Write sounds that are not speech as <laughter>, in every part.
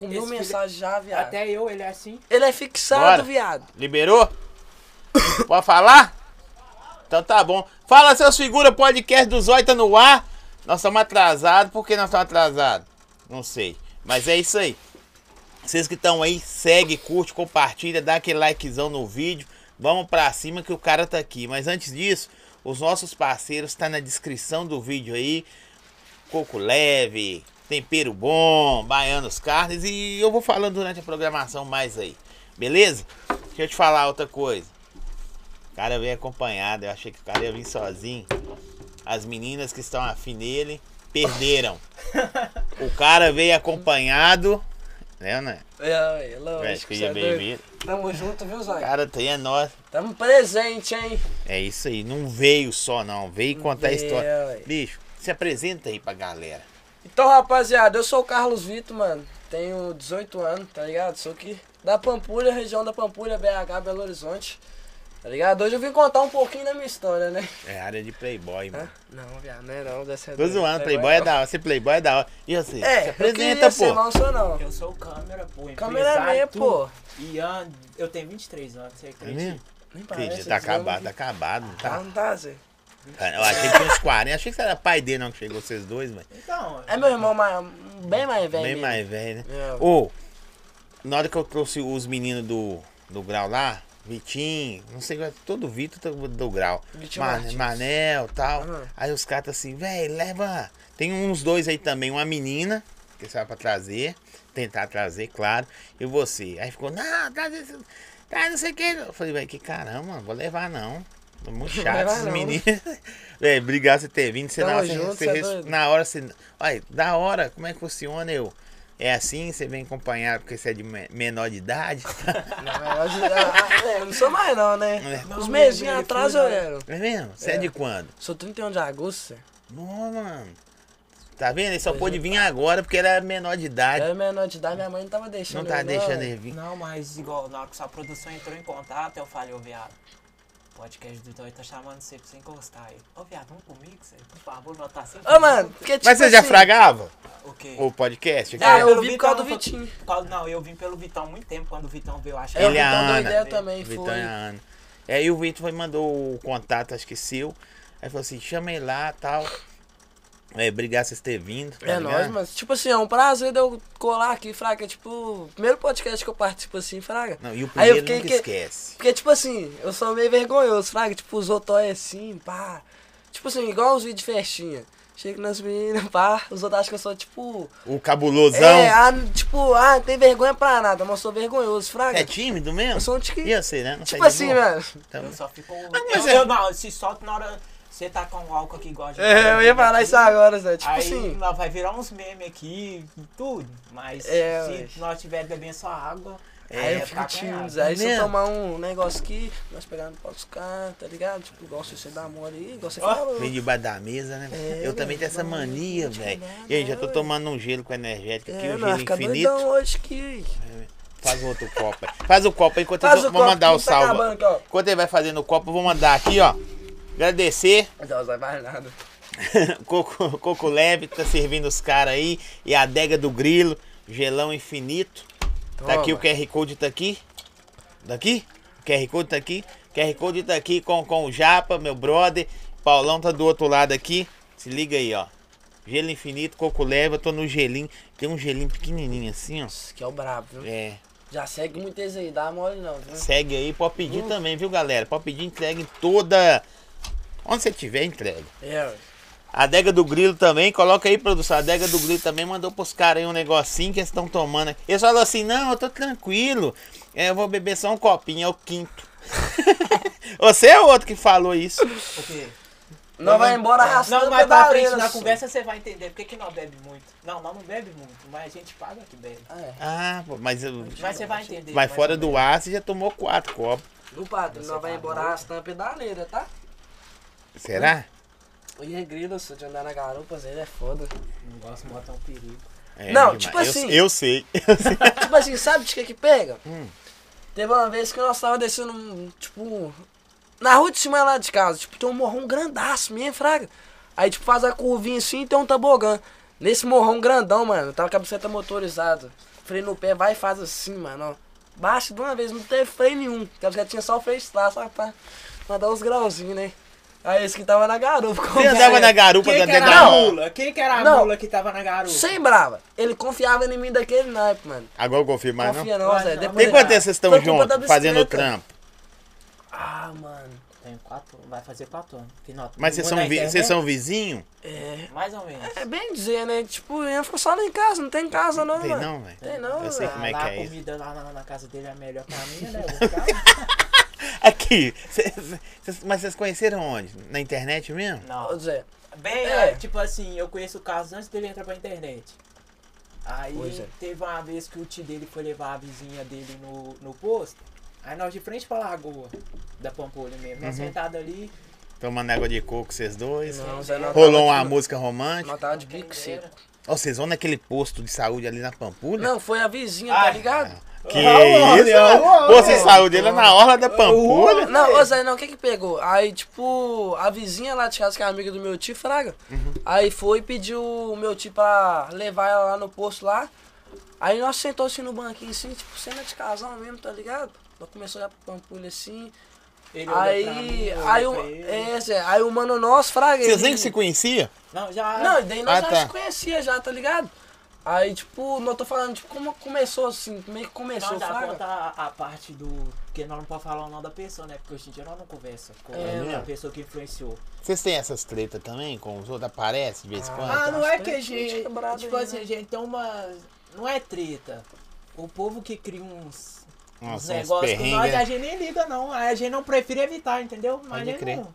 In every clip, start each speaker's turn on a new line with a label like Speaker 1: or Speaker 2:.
Speaker 1: Comeu
Speaker 2: Esse
Speaker 1: mensagem já, viado.
Speaker 2: Até eu, ele é assim.
Speaker 1: Ele é fixado,
Speaker 3: Bora.
Speaker 1: viado.
Speaker 3: Liberou? Pode falar? Então tá bom. Fala seus figuras, podcast do Zóio tá no ar. Nós estamos atrasados. Por que nós estamos atrasados? Não sei. Mas é isso aí. Vocês que estão aí, segue, curte, compartilha, dá aquele likezão no vídeo. Vamos pra cima que o cara tá aqui. Mas antes disso, os nossos parceiros tá na descrição do vídeo aí. Coco leve, tempero bom, baianos carnes e eu vou falando durante a programação mais aí. Beleza? Deixa eu te falar outra coisa. O cara veio acompanhado, eu achei que o cara ia vir sozinho. As meninas que estão afim dele perderam. O cara veio acompanhado, né, né?
Speaker 1: É, é
Speaker 3: Velho,
Speaker 1: lógico. cê
Speaker 3: seja
Speaker 1: é doido.
Speaker 3: bem-vindo.
Speaker 1: Tamo junto, viu,
Speaker 3: O
Speaker 1: Zóio?
Speaker 3: Cara, tem é nós.
Speaker 1: Tamo presente, hein?
Speaker 3: É isso aí, não veio só não, veio contar a
Speaker 1: veio,
Speaker 3: história.
Speaker 1: ué.
Speaker 3: Bicho, se apresenta aí pra galera.
Speaker 1: Então, rapaziada, eu sou o Carlos Vitor, mano. Tenho 18 anos, tá ligado? Sou aqui da Pampulha, região da Pampulha, BH, Belo Horizonte. Tá ligado? Hoje eu vim contar um pouquinho da minha história, né?
Speaker 3: É área de playboy, mano.
Speaker 1: Não, viado, não é não. Dessa
Speaker 3: Tô zoando, Playboy é da hora. Você Playboy é da hora. E você?
Speaker 1: É,
Speaker 3: se
Speaker 1: eu
Speaker 3: apresenta,
Speaker 1: queria ser,
Speaker 3: pô.
Speaker 1: não sou não.
Speaker 2: Eu sou câmera, pô.
Speaker 1: Cameraman,
Speaker 2: empresário, tudo.
Speaker 1: é pô.
Speaker 2: Ian, eu tenho 23 anos, você acredita?
Speaker 3: É mesmo?
Speaker 1: Nem
Speaker 3: Entendi,
Speaker 1: parece,
Speaker 3: tá
Speaker 1: desgrama.
Speaker 3: acabado, tá acabado, não
Speaker 1: Tá,
Speaker 3: tá?
Speaker 1: não tá, Zé.
Speaker 3: Eu achei que tinha uns 40. Achei que você era pai dele, não, que chegou vocês dois, mas
Speaker 2: Então,
Speaker 1: É meu irmão mais, bem mais velho.
Speaker 3: bem
Speaker 1: mesmo.
Speaker 3: mais velho, né?
Speaker 1: É.
Speaker 3: Ô, na hora que eu trouxe os meninos do, do grau lá, Vitinho, não sei, qual é, todo o Vitor tá do grau.
Speaker 1: Vitinho
Speaker 3: Ma
Speaker 1: Martins.
Speaker 3: Manel e tal.
Speaker 1: Aham.
Speaker 3: Aí os caras tá assim, velho, leva. Tem uns dois aí também, uma menina, que sabe pra trazer, tentar trazer, claro, e você. Aí ficou, não, traz esse. Traz não sei o que. Eu falei, velho, que caramba, não vou levar não. Tô muito chato
Speaker 1: levar <laughs>
Speaker 3: esses
Speaker 1: não. né?
Speaker 3: <laughs> meninos. Velho, obrigado por você ter vindo. Você, na,
Speaker 1: Tamo
Speaker 3: hora, você-
Speaker 1: junto,
Speaker 3: você
Speaker 1: cê é
Speaker 3: res-
Speaker 1: doido.
Speaker 3: na hora você. Olha, da hora, como é que funciona eu? É assim, você vem acompanhado porque você é de me- menor
Speaker 1: <laughs>
Speaker 3: de idade. Tá
Speaker 1: Na verdade, ah, ah, é, eu não sou mais não, né?
Speaker 3: É.
Speaker 1: Uns
Speaker 2: Não,
Speaker 1: mesinhos
Speaker 2: meu,
Speaker 1: atrás
Speaker 2: filho,
Speaker 1: eu era.
Speaker 2: não.
Speaker 3: É mesmo? Você é. de quando?
Speaker 1: Sou 31 de agosto, Zé.
Speaker 3: Não, mano. Tá vendo? Ele só pôde vir agora porque ele era menor de
Speaker 1: Eu
Speaker 3: idade.
Speaker 1: era menor de idade, minha mãe É, não tava deixando.
Speaker 3: É. Não tá
Speaker 1: eu,
Speaker 3: deixando
Speaker 1: ué.
Speaker 3: ele vir.
Speaker 2: Não, mas igual na hora que sua produção entrou em contato, eu falei, ô viado, o podcast do Dói tá chamando você pra você encostar aí. Ô viado, vamos comigo, você, por favor, nós tá assim.
Speaker 1: Ô, mano, porque tipo
Speaker 3: Mas você já
Speaker 1: assim,
Speaker 3: fragava
Speaker 2: O quê?
Speaker 3: o podcast?
Speaker 1: Ah,
Speaker 3: Que-
Speaker 1: eu vi por causa do
Speaker 2: Vitão,
Speaker 1: Vitinho.
Speaker 2: por causa- Não, eu vim pelo Vitão há muito tempo, quando o Vitão veio, eu acho que
Speaker 1: É, o
Speaker 3: Ele e a
Speaker 1: Vitão deu
Speaker 3: Ana.
Speaker 1: ideia também,
Speaker 3: Vitão
Speaker 1: foi.
Speaker 3: e a Ana. É, e o Vitor foi, mandou o contato, acho que seu. Aí falou assim, chama ele lá tal. É, obrigado por vocês terem vindo. tá
Speaker 1: É nóis,
Speaker 3: ligado?
Speaker 1: mas tipo assim, é um prazer de eu colar aqui, fraga. Tipo, primeiro podcast que eu participo assim, fraga.
Speaker 3: Não, e o
Speaker 1: Aí eu
Speaker 3: primeiro
Speaker 1: fiquei
Speaker 3: nunca
Speaker 1: que-
Speaker 3: esquece.
Speaker 1: Porque, tipo assim, eu sou meio vergonhoso, fraga. Tipo, os outros olham assim, pá. Tipo assim, igual os vídeos de festinha. Chego nas meninas, pá. Os outros acham que eu sou, tipo.
Speaker 3: O cabulosão.
Speaker 1: É, ah, tipo, ah, não tem vergonha pra nada, mas eu sou vergonhoso, fraga.
Speaker 3: É tímido mesmo?
Speaker 1: Eu sou um tiqui-
Speaker 3: E eu sei, né? Não sai
Speaker 1: tipo
Speaker 3: de
Speaker 1: assim,
Speaker 3: boa.
Speaker 1: mano.
Speaker 3: Tá bom.
Speaker 2: Eu só fico.
Speaker 1: Ah,
Speaker 3: mas
Speaker 2: eu,
Speaker 3: é-
Speaker 2: eu não, se solta na hora você tá com o álcool aqui igual a gente.
Speaker 1: É, eu ia falar isso agora, Zé. Tipo
Speaker 2: aí
Speaker 1: assim.
Speaker 2: nós vai virar uns memes aqui e tudo. Mas
Speaker 1: É,
Speaker 2: se
Speaker 1: ué.
Speaker 2: nós tiver bebendo só água, é
Speaker 1: Aí eu fico
Speaker 2: ficar
Speaker 1: tímido, Zé.
Speaker 2: apanhado.
Speaker 1: Aí se eu
Speaker 3: Mesmo?
Speaker 1: tomar um negócio aqui, nós pegar no pau dos caras, tá ligado? Tipo, igual se você dá mole aí, igual você falou.
Speaker 3: Vem debaixo da mesa, né?
Speaker 1: É,
Speaker 3: eu
Speaker 1: velho,
Speaker 3: também tenho essa
Speaker 1: não,
Speaker 3: mania,
Speaker 1: não tinha
Speaker 3: velho.
Speaker 1: nada,
Speaker 3: E aí, já tô
Speaker 1: ué.
Speaker 3: tomando um gelo com energética aqui,
Speaker 1: É,
Speaker 3: um
Speaker 1: nós
Speaker 3: gelo
Speaker 1: fica
Speaker 3: infinito.
Speaker 1: doidão hoje que.
Speaker 3: Faz outro copo aí. Faz o copo aí, enquanto
Speaker 1: Faz
Speaker 3: eu Então, vou
Speaker 1: o copo,
Speaker 3: mandar o
Speaker 1: não tá
Speaker 3: salve.
Speaker 1: acabando aqui, ó.
Speaker 3: enquanto ele vai fazendo o copo, eu vou mandar aqui, ó. Agradecer.
Speaker 1: Não, Zé,
Speaker 3: <laughs>
Speaker 1: mais nada.
Speaker 3: Coco, Coco Leve, que tá servindo os caras aí. E a adega do grilo. Gelão infinito. Tá aqui o
Speaker 1: Toma.
Speaker 3: QR Code tá aqui. Daqui? O QR Code tá aqui. O QR Code tá aqui com, com o Japa, meu brother. Paulão tá do outro lado aqui. Se liga aí, ó. Gelo infinito, coco leve, eu tô no gelinho. Tem um gelinho pequenininho assim, ó.
Speaker 1: Isso que é o brabo, viu?
Speaker 3: É.
Speaker 1: Já segue muito esse aí, dá mole não, viu?
Speaker 3: Segue aí, pode pedir também, viu, galera? Pode pedir entrega em toda. Onde você tiver, entrega.
Speaker 1: É, ué.
Speaker 3: A Adega do Grilo também, coloca aí, produção. A Adega do Grilo também mandou pros caras aí um negocinho que eles estão tomando. aqui. Eles falam assim: não, eu tô tranquilo, é, eu vou beber só um copinho, é o quinto. <laughs> Você é o outro que falou isso.
Speaker 2: O quê?
Speaker 1: Não vai
Speaker 3: É.
Speaker 1: embora Tá arrastando
Speaker 2: Não, mas pra frente
Speaker 1: pedaleiras.
Speaker 2: na conversa você vai entender porque que nós bebe muito. Não, nós não bebe muito, mas a gente paga que bebe.
Speaker 1: Ah, é.
Speaker 3: Ah, pô, mas. eu-
Speaker 2: Mas você vai entender.
Speaker 3: Mas
Speaker 2: mais
Speaker 3: fora
Speaker 2: ou menos.
Speaker 3: do ar, você já tomou quatro copos.
Speaker 1: Viu, padre?
Speaker 2: Você
Speaker 1: Nós vai
Speaker 2: tá
Speaker 1: embora
Speaker 2: doido.
Speaker 1: arrastando pedaleira, tá?
Speaker 3: Será?
Speaker 1: E é grilo, se de andar na garupa, Zé, é foda.
Speaker 2: Não gosto de botar um perigo.
Speaker 3: É,
Speaker 1: Não,
Speaker 3: demais.
Speaker 1: tipo
Speaker 3: Eu-
Speaker 1: assim-
Speaker 3: Eu sei.
Speaker 1: <laughs>
Speaker 3: <laughs>
Speaker 1: tipo assim, sabe de que que pega?
Speaker 3: Hum.
Speaker 1: Teve uma vez que nós tava descendo, um, tipo, na rua de cima lá de casa. Tipo, tem um morrão grandaço mesmo, fraga. Aí, tipo, tá faz a curvinha assim e tem um tobogã. Nesse morrão grandão, mano, tava com a bicicleta motorizada. freio no pé, vai e faz assim, mano, ó. Baixa de uma vez, não teve freio nenhum. porque ela já tinha só o freio de trás, só pra mandar uns grauzinhos, né? Aí esse que tava na garupa. <laughs> é.
Speaker 3: Você andava na garupa
Speaker 2: Quem que
Speaker 3: dentro
Speaker 2: era
Speaker 3: da
Speaker 2: a
Speaker 1: Não.
Speaker 2: mula? Quem que era a
Speaker 1: Não.
Speaker 2: mula que tava na garupa?
Speaker 1: Sem brava. Ele confiava em mim daquele naipe, mano.
Speaker 3: Agora eu confio mais, não?
Speaker 1: Confia
Speaker 3: Tem
Speaker 1: não,
Speaker 2: Mas
Speaker 1: Zé.
Speaker 2: não,
Speaker 1: Depois
Speaker 2: mas-
Speaker 3: quanto tempo vocês
Speaker 1: Foi
Speaker 3: estão
Speaker 1: culpa da
Speaker 3: juntos fazendo o
Speaker 1: bicicleta.
Speaker 3: trampo?
Speaker 1: Ah, mano.
Speaker 2: Tem quatro, vai fazer quatro anos. Que nota-
Speaker 3: Mas vocês
Speaker 2: Muda
Speaker 3: são,
Speaker 2: a
Speaker 3: vi-
Speaker 2: internet?
Speaker 3: vocês são vizinho?
Speaker 1: É.
Speaker 2: Mais ou menos.
Speaker 1: É bem dizer, né? Tipo, eu fico só lá em casa, não tem casa não,
Speaker 3: Tem
Speaker 1: mano.
Speaker 3: não, velho.
Speaker 1: Tem não,
Speaker 3: Eu sei
Speaker 1: velho.
Speaker 3: como é
Speaker 2: lá,
Speaker 3: que é
Speaker 2: A
Speaker 3: isso.
Speaker 2: comida lá na, na casa dele é melhor que a
Speaker 1: <laughs>
Speaker 2: minha, né? Eu vou ficar-
Speaker 3: Aqui, cês- cês- mas vocês conheceram onde? Na internet mesmo?
Speaker 1: Ô,
Speaker 2: Não.
Speaker 1: Zé.
Speaker 2: Bem,
Speaker 1: É.
Speaker 2: é, tipo assim, eu conheço o caso antes dele entrar pra internet. Aí
Speaker 1: Pois é.
Speaker 2: teve uma vez que o tio dele foi levar a vizinha dele no, no posto. Aí nós de frente pra lagoa da Pampulha mesmo.
Speaker 1: Uhum.
Speaker 2: Nós sentados ali.
Speaker 3: Tomando água de coco, vocês dois.
Speaker 1: Não, Zé não
Speaker 3: Rolou um uma
Speaker 1: de,
Speaker 3: música romântica.
Speaker 1: Nós tava de bico seco.
Speaker 3: Ó, vocês vão naquele posto de saúde ali na Pampulha?
Speaker 1: Não, foi a vizinha, tá
Speaker 2: Ai.
Speaker 1: ligado?
Speaker 3: Que
Speaker 2: Olha,
Speaker 3: isso? mano?
Speaker 2: olha.
Speaker 3: Pô, você saiu dele na orla da Pampulha?
Speaker 1: Não, ô Zé, não, o que que pegou? Aí, tipo, a vizinha lá de casa, que é amiga do meu tio, Fraga,
Speaker 2: Uhum.
Speaker 1: aí foi e pediu o meu tio pra levar ela lá no posto lá. Aí nós sentou assim no banquinho, assim, tipo, cena de casal mesmo, tá ligado? Nós começou a olhar pra Pampulha assim.
Speaker 2: Ele olhou pra mim,
Speaker 1: Aí,
Speaker 2: eu olhei
Speaker 1: aí,
Speaker 2: pra
Speaker 1: o,
Speaker 2: ele.
Speaker 1: é, Zé, aí o mano nosso, Fraga.
Speaker 3: Vocês
Speaker 1: ele-
Speaker 3: nem se conheciam?
Speaker 2: Não, já.
Speaker 1: Não, e daí nós
Speaker 3: Ah,
Speaker 1: já
Speaker 3: tá.
Speaker 1: se conhecia já, tá ligado? Aí, tipo, não tô falando, tipo, como começou assim, meio que começou,
Speaker 2: Não, já
Speaker 1: Fraga.
Speaker 2: conta a, a parte do. Porque nós não podemos falar o nome da pessoa, né? Porque hoje em dia nós não conversa com
Speaker 1: É,
Speaker 2: a
Speaker 3: mano.
Speaker 2: pessoa que influenciou.
Speaker 3: Vocês têm essas tretas também com os outros? Aparece de vez em
Speaker 1: Ah.
Speaker 3: quando?
Speaker 2: Ah, não é que a
Speaker 1: bastante gente
Speaker 2: gente.
Speaker 1: quebrada
Speaker 2: Tipo
Speaker 1: aí,
Speaker 2: assim,
Speaker 1: né?
Speaker 2: a gente tem uma. Não é treta. O povo que cria uns. uns
Speaker 3: Nossa, uns
Speaker 2: negócios com nós,
Speaker 3: perrengues.
Speaker 2: a
Speaker 3: né?
Speaker 2: gente nem liga, não. A gente não prefere evitar, entendeu? Mas
Speaker 3: Pode
Speaker 2: a gente
Speaker 3: crer.
Speaker 2: não.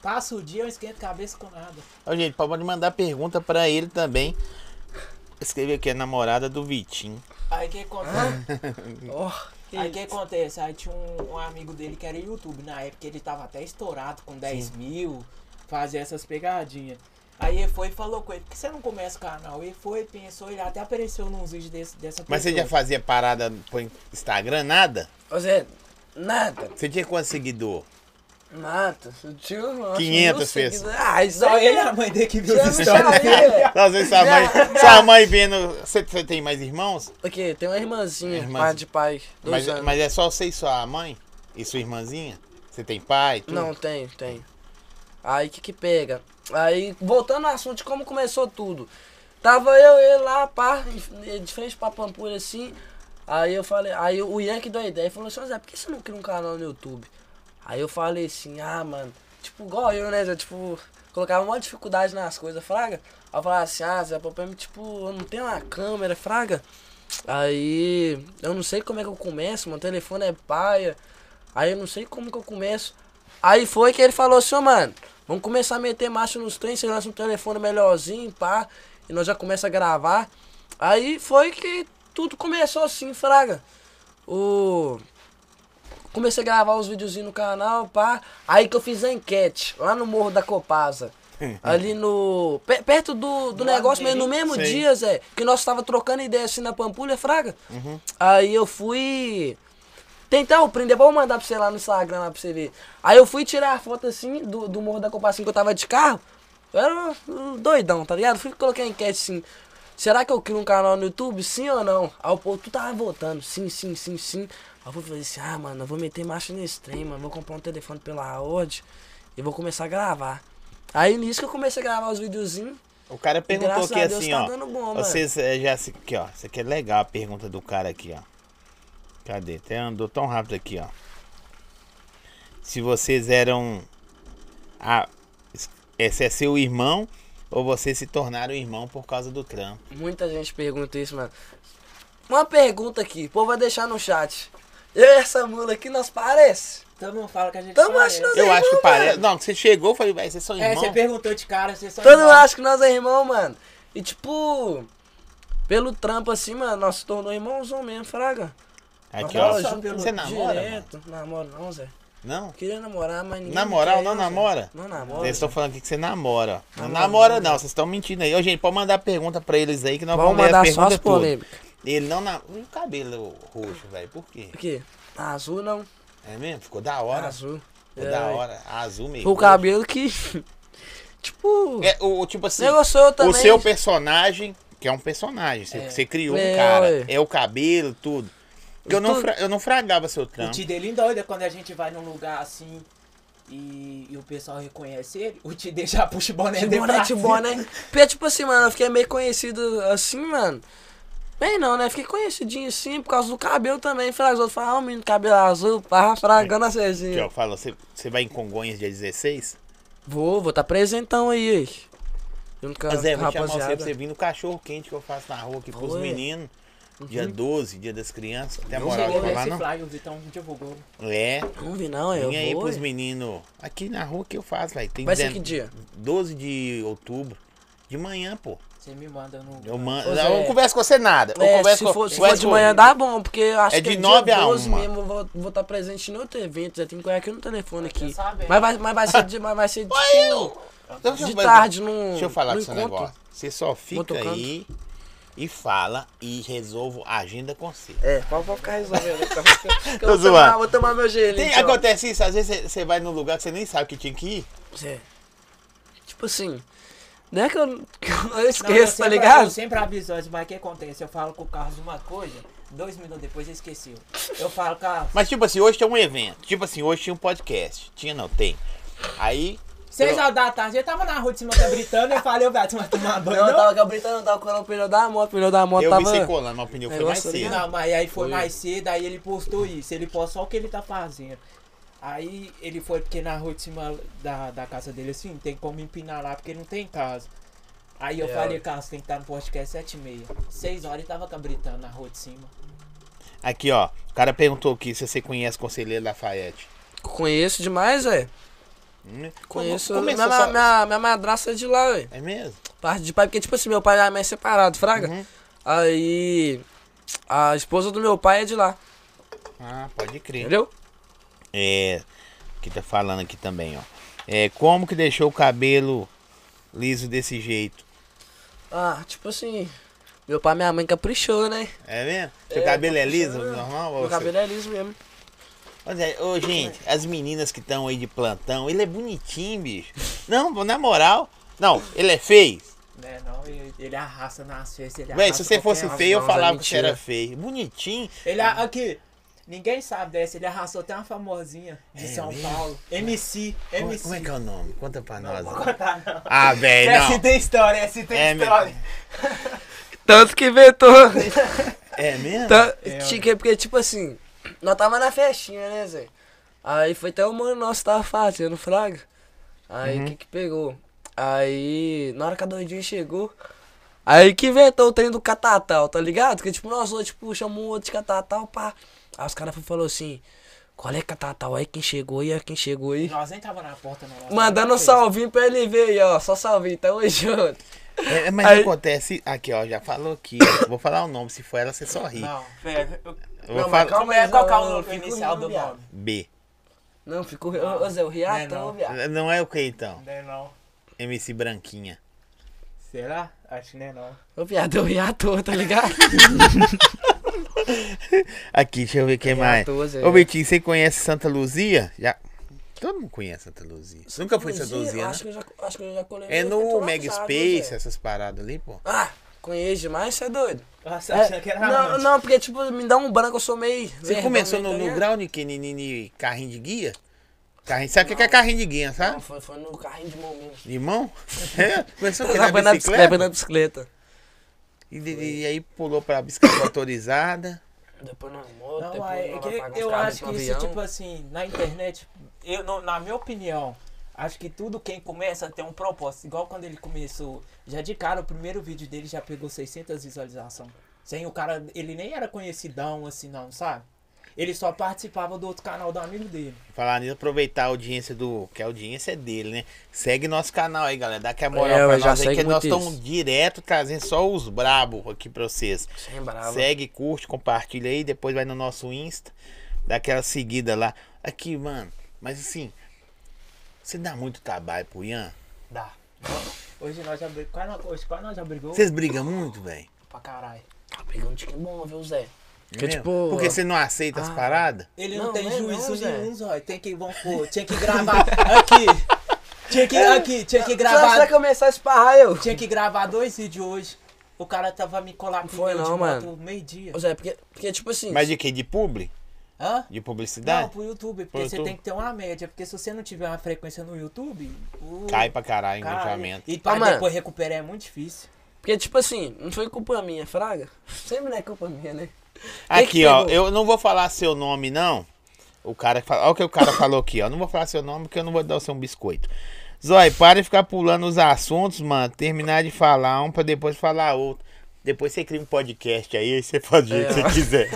Speaker 2: Passa o dia, eu esquento cabeça com nada.
Speaker 3: Ó, gente, pode mandar pergunta pra ele também. Escreveu aqui, é namorada do Vitinho.
Speaker 2: Aí o que acontece?
Speaker 1: Ó, que
Speaker 2: <laughs> Aí o que acontece? Aí tinha um, um amigo dele que era YouTube. Na época ele tava até estourado com 10 mil, fazia essas pegadinhas. Aí ele foi e falou com ele, por que você não começa o canal? Ele foi, pensou, ele até apareceu num vídeo desse, dessa
Speaker 3: Mas você
Speaker 2: pessoa.
Speaker 3: já fazia parada pro Instagram? Nada?
Speaker 1: Ô Zé, nada.
Speaker 3: Você tinha quantos seguidor?
Speaker 1: Nada. Eu tinha, eu acho,
Speaker 3: 500
Speaker 1: mil
Speaker 3: fez.
Speaker 1: seguidores. Ah, isso
Speaker 2: Só
Speaker 1: aí
Speaker 2: ele e
Speaker 1: é
Speaker 2: a mãe dele que viu
Speaker 1: Tinha
Speaker 2: os
Speaker 1: me
Speaker 2: stories
Speaker 1: chamado,
Speaker 2: dele.
Speaker 1: velho.
Speaker 3: Não, às vezes sua mãe,
Speaker 1: Não,
Speaker 3: sua mãe vendo. Você, você tem mais irmãos?
Speaker 1: Ok, tem uma irmãzinha,
Speaker 3: Irmãzinha.
Speaker 1: pai de pai, dois
Speaker 3: Mas,
Speaker 1: anos.
Speaker 3: mas é só você e sua mãe? E sua irmãzinha? Você tem pai? tudo?
Speaker 1: Não, tem, tem. Aí, que que pega? Aí, voltando ao assunto de como começou tudo. Tava eu e ele lá, pá, em- de frente pra Pampulha, assim. Aí eu falei, aí o Ian que deu a ideia, ele falou assim, Zé, por que você não cria um canal no YouTube? Aí eu falei assim, ah, mano, tipo, igual eu, né, Zé, tipo, colocava uma dificuldade nas coisas, fraga. Aí eu falava assim, ah, Zé, o problema é, tipo, eu não tenho uma câmera, fraga. Aí, eu não sei como é que eu começo, meu telefone é paia. Aí eu não sei como que eu começo. Aí foi que ele falou assim, ô mano, vamos começar a meter marcha nos trens, você lança um telefone melhorzinho, pá, e nós já começa a gravar. Aí foi que tudo começou assim, fraga. O... Comecei a gravar os videozinhos no canal, pá. Aí que eu fiz a enquete, lá no Morro da Copasa. Ali no. pe- perto do, do
Speaker 2: No
Speaker 1: negócio, mas no
Speaker 2: Amém.
Speaker 1: mesmo
Speaker 3: Sei.
Speaker 1: dia, Zé, que nós tava trocando ideia assim na Pampulha, Fraga. Aí eu fui. Tentar o print, depois eu vou mandar pra você lá no Instagram lá pra você ver. Aí eu fui tirar a foto assim do, do Morro da Copa assim que eu tava de carro. Eu era um doidão, tá ligado? Fui e coloquei a enquete assim. Será que eu crio um canal no YouTube? Sim ou não? Aí o povo, tu tava votando. Sim, sim, sim, sim. Aí eu fui fazer assim, ah, mano, eu vou meter marcha nesse trem, mano. Vou comprar um telefone pela Audi e vou começar a gravar. Aí nisso que eu comecei a gravar os videozinhos.
Speaker 3: O cara perguntou
Speaker 1: Graças
Speaker 3: aqui
Speaker 1: a Deus
Speaker 3: assim,
Speaker 1: tá
Speaker 3: ó.
Speaker 1: dando bom, mano.
Speaker 3: vocês eh, já se. Aqui, ó. Isso aqui é legal a pergunta do cara aqui, ó. Cadê? Até andou tão rápido aqui, ó. Se vocês eram. Ah, esse é seu irmão ou vocês se tornaram irmão por causa do trampo?
Speaker 1: Muita gente pergunta isso, mano. Uma pergunta aqui, o povo vai deixar no chat. Eu e essa mula aqui, nós parece?
Speaker 2: Todo mundo fala que a gente
Speaker 1: Tamo
Speaker 2: parece.
Speaker 1: achando-
Speaker 3: Eu
Speaker 1: irmão,
Speaker 3: acho que
Speaker 1: mano.
Speaker 3: parece. Não, que você chegou, eu falei, velho, vocês são
Speaker 2: É,
Speaker 3: irmãos.
Speaker 2: você perguntou de cara, vocês são
Speaker 1: Todo mundo
Speaker 2: irmãos.
Speaker 1: acha que nós é irmão, mano. E tipo, pelo trampo assim, mano, nós se tornou irmãozão mesmo, fraga. Nós
Speaker 3: Aqui, ó.
Speaker 1: rola junto
Speaker 3: Você namora? mano?
Speaker 1: Direto. Namoro não, Zé.
Speaker 3: Não?
Speaker 1: Queria namorar, mas ninguém.
Speaker 3: Na moral,
Speaker 1: quer
Speaker 3: não
Speaker 1: eu, Zé.
Speaker 3: namora?
Speaker 1: Não namora.
Speaker 3: Vocês estão falando aqui que você namora. ó. Não
Speaker 1: Namora,
Speaker 3: namora,
Speaker 1: namora.
Speaker 3: não, vocês estão mentindo aí. Ô, gente, pode mandar pergunta pra eles aí que nós
Speaker 1: Vamos
Speaker 3: vamos, ler a
Speaker 1: mandar só
Speaker 3: pergunta
Speaker 1: as
Speaker 3: toda.
Speaker 1: polêmicas.
Speaker 3: Ele não na... E o cabelo roxo, velho? Por quê?
Speaker 1: O quê? Ah, Azul não.
Speaker 3: É mesmo? Ficou da hora.
Speaker 1: Azul.
Speaker 3: Ficou
Speaker 1: É,
Speaker 3: da
Speaker 1: ué.
Speaker 3: hora. Azul mesmo.
Speaker 1: O cabelo que. <laughs> tipo.
Speaker 3: É, o, o- tipo assim,
Speaker 1: Negociou
Speaker 3: o
Speaker 1: também.
Speaker 3: seu personagem que é um personagem. Você,
Speaker 2: É.
Speaker 3: você criou
Speaker 1: É,
Speaker 3: um cara.
Speaker 1: ué.
Speaker 3: É o cabelo, tudo. Porque eu não,
Speaker 1: Tudo.
Speaker 3: fra- eu não fragava seu
Speaker 2: O
Speaker 3: trampo.
Speaker 2: Tidelinho doido é quando a gente vai num lugar assim e, e o pessoal reconhece ele, o Tide já puxa o boné dele. pra
Speaker 1: Tiboné,
Speaker 2: cima.
Speaker 1: Tiboné. Porque, tipo assim, mano, eu fiquei meio conhecido assim, mano. Bem não, né? Fiquei conhecidinho assim por causa do cabelo também. Falei, os outros falaram, ah, o menino, cabelo azul, pá, fragando a
Speaker 3: Que
Speaker 1: Cezinha.
Speaker 3: Tipo, eu falo, você, você vai em Congonhas dia 16?
Speaker 1: Vou, vou tá presentão aí, aí. Junto com a
Speaker 3: Mas é, vou chamar você pra
Speaker 1: rapaziada.
Speaker 3: você vir no cachorro quente que eu faço na rua aqui pros
Speaker 1: Ué.
Speaker 3: meninos.
Speaker 1: Uhum.
Speaker 3: Dia 12, dia das crianças. Tem a
Speaker 2: Não
Speaker 3: moral de
Speaker 1: é
Speaker 2: chegou nesse
Speaker 3: falar, não?
Speaker 2: fly, o Vitão divulgou.
Speaker 3: É.
Speaker 1: Não vi não, eu
Speaker 3: Vem aí
Speaker 1: vou.
Speaker 3: pros
Speaker 1: ué.
Speaker 3: meninos. Aqui na rua que eu faço, velho. Tem
Speaker 1: Vai ser
Speaker 3: dezen-
Speaker 1: que dia?
Speaker 3: 12 de outubro. De manhã, pô.
Speaker 2: Você me manda no.
Speaker 3: Eu, man...
Speaker 1: Ô,
Speaker 3: eu
Speaker 1: Zé.
Speaker 3: não converso com você nada. Eu
Speaker 1: É,
Speaker 3: converso
Speaker 1: se
Speaker 3: com
Speaker 1: for, se
Speaker 3: converso
Speaker 1: for de
Speaker 3: com-
Speaker 1: manhã dá bom, porque eu acho
Speaker 3: É
Speaker 1: que
Speaker 3: de
Speaker 1: dia
Speaker 3: nove a
Speaker 1: 12
Speaker 3: uma.
Speaker 1: mesmo, eu vou estar presente em outro evento, já tem que correr aqui no telefone
Speaker 2: Tá
Speaker 1: aqui.
Speaker 2: sabendo.
Speaker 1: Mas vai, mas vai ser de, mas vai ser de,
Speaker 3: Deixa eu-
Speaker 1: de tarde num
Speaker 3: Deixa eu falar
Speaker 1: num
Speaker 3: com esse
Speaker 1: encontro.
Speaker 3: negócio. Você só fica
Speaker 1: Motocanto.
Speaker 3: aí e fala e resolvo a agenda com você.
Speaker 1: É, pode pode ficar resolvendo.
Speaker 3: <laughs>
Speaker 1: fica- fica-
Speaker 3: Tô
Speaker 1: eu vou
Speaker 3: zoando.
Speaker 1: tomar- Vou tomar meu gelinho.
Speaker 3: Tem-
Speaker 1: então.
Speaker 3: acontece isso, às vezes você- você vai num lugar que você nem sabe que tinha que ir.
Speaker 1: É. Tipo assim, não é que eu, que eu- eu
Speaker 2: Não, eu
Speaker 1: esqueço, tá
Speaker 2: sempre-
Speaker 1: ligado?
Speaker 2: Eu sempre aviso antes, mas o que acontece? Eu falo com o Carlos uma coisa, dois minutos depois ele esqueceu. Eu falo, Carlos,
Speaker 3: Mas tipo assim, hoje tem um evento. Tipo assim, hoje tinha um podcast. Tinha não, tem. Aí.
Speaker 2: seis
Speaker 3: eu-
Speaker 2: horas da tarde, eu tava na rua de cima da Britânia, eu falei, ô Beto, mas tomar banho.
Speaker 1: Não, eu
Speaker 2: não?"
Speaker 1: tava cabritando, eu tava colando o pneu da moto, o pneu da moto
Speaker 3: Eu vi você
Speaker 1: tava.
Speaker 3: colando, mas o pneu foi
Speaker 1: Negócio
Speaker 3: mais
Speaker 1: ali,
Speaker 3: cedo.
Speaker 1: né?
Speaker 2: Não, mas aí foi
Speaker 1: Foi.
Speaker 2: mais cedo, aí ele postou isso. Ele postou só o que ele tá fazendo. Aí ele foi porque na rua de cima da, da casa dele assim, tem como empinar lá porque não tem casa. Aí eu
Speaker 1: É,
Speaker 2: falei,
Speaker 1: olha.
Speaker 2: Carlos, tem que estar no podcast 7 e meia. 6 horas ele tava cabritando na rua de cima.
Speaker 3: Aqui, ó. O cara perguntou aqui se você conhece o conselheiro Lafayette.
Speaker 1: Conheço demais, velho.
Speaker 3: Hum?
Speaker 1: Conheço.
Speaker 3: Como-
Speaker 1: Minha,
Speaker 3: começou essa-
Speaker 1: minha, minha, minha madrasta é de lá, velho.
Speaker 3: É mesmo?
Speaker 1: Parte de pai, porque, tipo assim, meu pai e a mãe é separado, fraga.
Speaker 3: Uhum.
Speaker 1: Aí. A esposa do meu pai é de lá,
Speaker 3: Ah, pode crer.
Speaker 1: entendeu?
Speaker 3: É. Que tá falando aqui também, ó. É, como que deixou o cabelo liso desse jeito?
Speaker 1: Ah, tipo assim. Meu pai e minha mãe caprichou, né?
Speaker 3: É mesmo? Seu
Speaker 1: É,
Speaker 3: cabelo é liso,
Speaker 1: caprichou, né?
Speaker 3: normal?
Speaker 1: Meu cabelo é liso mesmo.
Speaker 3: Mas é, ô, gente, as meninas que estão aí de plantão, ele é bonitinho, bicho. Não, pô, na moral. Não, ele é feio.
Speaker 1: Tá,
Speaker 2: Né, não, ele, ele arrasta nas festas, ele
Speaker 3: Véi,
Speaker 2: arrasta
Speaker 3: se você
Speaker 2: qualquer
Speaker 3: fosse
Speaker 2: um.
Speaker 3: feio, eu
Speaker 1: mãos, é
Speaker 3: falava que você
Speaker 1: mentira.
Speaker 3: era feio. Bonitinho.
Speaker 2: Ele, a- aqui, ninguém sabe dessa, ele arrastou até uma famosinha de
Speaker 3: É
Speaker 2: São
Speaker 3: mesmo?
Speaker 2: Paulo. MC,
Speaker 3: Como,
Speaker 2: MC.
Speaker 3: como é
Speaker 2: <laughs>
Speaker 3: que é o nome? Conta pra nós.
Speaker 2: Vou contar, Tá, não.
Speaker 3: Ah, velho,
Speaker 2: Essa
Speaker 3: não.
Speaker 2: tem história, essa tem
Speaker 3: É, meu-
Speaker 2: história.
Speaker 1: Tanto que inventou.
Speaker 2: <laughs>
Speaker 3: É mesmo?
Speaker 1: Tá,
Speaker 2: É,
Speaker 1: Chique, porque, tipo assim, nós tava na festinha, né, Zé? Aí foi até o mano nosso que tava fazendo fraga. Aí o
Speaker 2: Uhum.
Speaker 1: que que pegou? Aí, na hora que a doidinha chegou, aí que inventou o trem do catatal, tá ligado? Que tipo, nós dois, tipo, chamou um outro de catatal, pá. Aí os caras falaram assim, qual é catatal aí, quem chegou aí, é quem chegou aí.
Speaker 2: Nós nem tava na porta, não. nós tava
Speaker 1: Mandando
Speaker 2: na
Speaker 1: um
Speaker 2: frente.
Speaker 1: salvinho pra ele ver aí, ó, só salvinho, tamo junto.
Speaker 3: É, mas
Speaker 1: Aí-
Speaker 3: acontece. Aqui, ó, já falou aqui. Vou falar o nome. Se for ela, você só ri.
Speaker 2: Não.
Speaker 3: Eu
Speaker 1: Não,
Speaker 3: vou
Speaker 1: mas
Speaker 3: falar.
Speaker 1: calma
Speaker 2: Como é, qual que é o
Speaker 1: Eu
Speaker 2: nome
Speaker 1: fico
Speaker 2: inicial do
Speaker 1: rindo, viado.
Speaker 2: nome?
Speaker 3: B.
Speaker 1: Não, ficou, ô ô, Zé, o
Speaker 2: Não é não.
Speaker 1: Riatão, viado.
Speaker 3: Não é o que então?
Speaker 2: Não é não.
Speaker 3: MC Branquinha.
Speaker 2: Será? Acho que não é não.
Speaker 1: Ô, viado, eu ri à toa, tá ligado?
Speaker 3: Aqui, deixa eu ver quem mais.
Speaker 1: doze,
Speaker 3: Ô,
Speaker 1: é.
Speaker 3: Betinho, você conhece Santa Luzia? Já. Todo mundo conhece Santa Luzia. Você nunca foi em Santa
Speaker 1: Inclusive,
Speaker 3: Luzia, né?
Speaker 1: acho, que eu já, acho que eu né, já colei.
Speaker 3: É
Speaker 1: meu
Speaker 3: no
Speaker 1: teto lá,
Speaker 3: Mega
Speaker 1: sabe,
Speaker 3: Space,
Speaker 1: Zé?
Speaker 3: essas paradas ali, pô.
Speaker 1: Ah, conheço demais, você é doido.
Speaker 2: Nossa, achando que era
Speaker 1: não,
Speaker 2: onde?
Speaker 1: não, porque tipo, me dá um branco, eu sou meio. tá
Speaker 3: Você
Speaker 1: verdão, né,
Speaker 3: começou
Speaker 1: meio
Speaker 3: no, no
Speaker 1: italiano.
Speaker 3: grau de que? Ni- ni- ni- Carrinho de guia? Carrinho, sabe o que que é carrinho de guia,
Speaker 1: Não,
Speaker 3: sabe?
Speaker 1: foi, foi no carrinho de mão mesmo.
Speaker 3: De mão?
Speaker 1: <laughs>
Speaker 3: É, começou que
Speaker 1: Foi na,
Speaker 3: na
Speaker 1: foi na bicicleta, foi na
Speaker 3: bicicleta.
Speaker 1: bicicleta.
Speaker 3: E, de- e aí pulou pra bicicleta motorizada.
Speaker 1: Depois na moto,
Speaker 2: Não,
Speaker 1: depois
Speaker 2: é,
Speaker 1: nós
Speaker 2: que
Speaker 1: vai pagar uns
Speaker 2: eu
Speaker 1: carros,
Speaker 2: acho que
Speaker 1: um
Speaker 2: isso,
Speaker 1: avião.
Speaker 2: tipo assim, na internet, eu, não- na minha opinião, acho que tudo quem começa tem um propósito. Igual quando ele começou, já de cara, o primeiro vídeo dele já pegou 600 visualizações. Sem o cara, ele nem era conhecidão assim, não, sabe? Ele só participava do outro canal do amigo dele.
Speaker 3: Falar nisso, aproveitar a audiência do. Que a audiência é dele, né? Segue nosso canal aí, galera. Dá aquela moral
Speaker 1: É,
Speaker 3: pra
Speaker 1: já
Speaker 3: nós aí,
Speaker 1: segue
Speaker 3: que nós
Speaker 1: muito
Speaker 3: estamos
Speaker 1: isso.
Speaker 3: direto trazendo só os brabo aqui pra vocês.
Speaker 1: Sem brava.
Speaker 3: Segue, curte, compartilha aí. Depois vai no nosso Insta. Dá aquela seguida lá. Aqui, mano. Mas assim. Você dá muito trabalho pro Ian.
Speaker 2: Dá. Hoje nós já brigamos. Hoje quase nós já brigamos
Speaker 3: Vocês brigam muito, velho.
Speaker 2: pra caralho.
Speaker 1: Tá pegando de que bom, viu, Zé?
Speaker 3: É
Speaker 1: Porque,
Speaker 3: mesmo?
Speaker 1: tipo.
Speaker 3: Porque você não aceita as
Speaker 1: ah.
Speaker 3: paradas?
Speaker 2: Ele não,
Speaker 1: Não,
Speaker 2: tem
Speaker 1: não é
Speaker 2: juízo
Speaker 1: não, Zé.
Speaker 2: nenhum, Zóio. Tem que, vamos pô, tinha que gravar aqui. Tinha que, aqui, tinha que
Speaker 1: Se você
Speaker 2: gravar.
Speaker 3: <laughs>
Speaker 1: começar a esparrar eu.
Speaker 2: Tinha que gravar dois vídeos hoje. O cara tava me colar
Speaker 1: foi não, mano.
Speaker 2: meio-dia.
Speaker 1: Ô, Zé, porque, porque tipo assim.
Speaker 3: Mas de que? De publi?
Speaker 2: Hã?
Speaker 3: De
Speaker 2: Não,
Speaker 3: publicidade?
Speaker 2: pro YouTube, porque
Speaker 3: Pro
Speaker 2: você
Speaker 3: YouTube?
Speaker 2: tem que ter uma média. Porque se você não tiver uma frequência no YouTube, o-
Speaker 3: Cai pra caralho
Speaker 2: cai.
Speaker 3: engajamento.
Speaker 2: E pra
Speaker 1: Ah, mano.
Speaker 2: depois recuperar é muito difícil.
Speaker 1: Porque, tipo assim, não foi culpa minha, Fraga. Sempre não é culpa minha, né? Quem que
Speaker 3: Aqui, ó,
Speaker 1: pegou?
Speaker 3: eu não vou falar seu nome, não. O cara que fala. Olha o que o cara falou aqui, ó. Não vou falar seu nome porque eu não vou dar o seu um biscoito. Zói, para de ficar pulando os assuntos, mano. Terminar de falar um pra depois falar outro. Depois você cria um podcast aí, aí você faz do jeito
Speaker 1: É,
Speaker 3: que
Speaker 1: ó.
Speaker 3: você quiser.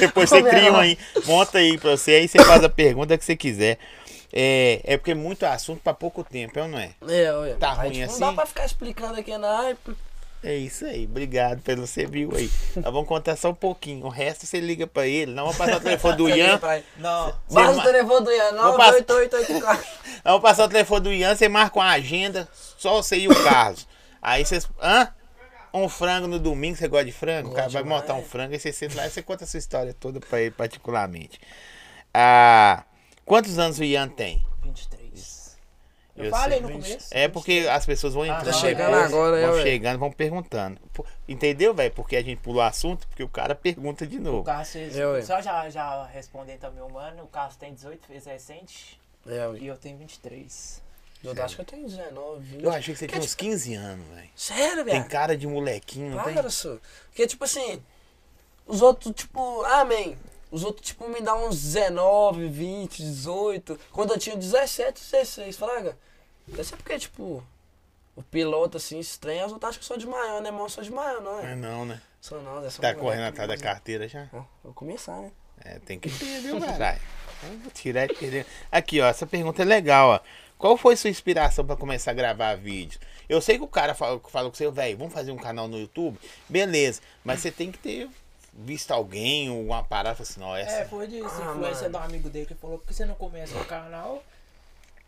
Speaker 3: depois você
Speaker 1: Ô,
Speaker 3: cria
Speaker 1: meu.
Speaker 3: um aí, monta aí pra você, aí você faz a pergunta que você quiser. É, é porque é muito assunto pra pouco tempo, é ou não é?
Speaker 1: É, olha.
Speaker 3: Tá
Speaker 1: aí,
Speaker 3: ruim
Speaker 1: tipo,
Speaker 3: assim?
Speaker 1: Não dá pra ficar explicando aqui na.
Speaker 3: É isso aí, obrigado pelo você viu aí. Nós vamos contar só um pouquinho, o resto você liga pra ele. Nós vamos passar o telefone do Ian.
Speaker 2: Não,
Speaker 1: Basta o
Speaker 3: ma-
Speaker 1: telefone do Ian,
Speaker 3: Vou passar- <laughs>
Speaker 1: 98884.
Speaker 3: Nós vamos passar o telefone do Ian, você marca uma agenda, só você e o Carlos. Aí vocês. Hã? Um frango no domingo, você gosta de frango? O cara vai
Speaker 1: demais.
Speaker 3: montar um frango, aí você senta lá e você conta a sua história toda pra ele, particularmente. Ah, quantos anos o Ian tem?
Speaker 2: 23. Eu
Speaker 3: Eu
Speaker 2: falei
Speaker 3: sei,
Speaker 2: no
Speaker 3: mas-
Speaker 2: começo.
Speaker 3: É porque as pessoas vão entrando.
Speaker 2: tá
Speaker 1: chegando
Speaker 3: depois,
Speaker 1: agora, é,
Speaker 3: Vão
Speaker 1: ué.
Speaker 3: chegando, vão perguntando. Pô, Entendeu, velho? Porque a gente pulou o assunto, porque o cara pergunta de
Speaker 2: O
Speaker 3: novo.
Speaker 2: Cássio,
Speaker 1: Eu, hein?
Speaker 2: só já, já respondendo também, o mano, o Cássio tem 18, fez recente,
Speaker 1: É,
Speaker 2: e
Speaker 1: ué.
Speaker 2: eu tenho 23.
Speaker 1: eu acho que eu tenho 19, 20.
Speaker 3: É. Eu achei que você tinha uns 15 anos, velho.
Speaker 1: Sério,
Speaker 3: Tem
Speaker 1: velho?
Speaker 3: cara de molequinho, não tem?
Speaker 1: Para, senhor. Porque, tipo assim, os outros, tipo, amém. Os outros, tipo, me dão uns 19, 20, 18. Quando eu tinha 17, 16, fraga. Deve ser porque, tipo, o piloto, assim, estranho, os outros acham que eu sou de maior, né, irmão? Eu sou de maior, não
Speaker 3: Ah,
Speaker 1: é?
Speaker 3: não, né?
Speaker 1: Sou não, Zé, sou
Speaker 3: Tá
Speaker 1: moleque.
Speaker 3: correndo atrás da carteira já?
Speaker 1: Ó, Vou começar, né?
Speaker 3: É, tem que ter,
Speaker 1: <laughs>
Speaker 3: viu, caralho? Eu Vou tirar e perder. Aqui, ó, essa pergunta é legal, ó. Qual foi sua inspiração pra começar a gravar vídeo? Eu sei que o cara falou, falou com você, velho, vamos fazer um canal no YouTube? Beleza, mas você tem que ter visto alguém ou uma parada, falou assim, não,
Speaker 2: É,
Speaker 3: essa...
Speaker 2: foi de
Speaker 1: Ah,
Speaker 2: influência
Speaker 1: mano.
Speaker 2: do amigo dele que falou, por que você não começa o canal?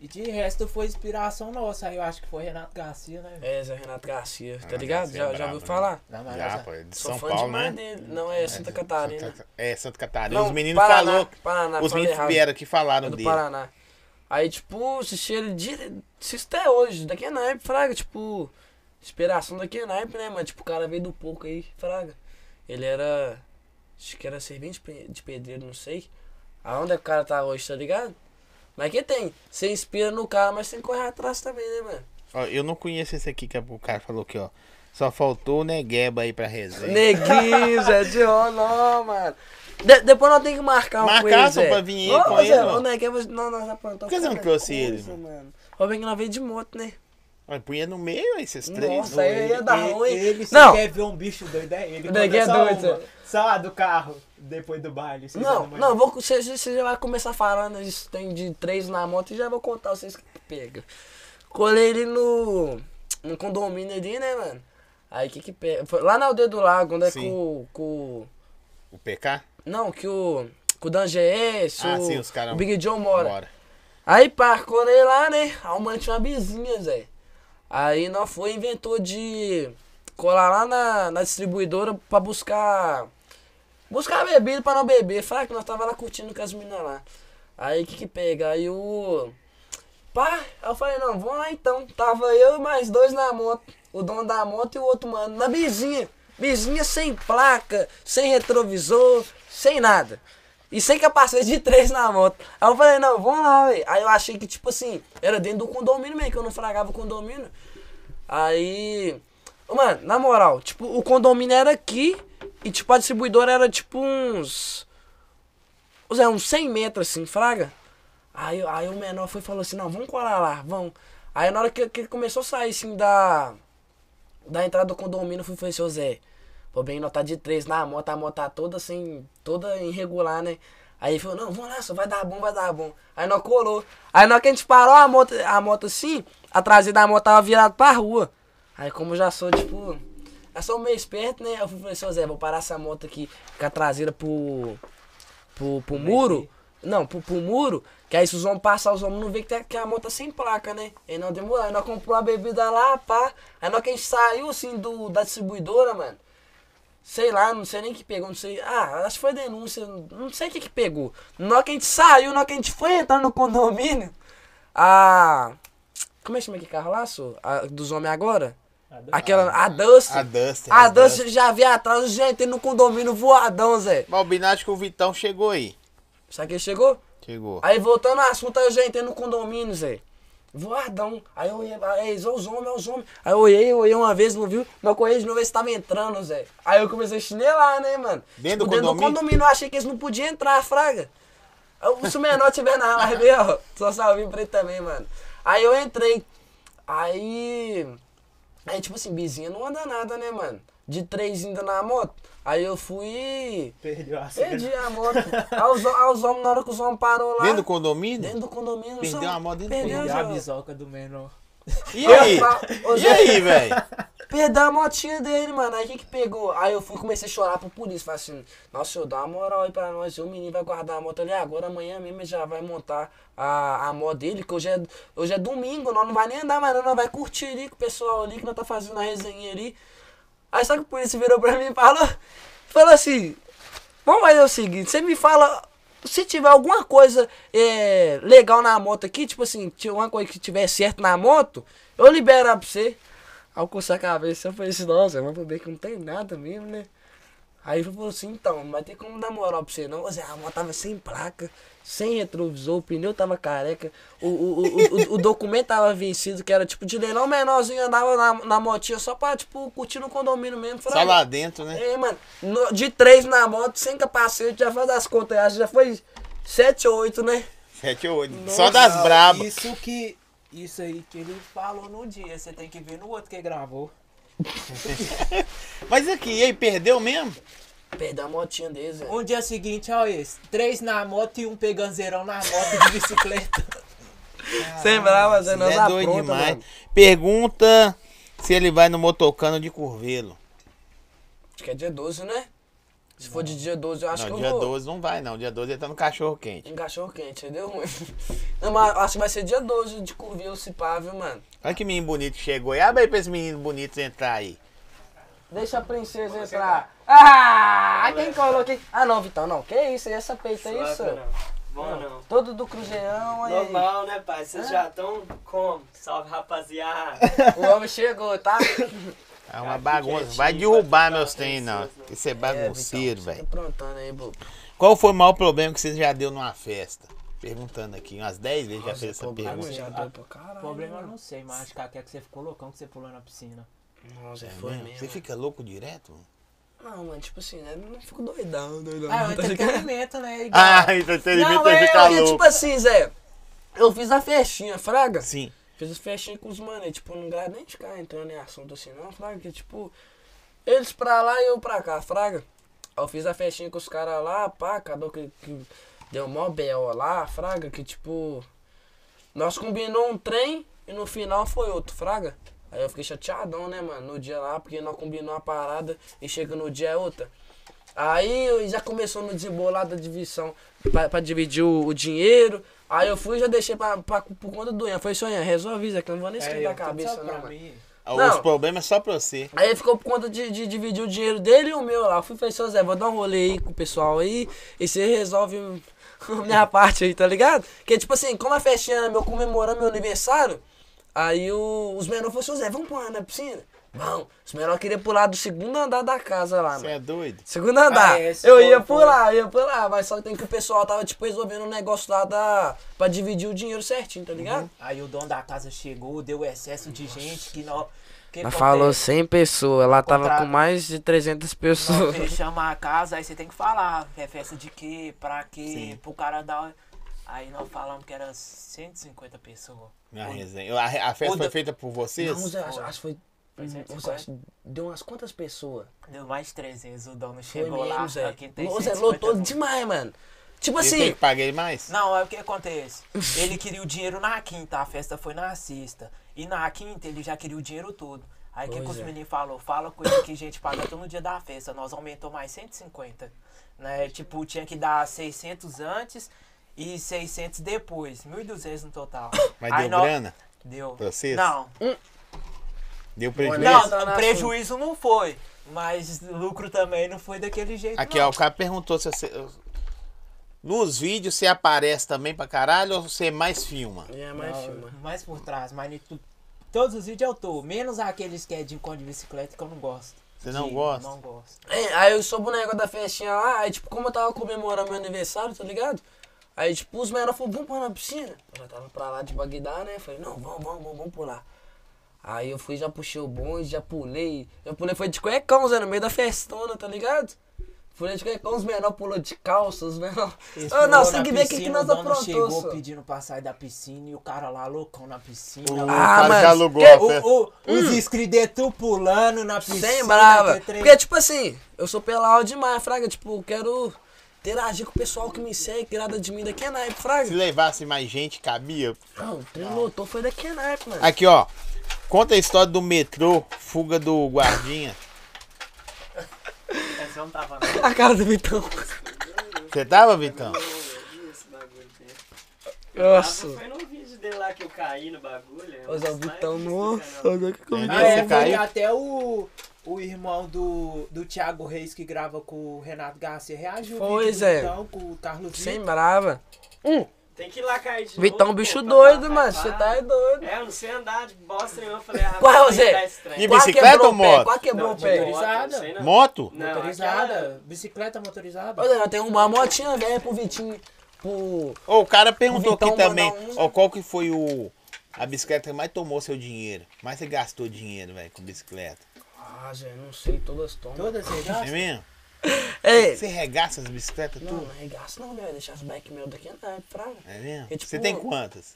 Speaker 2: E de resto foi inspiração nossa, aí eu acho que foi Renato Garcia, né? velho?
Speaker 1: É, Zé Renato Garcia, tá
Speaker 3: Renato
Speaker 1: ligado?
Speaker 3: Garcia é
Speaker 1: já, já
Speaker 3: brabo,
Speaker 1: ouviu
Speaker 3: né?
Speaker 1: falar?
Speaker 2: Na
Speaker 3: Já,
Speaker 2: Maraja.
Speaker 3: pô, de
Speaker 1: Sou
Speaker 3: São
Speaker 1: fã
Speaker 3: Paulo, né?
Speaker 1: demais dele. Não, é Santa Catarina.
Speaker 3: Santa- É, Santa Catarina.
Speaker 1: Não,
Speaker 3: os meninos
Speaker 1: Paraná,
Speaker 3: falaram,
Speaker 1: Paraná, falei
Speaker 3: os meninos
Speaker 1: errado.
Speaker 3: vieram aqui e
Speaker 1: É
Speaker 3: falaram
Speaker 1: do
Speaker 3: dele.
Speaker 1: Paraná. Aí, tipo, assisti ele dire... assisti até hoje, daqui a naipe, fraga, tipo, inspiração daqui a naipe, né, mano? Tipo, o cara veio do pouco aí, fraga. Ele era, acho que era servente pe- de pedreiro, não sei. Aonde é que o cara tá hoje, tá ligado? Mas que tem, você inspira no cara, mas tem que correr atrás também, né, mano?
Speaker 3: Ó, eu não conheço esse aqui que é o cara falou aqui, ó. Só faltou o Negueba aí pra resenha.
Speaker 1: Neguinho, Zé de Ró, não, mano. De- depois nós temos que marcar um
Speaker 3: Marcar,
Speaker 1: com ele,
Speaker 3: só
Speaker 1: Zé.
Speaker 3: pra vir
Speaker 1: Não,
Speaker 3: com ele,
Speaker 1: Zé,
Speaker 3: ó.
Speaker 1: o Neguinho, não, tá nós já plantamos.
Speaker 3: Por que você não
Speaker 1: cada
Speaker 3: trouxe ele,
Speaker 1: coisa,
Speaker 3: mano?
Speaker 1: mano? Ó, bem que nós veio de moto, né?
Speaker 3: Olha, punha no meio esses três.
Speaker 1: Nossa,
Speaker 3: no-
Speaker 1: aí eu ia dar
Speaker 2: Ele-
Speaker 1: ruim.
Speaker 2: Ele só
Speaker 1: Não.
Speaker 2: quer ver um bicho doido, é ele.
Speaker 1: Ninguém
Speaker 2: Manda
Speaker 1: é
Speaker 2: só
Speaker 1: doido,
Speaker 2: uma. Só a do carro, depois do baile. seis
Speaker 1: Não,
Speaker 3: é,
Speaker 2: da manhã.
Speaker 1: não, vou, você, você já vai começar falando isso, tem de três na moto e já vou contar vocês que pega. Colei ele no, no condomínio ali, né, mano? Aí que que pega? Foi lá na aldeia do lago, onde é que
Speaker 3: Sim.
Speaker 1: o, que o-
Speaker 3: O PK?
Speaker 1: Não, que o... Que o Dan GS,
Speaker 3: Ah,
Speaker 1: o,
Speaker 3: sim, os caras-
Speaker 1: o Big John mora.
Speaker 3: Bora.
Speaker 1: Aí, pá, colei lá, né? A uma tinha uma vizinha, Zé. Aí nós foi e inventou de colar lá na, na distribuidora pra buscar. Buscar bebida pra não beber. Fala que nós tava lá curtindo com as meninas lá. Aí o que que pega? Aí o. Pá, aí eu falei, não, vamos lá então. Tava eu e mais dois na moto. O dono da moto e o outro mano, na vizinha. Vizinha sem placa, sem retrovisor, sem nada. E sem capacete de três na moto. Aí eu falei, não, vamos lá, velho. Aí eu achei que, tipo assim, era dentro do condomínio mesmo, que eu não fragava o condomínio. Aí. Ô, Mano, na moral, tipo, o condomínio era aqui e, tipo, a distribuidora era, tipo, uns. Ou seja, uns 100 metros, assim, fraga. Aí, aí o menor foi e falou assim, não, vamos colar lá, vamos. Aí na hora que, que ele começou a sair, assim, da. Da entrada do condomínio, eu fui e falei, seu Zé, vou bem notar de três na moto, a moto tá toda assim, toda irregular, né? Aí ele falou, não, vamos lá, só vai dar bom, vai dar bom. Aí nós colou. Aí na hora que a gente parou a moto, a moto assim, a traseira da moto tava virada pra rua. Aí como eu já sou, tipo, eu sou meio esperto, né? Eu fui e falei, seu Zé, vou parar essa moto aqui com a traseira pro. pro, pro muro. Não, pro, pro muro, que aí se os homens passar, os homens não vê que, tá- que a moto tá sem placa, né? E não demorou. Aí nós comprou uma bebida lá, pá. Aí nós que a gente saiu, assim, do, da distribuidora, mano. Sei lá, não sei nem que pegou, não sei. Ah, acho que foi denúncia, não sei o que que pegou. Na hora que a gente saiu, na hora que a gente foi entrar no condomínio, a. Como é que chama aquele carro lá, senhor? A- dos homens agora? Aquela. A Dust.
Speaker 3: A Dust.
Speaker 1: A Dust já via atrás, gente, no condomínio voadão, Zé.
Speaker 3: Mas o Binati que o Vitão chegou aí.
Speaker 1: Sabe quem chegou?
Speaker 3: Chegou.
Speaker 1: Aí voltando ao assunto, aí eu já entrei no condomínio, Zé. Voadão. Aí eu olhei, aí eles, ó os homens, ó os homens. Aí eu olhei, eu olhei uma vez, não viu? Mas correi de novo, eles estavam entrando, Zé. Aí eu comecei a chinelar, né, mano?
Speaker 3: Dentro do
Speaker 1: do
Speaker 3: condomínio?
Speaker 1: condomínio, eu achei que eles não podiam entrar, fraga. Aí, Se o menor tiver na live, ó, só salve pra ele também, mano. Aí eu entrei. Aí. Aí, tipo assim, bizinha não anda nada, né, mano? De três ainda na moto. Aí eu fui.
Speaker 2: Perdeu a
Speaker 1: Perdi a moto. aos, aos homens, na hora que os homens parou lá.
Speaker 3: Dentro do condomínio?
Speaker 1: Dentro do condomínio.
Speaker 3: Perdeu
Speaker 1: só-
Speaker 3: a moto dentro do
Speaker 1: perdeu,
Speaker 2: Perdeu a
Speaker 1: só-
Speaker 2: bisoca do menor.
Speaker 3: E aí?
Speaker 1: Ô, ô,
Speaker 3: E
Speaker 1: Zé.
Speaker 3: aí, velho?
Speaker 1: Perdeu a motinha dele, mano. Aí o que que pegou? Aí eu fui comecei a chorar pro polícia. Falei assim, nossa, senhor, dá uma moral aí pra nós. O menino vai guardar a moto ali agora, amanhã mesmo ele já vai montar a, a moto dele, que hoje é, hoje é domingo, nós não vai nem andar mais, não, nós vai curtir ali com o pessoal ali, que nós tá fazendo a resenha ali. Aí só que o polícia virou pra mim e falou, falou assim, vamos fazer o seguinte, você me fala se tiver alguma coisa é, legal na moto aqui, tipo assim, tiver alguma coisa que tiver certo na moto, eu libero ela pra você. Aí eu coçar a cabeça, eu falei assim, nossa, mas vou ver que não tem nada mesmo, né? Aí ele falou assim, então, não vai ter como dar moral pra você não. Ô, Zé, a moto tava sem placa, sem retrovisor, o pneu tava careca, o, o, o, o- o documento tava vencido, que era tipo de leilão menorzinho, andava na, na motinha só pra, tipo, curtir no condomínio mesmo.
Speaker 3: Só
Speaker 1: Falei,
Speaker 3: lá dentro, né?
Speaker 1: é, mano, no- de três na moto, sem capacete, já faz as contas, acho que já foi sete ou oito, né?
Speaker 3: Sete ou oito. Só das brabas.
Speaker 2: Isso que. Isso aí que ele falou no dia, você tem que ver no outro que gravou.
Speaker 3: Mas aqui, e aí, perdeu mesmo?
Speaker 1: Perdeu a motinha deles, velho.
Speaker 2: Um dia seguinte, ó esse. Três na moto e um peganzeirão na moto de bicicleta.
Speaker 1: Sem brava, Zé,
Speaker 3: Zé
Speaker 1: nós
Speaker 3: é doido
Speaker 1: apronta,
Speaker 3: demais.
Speaker 1: mano.
Speaker 3: Pergunta se ele vai no motocano de Curvelo.
Speaker 1: Acho que é dia 12, né? Se for de dia 12, eu acho
Speaker 3: não,
Speaker 1: que
Speaker 3: dia
Speaker 1: eu vou.
Speaker 3: 12 não vai, não. Dia 12 ele tá no cachorro quente.
Speaker 1: Um cachorro quente, entendeu? <laughs> Não, mas acho que vai ser dia 12 de curvil, se pá, viu, mano?
Speaker 3: Olha que menino bonito que chegou. E abre aí pra esse menino bonito entrar aí.
Speaker 1: Deixa a princesa entrar. Ah, quem coloquei? Ah, não, Vitão, não. Que isso? E essa peita é isso?
Speaker 4: Suave, não. Bom não.
Speaker 1: Todo do Cruzeirão aí.
Speaker 4: Normal, né, pai? Vocês já estão como? Salve, rapaziada.
Speaker 1: O homem chegou, tá?
Speaker 3: É uma
Speaker 4: Aqui
Speaker 3: bagunça.
Speaker 4: quietinho,
Speaker 3: Vai
Speaker 4: vai
Speaker 3: derrubar
Speaker 4: ficar
Speaker 3: meus trem, não.
Speaker 4: preguiçoso, né?
Speaker 3: Isso é
Speaker 1: É,
Speaker 3: bagunceiro,
Speaker 1: Vitão,
Speaker 3: velho.
Speaker 1: Tá aprontando aí, bobo.
Speaker 3: Qual foi o maior problema que você já deu numa festa? Perguntando aqui, umas 10 vezes já fez essa
Speaker 1: Problema
Speaker 3: pergunta.
Speaker 1: já deu pra caralho.
Speaker 2: O problema eu
Speaker 1: mano.
Speaker 2: não sei, mas acho que aqui é que você ficou loucão que você pulou na piscina.
Speaker 1: Nossa,
Speaker 3: É
Speaker 1: foi
Speaker 3: mesmo?
Speaker 1: mesmo.
Speaker 3: Você fica louco direto? mano?
Speaker 1: Não, mano, tipo assim, né? eu não fico doidão, doidão.
Speaker 2: Ah, é um
Speaker 1: tá ligado?
Speaker 2: entretenimento, né? Igual.
Speaker 3: Ah, então você
Speaker 1: Não,
Speaker 3: evita
Speaker 1: é,
Speaker 3: ficar
Speaker 1: porque,
Speaker 3: louco.
Speaker 1: tipo assim, Zé. Eu fiz a festinha, fraga.
Speaker 3: Sim.
Speaker 1: Fiz as festinhas com os manos, tipo, não grado nem de ficar entrando em assunto assim, não, fraga, que tipo, eles pra lá e eu pra cá, fraga. Aí Eu fiz a festinha com os caras lá, pá, cada um que, que deu mó B.O. lá, fraga, que tipo, nós combinou um trem e no final foi outro, fraga. Aí eu fiquei chateadão, né, mano, no dia lá, porque nós combinou uma parada e chega no dia é outra. Aí eu já começou no desembolar da divisão pra, pra dividir o, o dinheiro. Aí eu fui e já deixei pra, pra, por conta do Ian. Falei, sonha, resolve isso aqui, eu não vou nem esquentar a
Speaker 2: tudo só
Speaker 1: cabeça,
Speaker 2: pra
Speaker 1: não, mano.
Speaker 2: mim.
Speaker 3: Os
Speaker 1: Não.
Speaker 3: problemas é só pra você.
Speaker 1: Aí ele ficou por conta de, de dividir o dinheiro dele e o meu lá. Eu fui e falei, seu Zé, vou dar um rolê aí com o pessoal aí e você resolve <laughs> a minha parte aí, tá ligado? Porque, tipo assim, como a festinha era meu comemorando meu aniversário, aí o- os menores falaram, seu Zé, vamos pular na piscina? Vamos. Os menores queriam pular do segundo andar da casa lá,
Speaker 3: Você
Speaker 1: mano.
Speaker 3: é doido?
Speaker 1: Segundo andar.
Speaker 2: Ah, é, esse
Speaker 1: eu
Speaker 2: foi-
Speaker 1: ia por
Speaker 2: foi.
Speaker 1: lá, eu ia por lá, mas só tem que o pessoal tava tipo resolvendo um negócio lá da. pra dividir o dinheiro certinho, tá ligado?
Speaker 2: Aí o dono da casa chegou, deu excesso de gente que não. Que
Speaker 1: Ela
Speaker 2: acontece?
Speaker 1: falou 100 pessoas, ela tava
Speaker 2: Contrato.
Speaker 1: com mais de 300
Speaker 2: Não,
Speaker 1: pessoas.
Speaker 2: fechamos a casa, aí você tem que falar. É festa de quê? Pra quê? Pro cara dar. Aí nós falamos que era 150 pessoas.
Speaker 3: Minha resenha. A, a festa
Speaker 2: o
Speaker 3: foi
Speaker 2: do-
Speaker 3: feita por vocês?
Speaker 1: Não, é Zé, acho, acho que foi.
Speaker 2: Foi
Speaker 1: Hum,
Speaker 2: 150.
Speaker 1: Zé, acho que deu umas quantas pessoas?
Speaker 2: Deu mais de 300, o dono
Speaker 1: Foi
Speaker 2: chegou lá.
Speaker 1: mesmo, Zé.
Speaker 2: Aqui tem
Speaker 1: Ô, Zé,
Speaker 2: 150
Speaker 1: é lotou
Speaker 2: mil.
Speaker 1: demais, mano. Tipo
Speaker 3: Você tem
Speaker 1: assim,
Speaker 3: que pagar ele mais?
Speaker 2: Não, é o que
Speaker 3: <laughs>
Speaker 2: acontece. Ele queria o dinheiro na quinta, a festa foi na sexta. E na quinta ele já queria o dinheiro todo. Aí o que, que
Speaker 1: Pois
Speaker 2: os
Speaker 1: é.
Speaker 2: meninos falaram? Fala com ele que gente paga todo dia da festa. Nós aumentou mais 150. Né? Tipo, tinha que dar 600 antes e 600 depois. 1.200 no total.
Speaker 3: <coughs> Mas
Speaker 2: Aí
Speaker 3: deu
Speaker 2: nó-
Speaker 3: grana?
Speaker 2: Deu.
Speaker 3: Pra vocês?
Speaker 2: Não,
Speaker 3: Deu prejuízo?
Speaker 2: não,
Speaker 1: Tá na
Speaker 2: prejuízo não foi. Mas lucro também não foi daquele jeito.
Speaker 3: Aqui,
Speaker 2: não.
Speaker 3: ó, o cara perguntou se você. Nos vídeos você aparece também pra caralho ou você mais filma?
Speaker 2: né?
Speaker 1: é mais filma.
Speaker 2: Mais por trás, mas nem tudo Todos os vídeos eu tô, menos aqueles que é de encontro de bicicleta que eu não gosto.
Speaker 3: Você não
Speaker 2: De-
Speaker 3: gosta?
Speaker 2: Não gosto.
Speaker 1: É, aí eu soube o negócio da festinha lá, aí tipo, como eu tava comemorando meu aniversário, tá ligado? Aí tipo, os menores falaram, vamos pular na piscina? Eu já tava pra lá de Bagdá, né? Falei, não, vamos, vamos, vamos, vamos pular. Aí eu fui, já puxei o bonde, já pulei. Eu pulei, foi de cuecão, Zé, no meio da festona, tá ligado? Pulei de cuecão, os menores pulou de calça, os menores...
Speaker 2: Eles
Speaker 1: Ah, não,
Speaker 2: pulou
Speaker 1: você
Speaker 2: na
Speaker 1: tem que ver o que, que
Speaker 2: piscina,
Speaker 1: nós
Speaker 2: o dono chegou
Speaker 1: aprontou, só.
Speaker 2: pedindo pra sair da piscina e o cara lá loucão na piscina.
Speaker 3: O
Speaker 1: Ah,
Speaker 3: cara
Speaker 1: mas-
Speaker 3: já alugou
Speaker 1: que-
Speaker 3: a
Speaker 2: O-
Speaker 3: festa.
Speaker 2: o- Os inscritos pulando na piscina.
Speaker 1: Hum. Sem brava.
Speaker 2: que trem-
Speaker 1: Porque, tipo assim, eu sou pelado demais, fraga. Tipo, eu quero interagir com o pessoal que me segue, que é nada de mim daqui a naipe, fraga.
Speaker 3: Se levasse mais gente, cabia.
Speaker 1: Não, o trem lotou foi daqui a naipe, mano.
Speaker 3: Aqui, ó. Conta a história do metrô, fuga do guardinha.
Speaker 4: Essa eu não tava não.
Speaker 1: A cara do Vitão.
Speaker 3: Você tava, Vitão?
Speaker 4: Eu vi esse bagulho dele.
Speaker 1: Nossa.
Speaker 4: Ah, Foi no vídeo dele lá que eu caí no bagulho. é um
Speaker 1: Ô, Zé, o
Speaker 4: dos mais
Speaker 1: Vitão,
Speaker 4: vistos do
Speaker 1: nossa,
Speaker 4: canal.
Speaker 1: olha que comigo.
Speaker 2: Ah, é,
Speaker 3: Você
Speaker 2: foi
Speaker 3: caiu?
Speaker 2: até o, o irmão do, do Thiago Reis que grava com o Renato Garcia reagiu. ao
Speaker 1: Pois
Speaker 2: vídeo do
Speaker 1: é.
Speaker 2: Vitão, com o Carlos
Speaker 1: Sem
Speaker 2: Vitor.
Speaker 1: brava.
Speaker 4: Tem que ir lá cair de
Speaker 1: Vitão é um
Speaker 4: novo,
Speaker 1: bicho
Speaker 4: pô, pra
Speaker 1: doido,
Speaker 4: dar
Speaker 1: mano.
Speaker 4: hypado.
Speaker 1: Você tá é doido.
Speaker 4: É, eu não sei andar de bosta nenhuma. Eu falei, ah,
Speaker 1: Qual é,
Speaker 4: vou
Speaker 1: Zé?
Speaker 4: dar esse trem.
Speaker 3: De
Speaker 1: Qual é
Speaker 3: bicicleta
Speaker 1: quebrou
Speaker 3: ou
Speaker 1: o pé?
Speaker 3: moto?
Speaker 1: Qual é quebrou
Speaker 4: Não,
Speaker 1: o
Speaker 4: de
Speaker 1: pé?
Speaker 4: moto, eu não sei não.
Speaker 3: Moto?
Speaker 4: Não,
Speaker 2: Motorizada,
Speaker 4: aquela-
Speaker 2: bicicleta motorizada.
Speaker 1: Olha, nós temos uma motinha velha pro Vitinho. Pro...
Speaker 3: Ô, o cara perguntou
Speaker 1: O Vitão
Speaker 3: aqui também,
Speaker 1: mandou um.
Speaker 3: ó, qual que foi o a bicicleta que mais tomou seu dinheiro? Mais você gastou dinheiro, velho, com bicicleta.
Speaker 1: Ah, Zé, não sei, todas tomam.
Speaker 2: Todas vocês
Speaker 3: É
Speaker 2: acham?
Speaker 3: mesmo?
Speaker 1: Ei!
Speaker 3: Você regaça as bicicletas
Speaker 1: Não,
Speaker 3: tudo?
Speaker 1: não é gasto não, velho. Deixar os bike meu daqui a naipe, fraga.
Speaker 3: É mesmo?
Speaker 1: É tipo
Speaker 3: Você tem
Speaker 1: uma-
Speaker 3: quantas?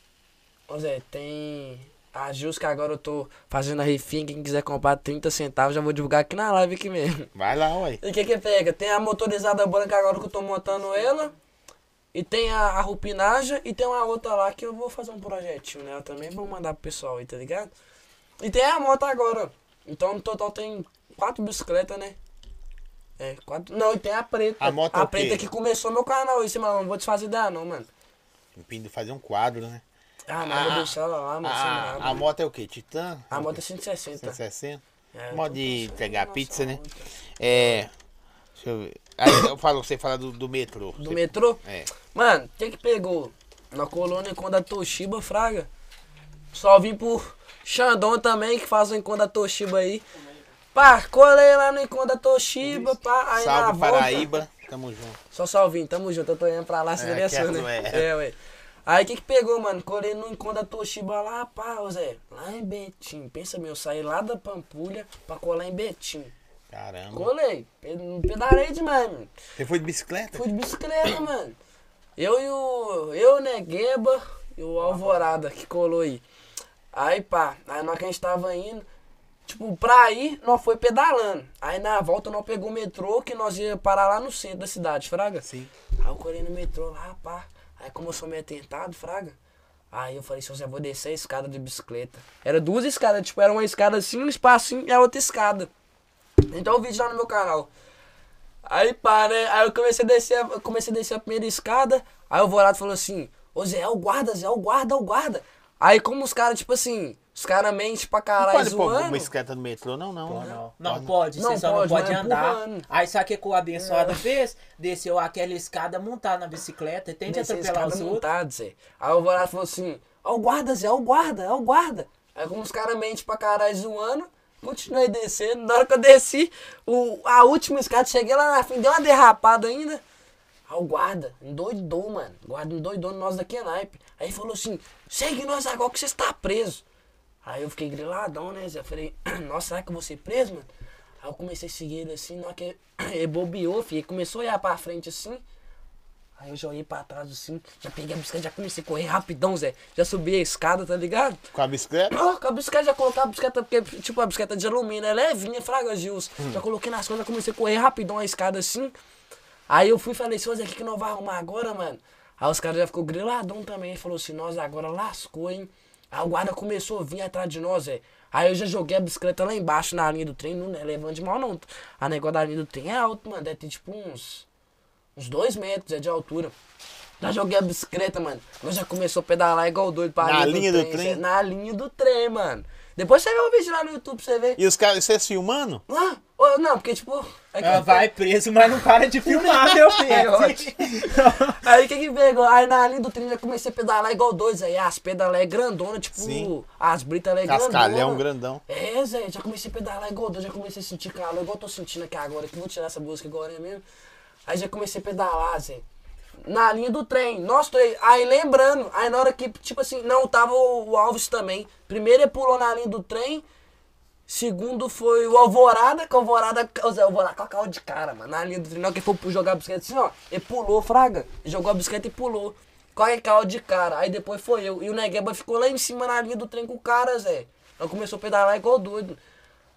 Speaker 1: Ô Zé, é, tem a Jus que agora eu tô fazendo a rifinha. Quem quiser comprar 30 centavos, já vou divulgar aqui na live aqui mesmo.
Speaker 3: Vai lá, ué.
Speaker 1: E o que que pega? Tem a motorizada branca agora que eu tô montando ela. E tem a, a rupinagem. E tem uma outra lá que eu vou fazer um projetinho nela também. Vou mandar pro pessoal aí, tá ligado? E tem a moto agora. Então no total tem quatro bicicletas, né? É, quatro. Não, e tem a preta.
Speaker 3: A moto é o quê?
Speaker 1: preta que começou meu canal. Isso, mano, não vou desfazer dela não, mano.
Speaker 3: Empindo fazer um quadro, né?
Speaker 1: Ah, mas eu vou
Speaker 3: Ah,
Speaker 1: deixar ela lá, mano. sem né? nada.
Speaker 3: A, a moto é o quê? Titã?
Speaker 1: A moto é 160.
Speaker 3: 160?
Speaker 1: É,
Speaker 3: Modo
Speaker 1: então,
Speaker 3: de
Speaker 1: tá
Speaker 3: entregar
Speaker 1: certo.
Speaker 3: pizza, né?
Speaker 1: Nossa,
Speaker 3: É. Deixa eu ver. Aí eu falo, você fala do, do metrô.
Speaker 1: Do
Speaker 3: Você-
Speaker 1: metrô?
Speaker 3: É.
Speaker 1: Mano, o que que pegou? Na colônia quando a Toshiba, fraga. Só vim por Xandão também, que faz o encontro da Toshiba aí. Pá, colei lá no encontro da Toshiba, pá. Aí ah, na
Speaker 3: Salve
Speaker 1: volta-
Speaker 3: Paraíba, tamo junto.
Speaker 1: Só salvinho, tamo junto, eu tô indo pra lá, se
Speaker 3: É,
Speaker 1: é,
Speaker 3: quieto,
Speaker 1: né?
Speaker 3: é.
Speaker 1: É, ué. Aí o que que pegou, mano? Colei no encontro da Toshiba lá, pá, ô Zé. Lá em Betim, pensa, meu, eu saí lá da Pampulha pra colar em Betim.
Speaker 3: Caramba.
Speaker 1: Colei, pe- pedalei demais, mano.
Speaker 3: Você foi de bicicleta?
Speaker 1: Fui de bicicleta, mano. Eu e o. Eu, né, Gueba e o Alvorada que colou aí. Aí pá, aí na hora que a gente tava indo, tipo, pra ir, nós foi pedalando. Aí na volta nós pegou o metrô que nós ia parar lá no centro da cidade, Fraga.
Speaker 3: Sim.
Speaker 1: Aí eu colei no metrô lá, pá. Aí como eu sou meio atentado, Fraga. Aí eu falei, seu Zé, vou descer a escada de bicicleta. Era duas escadas, tipo, era uma escada assim, um espacinho e a outra escada. Então o vídeo lá no meu canal. Aí pá, né? Aí eu comecei a descer, eu comecei a descer a primeira escada. Aí o Alvorado falou assim: Ô Zé, é o guarda, Zé, é o guarda, é o guarda. Aí como os caras, tipo assim, os caras mentem pra
Speaker 3: Não
Speaker 1: caralho
Speaker 3: pode pôr
Speaker 1: zoando.
Speaker 3: uma bicicleta no metrô, não, não.
Speaker 2: Não,
Speaker 3: né?
Speaker 2: não. Não pode,
Speaker 1: Não
Speaker 2: você só
Speaker 1: pode,
Speaker 2: não pode
Speaker 1: mas
Speaker 2: andar.
Speaker 1: empurrando. É.
Speaker 2: Aí sabe o que, que o abençoado fez? Desceu aquela escada montada na bicicleta e tenta
Speaker 1: Descer a
Speaker 2: atropelar
Speaker 1: escada
Speaker 2: os outros.
Speaker 1: montada, Zé. Aí o Alvorado falou assim: Ó o guarda, Zé, ó o guarda, ó o guarda. Aí como os caras mentem pra caralho zoando. Continuei descendo, na hora que eu desci, o, a última escada, cheguei lá na frente, deu uma derrapada ainda. Aí o guarda endoidou, mano. O guarda endoidou nós daqui a naipe. Aí falou assim: segue nós agora que você está preso. Aí eu fiquei griladão, né, Zé? Falei: <clears throat> nossa, será que eu vou ser preso, mano? Aí eu comecei a seguir ele assim, na hora que ele <clears throat> bobeou, filho, ele começou a olhar pra frente assim. Aí eu já olhei pra trás assim, já peguei a bicicleta, já comecei a correr rapidão, Zé. Já subi a escada, tá ligado?
Speaker 3: Com a bicicleta?
Speaker 1: Ah, com a bicicleta, já colocar a bicicleta, porque, tipo, a bicicleta de alumínio, ela é levinha, fraga, Gils.
Speaker 3: Hum.
Speaker 1: Já coloquei nas coisas, já comecei a correr rapidão a escada assim. Aí eu fui e falei, assim, "Ô, Zé, o que, que nós vamos arrumar agora, mano? Aí os caras já ficou griladão também, falou assim, nós agora lascou, hein? Aí o guarda começou a vir atrás de nós, Zé. Aí eu já joguei a bicicleta lá embaixo na linha do trem, não é levando de mal não. A negócio da linha do trem é alto, mano, deve ter tipo uns uns dois metros é de altura. Já joguei a bicicleta, mano. Nós já começou a pedalar igual doido pra
Speaker 3: Na linha do trem?
Speaker 1: cê- Na linha do trem, mano. Depois você vê o vídeo um lá no YouTube, pra você vê.
Speaker 3: E os caras, vocês filmando?
Speaker 1: Lá, Ô, Não, porque tipo. é que-
Speaker 3: Ah,
Speaker 2: Ela vai preso, mas não para de filmar, meu
Speaker 1: É
Speaker 2: filho. <laughs>
Speaker 1: ótimo. Aí o que que pegou? Aí na linha do trilho eu comecei a pedalar igual dois aí. As pedalé grandona, tipo,
Speaker 3: Sim.
Speaker 1: as britas é grandona.
Speaker 3: Cascalhão grandão.
Speaker 1: É, Zé, já comecei a pedalar igual doido, já comecei a sentir calor, igual eu tô sentindo aqui agora, que eu vou tirar essa música agora é mesmo. Aí já comecei a pedalar, Zé. Na linha do trem, nós três. Aí lembrando, aí na hora que, tipo assim, não, tava o, o Alves também. Primeiro ele pulou na linha do trem. Segundo foi o Alvorada, que o Alvorada. O Zé Alvorada com a calma de cara, mano. Na linha do trem, na hora que ele foi jogar a bicicleta assim, ó. Ele pulou, fraga. Ele jogou a bicicleta e pulou. Corre calma de cara. Aí depois foi eu. E o Negueba ficou lá em cima na linha do trem com o cara, Zé. Nós começou a pedalar igual doido.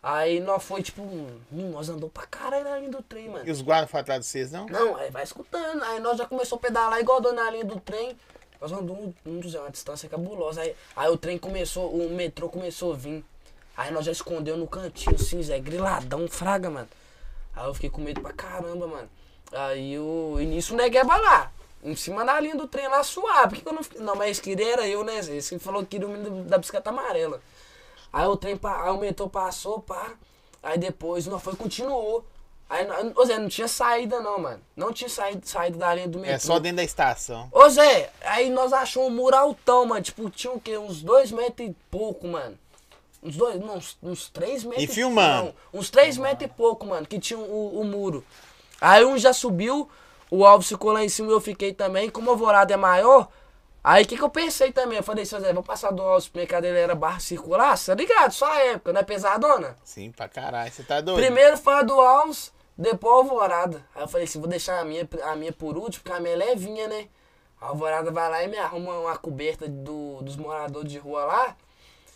Speaker 1: Aí nós foi, tipo, hum, nós andou pra caralho na linha do trem, mano.
Speaker 3: E os guardas foram atrás de vocês, não?
Speaker 1: Não, aí vai escutando. Aí nós já começou a pedalar igual doido na linha do trem. Nós andamos um, um, uma distância cabulosa. Aí, aí o trem começou, o metrô começou a vir. Aí nós já escondeu no cantinho, assim, Zé, griladão, fraga, mano. Aí eu fiquei com medo pra caramba, mano. Aí o início o negueba lá. Em cima da linha do trem lá suave. Por que, que eu não fiquei? Não, mas eles queriam era eu, né? Zé? Esse falou que era o menino da bicicleta amarela. Aí o trem, pa- aí o metrô passou, pá. Aí depois, não, foi, continuou. Aí, não- ô Zé, não tinha saída não, mano. Não tinha saído, saído da linha do metrô.
Speaker 3: É só dentro da estação.
Speaker 1: Ô Zé, aí nós achamos um muraltão, mano. Tipo, tinha o quê? Uns dois metros e pouco, mano. Uns dois, não, uns, uns três metros.
Speaker 3: filmando.
Speaker 1: não, uns três metros e pouco, mano, que tinha o, o muro. Aí um já subiu, o Alves ficou lá em cima e eu fiquei também. Como a alvorada é maior, aí o que, que eu pensei também? Eu falei, seu Zé, vou passar do Alves, porque a cadeira era barra circular, cê tá ligado? Só a época, não é pesadona?
Speaker 3: Sim, pra caralho. Você tá doido?
Speaker 1: Primeiro foi a do Alves, depois a Alvorada. Aí eu falei assim, vou deixar a minha, a minha por último, porque a minha é levinha, né? A Alvorada vai lá e me arruma uma coberta do, dos moradores de rua lá.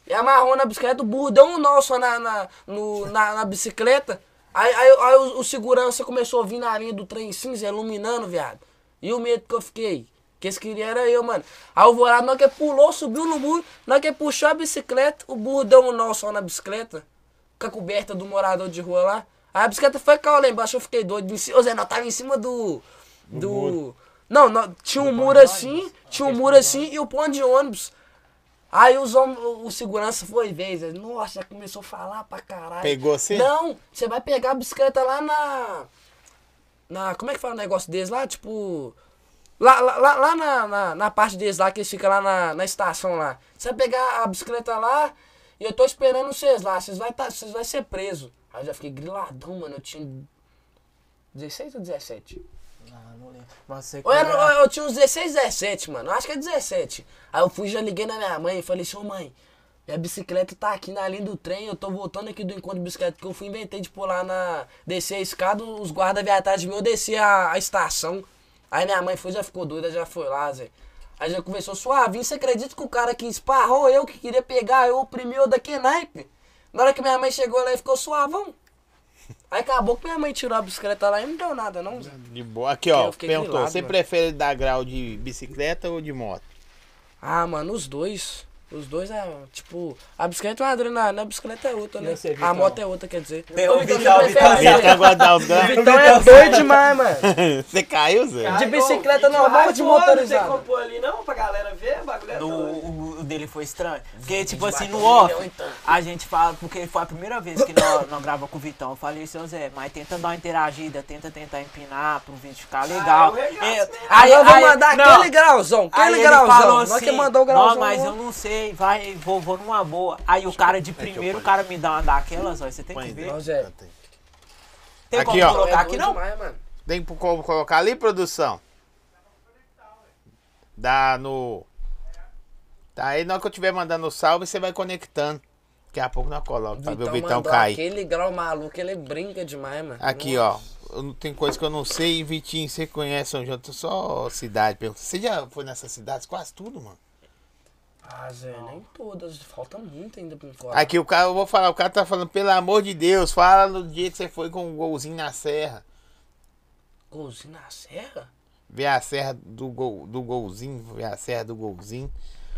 Speaker 1: E amarrou na bicicleta, o burro deu um nó só na, na, no- na, na bicicleta. Aí, aí- aí o, o segurança começou a vir na linha do trem cinza, iluminando, viado. E o medo que eu fiquei. Que eles queriam era eu, mano. A Alvorada, na hora que ele pulou, subiu no muro, na hora que ele puxou a bicicleta, o burro deu um nó só na bicicleta com a coberta do morador de rua lá. Aí a bicicleta foi cair lá embaixo, eu fiquei doido. Em cima, ô Zé, nós tava em cima do. Do. Não, nó- tinha um muro assim, tinha um muro assim e o ponto de ônibus. Aí os homens, o o segurança foi ver, Zé. Nossa, já começou a falar pra caralho.
Speaker 3: Pegou você?
Speaker 1: Não, você vai pegar a bicicleta lá na. Na. Como é que fala o negócio deles lá? Tipo. Lá, lá, lá, lá na, na, na parte deles lá, que eles ficam lá na, na estação lá. Você vai pegar a bicicleta lá e eu tô esperando vocês lá. Vocês vai, tá, vocês vai ser preso. Aí eu já fiquei griladão, mano. Eu tinha 16 ou 17?
Speaker 2: Ah, não lembro. Mas você
Speaker 1: Ou era-
Speaker 2: quando era-
Speaker 1: eu, eu tinha uns 16, 17, mano. Acho que é 17. Aí eu fui, já liguei na minha mãe e falei assim, ô mãe, minha bicicleta tá aqui na linha do trem, eu tô voltando aqui do encontro de bicicleta que eu fui, inventei de pular na. Descer a escada, os guardas vieram atrás de mim, eu desci a, a estação. Aí minha mãe foi, já ficou doida, já foi lá, Zé. Aí já começou suavinho, você acredita que o cara que esparrou eu, que queria pegar, eu oprimi eu daquele naipe? Na hora que minha mãe chegou lá e ficou suavão. Aí acabou que minha mãe tirou a bicicleta lá e não deu nada, não, Zé.
Speaker 3: De boa. Aqui, ó.
Speaker 1: Eu fiquei
Speaker 3: Perguntou.
Speaker 1: grilado,
Speaker 3: você
Speaker 1: mano.
Speaker 3: prefere dar grau de bicicleta ou de moto?
Speaker 1: Ah, mano, os dois. Os dois é, tipo, a bicicleta é uma adrenalina, a bicicleta é outra,
Speaker 2: E
Speaker 1: né?
Speaker 2: você, então? Vitão?
Speaker 1: a moto é outra, quer dizer. então,
Speaker 4: Tem o
Speaker 1: Ô, Vitão,
Speaker 4: Vitão,
Speaker 1: você
Speaker 4: Vitão,
Speaker 1: prefere-
Speaker 3: Ele quer guardar
Speaker 1: <laughs>
Speaker 3: os graus.
Speaker 1: Vitão é doido demais, mano.
Speaker 3: Você caiu, Zé?
Speaker 4: Ah,
Speaker 1: De bicicleta normal ou de motorizada?
Speaker 4: Não tem como pôr ali não pra galera ver, o bagulho é
Speaker 2: No-
Speaker 4: doido.
Speaker 2: o, o dele foi estranho. Porque, tipo
Speaker 1: bateu
Speaker 2: assim, no
Speaker 1: um
Speaker 2: off,
Speaker 1: milhão e tanto.
Speaker 2: a gente fala, porque foi a primeira vez que nós, nós gravamos com o Vitão. Eu falei, seu Zé, mas tenta dar uma interagida, tenta tentar empinar pro vídeo
Speaker 3: Ah,
Speaker 2: ficar legal.
Speaker 4: eu regaço
Speaker 2: É,
Speaker 3: né?
Speaker 4: mesmo.
Speaker 1: Aí eu vou mandar
Speaker 2: não.
Speaker 1: aquele grauzão,
Speaker 2: Aí
Speaker 1: aquele
Speaker 2: ele
Speaker 1: grauzão.
Speaker 2: falou
Speaker 1: Nós
Speaker 2: assim,
Speaker 1: que mandou o
Speaker 2: não,
Speaker 1: grauzão. né?"
Speaker 2: mas
Speaker 1: ó.
Speaker 2: eu não sei, vai, vou, vou numa boa. Aí o cara
Speaker 3: é
Speaker 2: de primeiro, o cara me dá uma daquelas, ó, você tem que
Speaker 3: Põe,
Speaker 2: ver.
Speaker 1: Não, Zé.
Speaker 3: Tá
Speaker 2: Tem
Speaker 3: Aqui,
Speaker 2: como
Speaker 3: ó.
Speaker 1: Vitão é
Speaker 2: colocar aqui,
Speaker 1: doido
Speaker 2: não?
Speaker 1: demais, mano.
Speaker 3: Tem que co- colocar ali, produção? Dá no. Tá aí, na hora que eu tiver mandando o salve, você vai conectando. Daqui a pouco nós colocamos, pra ver o Vitão
Speaker 1: mandou
Speaker 3: cair.
Speaker 1: Aquele grau maluco, ele brinca demais, mano.
Speaker 3: Aqui, ó. Eu não- Tem coisa que eu não sei. E Vitinho, você conhece São João? Tô Só cidade. pergunta. Você já foi nessas cidades? Quase tudo, mano.
Speaker 1: Ah, Zé, nem todas. Falta muito ainda pra um encontrar.
Speaker 3: Aqui, o cara, eu vou falar. O cara tá falando, pelo amor de Deus, fala no dia que você foi com um golzinho na serra.
Speaker 1: Golzinho na serra?
Speaker 3: Ver a serra do, gol, do golzinho, ver a serra do golzinho.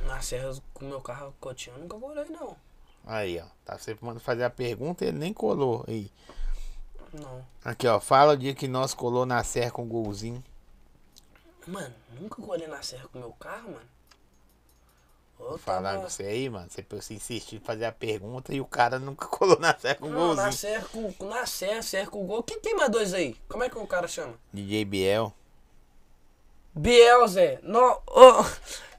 Speaker 1: Na serra com o meu carro que eu tinha, eu nunca morei, não.
Speaker 3: Aí, ó. Tá sempre mandando fazer a pergunta ele nem colou. Aí.
Speaker 1: Não.
Speaker 3: Aqui, ó. Fala o dia que nós colou na serra com o golzinho.
Speaker 1: Mano, nunca colhei na serra com meu carro, mano. Eu
Speaker 3: Falar
Speaker 1: tava-
Speaker 3: com você aí, mano. Você você insistiu em fazer a pergunta e o cara nunca <laughs> colou na série com
Speaker 1: Não, na
Speaker 3: golzinho.
Speaker 1: cerca, o- na cerca, cerca o gol. Quem tem mais dois aí? Como é que o cara chama?
Speaker 3: DJ Biel.
Speaker 1: Biel, Zé. No, ô,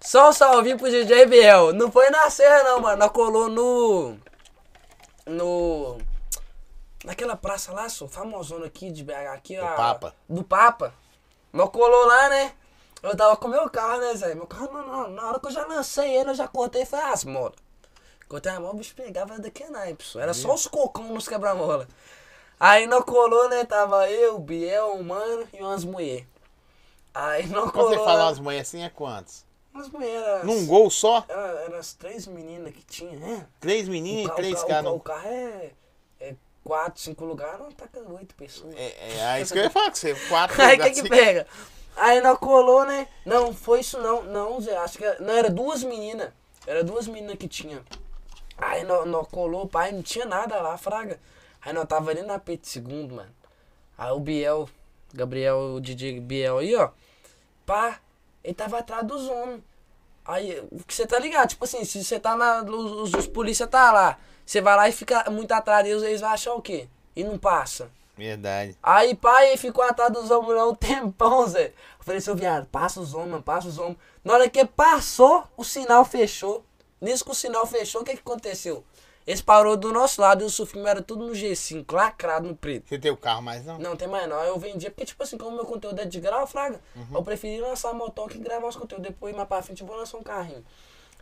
Speaker 1: só um salve pro DJ Biel. Não foi na Serra, não, mano. Nós colou no. No. Naquela praça lá, só famosona aqui de BH. Aqui,
Speaker 3: Do
Speaker 1: a-
Speaker 3: Papa.
Speaker 1: Do Papa. Nós colou lá, né? Eu tava com meu carro, né, Zé? Meu carro, não, não, na hora que eu já lancei ele, eu já cortei e falei, ah, mola. Cortei a mão, o bicho pegava daqui a naipe, só. Era só os cocão nos quebra-mola. Aí nós colou, né? Tava eu, o Biel, o Mano e umas mulher. Aí não
Speaker 3: Quando
Speaker 1: colou.
Speaker 3: você fala
Speaker 1: né?
Speaker 3: umas manhãs assim, é quantos?
Speaker 1: Umas mulheres.
Speaker 3: Num gol só?
Speaker 1: Era, era as três meninas que tinha, né?
Speaker 3: Três
Speaker 1: O
Speaker 3: meninos e
Speaker 1: ca-
Speaker 3: três
Speaker 1: o, ca-
Speaker 3: caras.
Speaker 1: O, ca- o carro é, é quatro, cinco lugares, não tá com oito pessoas.
Speaker 3: É, é, é isso que eu ia falar com você.
Speaker 1: <laughs>
Speaker 3: Quatro
Speaker 1: Aí o que
Speaker 3: lugares. assim.
Speaker 1: que pega? Aí nós colou, né? Não, foi isso não. Não, Zé, acho que era, não, era duas meninas. Era duas meninas que tinha. Aí nós, nós colou, pai, não tinha nada lá, fraga. Aí nós tava ali na P de segundo, mano. Aí o Biel, Gabriel, o DJ Biel aí, ó. Pá, ele tava atrás dos homens. Aí, o que você tá ligado? Tipo assim, se você tá na. Os, os- os polícia tá lá. Você vai lá e fica muito atrás deles, eles vão achar o quê? E não passa.
Speaker 3: Verdade.
Speaker 1: Aí, pai, ficou atrás dos homens lá um tempão, Zé. Eu falei, seu viado, passa os homens, mano, passa os homens. Na hora que passou, o sinal fechou. Nisso que o sinal fechou, o que, que aconteceu? Eles parou do nosso lado e o sufilme era tudo no G5, lacrado no preto.
Speaker 3: Você tem o carro mais não?
Speaker 1: Não, tem mais não. Eu vendia, porque tipo assim, como meu conteúdo é de grau, fraga, eu preferi lançar motoque e gravar os conteúdos. Depois, mais pra frente, eu vou lançar um carrinho.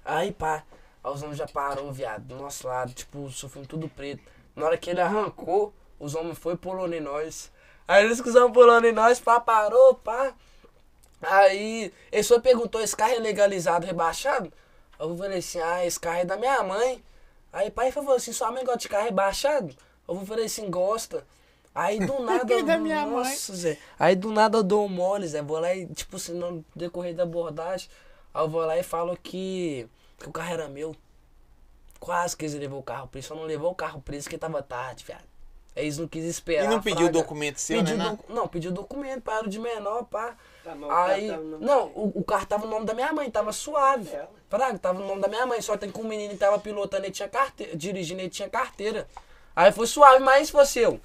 Speaker 1: Aí, pá, aí os homens já parou, viado, do nosso lado, tipo, sofrendo tudo preto. Na hora que ele arrancou, os homens foi pulando em nós. Aí eles que estavam pulando em nós, pá, parou, pá. Aí, ele só perguntou, esse carro é legalizado, rebaixado? Eu falei assim, ah, esse carro é da minha mãe. Aí pai falou assim, sua mãe gosta de carro rebaixado? Eu falei assim, gosta. Aí
Speaker 3: <laughs>
Speaker 1: do nada, um
Speaker 3: É da minha mãe.
Speaker 1: nossa, Zé. Aí do nada eu dou um mole, Zé. Vou lá e, tipo, se não decorrer da abordagem, aí eu vou lá e falo que, que o carro era meu. Quase que eles levou o carro preso, só não levou o carro preso porque tava tarde, viado. Eles não quis esperar.
Speaker 3: E não pediu o
Speaker 1: é fraga.
Speaker 3: documento seu,
Speaker 1: Pediu
Speaker 3: né, não?
Speaker 1: docu- Não, pediu documento, pai, era de menor, pá.
Speaker 4: Tá, mas o carro
Speaker 1: Aí,
Speaker 4: tava no-
Speaker 1: não, o, o carro tava no nome da minha mãe, tava suave.
Speaker 4: É.
Speaker 1: Fraga, tava no nome da minha mãe, só tem que o menino que tava pilotando, ele tinha carteira, dirigindo, ele tinha carteira. Aí foi suave, mas fosse eu.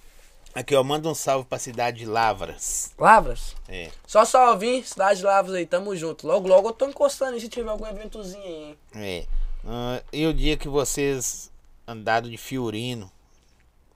Speaker 3: Aqui, ó, manda um salve pra cidade de Lavras.
Speaker 1: Lavras?
Speaker 3: É.
Speaker 1: Só salve, cidade de Lavras aí, tamo junto. Logo, logo eu tô encostando aí se tiver algum eventozinho aí, hein?
Speaker 3: É. Ah, e o dia que vocês andaram de Fiorino?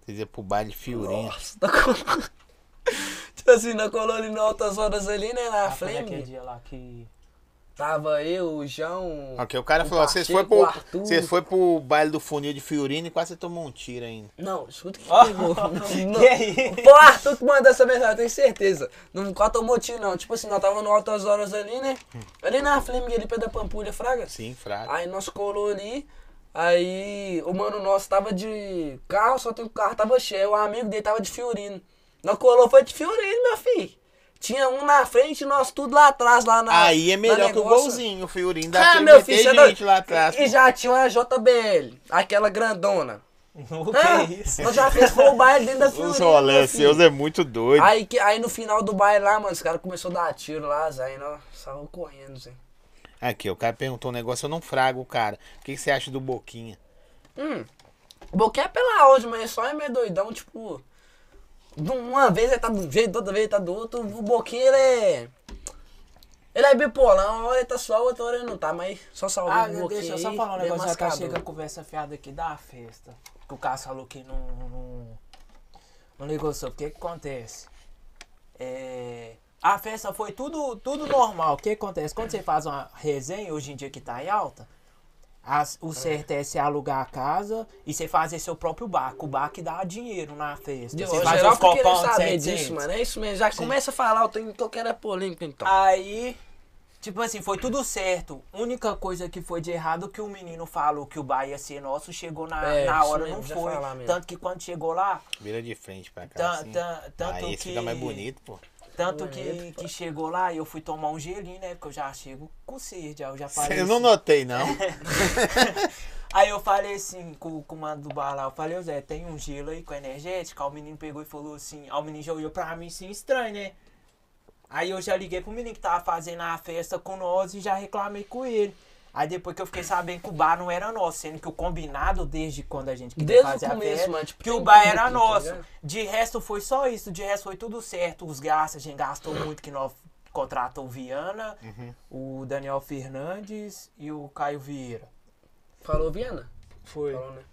Speaker 3: Vocês iam pro baile de Fiorino.
Speaker 1: Nossa, tá colando. <laughs> tipo assim, na colônia em altas horas ali, né? Na
Speaker 2: Foi naquele
Speaker 1: frente.
Speaker 2: dia lá que. <laughs>
Speaker 1: Tava eu, o João.
Speaker 3: Ok, o cara
Speaker 1: o
Speaker 3: falou, ó, vocês
Speaker 1: Pacheco,
Speaker 3: foi pro.
Speaker 1: o Arthur.
Speaker 3: Vocês foi pro baile do funil de Fiorino e quase você tomou um tiro ainda.
Speaker 1: Não, escuta o que
Speaker 3: Ah,
Speaker 1: pegou.
Speaker 3: <laughs>
Speaker 1: Não.
Speaker 2: Que aí?
Speaker 1: Foi o Arthur que mandou essa mensagem, eu tenho certeza. Não quatro motivo, não. Tipo assim, nós tava no altas horas ali, né? Ali na Flamengo, ali perto da Pampulha, Fraga.
Speaker 3: Sim, fraco.
Speaker 1: Aí nós colou ali. Aí o mano nosso tava de carro, só tem que o carro tava cheio. O amigo dele tava de Fiorino. Nós colou, foi de Fiorino, meu filho. Tinha um na frente e nós tudo lá atrás, lá na.
Speaker 3: Aí é
Speaker 1: Ah, na
Speaker 3: melhor que o
Speaker 1: negócio.
Speaker 3: golzinho, o Fiorino dá
Speaker 1: Ah,
Speaker 3: pra
Speaker 1: meu
Speaker 3: meter
Speaker 1: filho, você é
Speaker 3: gente
Speaker 1: doido.
Speaker 3: lá atrás.
Speaker 1: E já tinha uma JBL, aquela grandona.
Speaker 3: <laughs>
Speaker 2: O que
Speaker 1: Ah,
Speaker 2: é isso?
Speaker 1: Nós já fez foi o baile dentro da Fiorino.
Speaker 3: Os
Speaker 1: meu
Speaker 3: rolês
Speaker 1: filho.
Speaker 3: seus é muito doido.
Speaker 1: Aí, que, aí no final do baile lá, mano, os caras começaram a dar tiro lá, Zé, aí nós saímos correndo, Zé.
Speaker 3: Aqui, o cara perguntou um negócio, eu não frago o cara. O que que você acha do Boquinha?
Speaker 1: Boquinha é pela hoje, mas só é meio doidão, tipo. de Uma vez ele tá de um jeito, outra vez ele tá do outro. O Boquinha ele é. Ele é bipolar, uma hora ele tá suave, outra hora ele não tá, mas só salve
Speaker 2: Ah,
Speaker 1: o Boquinha.
Speaker 2: deixa eu só falar um negócio já que achei que a conversa fiada aqui da festa. Que o Cássio falou que não. Não, não negociou. O que que acontece? É, A festa foi tudo, tudo normal. O que acontece? Quando você faz uma resenha, hoje em dia que tá em alta, as- o certo é você alugar a casa e você fazer seu próprio barco. O bar que dá dinheiro na festa.
Speaker 1: De
Speaker 2: Você
Speaker 1: hoje,
Speaker 2: faz
Speaker 1: geral
Speaker 2: uns
Speaker 1: fica querendo
Speaker 2: copão de
Speaker 1: saber
Speaker 2: 700.
Speaker 1: disso, mano. É isso mesmo. Já começa a falar, eu tenho que eu quero é polêmica então.
Speaker 2: Ah. Aí, tipo assim, foi tudo certo. Única coisa que foi de errado que o menino falou que o bar ia ser nosso, chegou na,
Speaker 1: É,
Speaker 2: na
Speaker 1: isso
Speaker 2: hora,
Speaker 1: mesmo,
Speaker 2: não
Speaker 1: já
Speaker 2: foi.
Speaker 1: falar mesmo.
Speaker 2: Tanto que quando chegou lá,
Speaker 3: Vira de frente pra cá.
Speaker 2: Tan-
Speaker 3: assim.
Speaker 2: tan- tanto
Speaker 3: Aí esse fica
Speaker 2: que-
Speaker 3: mais bonito, pô.
Speaker 2: tanto que,
Speaker 1: É Bonito,
Speaker 2: que chegou lá, eu fui tomar um gelinho, né? Porque eu já chego com sede, aí eu já falei.
Speaker 3: <laughs> Eu
Speaker 2: assim.
Speaker 3: não notei, não.
Speaker 2: Aí eu falei assim com, com o mano do bar lá, eu falei, ô Zé, tem um gelo aí com energética? Aí o menino pegou e falou assim, aí o menino já olhou pra mim assim, estranho, né? Aí eu já liguei pro menino que tava fazendo a festa com nós e já reclamei com ele. Aí depois que eu fiquei sabendo que o bar não era nosso, sendo que o combinado desde quando a gente queria
Speaker 1: Desde o
Speaker 2: fazer a
Speaker 1: começo,
Speaker 2: festa,
Speaker 1: mano, tipo,
Speaker 2: que
Speaker 1: tem
Speaker 2: o bar
Speaker 1: tudo
Speaker 2: era
Speaker 1: aqui, tá
Speaker 2: nosso.
Speaker 1: ligado?
Speaker 2: de resto foi só isso, de resto foi tudo certo, os gastos, a gente gastou muito que nós contratou o Viana, o Daniel Fernandes e o Caio Vieira.
Speaker 1: Falou, Viana?
Speaker 2: Foi.
Speaker 1: Falou, né?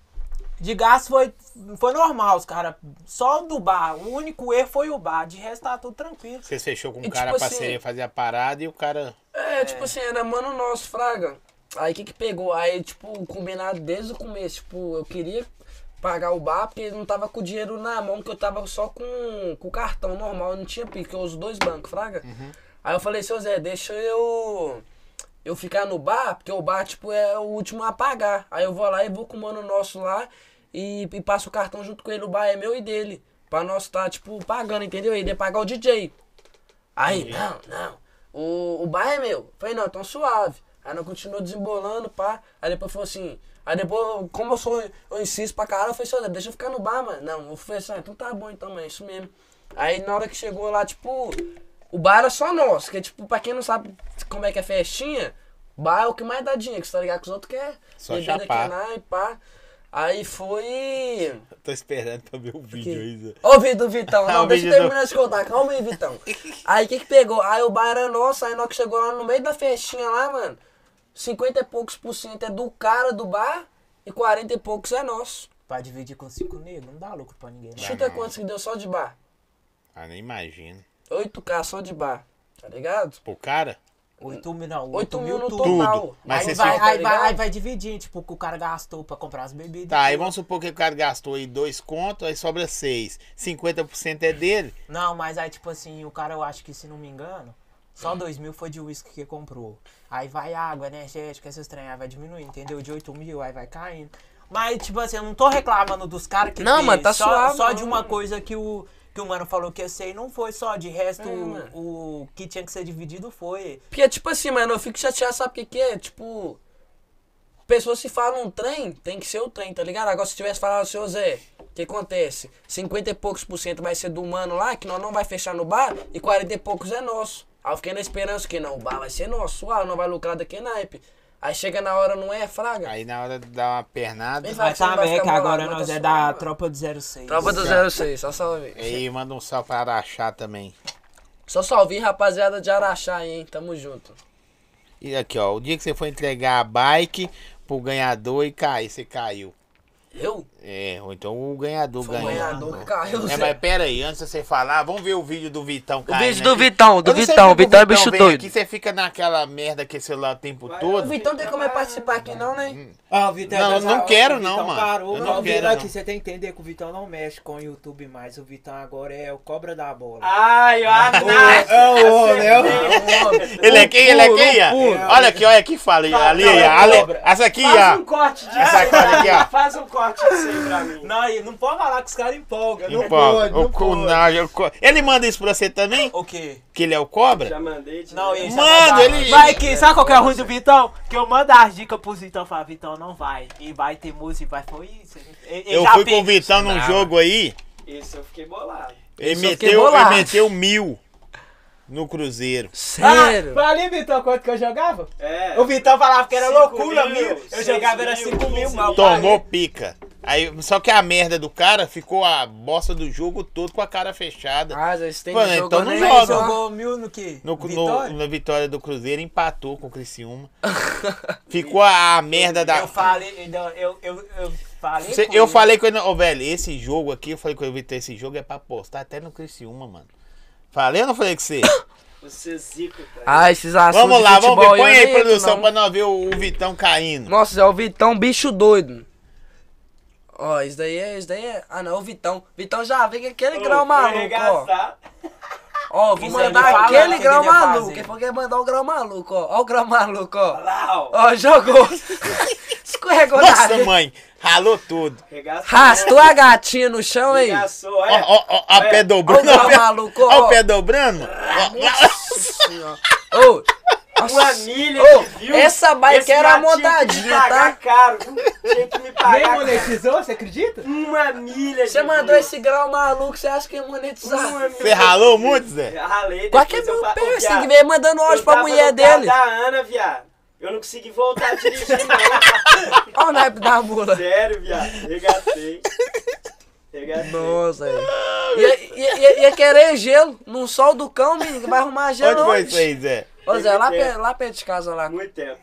Speaker 2: De gasto foi, foi normal, os caras. Só do bar. O único erro foi o bar. De resto tá tudo tranquilo.
Speaker 3: Vocês fechou com um
Speaker 1: <laughs> E,
Speaker 3: cara
Speaker 1: tipo
Speaker 3: pra
Speaker 1: assim-
Speaker 3: ser- fazer a parada e o cara.
Speaker 1: É, tipo assim, era mano nosso, Fraga. Aí o que que pegou? Aí, tipo, combinado desde o começo. Tipo, eu queria pagar o bar porque não tava com o dinheiro na mão, que eu tava só com, com o cartão normal, não tinha pique, eu uso dois bancos, Fraga. Aí eu falei, seu Zé, deixa eu. Eu ficar no bar, porque o bar, tipo, é o último a pagar. Aí eu vou lá e vou com o mano nosso lá e, e passo o cartão junto com ele. O bar é meu e dele. Pra nós tá, tipo, pagando, entendeu? Ele ia pagar o DJ. Aí, não, não. O, o bar é meu. Falei, não, então suave. Aí nós continuou desembolando, pá. Aí depois falou assim. Aí depois, como eu sou, eu insisto pra caralho, eu falei, senhor, deixa eu ficar no bar, mano. Não, eu falei assim, ah, então tá bom então, mano, é isso mesmo. Aí na hora que chegou lá, tipo, o bar era só nosso, que tipo, pra quem não sabe como é que é festinha, bar é o que mais dá dinheiro, que você tá ligado que os outros quer
Speaker 3: Só
Speaker 1: bebida
Speaker 3: chapar.
Speaker 1: que não, e pá. Aí foi.
Speaker 3: Tô esperando pra ver o vídeo aí, Zé.
Speaker 1: Ô, Vitor,
Speaker 3: <laughs>
Speaker 1: Vitão,
Speaker 3: Ah,
Speaker 1: não,
Speaker 3: o
Speaker 1: deixa eu
Speaker 3: vídeo do-
Speaker 1: terminar de contar, calma aí, Vitão. Aí, o que que pegou? Aí o bar era nosso, aí nós que chegou lá no meio da festinha lá, mano, 50 e poucos por cento é do cara do bar e 40 e poucos é nosso.
Speaker 2: Pra dividir com cinco negros, não dá lucro pra ninguém. Não.
Speaker 1: Chuta quantos que deu só de bar?
Speaker 3: Ah, nem imagino.
Speaker 1: 8K só de bar, tá ligado?
Speaker 3: Pro cara?
Speaker 2: 8 mil não,
Speaker 1: 8 mil no
Speaker 2: tudo.
Speaker 1: total.
Speaker 3: Tudo. Mas tá
Speaker 1: aí
Speaker 3: vocês
Speaker 1: vai,
Speaker 2: Vai,
Speaker 3: ficam-
Speaker 1: aí
Speaker 2: aí, vai,
Speaker 1: vai,
Speaker 2: aí vai dividir, tipo, o que o cara gastou pra comprar as bebidas.
Speaker 3: Tá, aí vamos supor que o cara gastou aí dois contos, aí sobra seis. 50% é dele.
Speaker 2: Não, mas aí, tipo assim, o cara, eu acho que, se não me engano,
Speaker 1: Hum.
Speaker 2: só 2 mil foi de uísque que comprou. Aí vai água, energética, essas trem, aí vai diminuindo, entendeu? De 8 mil, aí vai caindo. Mas, tipo assim, eu não tô reclamando dos caras que
Speaker 1: Não,
Speaker 2: fez,
Speaker 1: mano, tá
Speaker 2: só,
Speaker 1: suave,
Speaker 2: Só
Speaker 1: não.
Speaker 2: de uma coisa que o, que o mano falou que eu sei, não foi só. De resto,
Speaker 1: É, mano.
Speaker 2: o, o que tinha que ser dividido foi.
Speaker 1: Porque, tipo assim, mano, eu fico chateado, sabe o que que é? Tipo, pessoas se falam um trem, tem que ser o trem, tá ligado? Agora, se tivesse falado, seu Zé, o que acontece? 50 e poucos por cento vai ser do mano lá, que nós não vai fechar no bar, e 40 e poucos é nosso. Aí eu fiquei na esperança que não, o bar vai ser nosso, ah, não vai lucrar daqui naipe. Aí chega na hora, não é, fraga?
Speaker 3: Aí na hora de dar uma pernada.
Speaker 1: Vem, vai.
Speaker 2: Mas
Speaker 1: Mas você
Speaker 2: sabe, é
Speaker 1: ficar
Speaker 2: que
Speaker 1: bolado,
Speaker 2: agora
Speaker 1: mas tá
Speaker 2: nós é
Speaker 1: suave,
Speaker 2: da
Speaker 1: mano.
Speaker 2: tropa do 06.
Speaker 1: Tropa do 06, só salve.
Speaker 3: Aí manda um salve pra Araxá também.
Speaker 1: Só salve, rapaziada de Araxá aí, hein? Tamo junto.
Speaker 3: E aqui, ó. O dia que você foi entregar a bike pro ganhador e cair, você caiu.
Speaker 1: Eu?
Speaker 3: É, ou então o ganhador
Speaker 1: Foi o
Speaker 3: ganhou.
Speaker 1: ganhador que caiu,
Speaker 3: É,
Speaker 1: Zé.
Speaker 3: mas pera aí, antes de você falar, vamos ver o vídeo do Vitão caindo.
Speaker 1: vídeo do
Speaker 3: aqui.
Speaker 1: Vitão, do
Speaker 3: Eu não sei
Speaker 1: Vitão,
Speaker 3: porque
Speaker 1: Vitão é bicho
Speaker 3: vem
Speaker 1: doido.
Speaker 3: Aqui você fica naquela merda que esse celular o tempo
Speaker 1: O
Speaker 3: todo.
Speaker 1: Vitão tem como é participar aqui não, né?
Speaker 2: Ah, o Vitão é
Speaker 3: Não,
Speaker 2: dessa
Speaker 3: não
Speaker 2: hora,
Speaker 3: quero
Speaker 2: o
Speaker 3: não,
Speaker 2: Vitão
Speaker 3: mano.
Speaker 2: Parou,
Speaker 3: Eu
Speaker 2: não,
Speaker 3: não
Speaker 2: o
Speaker 3: quero
Speaker 2: Vitão
Speaker 3: não.
Speaker 2: aqui, você tem que entender que o Vitão não mexe com o YouTube mais. O Vitão agora é o cobra da bola.
Speaker 4: Ai, ó,
Speaker 2: Ah, é o
Speaker 3: Ele é quem? Ele é quem? ó? Olha aqui, olha aqui, fala. aí, Ali, aí, ali, essa aqui,
Speaker 4: Faz um
Speaker 3: ó.
Speaker 4: corte disso
Speaker 3: Essa
Speaker 4: aí
Speaker 3: cara aqui,
Speaker 4: pra
Speaker 3: ó.
Speaker 4: mim. Faz um corte disso aí pra mim.
Speaker 2: Não, e não pode falar que os caras empolgam. né?
Speaker 3: Não pode, o co- não, eu co- Ele manda isso pra você também?
Speaker 2: O quê?
Speaker 3: Que ele é o cobra?
Speaker 4: Já mandei de
Speaker 2: Não,
Speaker 4: novo.
Speaker 2: e já
Speaker 3: Mano,
Speaker 2: vai dar-
Speaker 3: ele-
Speaker 2: Vai
Speaker 3: ele-
Speaker 2: que,
Speaker 4: É,
Speaker 2: sabe qual que é o ruim do
Speaker 4: foda-se.
Speaker 2: Vitão?
Speaker 5: Que eu mando as dicas pro Vitão, fala, Vitão, não vai. E vai ter música, e vai, foi isso. E- e
Speaker 3: Eu
Speaker 5: já
Speaker 3: fui
Speaker 5: fiz.
Speaker 3: com o Vitão num jogo aí,
Speaker 4: Isso, eu fiquei bolado.
Speaker 3: ele
Speaker 1: Isso eu fiquei
Speaker 3: meteu, ele
Speaker 1: bolado.
Speaker 3: meteu mil no Cruzeiro.
Speaker 1: Sério?
Speaker 2: Falei, Ah, Vitão, quanto que eu jogava?
Speaker 4: É.
Speaker 2: O Vitão falava que era
Speaker 4: Cinco
Speaker 2: loucura,
Speaker 4: mil,
Speaker 2: mil. Eu
Speaker 4: seis
Speaker 2: jogava, era
Speaker 4: mil,
Speaker 2: 5 mil,
Speaker 4: quinze
Speaker 2: mal.
Speaker 4: mil.
Speaker 3: Tomou pica. Aí, só que a merda do cara ficou a bosta do jogo todo com a cara fechada.
Speaker 1: Ah, vocês têm
Speaker 3: Mano,
Speaker 1: que
Speaker 3: então
Speaker 1: jogar,
Speaker 3: não
Speaker 1: né?
Speaker 3: joga.
Speaker 2: Jogou mil no quê?
Speaker 3: No,
Speaker 2: Vitória?
Speaker 3: vitória? No, na vitória do Cruzeiro, empatou com o Criciúma. Ficou a, a merda da.
Speaker 2: Eu falei, não, eu, eu, eu falei.
Speaker 3: Cê-
Speaker 2: com
Speaker 3: eu
Speaker 1: né?
Speaker 2: ele.
Speaker 3: falei com ele, ô velho, esse jogo aqui, eu falei com o Vitor, esse jogo é pra postar até no Criciúma, mano. Falei ou não falei
Speaker 1: <laughs>
Speaker 3: com você?
Speaker 4: Você é zica, cara.
Speaker 1: Ah, esses assuntos
Speaker 3: vamos
Speaker 1: de
Speaker 3: lá,
Speaker 1: futebol
Speaker 3: vamos ver.
Speaker 1: eu
Speaker 3: Põe aí,
Speaker 1: nem entro,
Speaker 3: produção,
Speaker 1: não.
Speaker 3: pra nós ver o, o Vitão caindo.
Speaker 1: Nossa, Zé, o Vitão, bicho doido. Ó, isso daí é, isso daí é... Ah, não, o Vitão. Vitão já vem com aquele grau maluco, ó. Ó, vou
Speaker 2: Isso aí,
Speaker 1: mandar
Speaker 2: fala o
Speaker 1: aquele
Speaker 2: que
Speaker 1: grau
Speaker 2: ele ia
Speaker 1: maluco.
Speaker 2: fazer.
Speaker 1: Ele falou que ia mandar o grau maluco, ó. Ó o grau maluco, ó.
Speaker 4: Lau.
Speaker 1: Ó,
Speaker 2: <laughs>
Speaker 1: jogou. Escorregou na
Speaker 3: Nossa,
Speaker 1: areia.
Speaker 3: mãe, ralou tudo.
Speaker 1: Rastou a gatinha no chão, hein?
Speaker 4: Arrastou,
Speaker 3: Ó,
Speaker 4: é.
Speaker 3: ó, ó, ó, o
Speaker 4: É.
Speaker 3: pé dobrando.
Speaker 1: Ó o
Speaker 3: Ó, o pé-
Speaker 1: maluco,
Speaker 3: ó
Speaker 1: ó.
Speaker 3: o pé dobrando. Ó,
Speaker 1: Nossa senhora. Ô,
Speaker 4: Uma
Speaker 1: nossa.
Speaker 4: milha
Speaker 1: Ô,
Speaker 4: que viu.
Speaker 1: essa bike
Speaker 4: Esse
Speaker 1: era
Speaker 4: lá tinha que me
Speaker 1: montadinha,
Speaker 4: pagar
Speaker 1: tá?
Speaker 4: caro. viu? Tinha que me pagar caro.
Speaker 2: monetizou, você acredita?
Speaker 4: Uma milha
Speaker 1: Você
Speaker 4: de
Speaker 1: mandou
Speaker 4: view.
Speaker 1: esse grau maluco, você acha que ia monetizar?
Speaker 2: é,
Speaker 4: Uma milha
Speaker 3: você ralou
Speaker 4: de
Speaker 3: muito,
Speaker 4: view.
Speaker 3: Zé?
Speaker 4: Ralei.
Speaker 1: Qual que é
Speaker 4: depois eu
Speaker 1: meu
Speaker 4: fa- Ô,
Speaker 1: pé? Você tem
Speaker 4: viado,
Speaker 1: que ver mandando
Speaker 4: eu
Speaker 1: ódio pra
Speaker 4: tava
Speaker 1: mulher
Speaker 4: no bar
Speaker 1: dele.
Speaker 4: da Ana, viado. Eu não consegui voltar a dirigir, não. <laughs>
Speaker 1: Olha o naipe da mula.
Speaker 4: Sério, viado. Regatei. Regatei.
Speaker 1: Nossa, é. velho. Ia, ia, ia, ia é, querer gelo num sol do cão, menino. que Vai arrumar gelo
Speaker 3: Onde foi isso aí, Zé?
Speaker 1: Ô, Zé, lá, pe- lá perto de casa lá.
Speaker 4: Muito tempo.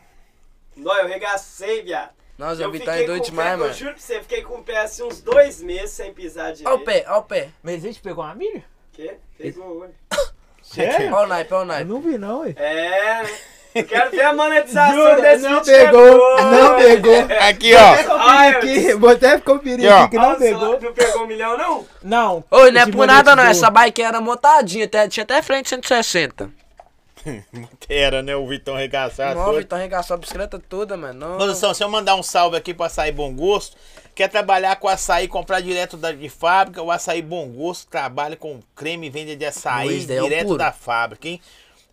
Speaker 4: Nó, eu regacei, viado.
Speaker 1: Nossa, o
Speaker 4: eu
Speaker 1: Vitor
Speaker 4: fiquei
Speaker 1: é doido
Speaker 4: com o pé-
Speaker 1: demais,
Speaker 4: Eu
Speaker 1: mano.
Speaker 4: juro pra você, eu fiquei com o pé assim uns dois meses sem pisar direito.
Speaker 1: Olha o pé, olha o pé.
Speaker 2: Mas a gente pegou uma milha?
Speaker 4: Quê? Fez um olho.
Speaker 2: Sério?
Speaker 1: Olha o naipe, olha o
Speaker 2: Eu
Speaker 1: naipe.
Speaker 2: não vi não, ué.
Speaker 4: É, né? Eu quero ver a monetização
Speaker 2: Jura,
Speaker 4: desse tipo
Speaker 2: não
Speaker 4: vídeo
Speaker 2: pegou,
Speaker 4: depois.
Speaker 2: não pegou.
Speaker 1: É.
Speaker 3: Aqui, ó.
Speaker 4: Ai, Ah, eu
Speaker 2: Aqui, vou até conferir
Speaker 3: Aqui, ó.
Speaker 2: aqui que não
Speaker 4: Nossa,
Speaker 2: pegou.
Speaker 4: Não pegou um milhão, não?
Speaker 2: Não.
Speaker 1: Oi, não é por nada não,
Speaker 2: desmonetizou.
Speaker 1: essa bike era motadinha, até- tinha até frente 160.
Speaker 3: Era, né? O Vitão regaçado.
Speaker 1: Nossa, o
Speaker 3: todo.
Speaker 1: Vitor então arregaçou a bicicleta toda, mano. Nossa.
Speaker 3: Produção, se eu mandar um salve aqui pro Açaí Bom Gosto, quer trabalhar com açaí, comprar direto da, de fábrica, o Açaí Bom Gosto trabalha com creme e vende de açaí
Speaker 1: Luiz Del
Speaker 3: direto
Speaker 1: puro.
Speaker 3: da fábrica, hein?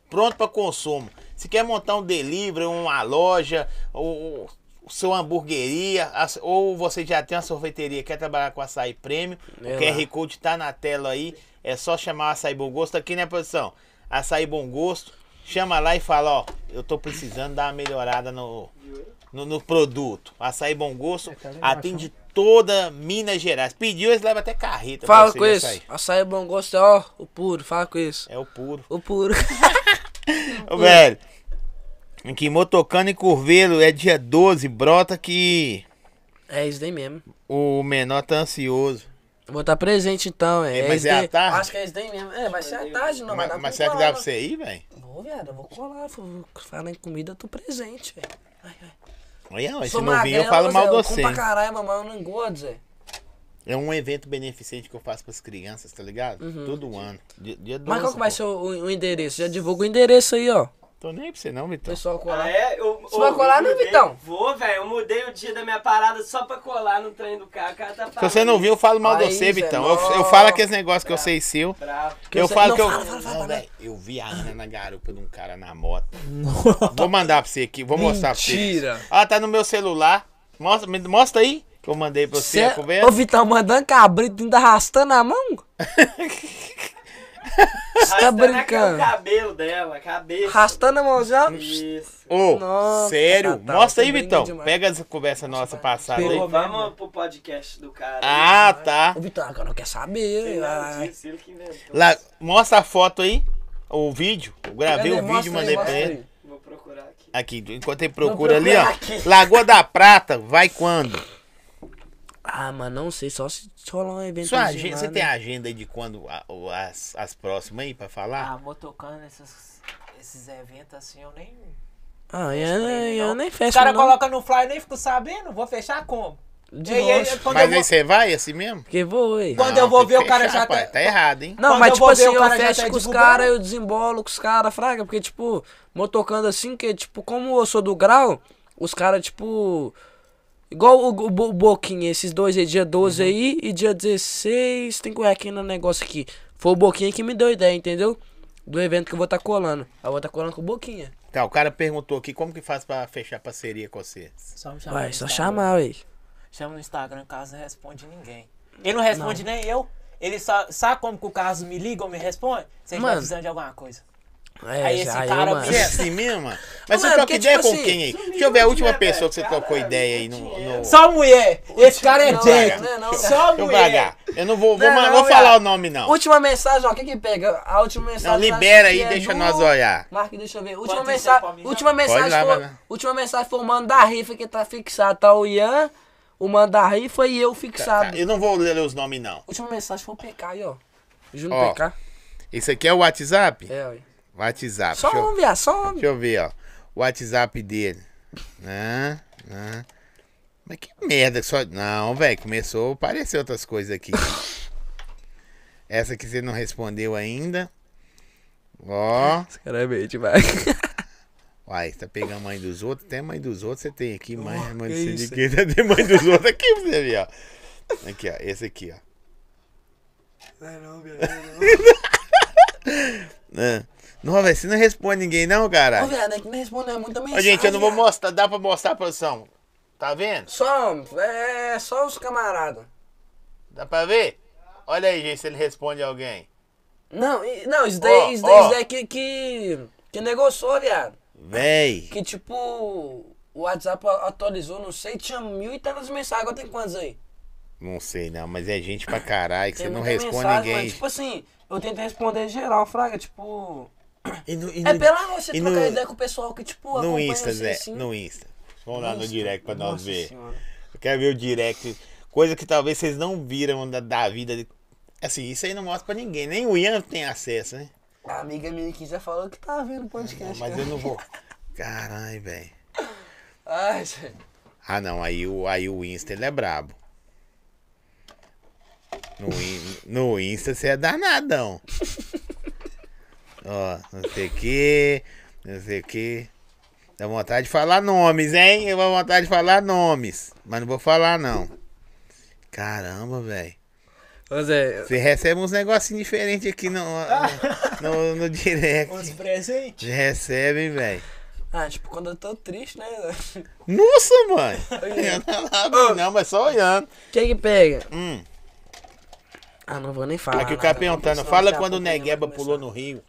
Speaker 3: Pronto para consumo. Se quer montar um delivery, uma loja, ou, ou sua hamburgueria, as- ou você já tem uma sorveteria, quer trabalhar com açaí prêmio,
Speaker 1: Vê
Speaker 3: o
Speaker 1: É lá.
Speaker 3: QR Code tá na tela aí, é só chamar o Açaí Bom Gosto aqui, né, produção? Açaí Bom Gosto, chama lá e fala, ó, eu tô precisando dar uma melhorada no no, no produto. Açaí Bom
Speaker 1: É,
Speaker 3: Gosto
Speaker 1: tá
Speaker 3: atende toda Minas Gerais. Pediu, eles levam até carreta. pra
Speaker 1: Fala
Speaker 3: você
Speaker 1: com
Speaker 3: de
Speaker 1: isso.
Speaker 3: açaí.
Speaker 1: Açaí bom gosto, é, ó, o puro, fala com isso.
Speaker 3: É o puro.
Speaker 1: O puro. <laughs>
Speaker 3: Ô, velho, aqui em Motocana e Curvelo é dia 12, brota que
Speaker 1: É isso daí mesmo.
Speaker 3: o menor tá ansioso.
Speaker 1: Vou estar presente então, é.
Speaker 3: É, mas
Speaker 1: isso
Speaker 3: é à
Speaker 1: daí.
Speaker 3: tarde?
Speaker 1: Acho que é isso daí mesmo. É, vai ser à tarde, não. vai
Speaker 3: mas
Speaker 1: dar
Speaker 3: mas
Speaker 1: pra
Speaker 3: será que
Speaker 1: colar,
Speaker 3: dá pra
Speaker 1: não.
Speaker 3: você ir, velho?
Speaker 1: Vou, viado, eu vou colar. Vou falar em comida, eu tô presente, velho. Ai, ai.
Speaker 3: Olha, se
Speaker 1: Sou
Speaker 3: não vir, eu
Speaker 1: magrelo,
Speaker 3: falo
Speaker 1: Zé,
Speaker 3: mal de
Speaker 1: eu como
Speaker 3: você.
Speaker 1: pra caralho, mamãe, eu não engordo, Zé.
Speaker 3: É um evento beneficente que eu faço pras crianças, tá ligado? Todo ano. Dia, dia 12.
Speaker 1: Uhum. Mas qual que vai
Speaker 3: pô.
Speaker 1: ser o, o- o endereço? Já divulga o endereço aí, ó.
Speaker 3: Tô nem aí pra você não,
Speaker 1: O
Speaker 3: Vitor.
Speaker 1: pessoal
Speaker 4: Ah,
Speaker 1: colar.
Speaker 4: é? Eu,
Speaker 1: Você vai
Speaker 4: eu
Speaker 1: colar, não,
Speaker 4: mudei-
Speaker 1: Vitão?
Speaker 4: Vou, velho. Eu mudei o dia da minha parada só pra colar no trem do carro. O cara tá
Speaker 3: Se você não viu, eu falo mal de
Speaker 1: Aí,
Speaker 3: você,
Speaker 1: Zé,
Speaker 3: Vitão. Eu, eu
Speaker 1: não. É.
Speaker 3: falo aqueles negócios que eu sei seu.
Speaker 4: Bravo.
Speaker 1: Que
Speaker 3: eu
Speaker 1: você-
Speaker 3: falo
Speaker 1: não,
Speaker 3: que eu.
Speaker 1: fala, fala, fala,
Speaker 3: Não,
Speaker 1: fala.
Speaker 3: velho, eu vi a Ana na garupa de um cara na moto. Vou mandar pra você aqui, vou mostrar pra você.
Speaker 1: Mentira.
Speaker 3: Ela tá no meu celular. Mostra, me- mostra aí que eu mandei pra você
Speaker 1: Cê-
Speaker 3: a
Speaker 1: Ô,
Speaker 3: conversa.
Speaker 1: Vitão, mandando cabrito ainda arrastando a
Speaker 4: <laughs>
Speaker 1: mão? tá Você tá
Speaker 4: Arrastando é aqui o
Speaker 1: brincando?
Speaker 4: cabelo dela, a cabeça.
Speaker 1: Arrastando a mãozão?
Speaker 4: Isso.
Speaker 3: Ô,
Speaker 1: Nossa,
Speaker 3: sério?
Speaker 1: Tatá,
Speaker 3: mostra
Speaker 1: você
Speaker 3: aí,
Speaker 1: brinca
Speaker 3: Vitão.
Speaker 1: demais.
Speaker 3: Pega essa conversa nossa passada
Speaker 2: Pegou
Speaker 3: aí.
Speaker 2: mesmo.
Speaker 1: né?
Speaker 4: Vamos pro podcast do cara.
Speaker 3: Ah, tá.
Speaker 1: Ô, Vitão, agora eu quero saber.
Speaker 4: Sei lá,
Speaker 1: ai.
Speaker 4: disso, ele que inventou.
Speaker 3: Lá, mostra a foto aí, o vídeo. Eu gravei
Speaker 1: Cadê?
Speaker 3: o um vídeo
Speaker 1: Mostra aí,
Speaker 3: e mandei pra
Speaker 1: mostra
Speaker 3: ele.
Speaker 1: aí.
Speaker 4: Vou procurar aqui.
Speaker 3: Aqui, enquanto ele procura ali, ó.
Speaker 1: procurar aqui.
Speaker 3: Lagoa da Prata, vai quando?
Speaker 1: Ah, mas não sei, só se rolar um evento.
Speaker 3: Sua agen- você tem a agenda aí de quando a- o- as, as próximas aí pra falar?
Speaker 5: Ah, motocando esses, esses eventos assim, eu nem.
Speaker 1: Ah, eu, eu, eu nem
Speaker 2: Os
Speaker 1: fecho.
Speaker 2: caras
Speaker 1: não.
Speaker 2: colocam no fly e nem fico sabendo. Vou fechar como?
Speaker 1: De
Speaker 2: Ei, ei,
Speaker 1: roxo.
Speaker 2: quando eu
Speaker 3: Mas
Speaker 2: vou-
Speaker 3: aí você vai assim mesmo?
Speaker 1: Porque vou, ué.
Speaker 2: Quando eu vou
Speaker 3: tem que
Speaker 2: ver, o cara já
Speaker 3: pai,
Speaker 2: tá-
Speaker 3: Tá errado, hein?
Speaker 1: Não,
Speaker 2: Quando
Speaker 1: mas
Speaker 2: eu
Speaker 1: tipo
Speaker 2: vou ver,
Speaker 1: assim,
Speaker 2: o
Speaker 1: eu
Speaker 2: cara já
Speaker 1: fecho
Speaker 2: tá
Speaker 1: com os
Speaker 2: divulgando.
Speaker 1: caras, eu desembolo com os caras, fraga, porque, tipo, motocando assim, que, tipo, como eu sou do grau, os caras, tipo. Igual o, o, Bo- o Boquinha, esses dois aí, dia 12
Speaker 2: Uhum.
Speaker 1: aí e dia 16, tem que olhar aqui no negócio aqui. Foi o Boquinha que me deu a ideia, entendeu? Do evento que eu vou tá colando. Aí eu vou tá colando com o Boquinha.
Speaker 3: Tá, o cara perguntou aqui como que faz pra fechar parceria com você.
Speaker 5: Só
Speaker 2: Tá,
Speaker 5: me chamar.
Speaker 1: Vai,
Speaker 5: no
Speaker 1: só
Speaker 5: Instagram.
Speaker 1: chamar, ué.
Speaker 5: Chama no Instagram, Carlos não responde ninguém. Ele não responde nem eu. Ele só. Sabe como que o Carlos me liga ou me responde? Você está
Speaker 1: Mano.
Speaker 5: precisando de alguma coisa.
Speaker 1: É,
Speaker 5: Aí esse
Speaker 1: já eu,
Speaker 2: Ah.
Speaker 5: cara
Speaker 1: mano.
Speaker 3: É
Speaker 5: mesmo.
Speaker 3: assim mesmo? mano? Mas
Speaker 2: é
Speaker 1: Ô,
Speaker 3: você
Speaker 1: mano,
Speaker 3: troca
Speaker 1: porque,
Speaker 3: ideia
Speaker 1: tipo
Speaker 3: com
Speaker 1: assim,
Speaker 3: quem aí?
Speaker 4: sumiu
Speaker 3: Deixa eu ver a
Speaker 4: o
Speaker 3: última
Speaker 4: dinheiro,
Speaker 3: pessoa
Speaker 4: velho.
Speaker 3: que você trocou
Speaker 4: Caralho,
Speaker 3: ideia aí
Speaker 4: o
Speaker 3: no.
Speaker 4: dinheiro.
Speaker 3: no...
Speaker 2: né, Só mulher! Esse cara é
Speaker 1: Não,
Speaker 2: jeito!
Speaker 1: não é não,
Speaker 2: Só
Speaker 3: Deixa eu
Speaker 2: mulher!
Speaker 3: vagar. Eu não vou, vou,
Speaker 1: Não,
Speaker 3: ma-
Speaker 1: não,
Speaker 3: vou
Speaker 1: viado.
Speaker 3: falar o nome, não.
Speaker 1: Última mensagem, ó. Quem que pega? A última mensagem.
Speaker 3: libera aí,
Speaker 1: que é
Speaker 3: deixa
Speaker 1: do-
Speaker 3: nós olhar.
Speaker 1: Marca, deixa eu ver. Última
Speaker 5: Pode deixar pra mim,
Speaker 1: mensagem.
Speaker 5: já?
Speaker 1: Última mensagem,
Speaker 3: lá,
Speaker 1: foi,
Speaker 3: vai lá.
Speaker 1: última mensagem foi o mano da rifa que tá fixado. Tá o Ian, o mano da rifa e eu fixado.
Speaker 3: Tá, eu não vou ler os nomes, não.
Speaker 1: Última mensagem foi o PK aí, ó.
Speaker 3: Ó.
Speaker 1: Júnior PK.
Speaker 3: Esse aqui é o WhatsApp?
Speaker 1: É, ué.
Speaker 3: WhatsApp.
Speaker 1: Só
Speaker 3: deixa, eu,
Speaker 1: um, viado, só um.
Speaker 3: deixa eu ver, ó. O WhatsApp dele. Não, não. Mas que merda que só. Não, velho. Começou a aparecer outras coisas aqui. Essa que você não respondeu ainda. Ó.
Speaker 1: Cara, é meio demais.
Speaker 3: Uai, você tá pegando a mãe dos outros? Até mãe dos outros você tem aqui, mãe, mãe
Speaker 1: que
Speaker 3: do
Speaker 1: isso?
Speaker 3: sindicato, até mãe dos outros aqui pra você ver, ó. Aqui, ó, esse aqui, ó.
Speaker 1: é
Speaker 3: Ah, <laughs> Não, velho, você não responde ninguém não,
Speaker 1: Ô,
Speaker 3: caralho.
Speaker 1: viado, é que não respondeu muita
Speaker 3: Ô,
Speaker 1: mensagem.
Speaker 3: gente, eu não vou
Speaker 1: viado.
Speaker 3: mostrar, dá pra mostrar a produção. Tá vendo?
Speaker 1: Só um, é só os camaradas.
Speaker 3: Dá pra ver? Olha aí, gente, se ele responde alguém.
Speaker 1: Não, e- não, isso daí,
Speaker 3: Ó,
Speaker 1: isso daí,
Speaker 3: ó.
Speaker 1: isso daí que, que. que negociou, viado.
Speaker 3: Véi.
Speaker 1: Que tipo, o WhatsApp atualizou, não sei, tinha mil e tantas mensagens. Agora tem quantas aí?
Speaker 3: Não sei não, mas é gente pra caralho que
Speaker 1: Tem
Speaker 3: você não
Speaker 1: muita
Speaker 3: responde
Speaker 1: mensagem,
Speaker 3: ninguém.
Speaker 1: Mas, tipo assim, eu tento responder geral, Fraga, tipo.
Speaker 3: E no, e
Speaker 1: É
Speaker 3: no-
Speaker 1: pela você
Speaker 3: e
Speaker 1: trocar
Speaker 3: no-
Speaker 1: ideia com o pessoal que, tipo,
Speaker 3: No
Speaker 1: acompanha
Speaker 3: Insta,
Speaker 1: você,
Speaker 3: Zé.
Speaker 1: assim.
Speaker 3: No Insta. Vamos lá no
Speaker 1: Nossa,
Speaker 3: direct pra nós
Speaker 1: nossa
Speaker 3: ver.
Speaker 1: senhora.
Speaker 3: Eu quero ver o direct. Coisa que talvez vocês não viram da, da vida. de- Assim, isso aí não mostra pra ninguém. Nem o Ian tem acesso, né?
Speaker 1: A amiga minha aqui já falou que tá vendo o podcast.
Speaker 3: Mas
Speaker 1: cara.
Speaker 3: eu não
Speaker 1: <laughs>
Speaker 3: vou. Caralho, velho.
Speaker 1: Ai, Zé.
Speaker 3: Ah, não. Aí o, aí o Insta, ele é brabo. No, in- no Insta, você é danadão. Ó, não sei o que. Não sei o que. Dá vontade de falar nomes, hein? Eu vou vontade de falar nomes. Mas não vou falar, não. Caramba, velho.
Speaker 1: Ô, Zé,
Speaker 3: Você recebe uns negocinhos diferentes aqui no, no, no
Speaker 2: Uns
Speaker 3: direct.
Speaker 2: presentes.
Speaker 3: Recebe, velho.
Speaker 1: Ah, tipo, quando eu tô triste, né? <laughs>
Speaker 3: Nossa, mãe. Eu não abro, não, mas só olhando.
Speaker 1: O que que pega?
Speaker 3: Hum.
Speaker 1: Ah, não vou nem falar.
Speaker 3: Aqui o
Speaker 1: nada,
Speaker 3: cara
Speaker 1: não.
Speaker 3: perguntando,
Speaker 1: Senão
Speaker 3: fala
Speaker 1: daqui a
Speaker 3: quando o
Speaker 1: pouco ninguém vai
Speaker 3: Negueba
Speaker 1: começar.
Speaker 3: pulou no rio.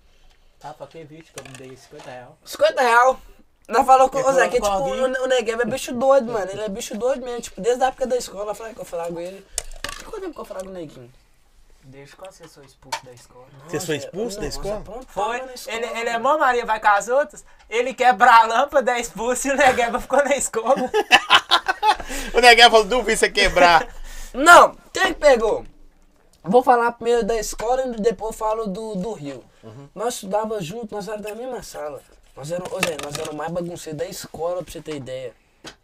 Speaker 5: Tá, pra que bicho que eu me dei 50 reais?
Speaker 1: 50 real. Nós falou com o Zé, que
Speaker 5: com
Speaker 1: tipo,
Speaker 5: alguém.
Speaker 1: o, o Negueba é bicho doido, mano. Ele é bicho doido mesmo. Tipo, desde a época da escola, eu falei "Ah, que eu falava com ele. Quanto tempo que eu falava com o Neguinho?
Speaker 5: Desde quando você sou expulso da escola?
Speaker 3: Você foi expulso da escola?
Speaker 5: Foi. Ele, ele é mó Maria, vai com as outras. Ele quebra a lâmpada, é expulso e o Negueba ficou na
Speaker 2: <laughs>
Speaker 5: escola.
Speaker 3: O Negueba falou, duvido você <laughs> quebrar.
Speaker 1: Não, quem que pegou? Vou falar primeiro da escola e depois falo do, do Rio.
Speaker 3: Uhum.
Speaker 1: Nós estudávamos junto, nós éramos da mesma sala. Nós éramos, ô, Zé, nós éramos mais bagunceiros da escola, pra você ter ideia.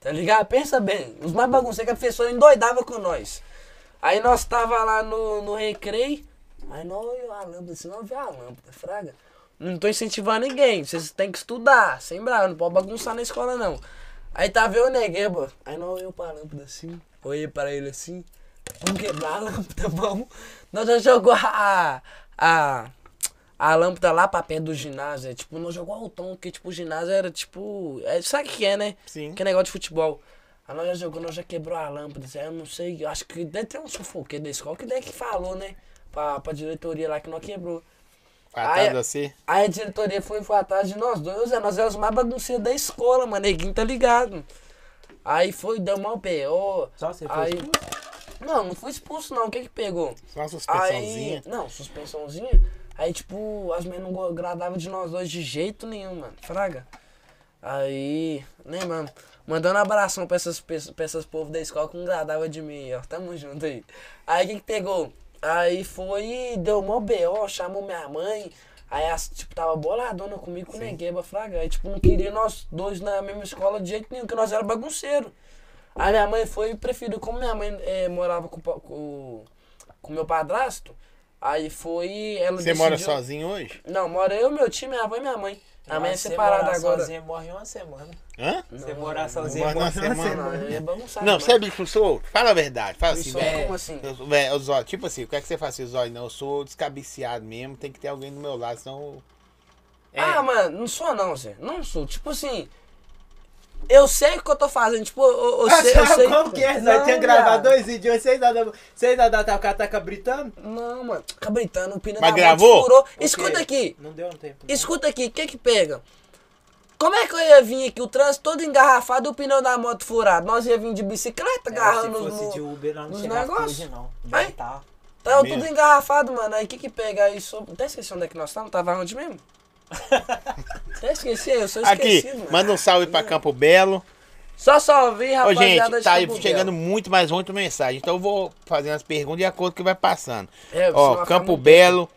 Speaker 1: Tá ligado? Pensa bem, os mais bagunceiros que a professora endoidava com nós. Aí nós tava lá no, no recreio, aí nós olhou a lâmpada, senão vê a lâmpada, fraga. Não tô incentivando ninguém, vocês têm que estudar, sem brava, não pode bagunçar na escola não. Aí tá vendo o Negueba, aí nós olhou pra lâmpada assim, olhei pra ele assim, vamos quebrar a lâmpada, <laughs> vamos. Nós já jogou a, a, a lâmpada lá pra perto do ginásio, é, tipo, nós jogou o tom, que tipo, o ginásio era tipo, é, sabe o que é, né?
Speaker 3: Sim.
Speaker 1: Que é negócio de futebol. Aí nós já jogou, nós já quebrou a lâmpada, Zé, eu não sei, eu acho que deve ter um sufoqueiro da escola, que daí que falou, né? Pra, pra diretoria lá que nós quebrou.
Speaker 3: Atrás
Speaker 1: Ai,
Speaker 3: de você.
Speaker 1: Aí a diretoria foi, foi atrás de nós dois, Zé, nós éramos os mais bagunceiros da escola, mano, neguinho tá ligado. Aí foi, deu mal P.O.
Speaker 5: Só você foi
Speaker 1: aí... Não, não fui expulso não, o que que pegou?
Speaker 3: Só uma suspensãozinha.
Speaker 1: Aí, não, suspensãozinha. Aí, tipo, as meninas não agradavam de nós dois de jeito nenhum, mano. Fraga. Aí, né, mano? Mandando abração pra essas, pe- pra essas povos da escola que não agradava de mim, ó. Tamo junto aí. Aí, o que que pegou? Aí foi, deu mó B.O., chamou minha mãe. Aí, as, tipo, tava boladona comigo com o Negueba, fraga. Aí, tipo, não queria nós dois na mesma escola de jeito nenhum, que nós era bagunceiro. Aí minha mãe foi e preferiu, como minha mãe eh, morava com o pa- com com meu padrasto, aí foi. Ela
Speaker 3: Você mora
Speaker 1: decidiu-
Speaker 3: sozinho hoje?
Speaker 1: Não, mora eu, meu tio, minha avó e minha mãe.
Speaker 2: Ah,
Speaker 1: Minha mãe é
Speaker 5: Mas você
Speaker 1: separada
Speaker 5: morar
Speaker 1: agora.
Speaker 5: sozinho, morre uma semana.
Speaker 3: Hã?
Speaker 5: Você morar sozinho,
Speaker 3: Mora
Speaker 5: morre
Speaker 3: na
Speaker 5: uma
Speaker 3: semana.
Speaker 2: <laughs>
Speaker 5: semana.
Speaker 1: Não, eu ia bagunçar.
Speaker 3: Não,
Speaker 1: demais.
Speaker 3: você é bicho solto? Fala a verdade. Fala assim,
Speaker 1: Bicho solto, como assim?
Speaker 3: velho. Véi, os olhos, tipo assim, o que é que você faz assim, os olhos? Não, eu sou descabiciado mesmo, tem que ter alguém do meu lado, senão. É.
Speaker 1: Ah, mano, não sou não, Zé. Não sou. Tipo assim. Eu sei o que eu tô fazendo. Tipo, eu, eu sei. Eu sei...
Speaker 2: Ah, Como que é?
Speaker 1: Não,
Speaker 2: Nós tínhamos gravado
Speaker 1: viado.
Speaker 2: dois vídeos, seis da seis da data, o cara tá cabritando?
Speaker 1: Não, mano. Cabritando, o pino
Speaker 3: Mas
Speaker 1: da
Speaker 3: gravou?
Speaker 1: Mãe furou. Escuta aqui.
Speaker 2: Não deu um tempo.
Speaker 1: Escuta aqui, o que que pega? Como é que eu ia vir aqui, o trânsito todo engarrafado e o pneu da moto furado? Nós ia vir de bicicleta,
Speaker 3: É,
Speaker 2: né? se
Speaker 1: agarrando
Speaker 2: fosse de
Speaker 1: no...
Speaker 2: Uber, nós não
Speaker 1: nos
Speaker 2: chegava
Speaker 1: negócios?
Speaker 2: hoje, não.
Speaker 1: Aí,
Speaker 5: Tá.
Speaker 1: tava
Speaker 3: mesmo?
Speaker 1: tudo engarrafado, mano. Aí, o que que pega aí? Sou... Até esqueci onde é que nós estávamos, tava onde
Speaker 3: <laughs>
Speaker 1: mesmo? Até esqueci, eu sou
Speaker 3: Aqui,
Speaker 1: esquecido, mano.
Speaker 3: manda um salve pra Campo Belo.
Speaker 1: Só salve,
Speaker 3: Ô,
Speaker 1: rapaziada
Speaker 3: gente,
Speaker 1: de
Speaker 3: tá aí
Speaker 1: Campo
Speaker 3: chegando
Speaker 1: Belo.
Speaker 3: muito, mais muito mensagem. Então eu vou fazendo as perguntas de acordo com o que vai passando.
Speaker 1: É, senão
Speaker 3: Ó,
Speaker 1: vai
Speaker 3: Campo
Speaker 1: ficar muito
Speaker 3: Belo.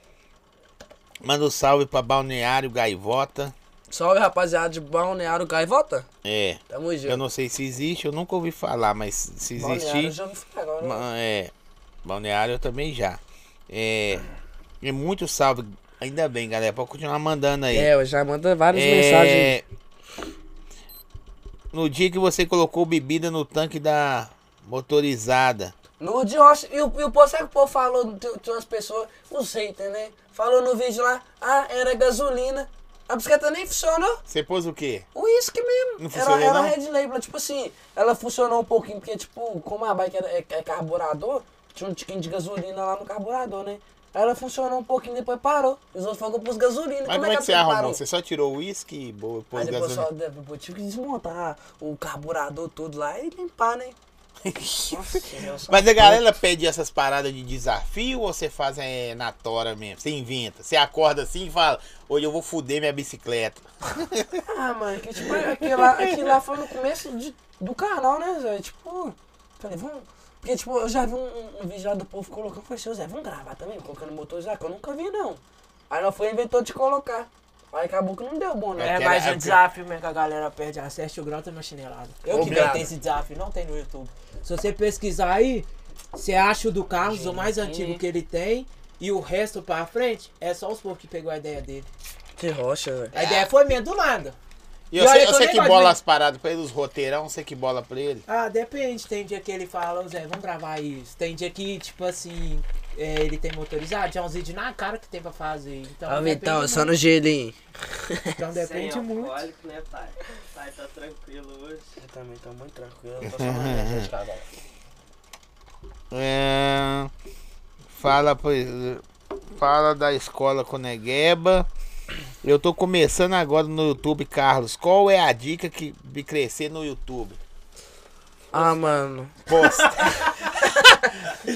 Speaker 3: Manda um salve pra Balneário Gaivota.
Speaker 1: Salve, rapaziada de Balneário Gaivota.
Speaker 3: É.
Speaker 1: Tamo junto.
Speaker 3: Eu não sei se existe, eu nunca ouvi falar, mas se
Speaker 1: Balneário, eu
Speaker 3: existir.
Speaker 1: já ouvi falar agora. né?
Speaker 3: ma- É. Balneário eu também já. É. E muito salve. Ainda bem, galera. Pode continuar mandando aí.
Speaker 1: É, eu já manda várias
Speaker 3: É,
Speaker 1: mensagens.
Speaker 3: No dia que você colocou bebida no tanque da motorizada.
Speaker 1: No de Rocha, e o, e o povo, sabe o que o povo falou de, de umas pessoas, os haters, né? Falou no vídeo lá, ah, era gasolina. A bicicleta nem funcionou.
Speaker 3: Você pôs o quê?
Speaker 1: Uísque mesmo. Era-
Speaker 3: Não funcionou,
Speaker 1: era,
Speaker 3: não?
Speaker 1: Red Label, tipo assim, ela funcionou um pouquinho, porque tipo, como a bike era, é, é carburador, tinha um tiquinho de gasolina lá no carburador, né? Ela funcionou um pouquinho, depois parou. E os outros foram pros gasolina.
Speaker 3: Mas como é que
Speaker 1: a
Speaker 3: você
Speaker 1: pia
Speaker 3: arrumou?
Speaker 1: parou?
Speaker 3: Você só tirou o uísque e bo- pôs
Speaker 1: Aí depois
Speaker 3: gasolina?
Speaker 1: só depois tive que desmontar o carburador todo lá e limpar,
Speaker 3: <laughs>
Speaker 1: né?
Speaker 3: Mas a galera pede essas paradas de desafio ou você faz é, na tora mesmo? Você inventa. Você acorda assim e fala, hoje eu vou fuder minha bicicleta.
Speaker 1: Ah, mano, que tipo, aquilo lá, aquilo lá foi no começo de- do canal, né, Zé? Tipo, falei, vamos. Porque, tipo, eu já vi um, um- um vídeo lá do povo colocando, eu falei, seu Zé, vamos gravar também, colocando motor já, que eu nunca vi, não. Aí nós foi e inventou de colocar. Aí acabou que não deu bom, né?
Speaker 2: É
Speaker 3: Aquela-
Speaker 2: mais um
Speaker 3: aquela-
Speaker 2: desafio mesmo que a galera perde. Acerte o grau também chinelada. Eu que
Speaker 1: Obrigado.
Speaker 2: inventei esse desafio, não tem no YouTube. Se você pesquisar aí, você acha o do Carlos, o mais antigo que ele tem. E o resto pra frente é só os povos que pegou a ideia dele.
Speaker 1: Que rocha, velho.
Speaker 2: A ideia foi minha, do nada.
Speaker 3: E
Speaker 2: E
Speaker 3: eu
Speaker 2: olha
Speaker 3: sei,
Speaker 2: que
Speaker 3: eu
Speaker 2: eu
Speaker 3: sei
Speaker 2: nem
Speaker 3: que
Speaker 2: gosto
Speaker 3: bola
Speaker 2: de-
Speaker 3: as paradas pra ele, os roteirão, você que bola pra ele.
Speaker 2: Ah, depende. Tem dia que ele fala, "Ô, Zé, vamos gravar isso. Tem dia que, tipo assim, é, ele tem motorizado, já é uns vídeos na cara que tem pra fazer. Então,
Speaker 1: Ah,
Speaker 2: depende
Speaker 1: então, só
Speaker 2: muito.
Speaker 1: no gelinho.
Speaker 2: Então depende
Speaker 4: Sem
Speaker 2: muito.
Speaker 4: alcoólico, né, pai? Pai tá tranquilo hoje.
Speaker 1: Eu também tô muito tranquilo, <laughs> eu tô só mandando de trabalho.
Speaker 3: É, Fala, pois, fala da escola Conegueba. Eu tô começando agora no YouTube, Carlos. Qual é a dica que me crescer no YouTube?
Speaker 1: Ah, mano.
Speaker 3: <laughs> Posta.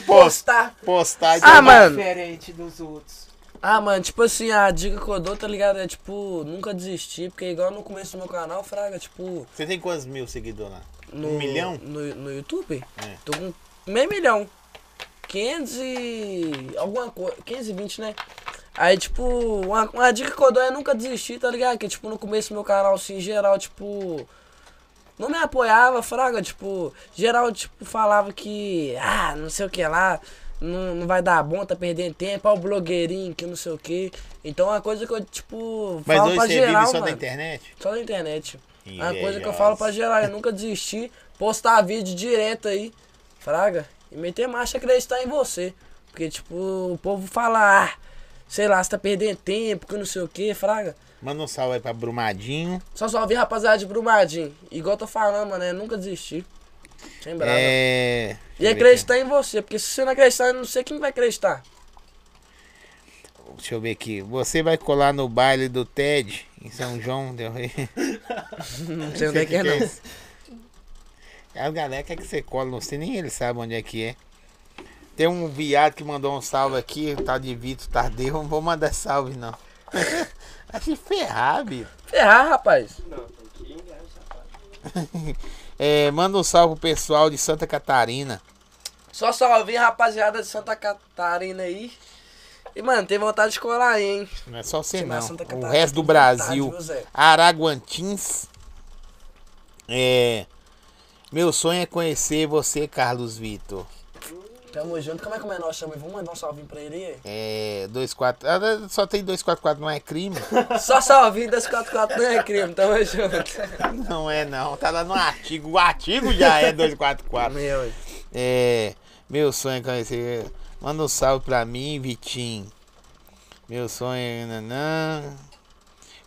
Speaker 3: Posta.
Speaker 1: Tá.
Speaker 3: Postar. de-
Speaker 1: Ah, mano.
Speaker 2: Diferente dos outros.
Speaker 1: Ah, mano, tipo assim, a dica que eu dou, tá ligado? É tipo, nunca desistir, porque igual no começo do meu canal, Fraga, tipo.
Speaker 3: Você tem quantos mil seguidores lá?
Speaker 1: No,
Speaker 3: Um milhão? É.
Speaker 1: No, no YouTube? Tô com meio milhão. 500 e. alguma coisa. 520, né? Aí, tipo, uma, uma dica que eu dou é nunca desistir, tá ligado? Que, tipo, no começo do meu canal, assim, geral, tipo. Não me apoiava, fraga, tipo, geral, tipo, falava que, ah, não sei o que lá, não, não vai dar bom, tá perdendo tempo, ó o blogueirinho, que não sei o que. Então, é uma coisa que eu, tipo,
Speaker 3: Mas
Speaker 1: falo
Speaker 3: hoje
Speaker 1: pra
Speaker 3: você
Speaker 1: geral,
Speaker 3: vive só
Speaker 1: mano.
Speaker 3: da internet?
Speaker 1: Só na internet.
Speaker 3: Ih,
Speaker 1: É uma coisa que eu
Speaker 3: velhosa.
Speaker 1: falo pra geral, eu nunca desistir, postar vídeo direto aí, fraga, e meter marcha e acreditar em você. Porque, tipo, o povo fala, ah, sei lá, você tá perdendo tempo, que não sei o que, fraga.
Speaker 3: Manda um salve aí pra Brumadinho.
Speaker 1: Só salve rapaziada de Brumadinho. Igual eu tô falando, mano, é nunca desistir. Sem brava.
Speaker 3: É...
Speaker 1: E
Speaker 3: deixa eu ver aqui.
Speaker 1: acreditar em você, porque se você não acreditar, eu não sei quem vai acreditar.
Speaker 3: Deixa eu ver aqui. Você vai colar no baile do Ted em São João del Rey.
Speaker 1: Não sei onde
Speaker 3: <laughs>
Speaker 1: é que é, não.
Speaker 3: isso. É A galera quer que você cola, não sei nem ele sabe onde é que é. Tem um viado que mandou um salve aqui, tá de Vitor Tadeu, não vou mandar salve não. <laughs> Achei ferrar, Vitor.
Speaker 1: Ferrar, rapaz.
Speaker 4: Não, tem que engajar, pai.
Speaker 3: É, manda um salve pro pessoal de Santa Catarina.
Speaker 1: Só salve rapaziada de Santa Catarina aí. E, mano, tem vontade de colar aí, hein?
Speaker 3: Não é só você
Speaker 1: Sim,
Speaker 3: não.
Speaker 1: mas Santa
Speaker 3: O
Speaker 1: Catarina
Speaker 3: resto do
Speaker 1: tem vontade,
Speaker 3: Brasil.
Speaker 1: viu, Zé?
Speaker 3: Araguantins. É. Meu sonho é conhecer você, Carlos Vitor.
Speaker 1: Tamo junto. Como é que o menor chama? Vamos mandar um salve pra ele aí.
Speaker 3: É. 24. Ah, Só tem 244, não é crime?
Speaker 1: Só salve das 44 não é crime. Tamo junto.
Speaker 3: Não é não, tá lá no artigo. O artigo já é 244.
Speaker 1: Meu,
Speaker 3: É. Meu sonho é conhecer. Manda um salve pra mim, Vitinho. Meu sonho é. nanã.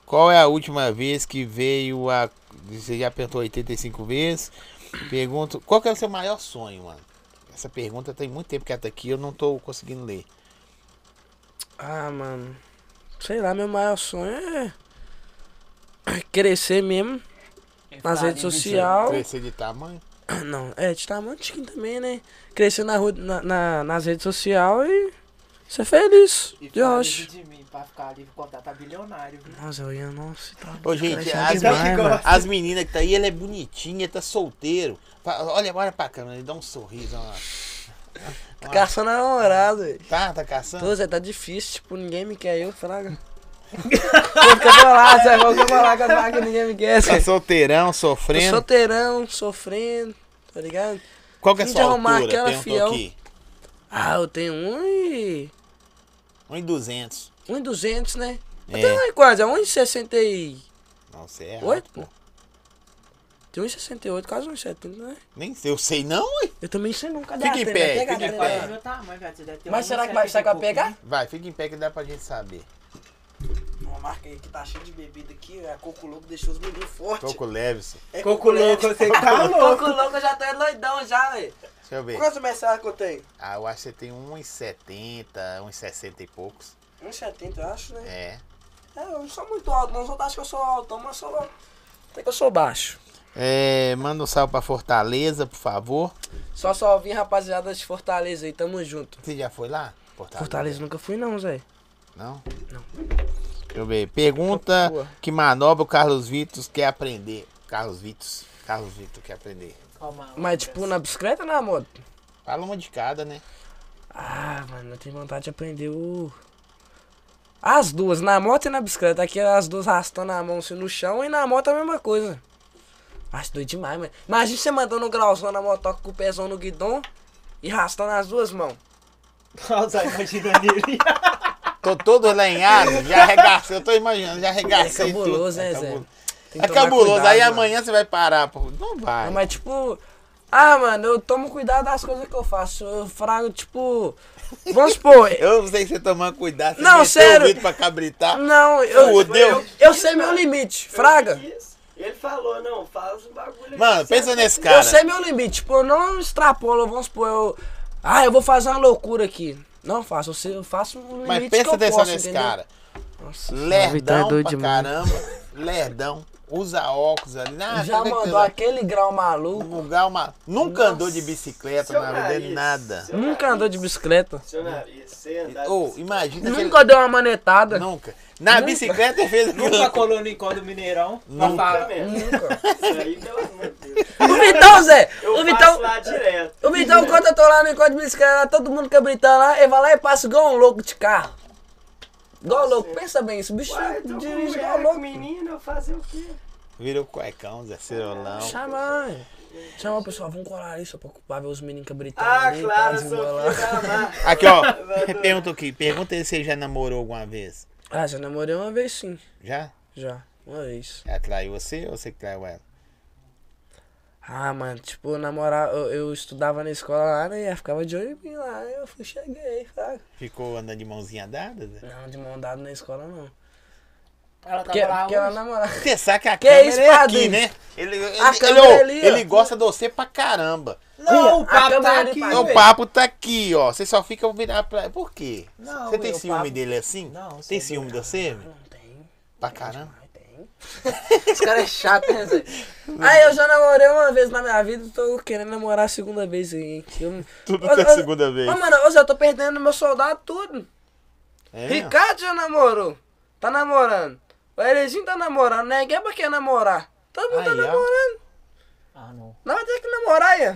Speaker 3: Qual é a última vez que veio a. Você já perguntou 85 vezes? Pergunto. Qual que é o seu maior sonho, mano? Essa pergunta tem muito tempo que ela tá aqui, eu não tô conseguindo ler.
Speaker 1: ah, mano. Sei lá, meu maior sonho é crescer mesmo nas redes sociais.
Speaker 3: Crescer de tamanho?
Speaker 1: Não, é de tamanho chiquinho também, né? Crescer na rua, na, na- nas redes sociais e ser feliz.
Speaker 2: E
Speaker 1: eu
Speaker 2: fala
Speaker 1: acho.
Speaker 2: de mim pra ficar livre contar, tá bilionário, viu?
Speaker 1: Nossa, eu ia, nossa, tá
Speaker 3: Ô, gente,
Speaker 1: crescendo
Speaker 3: as,
Speaker 1: demais,
Speaker 3: meni-
Speaker 1: mano.
Speaker 3: as meninas que tá aí, ele é bonitinha, tá solteiro. Fa- Olha, olha pra câmera, ele dá um sorriso. ó.
Speaker 1: Tá caçando a namorada, velho.
Speaker 3: Tá, tá
Speaker 1: Pô,
Speaker 3: caçando?
Speaker 1: Zé, tá difícil, tipo, ninguém me quer, eu, fraga. Vou ficar bolado, Zé, vou ficar bolado com as vagas, ninguém me quer,
Speaker 3: Tá
Speaker 1: Zé.
Speaker 3: solteirão,
Speaker 1: Tô
Speaker 3: sofrendo.
Speaker 1: solteirão, sofrendo, tá ligado?
Speaker 3: Qual que é a
Speaker 1: Tem
Speaker 3: sua
Speaker 1: de arrumar
Speaker 3: altura?
Speaker 1: aquela
Speaker 3: Perguntou
Speaker 1: fiel.
Speaker 3: aqui.
Speaker 1: Ah, eu tenho um e...
Speaker 3: 1,200.
Speaker 1: um e duzentos, né? Eu
Speaker 3: É.
Speaker 1: tenho um e quase, é um e sessenta e...
Speaker 3: Não, você é
Speaker 1: Oito,
Speaker 3: alto, pô.
Speaker 1: Tem um e sessenta e oito, quase um e setenta, né?
Speaker 3: Nem sei, eu sei não, ué.
Speaker 1: Eu também sei não, cadê
Speaker 3: Fica
Speaker 1: a
Speaker 3: em
Speaker 1: trem?
Speaker 3: pé,
Speaker 1: Pega a
Speaker 3: fica
Speaker 2: Tipo,
Speaker 3: em
Speaker 1: trem,
Speaker 3: pé.
Speaker 1: né?
Speaker 2: meu tamanho, velho, você deve ter um
Speaker 1: Mas
Speaker 2: uns
Speaker 1: será que vai, será que vai
Speaker 2: 170 e pouquinho.
Speaker 1: pegar?
Speaker 3: Vai, fica em pé que dá pra gente saber.
Speaker 1: Não,
Speaker 6: marca aí que tá cheio de bebida aqui. A Coco Louco deixou os meninos fortes.
Speaker 3: Coco Leves.
Speaker 6: É
Speaker 2: Coco Louco, você
Speaker 6: <laughs>
Speaker 2: tá
Speaker 1: Pouco
Speaker 2: louco.
Speaker 1: louco, eu já tô doidão já, velho.
Speaker 3: Deixa eu ver.
Speaker 6: Quantos mensagens que eu tenho?
Speaker 3: Ah, eu acho que você tem uns 70, uns 60 um e poucos.
Speaker 6: 1,70, eu acho, né?
Speaker 3: É.
Speaker 6: É, eu não sou muito alto, não. Só acho que eu sou alto, mas sou alto.
Speaker 1: Até que eu sou baixo.
Speaker 3: É, manda um salve pra Fortaleza, por favor.
Speaker 1: Só salve, rapaziada de Fortaleza aí, tamo junto.
Speaker 3: Você já foi lá? Fortaleza.
Speaker 1: Fortaleza nunca fui não, Zé.
Speaker 3: Não? Não. Deixa eu ver. Pergunta que manobra o Carlos Vitos quer aprender. Carlos Vitos. Carlos Vitor quer aprender.
Speaker 5: Calma.
Speaker 1: Mas tipo, na bicicleta ou na moto?
Speaker 3: Fala uma de cada, né?
Speaker 1: Ah, mano, eu tenho vontade de aprender o. As duas, na moto e na bicicleta. Aqui é as duas arrastando a mão assim, no chão e na moto a mesma coisa. Acho doido demais, mano. Imagina você mandando um grauzão na motoca com o pezão no guidão e arrastando as duas mãos.
Speaker 2: Nossa, imaginando ele.
Speaker 3: Tô
Speaker 1: <laughs>
Speaker 3: todo lenhado, já arregacei. Eu tô imaginando, já arregacei.
Speaker 1: É cabuloso,
Speaker 3: tudo.
Speaker 1: né, Zé?
Speaker 3: cabuloso.
Speaker 1: Tem que
Speaker 3: É
Speaker 1: tomar
Speaker 3: cabuloso.
Speaker 1: cuidado,
Speaker 3: Aí
Speaker 1: mano.
Speaker 3: amanhã você vai parar. Pô. Não vai.
Speaker 1: Não, mas tipo. Ah, mano, eu tomo cuidado das coisas que eu faço. Eu frago, tipo. Vamos supor. eu-
Speaker 3: Eu não sei se você tomar cuidado. Você
Speaker 1: Não,
Speaker 3: meteu
Speaker 1: sério.
Speaker 3: O vidro pra cabritar.
Speaker 1: Não, eu.
Speaker 3: Fudeu.
Speaker 1: Eu, eu sei meu limite. Fraga.
Speaker 4: Isso. Ele falou, não, faz um bagulho é aí.
Speaker 3: Mano, pensa nesse
Speaker 1: Eu
Speaker 3: cara.
Speaker 1: sei meu limite, tipo, eu não extrapolo, vamos supor, eu. Ah, eu vou fazer uma loucura aqui. Não faço, eu, sei- eu faço um limite
Speaker 3: Mas
Speaker 1: que
Speaker 3: pensa
Speaker 1: eu
Speaker 3: atenção
Speaker 1: posso,
Speaker 3: nesse
Speaker 1: entendeu?
Speaker 3: cara.
Speaker 1: Nossa,
Speaker 3: Lerdão pra
Speaker 1: demais.
Speaker 3: caramba. Lerdão. Usa óculos ali. Ah,
Speaker 1: Já
Speaker 3: como é que
Speaker 1: mandou
Speaker 3: você vai?
Speaker 1: aquele grau maluco.
Speaker 3: um Lugar uma... Nunca andou de bicicleta
Speaker 4: Seu
Speaker 3: na vida dele,
Speaker 4: nariz,
Speaker 3: nada.
Speaker 4: seu
Speaker 1: Nunca
Speaker 4: nariz,
Speaker 1: andou de bicicleta.
Speaker 4: Seu nariz, sem andar de
Speaker 3: Ou,
Speaker 4: bicicleta.
Speaker 3: imagina. se ele-
Speaker 1: Nunca deu uma manetada.
Speaker 3: Nunca. Na
Speaker 1: Nunca.
Speaker 3: bicicleta ele fez.
Speaker 2: Nunca colou no encontro do Mineirão.
Speaker 3: Nunca.
Speaker 2: Não fala.
Speaker 1: <laughs>
Speaker 4: mesmo.
Speaker 1: Nunca.
Speaker 4: Isso aí, pelo amor de Deus.
Speaker 1: O Vitão, Zé!
Speaker 4: Eu
Speaker 1: o
Speaker 4: passo
Speaker 1: Vitão.
Speaker 4: lá direto.
Speaker 1: O Vitão, quando um eu tô lá no encontro de bicicleta, todo mundo que britando lá, ele vai lá e passa igual um louco de carro. Igual louco, pensa bem, esse bicho
Speaker 4: Uai, tô
Speaker 1: dirige
Speaker 4: com
Speaker 1: igual
Speaker 4: mulher, com
Speaker 1: louco.
Speaker 4: menino, eu fazer o quê?
Speaker 3: Virou cuecão, Zé Cirolão.
Speaker 1: Chama, hein? chama o pessoal, vamos colar isso pra ocupar ver os meninos que britando.
Speaker 4: Ah,
Speaker 1: ali,
Speaker 4: claro,
Speaker 1: pra
Speaker 3: um
Speaker 4: Sofia
Speaker 1: desembolar.
Speaker 4: da Mar.
Speaker 3: Aqui, ó. Pergunta aqui. Pergunta ele se ele já namorou alguma vez.
Speaker 1: Ah, já namorei uma vez sim.
Speaker 3: Já?
Speaker 1: Já. Uma vez.
Speaker 3: Ela traiu você ou você que traiu ela?
Speaker 1: Ah, mano, tipo, eu namorava, eu, eu estudava na escola lá, né? E ela ficava de olho em mim lá, eu fui, cheguei, fraco.
Speaker 3: Ficou andando de mãozinha dada, Zé?
Speaker 1: Não, de mão dada na escola não.
Speaker 2: Ela tá
Speaker 1: Porque,
Speaker 2: tava lá
Speaker 1: porque ela
Speaker 2: hoje.
Speaker 1: namorava.
Speaker 3: Pensar que a
Speaker 1: Que
Speaker 3: câmera
Speaker 1: isso,
Speaker 3: é aqui,
Speaker 1: padrinho?
Speaker 3: né? <laughs> Ele, ele,
Speaker 1: A
Speaker 3: ele-
Speaker 1: câmera
Speaker 3: ó,
Speaker 1: é ali, ó.
Speaker 3: ele gosta de você pra caramba.
Speaker 2: Não, o
Speaker 1: A
Speaker 2: papo
Speaker 1: câmera
Speaker 2: tá
Speaker 1: ali
Speaker 2: aqui.
Speaker 1: pra-
Speaker 3: O
Speaker 2: velho.
Speaker 3: papo tá aqui, ó. Você só fica virar pra. Por quê?
Speaker 2: Não,
Speaker 3: você tem
Speaker 2: eu
Speaker 3: ciúme
Speaker 2: papo-
Speaker 3: dele assim?
Speaker 2: Não,
Speaker 3: Tem
Speaker 2: sei
Speaker 3: ciúme de você? velho?
Speaker 1: Não tem,
Speaker 3: Pra caramba.
Speaker 1: não tem. <laughs> Esse cara é chato, né, Zé? Aí eu já namorei uma vez na minha vida, tô querendo namorar a segunda vez aí, hein? que Eu...
Speaker 3: Tudo
Speaker 1: Ô,
Speaker 3: tem
Speaker 1: ô,
Speaker 3: segunda vez.
Speaker 1: Ô, mano, ô, Zé, eu tô perdendo meu soldado tudo.
Speaker 3: É mesmo?
Speaker 1: Ricardo já namorou. Tá namorando. O Erezinho tá namorando. Né? Ninguém pra quer namorar. Todo mundo tá
Speaker 3: Aí, ó. <laughs>
Speaker 1: namorando.
Speaker 2: Ah, não.
Speaker 1: Nós vamos ter que namorar aí. ó.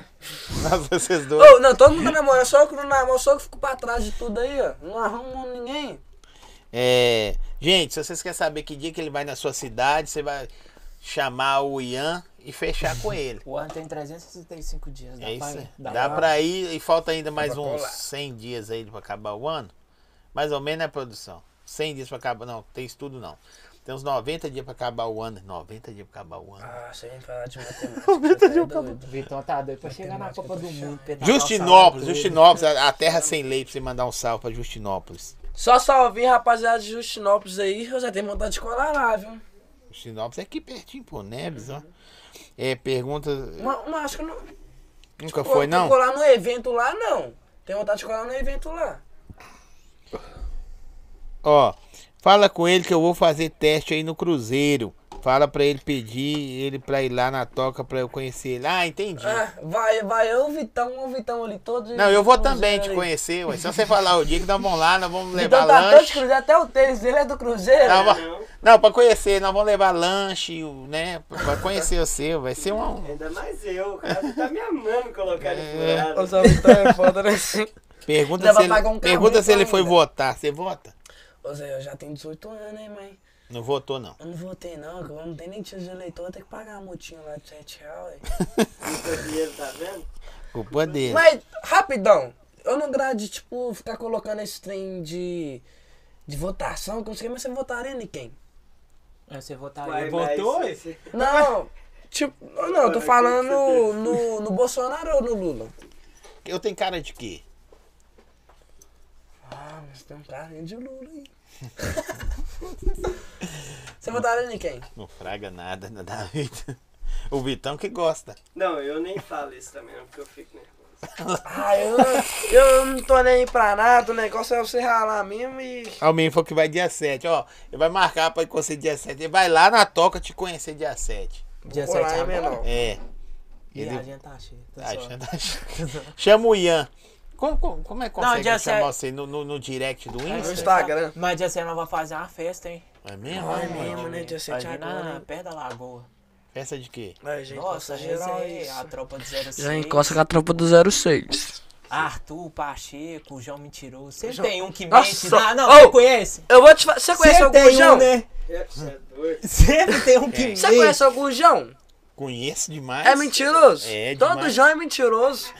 Speaker 3: Nossa, vocês dois.
Speaker 1: Ô, não, todo mundo tá namorando. Só eu que não namoro, só eu que fico pra trás de tudo aí, ó. Não arrumo ninguém.
Speaker 3: É, gente, se vocês querem saber que dia que ele vai na sua cidade, você vai chamar o Ian e fechar
Speaker 1: <laughs>
Speaker 3: com ele.
Speaker 5: O ano tem 365 dias. Dá
Speaker 3: É isso.
Speaker 5: pra,
Speaker 3: aí. Dá pra ir e falta ainda mais
Speaker 1: pra
Speaker 3: uns
Speaker 1: colar.
Speaker 3: 100 dias aí pra acabar o ano. Mais ou menos, né, produção? 100 dias pra acabar. Não, tem estudo não. Tem uns 90 dias pra acabar o ano. 90 dias pra acabar o ano.
Speaker 1: Ah, você vem falar
Speaker 3: <laughs>
Speaker 1: de matemática. de
Speaker 2: O Vitão tá doido pra chegar na Copa do Mundo.
Speaker 1: tá
Speaker 2: pedalar o
Speaker 3: Justinópolis,
Speaker 2: salão todo.
Speaker 3: Justinópolis, a, a terra sem lei pra você mandar um salve pra Justinópolis.
Speaker 1: Só salve, rapaziada de Justinópolis aí. Eu já tenho vontade de colar lá, viu?
Speaker 3: Justinópolis é aqui pertinho, pô, Neves, ó. É, pergunta.
Speaker 1: Uma, uma acho que eu não.
Speaker 3: Nunca
Speaker 1: eu
Speaker 3: foi,
Speaker 1: não
Speaker 3: não?
Speaker 1: colar no evento lá, não. Tenho vontade de colar no evento lá.
Speaker 3: Ó, fala com ele que eu vou fazer teste aí no Cruzeiro. Fala pra ele pedir ele pra ir lá na toca pra eu conhecer ele. Ah, entendi.
Speaker 1: Ah, vai, vai, eu, Vitão, o Vitão ali todo.
Speaker 3: Não, eu vou
Speaker 1: todo
Speaker 3: também te
Speaker 1: ali.
Speaker 3: conhecer, ué. Se você falar o dia que nós vamos lá, nós vamos levar
Speaker 1: Então tá tanto de
Speaker 3: lanche.
Speaker 1: Cruzeiro, até o tênis dele é do Cruzeiro.
Speaker 3: Nós vamos-
Speaker 4: Não.
Speaker 3: Não, pra conhecer, nós vamos levar lanche, o- né? Pra conhecer o seu, vai ser uma.
Speaker 4: Ainda mais eu, o cara tá me amando colocar ele furado.
Speaker 1: Ô, Zé Vitão é foda, né?
Speaker 3: Pergunta
Speaker 1: Dá
Speaker 3: se
Speaker 1: pra
Speaker 3: ele,
Speaker 1: pagar um carro
Speaker 3: pergunta se
Speaker 1: então
Speaker 3: ele foi
Speaker 1: ainda.
Speaker 3: votar. Você vota?
Speaker 1: <laughs> Ô Zé, eu já tenho 18 anos, hein, mãe?
Speaker 3: Não votou, não.
Speaker 1: Eu não votei não, que eu não tenho nem título de eleitor, eu tenho que pagar a multinha lá de 7 reais.
Speaker 4: Esse dinheiro, tá vendo?
Speaker 3: Culpa é dele.
Speaker 1: Mas, rapidão, eu não grado de, tipo, ficar colocando esse trem de. de votação, que eu não sei, mas você votaria em quem?
Speaker 2: É,
Speaker 5: Aí você votaria.
Speaker 4: Vai,
Speaker 2: votou,
Speaker 4: mas isso-
Speaker 1: <laughs> Não, tipo, não, eu tô falando no, no, no Bolsonaro ou no Lula?
Speaker 3: Eu tenho cara de quê?
Speaker 1: Ah, você tem um carrinho de Lula aí. <laughs> você votaria em quem?
Speaker 3: Não fraga nada na da vida. <laughs> O Vitão que gosta.
Speaker 4: Não, eu nem falo isso também, não, porque eu fico nervoso.
Speaker 1: Ah, eu, eu não tô nem aí pra nada, o negócio é você ralar mesmo e.
Speaker 3: Aí o menino falou que vai dia 7, ó. Ele vai marcar pra conhecer dia 7. Ele vai lá na toca te conhecer dia 7.
Speaker 5: Dia
Speaker 1: Vou
Speaker 5: 7
Speaker 1: lá, hein,
Speaker 5: agora?
Speaker 1: menor?
Speaker 3: É.
Speaker 5: Ih, a
Speaker 3: Ele...
Speaker 5: gente tá cheio. tá
Speaker 3: Ah,
Speaker 5: só.
Speaker 3: Xandá- <laughs> Chama o Ian. Como, como, como é que
Speaker 5: Não,
Speaker 3: consegue
Speaker 5: dia
Speaker 3: chamar
Speaker 5: sete. É
Speaker 3: você no, no, no direct do
Speaker 1: No
Speaker 3: Insta?
Speaker 1: Instagram.
Speaker 5: Mas dia 7 nós vamos fazer uma festa, hein?
Speaker 3: É mesmo?
Speaker 1: Não é
Speaker 3: mano?
Speaker 1: mesmo, né? Dia 7
Speaker 5: Ali na,
Speaker 1: agora.
Speaker 5: perto da lagoa.
Speaker 3: Festa de quê?
Speaker 1: Ai, gente,
Speaker 5: Nossa, esse
Speaker 2: é
Speaker 1: geral
Speaker 5: aí,
Speaker 1: isso.
Speaker 5: a tropa do 06.
Speaker 1: Já encosta com a tropa do 06.
Speaker 5: Arthur, Pacheco, João Mentiroso. Você tem um que
Speaker 1: Nossa!
Speaker 5: mente. Não, não,
Speaker 1: Oh!
Speaker 5: você conhece?
Speaker 1: Eu vou te falar. Você conhece
Speaker 5: Você
Speaker 1: algum
Speaker 5: tem
Speaker 1: Gujão?
Speaker 5: um, né? <laughs>
Speaker 4: Você é doido.
Speaker 5: Sempre tem um que mente.
Speaker 1: Você conhece algum Jão?
Speaker 3: Conheço demais.
Speaker 1: É mentiroso?
Speaker 3: É,
Speaker 1: Todo
Speaker 3: demais.
Speaker 1: Jão é mentiroso.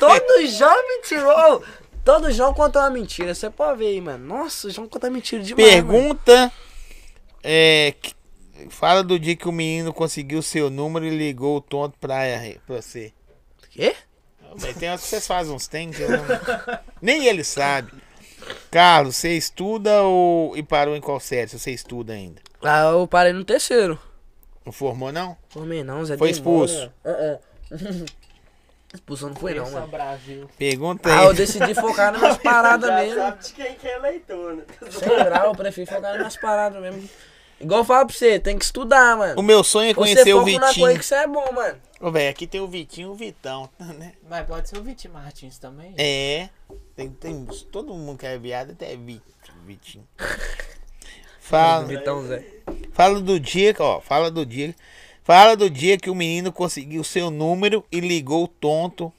Speaker 1: Todo Jão é mentiroso. Todo Jão conta uma mentira. Você pode ver aí, mano. Nossa, o Jão conta mentira demais. mano.
Speaker 3: Pergunta. é, que- fala do dia que o menino conseguiu seu número e ligou o tonto pra, pra você.
Speaker 1: Quê?
Speaker 3: Bem, Tem umas que vocês fazem uns tem que eu não... Nem ele sabe. Carlos, você estuda ou e parou em qual série? Se Você estuda ainda?
Speaker 1: Ah, eu parei no terceiro.
Speaker 3: Não formou, não?
Speaker 1: Formei não, Zé
Speaker 3: Foi
Speaker 1: Demônio.
Speaker 3: expulso.
Speaker 1: <laughs> Ah, ah. expulso não foi não,
Speaker 2: Pensa
Speaker 1: mano.
Speaker 2: Brasil.
Speaker 3: Pergunta
Speaker 1: Ah, eu
Speaker 3: aí.
Speaker 1: decidi focar
Speaker 4: <laughs>
Speaker 1: nas minhas paradas
Speaker 4: Já
Speaker 1: mesmo.
Speaker 4: sabe de quem que é leitona.
Speaker 1: Sem grau, eu prefiro focar nas paradas mesmo. Igual eu falo pra você, tem que estudar, mano.
Speaker 3: O meu sonho é
Speaker 1: Ou
Speaker 3: conhecer o
Speaker 1: foca na coisa
Speaker 3: Vitinho.
Speaker 1: que você é bom, mano.
Speaker 3: Ô, velho, aqui tem o Vitinho e o Vitão, né?
Speaker 2: Mas pode ser o Vitinho Martins também.
Speaker 3: É. Tem, tem, todo mundo que é viado até é Vi-
Speaker 1: <laughs>
Speaker 3: Vitinho. Fala,
Speaker 1: Vitão, Zé.
Speaker 3: fala do dia, que- ó, fala do dia. Fala do dia que o menino conseguiu seu número e ligou tonto.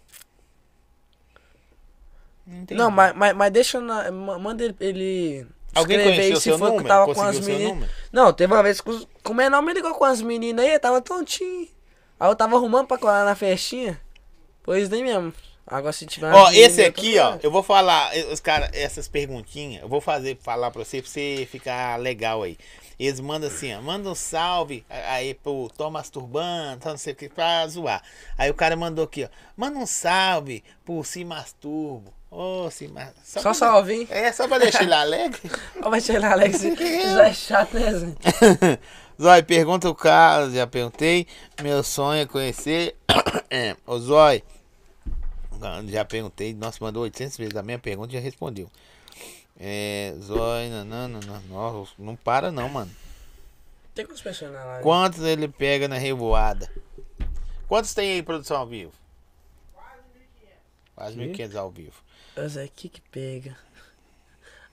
Speaker 3: entendi.
Speaker 1: Não, mas, mas, mas deixa na. ma- Manda ele- ele.
Speaker 3: Alguém
Speaker 1: escrever aí
Speaker 3: conheceu
Speaker 1: se
Speaker 3: seu
Speaker 1: for que
Speaker 3: número?
Speaker 1: tava com
Speaker 3: Conseguiu
Speaker 1: as
Speaker 3: seu
Speaker 1: meninas.
Speaker 3: número?
Speaker 1: Não, teve uma vez que os- que o menor me ligou com as meninas aí, tava tontinho. Aí eu tava arrumando pra colar na festinha. Pois nem mesmo. Agora se tiver.
Speaker 3: Ó,
Speaker 1: umas meninas,
Speaker 3: esse
Speaker 1: eu
Speaker 3: aqui,
Speaker 1: tô-
Speaker 3: ó, eu vou falar, eh, os cara, essas perguntinhas, eu vou fazer, falar pra você, pra você ficar legal aí. Eles mandam assim, ó, manda um salve a- aí pro Thomas Turban, tá, não sei o que, pra zoar. Aí o cara mandou aqui, ó, manda um salve pro Se Masturbo. Ô, Se Masturbo.
Speaker 1: Só salve, hein?
Speaker 3: É, só pra deixar ele alegre.
Speaker 1: Ó, vai chegar lá,
Speaker 3: <laughs>
Speaker 1: Alex. Isso é chato, né, Zé?
Speaker 3: <coughs> Zói, pergunta o Carlos, já perguntei. Meu sonho é conhecer. <coughs> é, ô Zói, já perguntei. Nossa, mandou 800 vezes a minha pergunta e já respondeu. É, Zói, nanana, nossa, não para não, mano.
Speaker 1: Tem quantas pessoas na live?
Speaker 3: Quantos ele pega na revoada? Quantos tem aí, produção ao vivo? Quase 1.500 ao vivo.
Speaker 1: Ô, Zé, o que que pega? <laughs>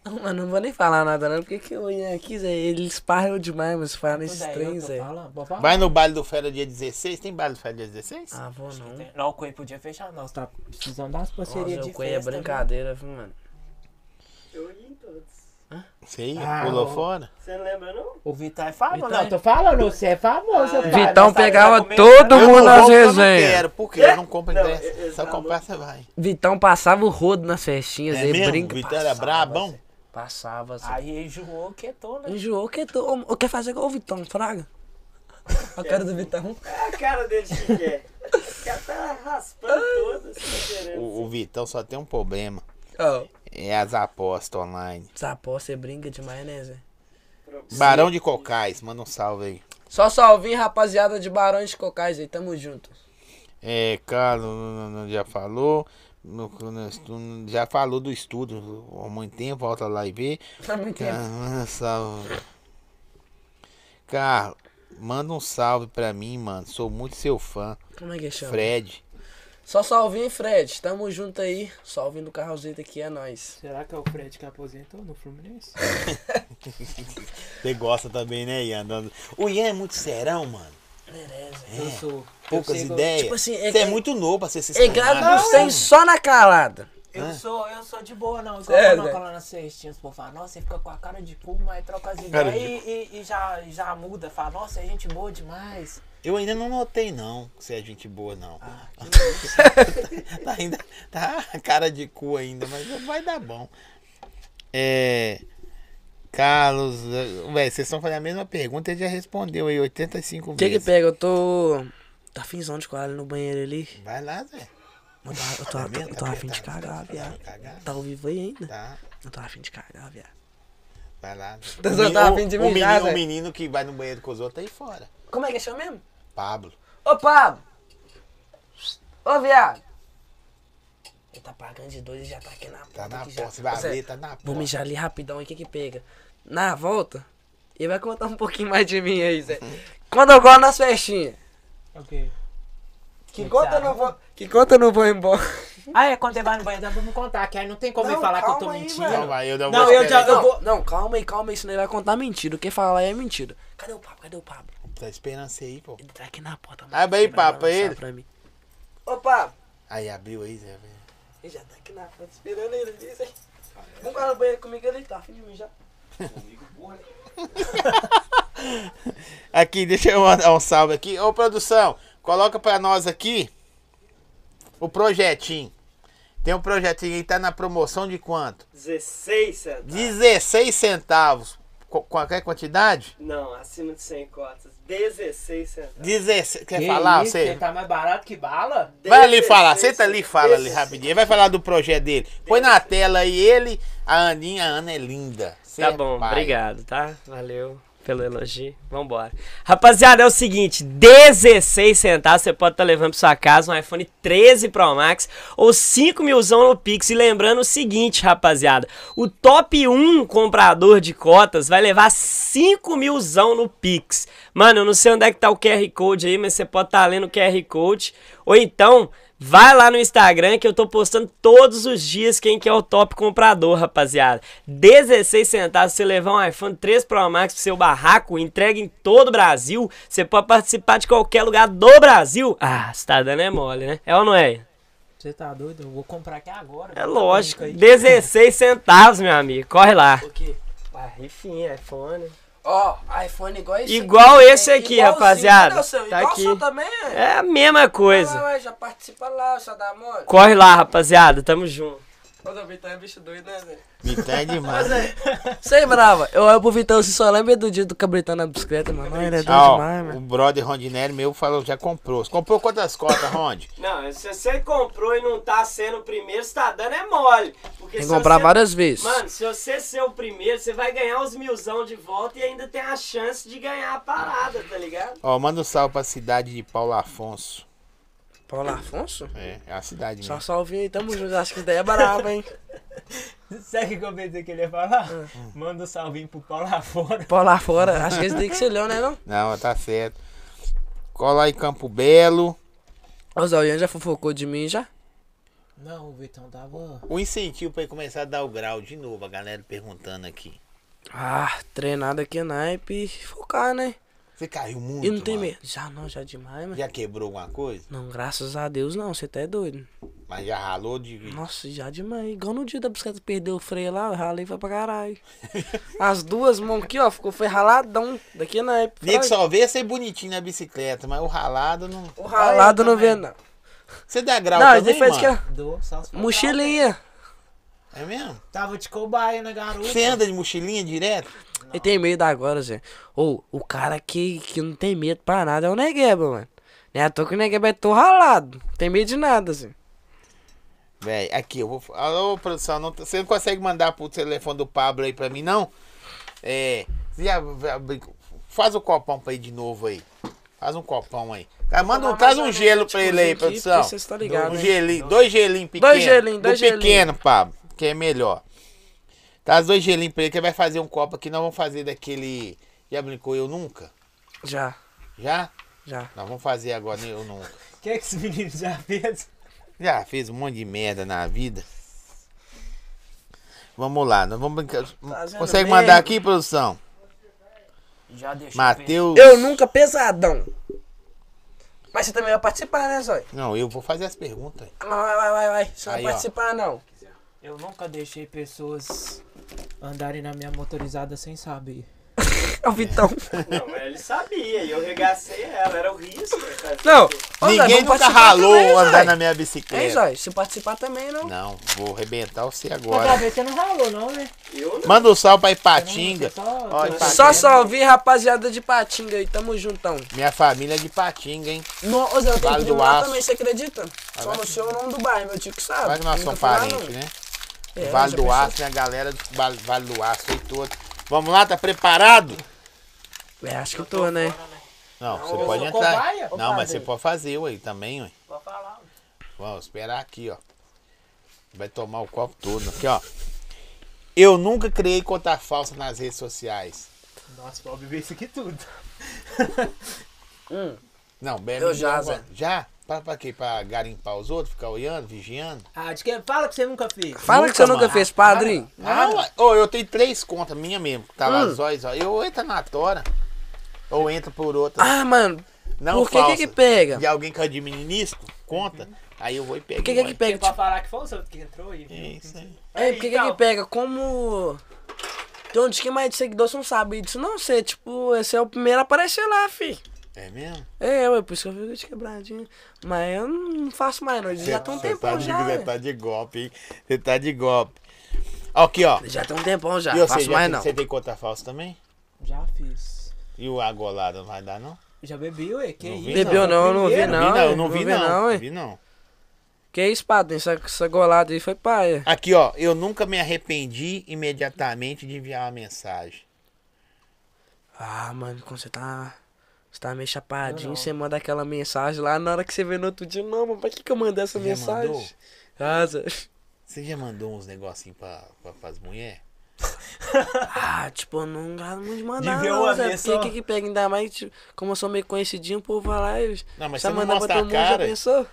Speaker 1: Ah, mano, não vou nem falar nada, não, porque que o Ian aqui, Zé, ele esparram demais, mas fala nesses
Speaker 2: Tudo aí, é, eu
Speaker 1: trens,
Speaker 2: tô
Speaker 1: Zé.
Speaker 2: falando, pode falar?
Speaker 3: Vai no baile do Fera dia 16? Tem baile do Fera dia 16?
Speaker 1: Ah, vou não.
Speaker 5: Não, o Coelho podia fechar,
Speaker 2: Nós
Speaker 5: nós.
Speaker 2: tá precisando das
Speaker 1: Nossa,
Speaker 2: parcerias de
Speaker 1: o Coelho é
Speaker 2: festa.
Speaker 1: brincadeira, viu, mano?
Speaker 4: Eu ia em todos.
Speaker 3: Sei,
Speaker 2: Ah,
Speaker 3: pulou
Speaker 2: ô.
Speaker 3: fora.
Speaker 4: Você não lembra, não?
Speaker 5: O Vital é famoso.
Speaker 2: Vitor,
Speaker 5: né?
Speaker 2: eu tô falando, você é famoso.
Speaker 4: Ah,
Speaker 2: pai.
Speaker 1: Vitão
Speaker 5: mas tá-
Speaker 1: pegava
Speaker 5: tá comendo,
Speaker 1: todo
Speaker 5: né?
Speaker 3: Eu
Speaker 1: mundo
Speaker 3: não
Speaker 1: nas
Speaker 3: vou porque eu não
Speaker 1: resenhas.
Speaker 3: quero, porque eu não compro
Speaker 4: Não,
Speaker 3: ingresso.
Speaker 4: ele- ele
Speaker 3: Só
Speaker 4: tá
Speaker 3: comprar, você vai.
Speaker 1: Vitão passava o rodo nas festinhas,
Speaker 3: É
Speaker 1: ele
Speaker 3: mesmo?
Speaker 1: brinca.
Speaker 3: Vitão era
Speaker 1: passava,
Speaker 3: brabão?
Speaker 1: Zé. Passava, assim. Zé.
Speaker 5: Aí enjoou, quietou, né?
Speaker 1: Enjoou, que tu. ô, ô, Quer fazer igual o Vitão, fraga? <laughs> A cara do Vitão.
Speaker 4: É a cara dele que quer. Esse cara tá raspando todas, se querendo.
Speaker 3: O, o Vitão só tem um problema.
Speaker 1: Ó,
Speaker 3: É as apostas online.
Speaker 1: Zapó, você brinca demais, né, Zé?
Speaker 3: Barão de Cocais, manda um salve aí.
Speaker 1: Só salvinho, rapaziada de Barões de Cocais aí, tamo junto.
Speaker 3: É, Carlos não- não- já falou. No- no estu- Já falou do estudo há muito tempo, volta lá e vê.
Speaker 1: Tá muito tempo.
Speaker 3: Carlos, manda um salve. Carlos, manda um salve pra mim, mano. Sou muito seu fã.
Speaker 1: Como é que chama?
Speaker 3: Fred.
Speaker 1: Só salvinho, Fred. Tamo junto aí. Salvinho do Carrozeta aqui, é nóis.
Speaker 2: Será que é o Fred que aposentou no Fluminense?
Speaker 3: Você gosta também, né, Ian? O Ian é muito serão, mano.
Speaker 1: Merece.
Speaker 2: Eu sou.
Speaker 3: É, Poucas
Speaker 2: eu chego-
Speaker 3: ideias.
Speaker 1: Tipo assim, é,
Speaker 3: Você é
Speaker 1: é,
Speaker 3: muito novo pra ser esses
Speaker 1: é grave
Speaker 3: canalha,
Speaker 1: nos 100
Speaker 3: né?
Speaker 1: só na calada.
Speaker 5: Eu sou, eu sou de boa, não. Igual
Speaker 1: Sério,
Speaker 5: quando eu
Speaker 1: velho?
Speaker 5: colo nas cestinhas, pô, fala, nossa, você fica com a cara de cu, mas troca as
Speaker 3: Cara
Speaker 5: ideias e, e- e já, já muda. Fala, nossa, é gente boa demais.
Speaker 3: Eu ainda não notei, não, se é gente boa, não.
Speaker 1: Ah,
Speaker 3: <laughs> tá ainda. Tá a cara de cu ainda, mas vai dar bom. É. Carlos, eh, véi, vocês estão fazendo a mesma pergunta, ele já respondeu aí 85
Speaker 1: O que que
Speaker 3: vezes.
Speaker 1: pega? Eu tô. Tá finzão de colar ali no banheiro ali.
Speaker 3: Vai lá, Zé.
Speaker 1: Mano, eu tô,
Speaker 3: Tá
Speaker 1: eu tô,
Speaker 3: mesmo?
Speaker 1: eu tô
Speaker 3: Tá
Speaker 1: afim de
Speaker 3: mesmo, tá
Speaker 1: cagar,
Speaker 3: mesmo, tá
Speaker 1: viado.
Speaker 3: afim de cagar?
Speaker 1: Tá ao vivo aí ainda?
Speaker 3: Tá,
Speaker 1: Eu tô afim de cagar, viado.
Speaker 3: vai lá.
Speaker 1: Tá
Speaker 3: O meni-
Speaker 1: afim
Speaker 3: o-
Speaker 1: de mijar,
Speaker 3: o menino-
Speaker 1: velho.
Speaker 3: O menino que vai no banheiro com os outros tá aí fora.
Speaker 1: Como é que é chama mesmo?
Speaker 3: Pablo.
Speaker 1: Ô, Pablo! Ô, viado! Ele tá pagando de dois e já tá aqui na porta.
Speaker 3: Tá na
Speaker 1: que já-
Speaker 3: porta, você vai
Speaker 1: Zé,
Speaker 3: abrir, tá na
Speaker 1: Vou
Speaker 3: porta.
Speaker 1: mijar ali rapidão aí, o que que pega? Na volta, ele vai contar um pouquinho mais de mim aí, Zé. Quando eu gosto nas festinhas.
Speaker 2: Ok.
Speaker 1: Que enquanto eu não vou. Que enquanto eu não vou embora.
Speaker 2: Ah, é quando você vai no banheiro, dá pra me contar, que aí não tem como
Speaker 1: Não,
Speaker 2: eu falar que eu tô
Speaker 1: calma aí,
Speaker 2: mentindo.
Speaker 1: velho.
Speaker 3: Não, vai, eu
Speaker 2: Não,
Speaker 3: vou
Speaker 2: eu
Speaker 3: esperar.
Speaker 2: já- eu
Speaker 1: Não,
Speaker 2: vou-
Speaker 1: não, calma aí, calma aí, senão ele vai contar mentira. O que falar é mentira. Cadê o Pablo? Cadê o Pablo?
Speaker 3: Tá esperando você aí, pô.
Speaker 1: Ele tá aqui na porta. mano.
Speaker 3: Abre aí,
Speaker 1: é Ele vai
Speaker 3: Pablo, pra
Speaker 1: balançar
Speaker 3: ele.
Speaker 1: Pra mim. Ô, Pablo!
Speaker 3: Aí abriu aí, Zé. velho.
Speaker 1: Ele já tá aqui na porta esperando ele. Diz aí. Vamos lá no banheiro comigo, ele tá afim de mim já.
Speaker 3: Aqui, deixa eu mandar um salve aqui. Ô, produção, coloca pra nós aqui o projetinho. Tem um projetinho aí, tá na promoção de quanto?
Speaker 7: 16 centavos.
Speaker 3: 16 centavos. Co- qualquer quantidade?
Speaker 7: Não, acima de 100 cotas. 16 centavos.
Speaker 3: 16. Quer falar?
Speaker 2: isso,
Speaker 3: você?
Speaker 2: Tá mais barato que bala?
Speaker 3: Vai ali falar, senta ali e
Speaker 7: Dezesseis
Speaker 3: fala ali
Speaker 7: centavos.
Speaker 3: rapidinho. Ele vai falar do projeto dele. Põe na tela aí ele, a Aninha. A Ana é linda. Cê
Speaker 4: Tá
Speaker 3: é
Speaker 4: bom,
Speaker 3: pai.
Speaker 4: obrigado, tá? Valeu pelo elogio. Vambora. Rapaziada, é o seguinte: 16 centavos você pode estar levando pra sua casa um iPhone 13 Pro Max ou 5 milzão no Pix. E lembrando o seguinte, rapaziada: o top 1 comprador de cotas vai levar 5 milzão no Pix. Mano, eu não sei onde é que tá o QR Code aí, mas você pode estar lendo o QR Code. Ou então. Vai lá no Instagram que eu tô postando todos os dias quem que é o top comprador, rapaziada. 16 centavos você levar um iPhone 3 Pro Max pro seu barraco, entrega em todo o Brasil. Você pode participar de qualquer lugar do Brasil. Ah, você tá dando é mole, né? É ou não é?
Speaker 2: Você tá doido? Eu vou comprar aqui agora.
Speaker 4: É lógico. 16 centavos, meu amigo. Corre lá. tá Enfim, iPhone.
Speaker 1: Ó, iPhone igual esse
Speaker 4: Igual
Speaker 1: aqui.
Speaker 4: esse aqui,
Speaker 1: Igualzinho,
Speaker 4: rapaziada.
Speaker 1: cadê o seu?
Speaker 4: Tá
Speaker 1: igual o seu
Speaker 4: aqui.
Speaker 1: também, é?
Speaker 4: É a mesma
Speaker 1: Vai
Speaker 4: coisa.
Speaker 1: lá, ué, já participa lá, só dá mole.
Speaker 4: Corre lá, rapaziada. Tamo junto.
Speaker 1: Quando o Vitão é bicho doido, né, Zé?
Speaker 3: Vitão é demais.
Speaker 1: Sei, brava. Eu olho pro Vitão, você só lembra do dia do cabritão na bicicleta, mano. Ele é doido
Speaker 3: Ó,
Speaker 1: demais,
Speaker 3: o
Speaker 1: mano.
Speaker 3: brother Rondinelli meu falou, já comprou. Você comprou quantas cotas, Rondi?
Speaker 4: Não, se você comprou e não tá sendo o primeiro, você tá dando é mole. Porque
Speaker 1: Tem que comprar várias vezes.
Speaker 4: Mano, se você ser o primeiro, você vai ganhar os milzão de volta e ainda tem a chance de ganhar a parada, tá ligado?
Speaker 3: Ó, manda um salve pra cidade de Paulo Afonso.
Speaker 1: Paulo Afonso?
Speaker 3: É, é a cidade
Speaker 1: Só
Speaker 3: mesmo.
Speaker 1: salve aí, tamo junto. Acho que isso daí é brabo, hein?
Speaker 2: <laughs> Sabe o que eu pensei que ele ia falar?
Speaker 1: Ah.
Speaker 2: Manda um salvinho pro pau lá fora.
Speaker 1: Paulo lá fora. Acho que esse daí que você leu, né, não?
Speaker 3: Não, tá certo. Cola em Campo Belo.
Speaker 1: Ó, Zé, o Ian já fofocou de mim já?
Speaker 2: Não, o Vitão tava.
Speaker 3: O incentivo pra ele começar a dar o grau de novo, a galera perguntando aqui.
Speaker 1: Ah, treinado aqui é naipe. Focar, né?
Speaker 3: Você caiu muito,
Speaker 1: E não tem
Speaker 3: mano.
Speaker 1: medo. Já não, já demais, mano.
Speaker 3: Já quebrou alguma coisa?
Speaker 1: Não, graças a Deus não, você tá é doido.
Speaker 3: Mas já ralou de...
Speaker 1: Nossa, já demais. Igual no dia da bicicleta perdeu o freio lá, eu ralei foi pra
Speaker 3: <laughs>
Speaker 1: caralho. As duas mãos aqui, ó, ficou, foi raladão. Daqui na época.
Speaker 3: Nego só vê ser bonitinho na bicicleta, mas o ralado não...
Speaker 1: O ralado não vê, não.
Speaker 3: Você dá grau
Speaker 1: Não, ele
Speaker 3: também,
Speaker 1: fez
Speaker 3: mano?
Speaker 1: que ó,
Speaker 2: Do, só se for
Speaker 1: mochilinha.
Speaker 3: É mesmo?
Speaker 2: pra- Tava de cobaia na garupa.
Speaker 3: Você anda de mochilinha direto?
Speaker 1: Ele tem medo agora, Zé. Ou o cara que, que não tem medo pra nada é o Negueba, mano. Não é à toa que o Negueba é todo ralado. Não tem medo de nada, Zé.
Speaker 3: Véi, aqui, eu vou. Alô, produção, não- você não consegue mandar pro telefone do Pablo aí pra mim, não? É. você já- já- faz o copão pra ele de novo aí. Faz um copão aí. Tá, manda um, traz um gelo pra ele aí, produção.
Speaker 1: Vocês estão ligados, né?
Speaker 3: um gelinho, dois gelinhos pequenos.
Speaker 1: gelinhos, dois
Speaker 3: do pequeno, Pablo, que é melhor. Traz dois gelinhos pra ele, que ele vai fazer um copo aqui. Nós vamos fazer daquele. Já brincou eu nunca?
Speaker 1: Já,
Speaker 3: Já?
Speaker 1: já.
Speaker 3: Nós vamos fazer agora eu nunca.
Speaker 2: O que é que esse menino já fez?
Speaker 3: Já fez um monte de merda na vida. Vamos lá, nós vamos brincar.
Speaker 1: Tá Fazendo
Speaker 3: Consegue
Speaker 1: merda.
Speaker 3: mandar aqui, produção?
Speaker 8: Já deixou.
Speaker 3: Matheus.
Speaker 1: Eu nunca pesadão. Mas você também vai participar, né, Zói?
Speaker 3: Não, eu vou fazer as perguntas.
Speaker 1: Vai, vai, vai, vai. Você não vai
Speaker 3: Aí, ó.
Speaker 1: participar, não.
Speaker 2: Eu nunca deixei pessoas andarem na minha motorizada sem saber.
Speaker 1: É o Vitão. <laughs>
Speaker 4: Não, mas ele sabia, e eu regacei ela, era o risco. cara.
Speaker 1: Não. Ô, Zói,
Speaker 3: Ninguém
Speaker 1: vamos
Speaker 3: nunca
Speaker 1: participar
Speaker 3: ralou
Speaker 1: também,
Speaker 3: andar
Speaker 1: Zói.
Speaker 3: na minha
Speaker 1: Hein,
Speaker 3: bicicleta.
Speaker 1: Zói? Se participar também, não.
Speaker 3: Não, vou arrebentar você
Speaker 2: Outra
Speaker 1: Tá
Speaker 3: agora.
Speaker 2: vez você não ralou, não, né?
Speaker 4: Eu não.
Speaker 3: Manda um salve pra Ipatinga.
Speaker 1: Tá
Speaker 2: Você só-
Speaker 3: Ó,
Speaker 2: só-
Speaker 1: Só salve, rapaziada de Patinga aí. Tamo juntão.
Speaker 3: Minha família é de Patinga, hein?
Speaker 1: No, ô, Zé, eu tenho
Speaker 3: Vale
Speaker 1: que
Speaker 3: do
Speaker 1: lá
Speaker 3: Aço.
Speaker 1: também, você acredita? Só não sei o nome do bairro, meu tio que sabe.
Speaker 3: Quase que nós
Speaker 1: Nunca
Speaker 3: somos
Speaker 1: fui lá, não.
Speaker 3: parentes, né?
Speaker 1: Tá É,
Speaker 3: Vale
Speaker 1: já
Speaker 3: do
Speaker 1: pensou?
Speaker 3: Aço, né? A galera do Vale, Vale do Aço aí todo. Vamos lá, tá preparado?
Speaker 1: É, acho que tô, né?
Speaker 3: Não, você pode
Speaker 2: sou
Speaker 3: entrar.
Speaker 2: cobaia, ô,
Speaker 3: não, mas
Speaker 2: padre.
Speaker 3: você pode fazer, ué, também, ué.
Speaker 4: Pode falar.
Speaker 3: Vamos esperar aqui, ó. Vai tomar o copo todo. Aqui, ó. Eu nunca criei conta falsa nas redes sociais.
Speaker 2: Nossa, pode beber isso
Speaker 5: <laughs>
Speaker 2: aqui tudo.
Speaker 3: Não, bebe.
Speaker 1: Eu já,
Speaker 3: água.
Speaker 1: Zé.
Speaker 3: Já? Pra, pra quê? Pra garimpar os outros? Ficar olhando, vigiando?
Speaker 2: Ah, de que? Fala que você nunca fez.
Speaker 1: Fala que você
Speaker 3: mano.
Speaker 1: nunca fez, padrinho.
Speaker 3: Ah, ué. Ô, eu tenho três contas minha mesmo. que Tá lá,
Speaker 1: Hum.
Speaker 3: zóis, ó. Eu entro na tora. Ou entro por outra.
Speaker 1: Ah, mano,
Speaker 3: não
Speaker 1: por que que
Speaker 3: falsa.
Speaker 1: que pega?
Speaker 3: De alguém que eu administro, conta. Aí eu vou e pego.
Speaker 1: por que que, que
Speaker 3: ué.
Speaker 1: pega?
Speaker 2: É pra
Speaker 1: Tipo,
Speaker 2: falar que foi o outro que entrou aí.
Speaker 3: É isso aí.
Speaker 1: é, por que que,
Speaker 4: então,
Speaker 3: Então.
Speaker 1: que pega? Como. Tem um esquema aí de seguidor, você não sabe disso, não. Você, tipo, esse é o primeiro a aparecer lá, fi.
Speaker 3: É mesmo?
Speaker 1: É, ué, por isso que eu fico de quebradinha. Mas eu não faço mais, não. Eles já tem um
Speaker 3: Você tá
Speaker 1: tempão
Speaker 3: de-
Speaker 1: já.
Speaker 3: Você
Speaker 1: ué.
Speaker 3: tá de golpe, hein? Você tá de golpe. Ó, Aqui, ó.
Speaker 1: Já tem um tempão já,
Speaker 3: E
Speaker 1: não
Speaker 3: você,
Speaker 1: faço
Speaker 3: já
Speaker 1: mais
Speaker 3: tem-
Speaker 1: não.
Speaker 3: você tem conta falsa também?
Speaker 2: Já fiz.
Speaker 3: E o agolado não vai dar, não?
Speaker 2: Já bebi, ué? Que
Speaker 3: Não
Speaker 2: isso?
Speaker 3: vi,
Speaker 1: Bebeu não, eu não vi
Speaker 2: Primeiro.
Speaker 1: não.
Speaker 3: vi, não, eu
Speaker 1: ué.
Speaker 3: não vi,
Speaker 1: não.
Speaker 3: não.
Speaker 1: ué.
Speaker 3: vi, não.
Speaker 1: Que isso, padrinho? Essa, essa golada aí foi paia.
Speaker 3: Aqui, ó. Eu nunca me arrependi imediatamente de enviar uma mensagem.
Speaker 1: Ah, mano, quando você tá. Você tá meio chapadinho,
Speaker 2: Não, não.
Speaker 1: você manda aquela mensagem lá na hora que você vê no outro dia. Não, mas pra que, que eu mandei essa
Speaker 3: Já
Speaker 1: mensagem?
Speaker 3: mandou?
Speaker 1: Ah, Zé.
Speaker 3: Você já mandou uns negocinhos pra, pra, pras mulheres?
Speaker 1: Ah, tipo, eu não gosto muito de mandar.
Speaker 5: Devia
Speaker 1: Não,
Speaker 5: uma
Speaker 1: Zé,
Speaker 5: vez
Speaker 1: porque
Speaker 5: só.
Speaker 1: que que pega? Ainda mais, tipo, como eu sou meio conhecidinho, o povo vai lá e.
Speaker 3: Não, Ah, mas
Speaker 1: já
Speaker 3: você não
Speaker 1: mandar
Speaker 3: mostra
Speaker 1: pra
Speaker 3: a
Speaker 1: todo mundo, já
Speaker 3: cara.
Speaker 1: pensou?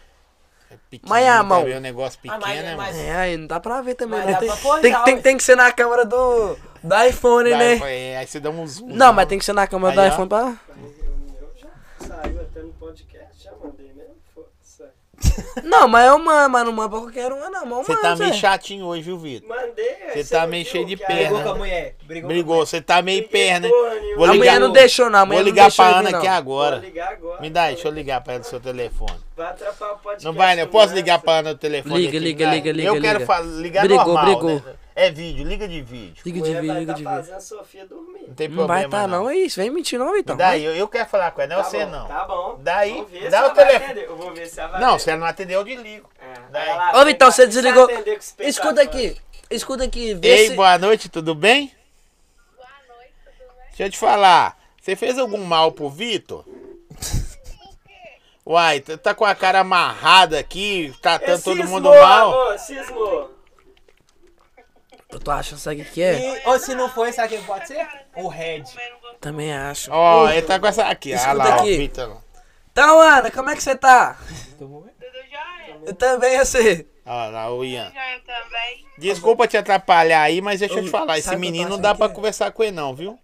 Speaker 3: É pequeno,
Speaker 1: Mas é a mão.
Speaker 3: É um negócio pequeno,
Speaker 5: Ah, mas-
Speaker 3: né,
Speaker 5: mas-
Speaker 3: mano?
Speaker 1: É, aí não dá pra ver também,
Speaker 5: Mas
Speaker 1: né?
Speaker 5: dá
Speaker 1: Tem,
Speaker 5: pra postar,
Speaker 1: tem, tem,
Speaker 5: ué.
Speaker 1: tem que ser na câmera do. Da iPhone, né?
Speaker 3: Aí, foi- é, aí você dá uns.
Speaker 1: Não, mas tem que ser na câmera do
Speaker 3: Aí, ó.
Speaker 1: iPhone pra.
Speaker 4: Mas eu, eu já saiu até no podcast, já mandei mesmo. Força.
Speaker 1: Não, mas eu mando, mas não mando pra qualquer uma, não. Mas
Speaker 3: Você
Speaker 1: eu
Speaker 3: tá
Speaker 1: mando,
Speaker 3: meio
Speaker 1: Zé.
Speaker 3: chatinho hoje, viu, Vitor?
Speaker 4: Mandei, é. ué,
Speaker 3: Você
Speaker 4: você
Speaker 3: tá
Speaker 4: não
Speaker 3: meio
Speaker 4: viu
Speaker 3: cheio de
Speaker 4: que a-
Speaker 2: Brigou
Speaker 3: perna.
Speaker 2: com a mulher. Brigou.
Speaker 3: Brigou, você tá meio
Speaker 4: Ninguém
Speaker 3: perna.
Speaker 4: porra nenhuma.
Speaker 3: Vou
Speaker 1: Amanhã
Speaker 3: ligar,
Speaker 1: não deixou, não. Amanhã
Speaker 3: Vou
Speaker 1: não
Speaker 3: ligar
Speaker 1: deixou
Speaker 3: pra
Speaker 1: eu
Speaker 3: Ana
Speaker 1: vir,
Speaker 3: aqui
Speaker 1: não.
Speaker 4: Vou
Speaker 3: agora.
Speaker 4: ligar agora.
Speaker 3: Me dá aí, deixa eu ligar pra ela do seu telefone.
Speaker 4: Vai atrapalhar o podcast.
Speaker 3: Não vai, né? Eu posso ligar pra Ana do telefone?
Speaker 1: Liga,
Speaker 3: aqui, me
Speaker 1: liga,
Speaker 3: dá?
Speaker 1: liga, liga,
Speaker 3: Eu quero
Speaker 1: liga.
Speaker 3: fa- ligar
Speaker 1: Brigou,
Speaker 3: normal,
Speaker 1: brigou.
Speaker 3: né? É vídeo, liga de vídeo.
Speaker 1: Liga de vídeo, liga de
Speaker 4: Vai tá
Speaker 1: vídeo.
Speaker 4: fazendo a Sofia dormir.
Speaker 3: Não tem
Speaker 1: Não vai
Speaker 3: problema,
Speaker 1: tá, não. É isso. Vem mentir, não, então.
Speaker 3: Daí, eu, eu quero falar com ela, não
Speaker 4: Tá
Speaker 3: é você
Speaker 4: bom,
Speaker 3: não.
Speaker 4: Tá bom.
Speaker 3: Daí,
Speaker 4: Vamos
Speaker 3: dá
Speaker 4: ver se
Speaker 3: o
Speaker 4: ela vai
Speaker 3: telefone.
Speaker 4: atender. Eu vou ver se ela vai
Speaker 3: Não, se
Speaker 4: atender.
Speaker 3: ela não atender, eu desligo.
Speaker 4: É,
Speaker 3: Daí.
Speaker 4: vai lá,
Speaker 1: Ô, Vitão,
Speaker 4: vai
Speaker 1: você
Speaker 4: lá,
Speaker 1: desligou.
Speaker 4: atender com esse
Speaker 1: Escuta
Speaker 4: pecado,
Speaker 1: aqui.
Speaker 5: né?
Speaker 1: Escuta aqui. Vê
Speaker 3: Ei,
Speaker 1: se...
Speaker 3: boa noite, tudo bem? Boa noite, tudo bem? Deixa eu te falar, você fez algum mal pro <laughs> Vitor? Uai, tu tá com a cara amarrada aqui,
Speaker 4: É,
Speaker 3: tratando todo
Speaker 4: cismou,
Speaker 3: mundo mal.
Speaker 4: amor, cismou.
Speaker 1: Eu tô achando, sabe o que que é?
Speaker 2: E, ou se não foi, sabe quem pode ser? O Red.
Speaker 1: Também acho.
Speaker 3: Ó, ele tá com essa aqui, ah
Speaker 1: Escuta
Speaker 3: lá, ó,
Speaker 1: aqui.
Speaker 3: Vitor.
Speaker 1: Então, Ana, como é que você tá?
Speaker 5: Então,
Speaker 9: Tudo jóia?
Speaker 1: Eu também, você.
Speaker 3: Ó lá, o Ian.
Speaker 9: Jóia também.
Speaker 3: Desculpa te atrapalhar aí, mas deixa eu te falar, esse
Speaker 1: sabe o que eu
Speaker 3: menino
Speaker 1: tô
Speaker 3: não dá
Speaker 1: achando
Speaker 3: pra
Speaker 1: que é?
Speaker 3: conversar com ele não, viu?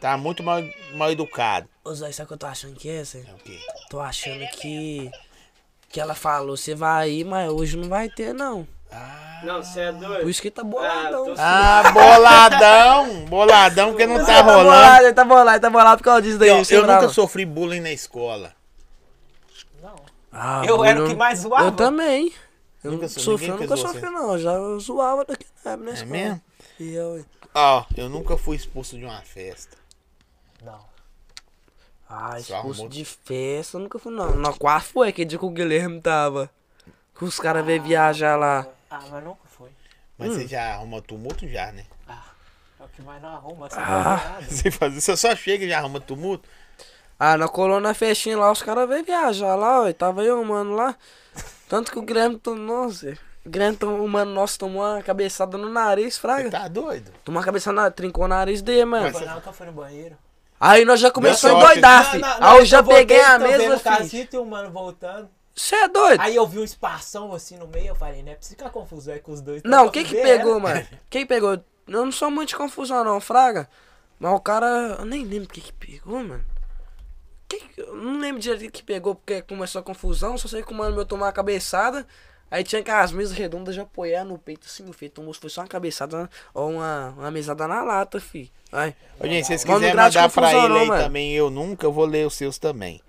Speaker 3: Tá muito mal, mal educado.
Speaker 1: Ô, Zé, sabe o que eu tô achando que é, Zé?
Speaker 3: É o quê?
Speaker 1: Tô achando que... Que ela falou, você vai ir, mas hoje não vai ter, não.
Speaker 4: Não, você é doido.
Speaker 1: Por isso que tá boladão.
Speaker 4: tô-
Speaker 3: Ah, boladão, boladão, porque não tá rolando.
Speaker 1: bolado, ele tá bolado, ele tá bolado por causa disso daí.
Speaker 3: Eu,
Speaker 1: você
Speaker 3: eu
Speaker 1: brava.
Speaker 3: nunca sofri bullying na escola.
Speaker 1: Ah,
Speaker 5: Eu era o
Speaker 1: Bruno,
Speaker 5: que mais zoava.
Speaker 1: Eu também. Eu
Speaker 3: Nunca
Speaker 1: nunca
Speaker 3: sofri,
Speaker 1: sofri, eu
Speaker 3: ninguém
Speaker 1: nunca
Speaker 3: zoou
Speaker 1: sofri
Speaker 3: você.
Speaker 1: não. Eu já zoava daqui na época, né?
Speaker 3: É mesmo?
Speaker 1: E eu...
Speaker 3: Ó, eu nunca fui expulso de uma festa.
Speaker 1: Ah,
Speaker 3: Só
Speaker 1: expulso
Speaker 3: arrumou.
Speaker 1: de festa, eu nunca fui não. Não, quase foi aquele dia que o Guilherme tava. Que os caras veio viajar lá.
Speaker 5: Ah, mas nunca foi.
Speaker 3: Mas
Speaker 1: Hum.
Speaker 3: você já arruma tumulto já, né? <laughs>
Speaker 5: É o que mais não arruma. tá Você
Speaker 3: Você, faz, você só chega e já arruma tumulto.
Speaker 1: Ah, na colônia festinha lá, os caras veio viajar lá, ó. Tava eu, mano, lá. Tanto que o Guilherme tomou, nossa. O Guilherme, tomou, um mano, nosso tomou uma cabeçada no nariz,
Speaker 3: Você
Speaker 1: fraga.
Speaker 3: tá doido?
Speaker 1: Tomou uma cabeçada, na- trincou o nariz dele, mano.
Speaker 3: Mas-
Speaker 5: nunca foi no banheiro.
Speaker 1: Aí nós já começou a
Speaker 3: sorte.
Speaker 2: né?
Speaker 1: endoidar, fi. Aí Ah, eu já peguei a
Speaker 5: mesma
Speaker 1: mesa, fi.
Speaker 5: casito e o mano voltando.
Speaker 1: Você é doido?
Speaker 5: Aí eu vi um espação assim no meio, eu falei, né? Precisa ficar confuso aí com os dois.
Speaker 1: Não,
Speaker 5: Então,
Speaker 1: quem que
Speaker 5: vê
Speaker 1: pegou,
Speaker 5: ela.
Speaker 1: mano? Quem pegou? Eu não sou muito de confusão, não, Fraga. Mas o cara. Eu nem lembro quem que pegou, mano. Quem que- Eu não lembro direito quem que pegou, porque começou a confusão. Só sei que o mano meu tomou uma cabeçada. Aí tinha aquelas mesas redondas já apoiar no peito, assim, meu filho. Tomou, foi só uma cabeçada ou uma, uma mesada na lata, fi. Aí,
Speaker 3: Ô, gente, se vocês
Speaker 1: Manda um
Speaker 3: quiserem
Speaker 1: grau de
Speaker 3: mandar pra
Speaker 1: confusão,
Speaker 3: ele
Speaker 1: não,
Speaker 3: aí
Speaker 1: mano.
Speaker 3: também, eu nunca, eu vou ler os seus também.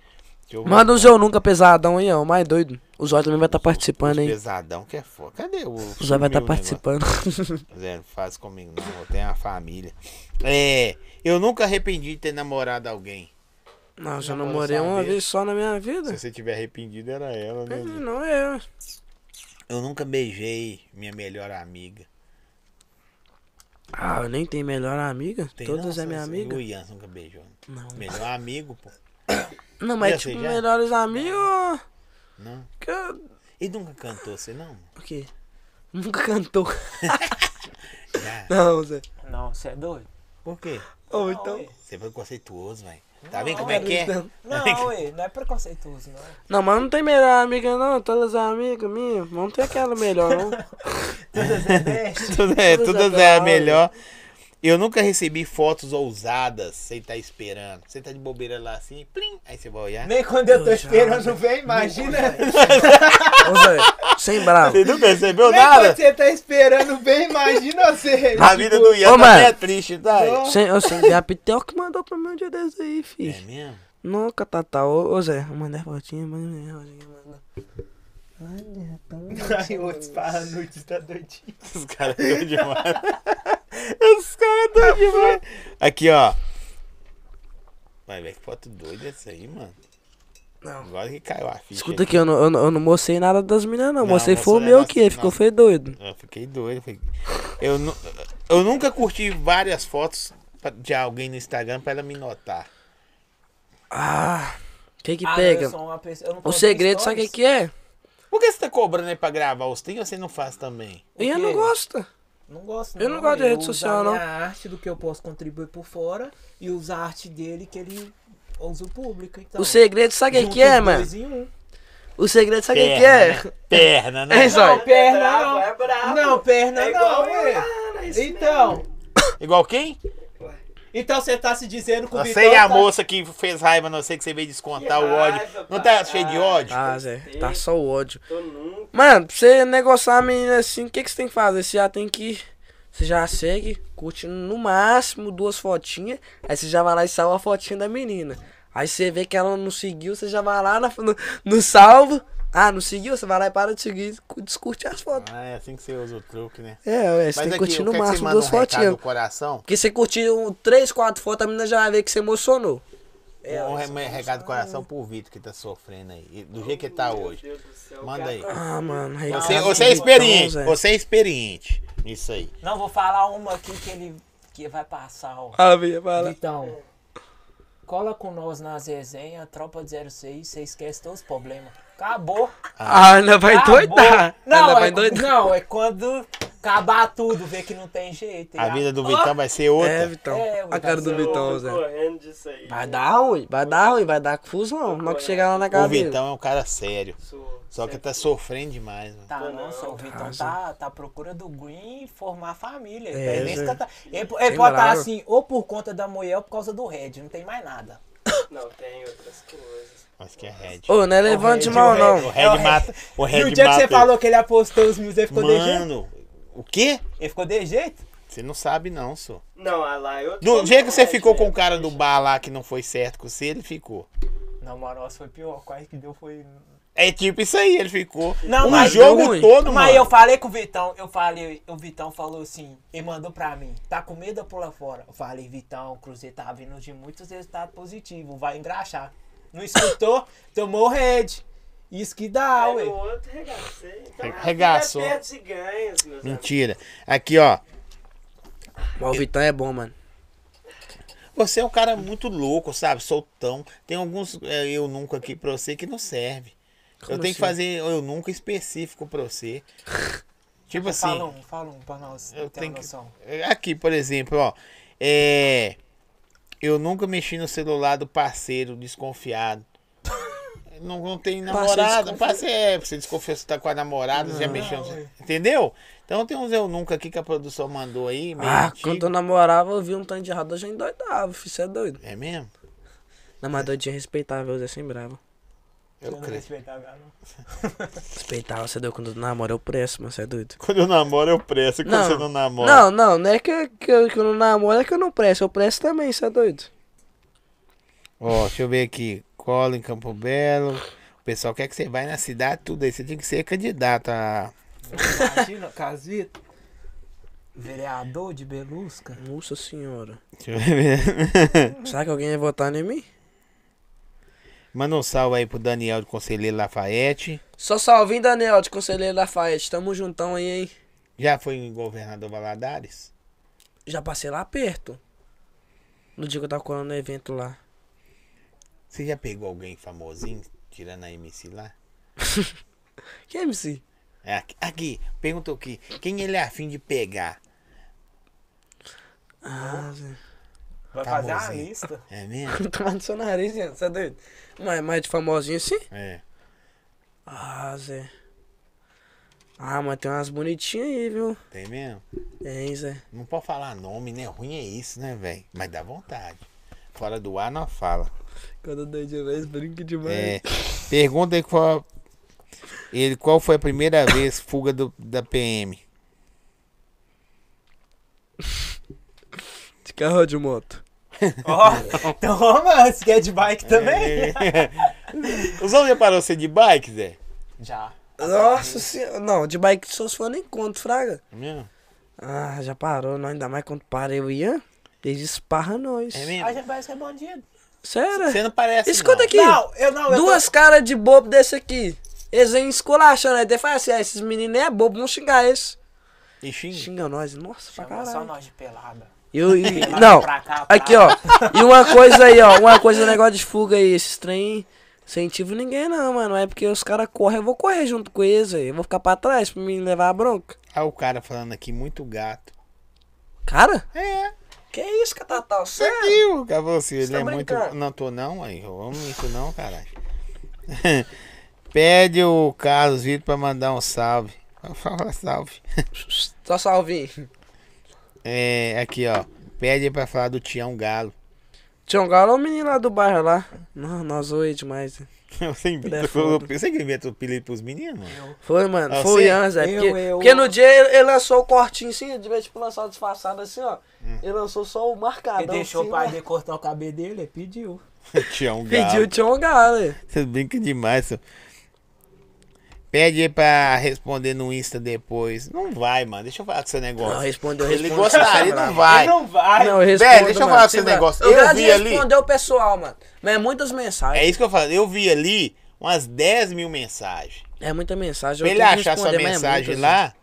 Speaker 3: Deixa eu ver.
Speaker 1: manda o Zé Nunca pesadão aí, ó. O mais doido. O Zóio também vai estar participando aí.
Speaker 3: Pesadão que é foda. Cadê o.
Speaker 1: O Zóio vai estar
Speaker 3: meu negócio?
Speaker 1: participando. <laughs>
Speaker 3: Zé, não faz comigo não, eu tenho uma família. É, eu nunca arrependi de ter namorado alguém.
Speaker 1: Não, eu já
Speaker 3: Namoro
Speaker 1: namorei
Speaker 3: só uma
Speaker 1: uma
Speaker 3: vez.
Speaker 1: vez só na minha vida.
Speaker 3: Se você tiver arrependido, era ela, né? Zé?
Speaker 1: Não é eu.
Speaker 3: Eu nunca beijei minha melhor amiga.
Speaker 1: Ah, eu nem tenho melhor amiga.
Speaker 3: Tem,
Speaker 1: Todas
Speaker 3: não,
Speaker 1: é minha
Speaker 3: só-
Speaker 1: amiga.
Speaker 3: O Ian nunca beijou. né?
Speaker 1: Não.
Speaker 3: Melhor amigo, pô.
Speaker 1: Não,
Speaker 3: Já
Speaker 1: mas tipo,
Speaker 3: sei, assim, já.
Speaker 1: melhores amigos.
Speaker 3: Não.
Speaker 1: Que... eu-
Speaker 3: E nunca cantou,
Speaker 1: <laughs>
Speaker 3: você não? mano?
Speaker 1: O quê? Nunca cantou. <laughs>
Speaker 3: Já.
Speaker 1: Não, Zé.
Speaker 5: Não, você é doido?
Speaker 3: Por quê?
Speaker 1: Ou então.
Speaker 3: Você foi conceituoso, velho. Tá vendo como é que
Speaker 1: <laughs>
Speaker 3: é?
Speaker 5: Não, ué, não é preconceituoso, não.
Speaker 1: Não, mas não tem melhor amiga, não. Todas as amigas minhas. Não tem aquela melhor,
Speaker 3: <laughs>
Speaker 1: não.
Speaker 3: Tudo é,
Speaker 1: Todas
Speaker 3: todas
Speaker 1: é
Speaker 3: é a
Speaker 1: bela,
Speaker 3: melhor. Eu nunca recebi fotos ousadas sem estar esperando. Você tá de bobeira lá assim, plim, aí você vai olhar.
Speaker 2: Nem quando eu tô
Speaker 1: já,
Speaker 2: esperando vem, imagina.
Speaker 1: Ô, Zé, sem bravo.
Speaker 3: Você não é percebeu
Speaker 2: Nem quando você tá esperando vem, imagina
Speaker 4: <laughs>
Speaker 2: você.
Speaker 3: A vida do Ian
Speaker 1: Ô,
Speaker 3: tá
Speaker 1: mano.
Speaker 3: até triste, tá?
Speaker 1: <laughs> Sem, ô, sem a Pitel que mandou pra mim um dia desse aí, fi.
Speaker 3: É mesmo?
Speaker 1: Nunca, tá, tá. Ô, ô, Zé, eu mandei a fotinha, mandei a fotinha, mandei. Olha, tá.
Speaker 2: Ai, outros paranoides tá doidinho.
Speaker 3: Os caras estão demais. <laughs> Os caras estão demais. Aqui, ó. Vai, velho, que foto doida essa aí, mano.
Speaker 1: Não.
Speaker 3: Agora que caiu a ficha.
Speaker 1: Escuta aqui, eu não, eu, não- eu não mostrei nada das meninas, não.
Speaker 3: Não,
Speaker 1: mostrei foi o
Speaker 3: mostrou
Speaker 1: meu
Speaker 3: nada,
Speaker 1: que
Speaker 3: não.
Speaker 1: ficou feio doido.
Speaker 3: Eu Ah, fiquei doido. fiquei- Eu, nu- eu nunca curti várias fotos pra- de alguém no Instagram pra ela me notar.
Speaker 1: Ah, que que
Speaker 5: Ah,
Speaker 1: pega?
Speaker 5: eu sou uma pessoa- eu não
Speaker 1: O
Speaker 5: posto
Speaker 1: segredo, sabe o
Speaker 5: stories.
Speaker 1: que que é?
Speaker 3: Por que você tá cobrando aí pra gravar os tem ou você não faz também?
Speaker 1: E eu não
Speaker 2: quê?
Speaker 1: gosta.
Speaker 2: Não gosto,
Speaker 1: Eu não gosto de rede
Speaker 2: uso
Speaker 1: social,
Speaker 2: a
Speaker 1: não.
Speaker 2: minha arte do que eu posso contribuir por fora e usar a arte dele que ele usa o público. Então,
Speaker 1: O segredo, sabe o que
Speaker 2: junta
Speaker 1: que é,
Speaker 2: os
Speaker 1: mano?
Speaker 2: dois em um.
Speaker 1: O segredo, sabe o que que
Speaker 3: Perna,
Speaker 1: é?
Speaker 3: né? Perna, <laughs> né?
Speaker 1: É isso aí.
Speaker 2: Não, perna
Speaker 4: brabo,
Speaker 2: não.
Speaker 4: é brabo.
Speaker 2: Não, perna não,
Speaker 4: É igual
Speaker 2: ué. Então,
Speaker 3: Igual quem?
Speaker 2: então você tá se dizendo que o
Speaker 3: Você e a
Speaker 2: tá-
Speaker 3: moça que fez raiva, não sei que você veio descontar
Speaker 4: Que
Speaker 3: o ódio.
Speaker 4: raiva,
Speaker 3: não tá
Speaker 4: pai.
Speaker 3: cheio de ódio?
Speaker 1: Ah, Zé, tá só o ódio.
Speaker 4: Tô nunca.
Speaker 1: Mano, pra você negociar a menina assim, o que, que você tem que fazer? Você já tem que. Você já segue, curte no máximo duas fotinhas. Aí você já vai lá e salva a fotinha da menina. Aí você vê que ela não seguiu, você já vai lá na- no, no salvo. Ah, não seguiu? Você vai lá e para de seguir, cu- descurte as fotos.
Speaker 3: Ah, é assim que você usa o truque, né?
Speaker 1: É, ué, você
Speaker 3: Mas
Speaker 1: tem que
Speaker 3: aqui,
Speaker 1: curtir
Speaker 3: eu
Speaker 1: no
Speaker 3: quero que você
Speaker 1: máximo
Speaker 3: manda um
Speaker 1: duas
Speaker 3: recado
Speaker 1: fotinhas.
Speaker 3: no coração.
Speaker 1: Porque você curtiu três, quatro fotos, a menina já vai ver que você emocionou.
Speaker 4: É,
Speaker 3: um re- recado do coração pro Vitor que tá sofrendo aí. E Do jeito que ele tá hoje.
Speaker 4: um. Meu Deus do céu.
Speaker 3: Manda aí.
Speaker 1: Ah, mano, aí
Speaker 3: Você,
Speaker 1: tá
Speaker 3: você
Speaker 1: bonitão,
Speaker 3: é experiente.
Speaker 1: Zé.
Speaker 3: Você é experiente. Isso aí.
Speaker 5: Não, vou falar uma aqui que ele que vai passar, ó.
Speaker 1: Ah, Bia, fala.
Speaker 5: Então, cola com nós nas resenhas, tropa de 06, você esquece todos os problemas. Acabou.
Speaker 1: Ah, ainda vai
Speaker 5: acabou.
Speaker 1: doidar. Ainda
Speaker 5: Não,
Speaker 1: vai
Speaker 5: é,
Speaker 1: doidar.
Speaker 5: não, é quando acabar tudo, ver que não tem jeito.
Speaker 3: A vida do Vitão vai ser
Speaker 1: É,
Speaker 3: outra.
Speaker 1: Vitão.
Speaker 5: É,
Speaker 1: a cara do
Speaker 4: Eu
Speaker 1: Vitão,
Speaker 4: tô
Speaker 1: Então, Zé.
Speaker 4: correndo disso aí.
Speaker 1: Vai dar ruim, vai dar ruim, vai dar confusão. Na hora que chegar lá na
Speaker 3: O
Speaker 1: casa dele.
Speaker 3: Vitão é um cara sério.
Speaker 4: Sou-
Speaker 3: Só que tá sofrendo demais, mano.
Speaker 5: Tá, nossa,
Speaker 3: um
Speaker 5: o Vitão tá, tá à procura do Green formar a família. Ele,
Speaker 3: É,
Speaker 5: tá- ele nem
Speaker 1: Zé.
Speaker 5: se canta- ele, ele
Speaker 1: Sem
Speaker 5: pode estar
Speaker 1: brava.
Speaker 5: assim, ou por conta da mulher ou por causa do Red, não tem mais nada.
Speaker 4: Não, tem outras coisas.
Speaker 3: Mas que é Red.
Speaker 1: Ô, não é levante de mão,
Speaker 3: O
Speaker 1: não.
Speaker 3: Red mata. O Red
Speaker 2: E o dia que
Speaker 3: mata
Speaker 2: você
Speaker 3: ele.
Speaker 2: falou que ele apostou os meus, ele ficou de jeito.
Speaker 3: Mano, o quê?
Speaker 5: Ele ficou de jeito?
Speaker 3: Você não sabe não, só.
Speaker 4: Não, a lá eu.
Speaker 3: Do dia que você ficou com o cara do bar lá que não foi certo com você, ele ficou.
Speaker 5: Não, mano, foi pior. Quase que deu foi.
Speaker 3: É tipo isso aí, ele ficou.
Speaker 5: Não,
Speaker 3: o
Speaker 5: mas
Speaker 3: jogo
Speaker 1: deu ruim.
Speaker 3: todo,
Speaker 5: Mas
Speaker 3: mano.
Speaker 5: eu falei com o Vitão, eu falei, o Vitão falou assim, ele mandou pra mim, tá com medo ou pula fora? Eu falei, Vitão, o Cruzeiro tá vindo de muitos resultados positivos, vai engraxar. Não escutou, <laughs> tomou red. Isso que dá,
Speaker 2: É,
Speaker 4: Aí
Speaker 5: ué.
Speaker 4: no outro regacei. Então,
Speaker 3: Regaçou.
Speaker 4: É perto de ganhos, meus amigos.
Speaker 3: Mentira. Aqui, ó.
Speaker 1: Mas o Vitão é bom, mano.
Speaker 3: Você é um cara muito louco, sabe? Soltão. Tem alguns é, eu nunca aqui pra você que não serve. eu tenho que
Speaker 1: assim?
Speaker 3: fazer eu nunca específico pra você.
Speaker 1: <laughs>
Speaker 3: Tipo assim.
Speaker 5: Fala um, fala um pra nós
Speaker 3: Eu
Speaker 5: ter
Speaker 3: tenho
Speaker 5: uma
Speaker 3: que-
Speaker 5: noção.
Speaker 3: Aqui, por exemplo, ó. É. Eu nunca mexi no celular do parceiro
Speaker 1: <laughs>
Speaker 3: desconfiado. Não, não tem namorada. Parceiro, é, você desconfia você tá com a namorada, você já mexeu. no- Entendeu? Então tem uns eu nunca aqui que a produção mandou aí. meio
Speaker 1: Ah,
Speaker 3: antigo.
Speaker 1: quando eu namorava, eu vi um tanto de errado, eu já endoidava, filho, você é doido.
Speaker 3: É mesmo?
Speaker 1: Não, mas doidinho respeitável, Zé, sem bravo.
Speaker 3: Eu
Speaker 2: não
Speaker 3: creio.
Speaker 2: respeitava ela, não.
Speaker 1: Respeitar, você deu é quando namora, eu preço, mas você é doido.
Speaker 3: Quando eu namoro, eu presto. Quando
Speaker 1: Não.
Speaker 3: você não namora.
Speaker 1: Não, não, não é que eu, que eu, que eu não namoro, é que eu não presto. Eu presto também, você é doido.
Speaker 3: Ó, deixa eu ver aqui. Cola em Campo Belo. O pessoal quer que você vá na cidade, tudo aí. Você tem que ser candidato a. <laughs>
Speaker 2: Imagina, Casito. Vereador de Belusca.
Speaker 1: Nossa senhora.
Speaker 3: Deixa eu ver. <laughs>
Speaker 1: Será que alguém vai votar em mim?
Speaker 3: Manda um salve aí pro Daniel do Conselheiro Lafayette.
Speaker 1: Só salvinho, Daniel, de Conselheiro Lafayette. Tamo juntão aí, hein?
Speaker 3: Já foi em governador Valadares?
Speaker 1: Já passei lá perto. No dia que eu tava colando no evento lá.
Speaker 3: Você já pegou alguém famosinho, tirando a MC lá?
Speaker 1: Que MC?
Speaker 3: É, aqui, aqui, perguntou aqui. Quem ele é afim de pegar?
Speaker 1: Ah, Zé. <laughs>
Speaker 2: Vai
Speaker 3: Tá
Speaker 2: fazer uma
Speaker 3: bonzinho.
Speaker 2: lista.
Speaker 3: É mesmo?
Speaker 1: Tomar no seu nariz, Zé, você é doido? Mas mais de famosinho assim?
Speaker 3: É.
Speaker 1: Ah, Zé. Ah, mas tem umas bonitinhas aí, viu?
Speaker 3: Tem mesmo?
Speaker 1: Tem, Zé.
Speaker 3: Não pode falar nome, né? Ruim é isso, né, velho? Mas dá vontade. Fora do ar, não fala.
Speaker 1: Quando dois demais, brinca demais.
Speaker 3: É, pergunta aí qual, ele, qual foi a primeira vez fuga do- da PM.
Speaker 1: De carro ou de moto?
Speaker 5: <laughs>
Speaker 2: Ó,
Speaker 5: então,
Speaker 2: toma, se quer de bike
Speaker 3: É.
Speaker 2: também?
Speaker 3: Os homens já parou você de bike, Zé?
Speaker 2: Já.
Speaker 1: Nossa senhora. Não, de bike se fosse fã nem conto, Fraga.
Speaker 3: É mesmo?
Speaker 1: Ah, já parou, não. Ainda mais quando para eu e Ian. Eles esparram nós.
Speaker 3: É
Speaker 2: A
Speaker 3: mesmo?
Speaker 2: gente parece que é bandido.
Speaker 1: Sério?
Speaker 3: Você não parece
Speaker 1: Escuta
Speaker 3: não.
Speaker 1: aqui.
Speaker 2: Não, eu não, eu tô-
Speaker 1: Duas caras de bobo desse aqui. Eles vêm esculachando. Aí até fala assim: ah, esses meninos é bobo, vamos xingar eles.
Speaker 3: E xinga.
Speaker 1: Xinga nós. Nossa, pra
Speaker 2: Chama é só
Speaker 1: caralho.
Speaker 2: nós de pelada.
Speaker 1: Eu,
Speaker 2: <laughs>
Speaker 1: e-
Speaker 2: Pelada
Speaker 1: não,
Speaker 2: pra cá, pra
Speaker 1: aqui ó. E uma coisa aí, ó. Uma coisa, um negócio de fuga aí. Esses trem. Incentivo ninguém não, mano. É porque os caras correm, eu vou correr junto com eles aí. Eu vou ficar pra trás pra me levar a bronca.
Speaker 3: Olha o cara falando aqui, muito gato.
Speaker 1: Cara?
Speaker 3: É,
Speaker 1: Que isso, Catatal?
Speaker 3: você
Speaker 2: é
Speaker 3: viu? Cara, você, ele
Speaker 1: É. tá
Speaker 3: é muito...
Speaker 1: brincando?
Speaker 3: Não tô não, aí. Eu amo isso não, caralho. <laughs> Pede o Carlos Vitor pra mandar um salve. Fala salve. <laughs>
Speaker 1: Só salvinho.
Speaker 3: É, aqui ó. Pede pra falar do Tião Galo.
Speaker 1: Tião Galo é o menino lá do bairro lá. Não, nós oi demais. né?
Speaker 3: Você inventa,
Speaker 1: é foda.
Speaker 3: você que inventa o apelido pros meninos? mano?
Speaker 1: Foi, mano.
Speaker 3: Ah,
Speaker 1: foi o
Speaker 3: sim?
Speaker 1: Ian, Zé.
Speaker 2: Eu,
Speaker 1: Porque,
Speaker 2: eu-
Speaker 1: porque no dia ele, ele lançou o cortinho assim, de vez tipo lançar o disfarçado assim, ó.
Speaker 3: Hum.
Speaker 1: Ele lançou só o marcadão.
Speaker 2: Ele deixou
Speaker 1: assim,
Speaker 2: o pai
Speaker 1: né?
Speaker 2: dele cortar o cabelo dele, ele pediu.
Speaker 3: <laughs> Tião um Galo.
Speaker 1: Pediu o Tião Galo. né?
Speaker 3: Você brinca demais, senhor. Pede aí pra responder no Insta depois. Não vai, mano. Deixa eu falar com seu negócio.
Speaker 1: Não, respondeu,
Speaker 3: Ele
Speaker 1: respondeu. tá
Speaker 3: gostaria, não vai.
Speaker 2: Ele não vai.
Speaker 1: Não, eu respondo,
Speaker 3: Velho, deixa eu
Speaker 1: mano,
Speaker 3: falar com esse
Speaker 1: sem bra-
Speaker 3: negócio.
Speaker 1: O
Speaker 3: Eu
Speaker 1: Gado
Speaker 3: vi ali-
Speaker 1: respondeu o pessoal, mano. Mas é muitas
Speaker 3: É
Speaker 1: mensagens.
Speaker 3: isso que eu falo. Eu vi ali umas 10 mil mensagens.
Speaker 1: É, muita mensagem. eu
Speaker 3: Pra ele
Speaker 1: tenho que
Speaker 3: achar sua
Speaker 1: responder, mas é
Speaker 3: mensagem
Speaker 1: muitas, né?
Speaker 3: lá.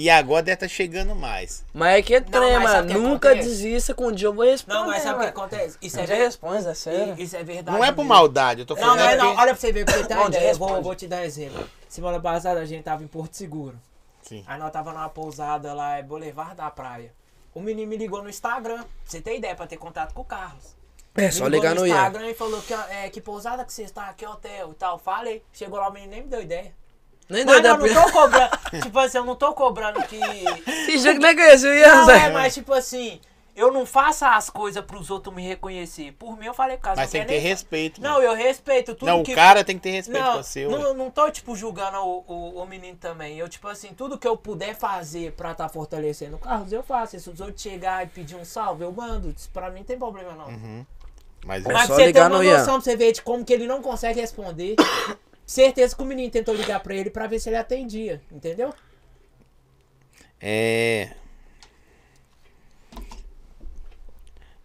Speaker 3: E agora deve tá chegando mais.
Speaker 1: Mas é que trem,
Speaker 2: mas sabe
Speaker 1: mano.
Speaker 2: o que
Speaker 1: Nunca
Speaker 2: acontece?
Speaker 1: desista que um dia eu vou responder.
Speaker 2: Não, mas sabe o que
Speaker 1: mano.
Speaker 2: acontece? Isso é,
Speaker 1: Você já
Speaker 2: ver...
Speaker 1: responde, é sério.
Speaker 2: Isso é verdade.
Speaker 3: Não é por
Speaker 2: mesmo.
Speaker 3: maldade, eu tô
Speaker 2: Não,
Speaker 3: falando.
Speaker 2: não é não.
Speaker 3: porque-
Speaker 2: Olha pra você ver, pra você ter uma
Speaker 1: Onde?
Speaker 2: ideia. eu Vou,
Speaker 1: Responde.
Speaker 2: vou te dar exemplo. Semana passada a gente tava em Porto Seguro.
Speaker 3: Sim.
Speaker 2: Aí nós tava numa pousada lá, é Boulevard da Praia. O menino me ligou no Instagram. pra Você tem ideia pra ter contato com o Carlos.
Speaker 1: É
Speaker 2: Me
Speaker 1: só
Speaker 2: ligou
Speaker 1: ligar no Ian.
Speaker 2: Instagram e falou que, ó, é, que pousada que você está, que hotel e tal. Falei. Chegou lá, o menino nem me deu ideia.
Speaker 1: Nem
Speaker 2: Mas
Speaker 1: deu
Speaker 2: eu
Speaker 1: da
Speaker 2: não tô cobrando. tipo assim, eu não tô cobrando
Speaker 1: <laughs>
Speaker 2: que.
Speaker 1: Esse jogo nem conheceu o Ian,
Speaker 2: Não, é,
Speaker 1: Zé.
Speaker 2: mas tipo assim, eu não faço as coisas pros outros me reconhecer. Por mim, eu falei, cara,
Speaker 3: Mas
Speaker 2: você
Speaker 3: tem
Speaker 2: não
Speaker 3: que ter
Speaker 2: quer nem-
Speaker 3: respeito.
Speaker 2: Não, eu respeito tudo
Speaker 3: Não,
Speaker 2: que.
Speaker 3: o cara tem que ter respeito
Speaker 2: não,
Speaker 3: com você. ué.
Speaker 2: não, não tô, tipo, julgando o, o, o menino também. Eu, tipo assim, tudo que eu puder fazer pra tá fortalecendo o Carlos, eu faço. E Se os outros chegarem e pedir um salve, eu mando. Isso pra mim não tem problema, não.
Speaker 3: Uhum. Mas
Speaker 1: É
Speaker 2: Mas
Speaker 1: só
Speaker 2: pra você tem
Speaker 1: ligar
Speaker 2: uma
Speaker 1: no Ian.
Speaker 2: noção pra você ver de como que ele não consegue responder. <coughs> Certeza que o menino tentou ligar pra ele pra ver se ele atendia, entendeu?
Speaker 3: É.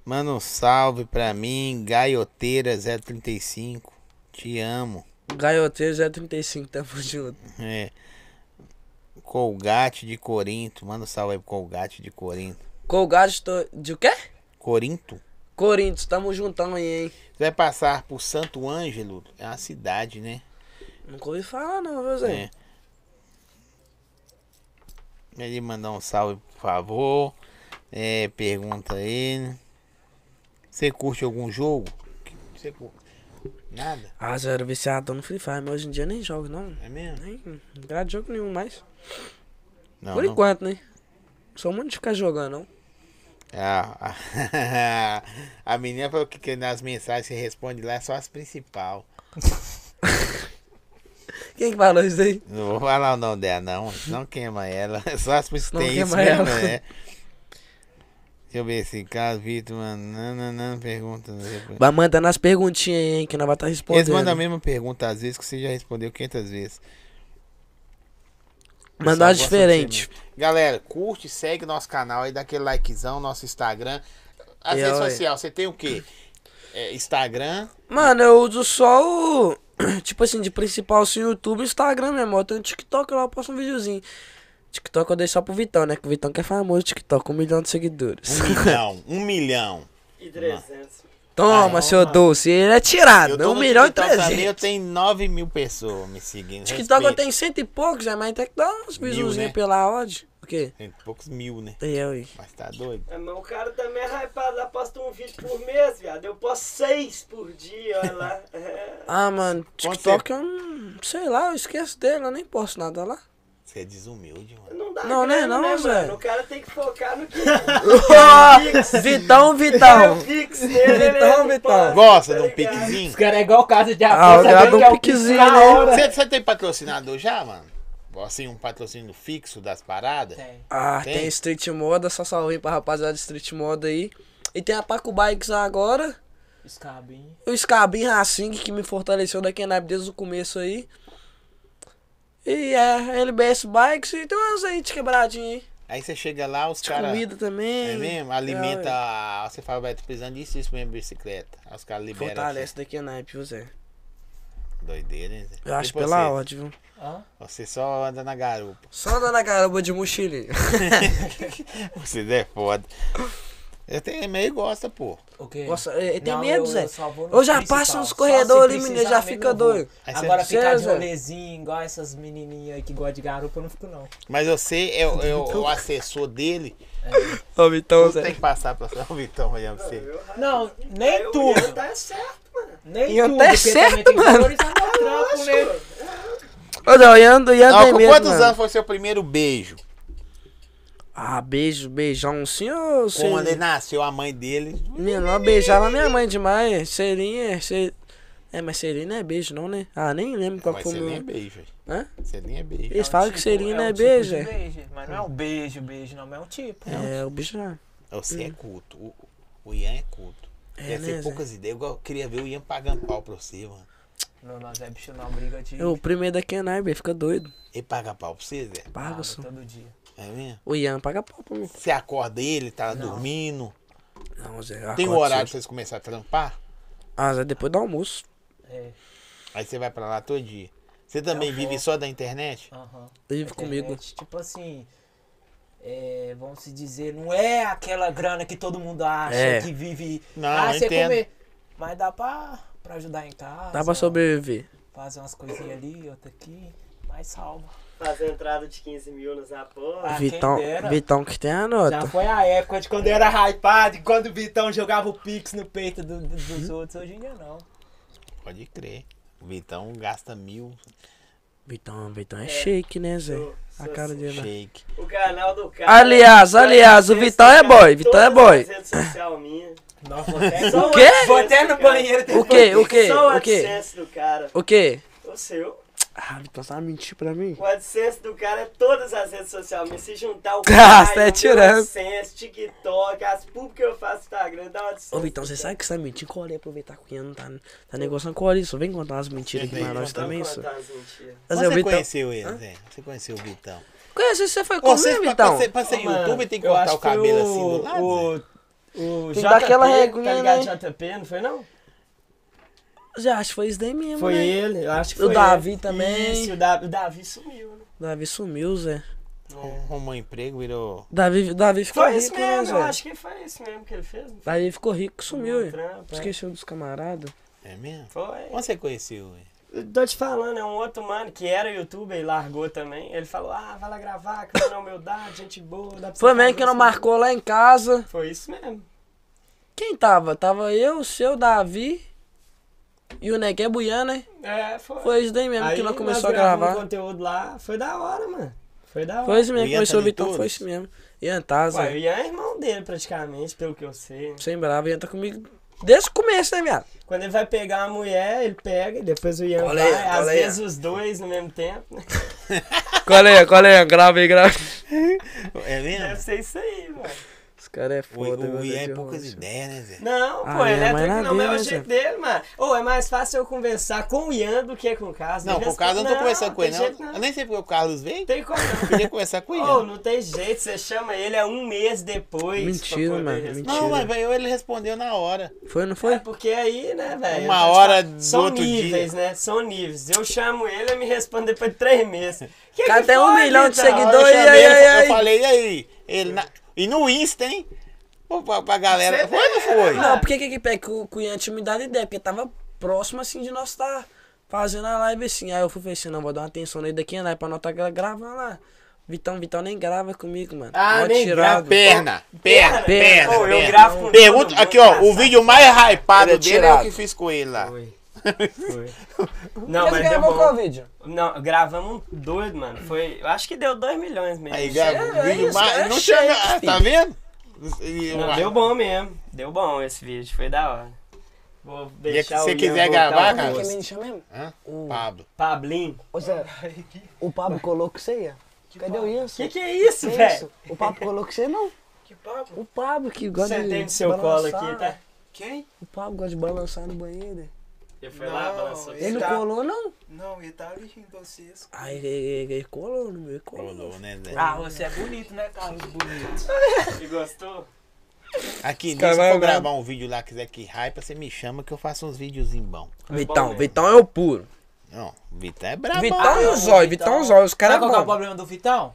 Speaker 3: Manda um salve pra mim, Gaioteira 035. Te amo.
Speaker 1: Gaioteiro Zé 35, tamo junto.
Speaker 3: É. Colgate de Corinto. Manda um salve aí pro Colgate de Corinto.
Speaker 1: Colgate tô... de o quê?
Speaker 3: Corinto?
Speaker 1: Corinthians, tamo juntão aí, hein?
Speaker 3: Você vai passar por Santo Ângelo? É uma cidade, né?
Speaker 1: Nunca ouvi falar não, viu, Zé?
Speaker 3: É. Ele mandar um salve, por favor. É, pergunta ele. Você curte algum jogo? Você curte? Nada?
Speaker 1: Ah, Zé, era viciado no Free Fire, mas hoje em dia nem jogo, não.
Speaker 3: É mesmo?
Speaker 1: Nem não grado jogo nenhum mais.
Speaker 3: Não,
Speaker 1: Por
Speaker 3: não.
Speaker 1: enquanto, né? Sou muito de ficar jogando, não.
Speaker 3: Ah, <laughs> a, a menina falou que, que nas mensagens que você responde lá é só as principal.
Speaker 1: Quem é que falou isso aí?
Speaker 3: Não vou falar o nome dela, não. Não queima ela. <laughs> Só se isso
Speaker 1: Não
Speaker 3: tem
Speaker 1: queima
Speaker 3: isso mesmo,
Speaker 1: ela.
Speaker 3: né? Deixa eu ver esse caso, Vitor, mano. Não, não, não, pergunta. não sei por-
Speaker 1: Vai mandando as perguntinhas aí, hein, que nós vai estar respondendo.
Speaker 3: Eles mandam a mesma pergunta às vezes que você já respondeu 500 vezes.
Speaker 1: Mandar
Speaker 3: Só gosta de
Speaker 1: diferente.
Speaker 3: você né? mesmo. Galera, curte, segue nosso canal aí, dá aquele likezão, nosso Instagram. As
Speaker 1: E
Speaker 3: redes
Speaker 1: aí?
Speaker 3: sociais, você tem
Speaker 1: <coughs>
Speaker 3: o quê? É, Instagram,
Speaker 1: Mano, eu uso só o. <clears throat> Tipo assim, de principal, assim, YouTube e Instagram mesmo. Eu tenho TikTok lá, eu posto um videozinho. TikTok eu deixo só pro Vitão, né? Que o Vitão que é famoso, TikTok, um milhão de seguidores.
Speaker 3: um milhão, um milhão.
Speaker 4: E 300.
Speaker 1: Toma, seu doce, ele é tirado.
Speaker 3: Então, tô
Speaker 1: Um
Speaker 3: no
Speaker 1: milhão e
Speaker 3: TikTok também, eu
Speaker 1: trezentos.
Speaker 3: tenho 9 mil pessoas me seguindo.
Speaker 1: TikTok eu
Speaker 3: respeito.
Speaker 1: tenho cento e poucos, né? Mas tem que dar uns
Speaker 3: Mil,
Speaker 1: visuzinhos
Speaker 3: né?
Speaker 1: pela ódio. O quê?
Speaker 3: Tem poucos mil, né?
Speaker 1: E eu, hein?
Speaker 3: Mas tá doido.
Speaker 4: É, mas o cara também é hypado, lá posta um vídeo por mês, viado. Eu posto seis por dia,
Speaker 3: <laughs>
Speaker 4: olha lá. É.
Speaker 1: Ah, mano,
Speaker 3: Quanto
Speaker 1: TikTok eu não. Sei lá, eu esqueço dele, eu nem posto nada
Speaker 3: <laughs>
Speaker 1: lá. <laughs>
Speaker 3: Você é desumilde, mano.
Speaker 4: Não dá
Speaker 1: Não, né,
Speaker 4: grana,
Speaker 1: não,
Speaker 4: né,
Speaker 1: Zé?
Speaker 4: mano? O cara tem que
Speaker 1: <laughs>
Speaker 4: focar no que
Speaker 1: Vitão,
Speaker 4: é
Speaker 1: Vitão.
Speaker 4: fix nele, ele é
Speaker 1: Vitão,
Speaker 4: não
Speaker 1: Então, Vitão.
Speaker 4: pode,
Speaker 3: Gosta
Speaker 4: tá
Speaker 3: de um
Speaker 4: ligado?
Speaker 3: piquezinho?
Speaker 5: Os caras é igual o caso de
Speaker 1: Ah, eu
Speaker 5: sabendo
Speaker 1: já dou
Speaker 5: que é o
Speaker 1: um
Speaker 5: pique
Speaker 1: piquezinho,
Speaker 5: na hora.
Speaker 1: né?
Speaker 3: Você, você tem patrocinador já, mano? Assim, um patrocínio fixo das paradas?
Speaker 5: Tem.
Speaker 1: Ah,
Speaker 3: Tem?
Speaker 1: tem, Street Moda, só salve pra rapaziada de Street Moda aí. E tem a Paco Bikes agora.
Speaker 5: Os cabinhos.
Speaker 1: E o Scabin Racing que me fortaleceu da Kenab desde o começo aí. E é, LBS Bikes e tem umas aí de quebradinha aí.
Speaker 3: Aí você chega lá, os
Speaker 1: De
Speaker 3: caras.
Speaker 1: comida também.
Speaker 3: É mesmo? Alimenta. a- Você fala, vai, tô precisando disso, isso mesmo, bicicleta. Aí os caras liberam.
Speaker 1: Fortalece da Kenab, viu, Zé?
Speaker 3: Você. Doideira, hein? Zé?
Speaker 1: Eu acho
Speaker 3: Tipo
Speaker 1: pela
Speaker 3: você,
Speaker 1: ódio, viu?
Speaker 5: Hã?
Speaker 3: Você só anda na garupa. <laughs>
Speaker 1: Só dando a garuba de mochilinho.
Speaker 3: Você é foda. Eu tenho meio gosta, pô.
Speaker 5: O quê?
Speaker 1: Nossa, é, tem
Speaker 5: Não,
Speaker 1: medo,
Speaker 5: eu-
Speaker 1: Zé.
Speaker 5: eu só vou no
Speaker 1: Eu já
Speaker 5: principal.
Speaker 1: passo nos
Speaker 5: Só
Speaker 1: corredores
Speaker 5: se
Speaker 1: ali, menino,
Speaker 5: precisar
Speaker 1: já fica
Speaker 5: mesmo, eu vou.
Speaker 1: doido. é
Speaker 3: Aí você-
Speaker 5: Agora ficar de
Speaker 1: César.
Speaker 5: rolezinho, igual essas menininhas aí que gostam de garupa, eu não fico não.
Speaker 3: Mas você é,
Speaker 1: <laughs>
Speaker 3: o- é o é o assessor dele.
Speaker 1: Ô, Vitão,
Speaker 3: Você tem que passar pra o Vitão olhando pra você.
Speaker 5: Não,
Speaker 4: Aí
Speaker 5: nem
Speaker 4: o Ian
Speaker 5: tudo.
Speaker 4: Tá certo, mano.
Speaker 5: Nem
Speaker 1: E
Speaker 5: tudo,
Speaker 1: até
Speaker 5: porque
Speaker 1: certo,
Speaker 5: também tem que
Speaker 1: mano.
Speaker 5: valorizar meu trampo, né?
Speaker 1: Ô, não, Ian, Ian
Speaker 3: Não,
Speaker 1: tem
Speaker 3: com
Speaker 1: medo,
Speaker 3: quantos
Speaker 1: mano.
Speaker 3: anos foi seu primeiro beijo?
Speaker 1: Ah, beijo, beijão, sim ou
Speaker 3: Quando ele
Speaker 1: selinho?
Speaker 3: nasceu, a mãe dele.
Speaker 1: Minha irmã beijava minha mãe demais. Selinha, selinha. É, mas selinha não é beijo, não, né? Ah, nem lembro qual
Speaker 3: Mas
Speaker 1: que foi
Speaker 3: você
Speaker 1: o
Speaker 3: nem é
Speaker 1: meu.
Speaker 3: beijo. velho.
Speaker 1: Hã?
Speaker 3: Você nem é beijo.
Speaker 1: Eles falam que
Speaker 2: tipo,
Speaker 5: Tipo,
Speaker 1: selinha
Speaker 2: um
Speaker 1: não é beijo. é.
Speaker 5: um beijo. Mas não é um beijo, beijo, não, mas é um tipo.
Speaker 1: É, o bicho já.
Speaker 3: Você é culto. O, o Ian é culto.
Speaker 1: Hum. É,
Speaker 3: Ia ser
Speaker 1: né,
Speaker 3: poucas ideias. Igual Eu queria ver o Ian pagando pau pra você, mano.
Speaker 5: Não, nós é bicho não, briga de
Speaker 1: O primeiro da Kenai, bê, fica doido.
Speaker 3: Ele paga pau pra você, Zé?
Speaker 1: Paga,
Speaker 5: nada,
Speaker 1: só.
Speaker 2: tá.
Speaker 5: todo dia.
Speaker 3: É mesmo?
Speaker 1: O Ian paga pau pra mim.
Speaker 3: Você acorda ele, tá dormindo.
Speaker 1: Não, Zé. eu
Speaker 3: Tem um
Speaker 1: acordo
Speaker 3: horário pra
Speaker 1: cedo.
Speaker 3: vocês começarem a trampar?
Speaker 1: Ah, Zé, depois do almoço.
Speaker 5: É,
Speaker 3: Aí você vai pra lá todo dia. Você também
Speaker 5: Eu
Speaker 3: vive
Speaker 5: vou.
Speaker 3: só da internet?
Speaker 5: aham.
Speaker 1: Vive
Speaker 5: Internet,
Speaker 1: comigo.
Speaker 5: Tipo assim, é, vamos se dizer, não é aquela grana que todo mundo acha
Speaker 1: É.
Speaker 5: que vive.
Speaker 3: Não,
Speaker 5: ah,
Speaker 3: eu
Speaker 5: você
Speaker 3: entendo.
Speaker 5: comer. Mas dá pra, pra ajudar em casa.
Speaker 1: Dá pra sobreviver.
Speaker 5: Fazer umas coisinhas ali, outra aqui. Mas salva.
Speaker 4: Fazer entrada de 15 mil nos apoios.
Speaker 5: Ah, quem
Speaker 1: Vitão,
Speaker 5: dera.
Speaker 1: Vitão que tem a nota.
Speaker 5: Já foi a época de quando eu era hypado e quando o Vitão jogava o Pix no peito do- do- dos
Speaker 1: Hum?
Speaker 5: outros. Hoje em dia não.
Speaker 3: Pode crer. O Vitão gasta mil
Speaker 1: Vitão, Vitão é shake, né, Zé?
Speaker 4: Sou-
Speaker 1: A
Speaker 4: sou
Speaker 1: cara
Speaker 4: assim.
Speaker 1: dele. né?
Speaker 3: shake.
Speaker 4: O canal do cara. né?
Speaker 1: Aliás, aliás, o Vitão é boy, Vitão é boy.
Speaker 5: <laughs> Nossa, vou
Speaker 3: é
Speaker 5: até,
Speaker 1: <laughs> O quê?
Speaker 5: vou até no banheiro
Speaker 1: O quê? O quê?
Speaker 4: Só o
Speaker 1: O quê?
Speaker 4: AdSense do cara.
Speaker 1: O quê?
Speaker 4: O seu.
Speaker 1: Ah, Vitão, você vai mentir pra mim?
Speaker 4: O AdSense do cara é todas as redes sociais. Mas se juntar o
Speaker 1: <laughs> Ah, você
Speaker 4: Vine,
Speaker 1: tá tirando.
Speaker 4: o AdSense, TikTok, as pub que eu faço no Instagram, dá o AdSense.
Speaker 1: Ô, Vitão, você sabe que você tá mentindo? Qual é? Aproveitar que o Ian não tá, tá negociando com isso. Vem contar umas mentiras aqui pra
Speaker 3: Vem
Speaker 1: nós
Speaker 4: Então,
Speaker 1: também,
Speaker 4: conta
Speaker 1: isso.
Speaker 4: as mentiras.
Speaker 1: Mas
Speaker 3: você
Speaker 1: é o Vitão.
Speaker 3: conheceu ele, Zé? Você conheceu o Vitão?
Speaker 1: Conhece, você foi
Speaker 3: Ô, Você,
Speaker 1: comer,
Speaker 3: pra, pra
Speaker 1: é, Vitão?
Speaker 3: ser, pra ser youtuber tem que cortar o cabelo assim do lado? Zé?
Speaker 5: O, o
Speaker 1: Tem que dar aquela
Speaker 5: JP,
Speaker 1: reguinha,
Speaker 5: tá ligado?
Speaker 1: né?
Speaker 5: JP, não foi não?
Speaker 1: Já acho que foi isso daí mesmo,
Speaker 5: Foi
Speaker 1: né?
Speaker 5: ele, eu acho que
Speaker 1: O
Speaker 5: foi
Speaker 1: Davi
Speaker 5: ele.
Speaker 1: também.
Speaker 5: Isso, o, Davi, o Davi sumiu, né?
Speaker 1: Davi sumiu, Zé.
Speaker 3: Arrumou um emprego, virou.
Speaker 1: Davi, Davi ficou
Speaker 4: Foi isso
Speaker 1: rico, né,
Speaker 4: mesmo, eu acho
Speaker 1: Zé?
Speaker 4: que foi isso mesmo que ele fez. não
Speaker 1: Davi ficou rico,
Speaker 4: foi?
Speaker 1: sumiu. ué.
Speaker 4: Trampo, é.
Speaker 1: Esqueceu dos camaradas.
Speaker 3: É mesmo?
Speaker 4: Foi.
Speaker 3: Onde você conheceu ele?
Speaker 4: Eu Tô te falando, é um outro mano que era youtuber e largou também. Ele falou, ah, vai lá gravar, que na humildade, gente boa, dá pra você
Speaker 1: Foi
Speaker 4: fazer
Speaker 1: mesmo que não
Speaker 4: isso."
Speaker 1: marcou lá em casa.
Speaker 4: Foi isso mesmo.
Speaker 1: Quem tava? Tava eu, o seu, Davi e o Negué Buiana, né?
Speaker 4: É, foi.
Speaker 1: Foi isso daí mesmo
Speaker 4: Aí
Speaker 1: que nós
Speaker 4: nós
Speaker 1: começamos a
Speaker 4: gravamos um
Speaker 1: gravar.
Speaker 4: conteúdo lá, foi da hora, mano. Foi da hora.
Speaker 1: Foi isso mesmo
Speaker 3: O
Speaker 1: que
Speaker 3: Ian
Speaker 1: começou o
Speaker 3: tá em
Speaker 1: Vitão, foi
Speaker 3: todos?
Speaker 1: isso mesmo. Ian tá,
Speaker 4: Ué, o
Speaker 1: Zé.
Speaker 4: Ian é irmão dele, praticamente, pelo que eu sei.
Speaker 1: Sem bravo, Ian tá comigo Desde o começo, né, viado?
Speaker 4: Quando ele vai pegar a mulher, ele pega e depois o Ian
Speaker 1: Olha
Speaker 4: vai.
Speaker 1: aí,
Speaker 4: às
Speaker 1: olha aí.
Speaker 4: vezes os dois no mesmo tempo. né?
Speaker 1: Cola aí, cola aí, é, grava aí, grava.
Speaker 3: É mesmo?
Speaker 4: Deve ser isso
Speaker 1: <laughs>
Speaker 4: aí, mano.
Speaker 1: Os caras é
Speaker 3: O,
Speaker 1: foda,
Speaker 3: o
Speaker 1: mano,
Speaker 3: Ian é
Speaker 1: que
Speaker 3: poucas
Speaker 1: horror.
Speaker 3: ideias, né, velho?
Speaker 4: Não,
Speaker 1: Ah,
Speaker 4: pô,
Speaker 1: é,
Speaker 4: ele é
Speaker 1: mas
Speaker 4: tranquilo,
Speaker 1: nada
Speaker 4: não, mas é o
Speaker 1: dele, né,
Speaker 4: jeito dele, mano. Ou é mais fácil eu conversar com o Ian do que com o Carlos.
Speaker 3: Não,
Speaker 4: Me
Speaker 3: por causa eu não tô
Speaker 4: responde-
Speaker 3: conversando com ele,
Speaker 4: tem
Speaker 3: não.
Speaker 4: jeito Não
Speaker 3: Eu nem sei porque o Carlos veio.
Speaker 4: tem como
Speaker 3: Eu
Speaker 4: não.
Speaker 3: queria conversar <laughs> com o Ian.
Speaker 4: Ou não tem jeito, você chama ele é um mês depois.
Speaker 1: Mentira,
Speaker 4: pra poder
Speaker 1: mano, é
Speaker 4: responder.
Speaker 1: mentira.
Speaker 3: Não, mas veio, ele respondeu na hora.
Speaker 1: Foi, não
Speaker 4: É
Speaker 1: foi?
Speaker 4: porque aí, né, velho?
Speaker 3: Uma
Speaker 4: eu vou te
Speaker 3: hora
Speaker 4: falar,
Speaker 3: do
Speaker 4: São
Speaker 3: outro
Speaker 4: níveis,
Speaker 3: dia.
Speaker 4: né? São níveis. Eu chamo ele, ele me responde depois de três meses. Que
Speaker 1: Cara,
Speaker 4: que
Speaker 1: tem um
Speaker 4: foi,
Speaker 1: milhão de
Speaker 4: Vitão?
Speaker 3: Na
Speaker 1: seguidores.
Speaker 3: hora eu
Speaker 1: Oi,
Speaker 3: chamei
Speaker 1: ai,
Speaker 3: ele,
Speaker 1: ai,
Speaker 3: eu
Speaker 1: ai.
Speaker 3: falei, e aí? Ele na- E no Insta, hein? Pô, Pra, pra galera. Foi ou não foi?
Speaker 1: Não, porque que que pega que o, que o Ian tinha me dado ideia? Porque tava próximo, assim, de nós tá fazendo a live, assim. Aí eu fui pensando, não, vou dar uma atenção nele daqui, né? Pra nós tá gra- gravando lá. Vitão, Vitão nem grava comigo, mano.
Speaker 4: Ah,
Speaker 1: Mó
Speaker 4: nem
Speaker 1: tirado.
Speaker 3: Perna, perna,
Speaker 4: Perna.
Speaker 3: perna.
Speaker 4: Pô, eu
Speaker 3: perna.
Speaker 4: gravo com todo
Speaker 3: Pergunta,
Speaker 4: mundo,
Speaker 3: aqui ó, o
Speaker 4: engraçado.
Speaker 3: vídeo mais hypado
Speaker 1: Ele é
Speaker 3: dele é o
Speaker 1: tirado.
Speaker 3: que fiz com ele lá.
Speaker 4: Foi. Foi. Não,
Speaker 1: Mas
Speaker 4: mas deu
Speaker 1: gravou qual
Speaker 4: bom.
Speaker 1: vídeo?
Speaker 4: Não, gravamos um doido, mano. Foi, eu acho que deu 2 milhões mesmo.
Speaker 3: Aí, grava o
Speaker 1: é
Speaker 3: vídeo
Speaker 1: isso,
Speaker 3: mais.
Speaker 1: cara,
Speaker 3: Não
Speaker 1: é
Speaker 3: chega.
Speaker 1: shake,
Speaker 3: Ah, tá
Speaker 1: filho.
Speaker 3: vendo? E,
Speaker 4: Não,
Speaker 3: uai,
Speaker 4: deu bom mesmo. Deu bom esse vídeo, foi da hora. Vou
Speaker 1: é
Speaker 4: deixar
Speaker 3: é se
Speaker 4: o
Speaker 3: você
Speaker 4: Ian
Speaker 3: quiser
Speaker 4: voltar
Speaker 3: gravar,
Speaker 4: ao
Speaker 3: cara,
Speaker 4: rosto.
Speaker 1: Quem me é chama mesmo?
Speaker 3: Hã? Pablo.
Speaker 4: Pablinho.
Speaker 1: Ô Zé, o Pablo colou com você, Ian? Cadê o Ian?
Speaker 4: Que que é isso,
Speaker 1: Que
Speaker 4: velho?
Speaker 1: O Pablo colou com você, não? O Pablo que gosta de
Speaker 4: Sentei no seu colo
Speaker 1: balançar. né?
Speaker 4: aqui, tá?
Speaker 5: Quem?
Speaker 1: O Pablo gosta de balançar no banheiro.
Speaker 4: Ele foi lá,
Speaker 5: Não,
Speaker 4: balançou.
Speaker 1: Ele
Speaker 5: Tá.
Speaker 1: não colou, não?
Speaker 5: Não, ele tá ali em vocês.
Speaker 1: Ai, Ah, ele, ele, ele colou, não ele colou.
Speaker 3: Rolou, né, Zé?
Speaker 5: Ah, você é bonito, né, Carlos? Bonito.
Speaker 4: E gostou?
Speaker 3: Aqui, se
Speaker 1: cara vai
Speaker 3: for
Speaker 1: gravar.
Speaker 3: gravar um vídeo lá, quiser que hype, você me chama que eu faço uns videozinhos bom.
Speaker 1: Vitão, Vitão é o puro.
Speaker 3: Não, o Vitão é brabo.
Speaker 1: Vitão e
Speaker 5: não,
Speaker 1: o Zóio, Vitão e o Zóio, os caras
Speaker 5: Sabe
Speaker 1: é
Speaker 5: qual que é o
Speaker 1: bom.
Speaker 5: problema do Vitão?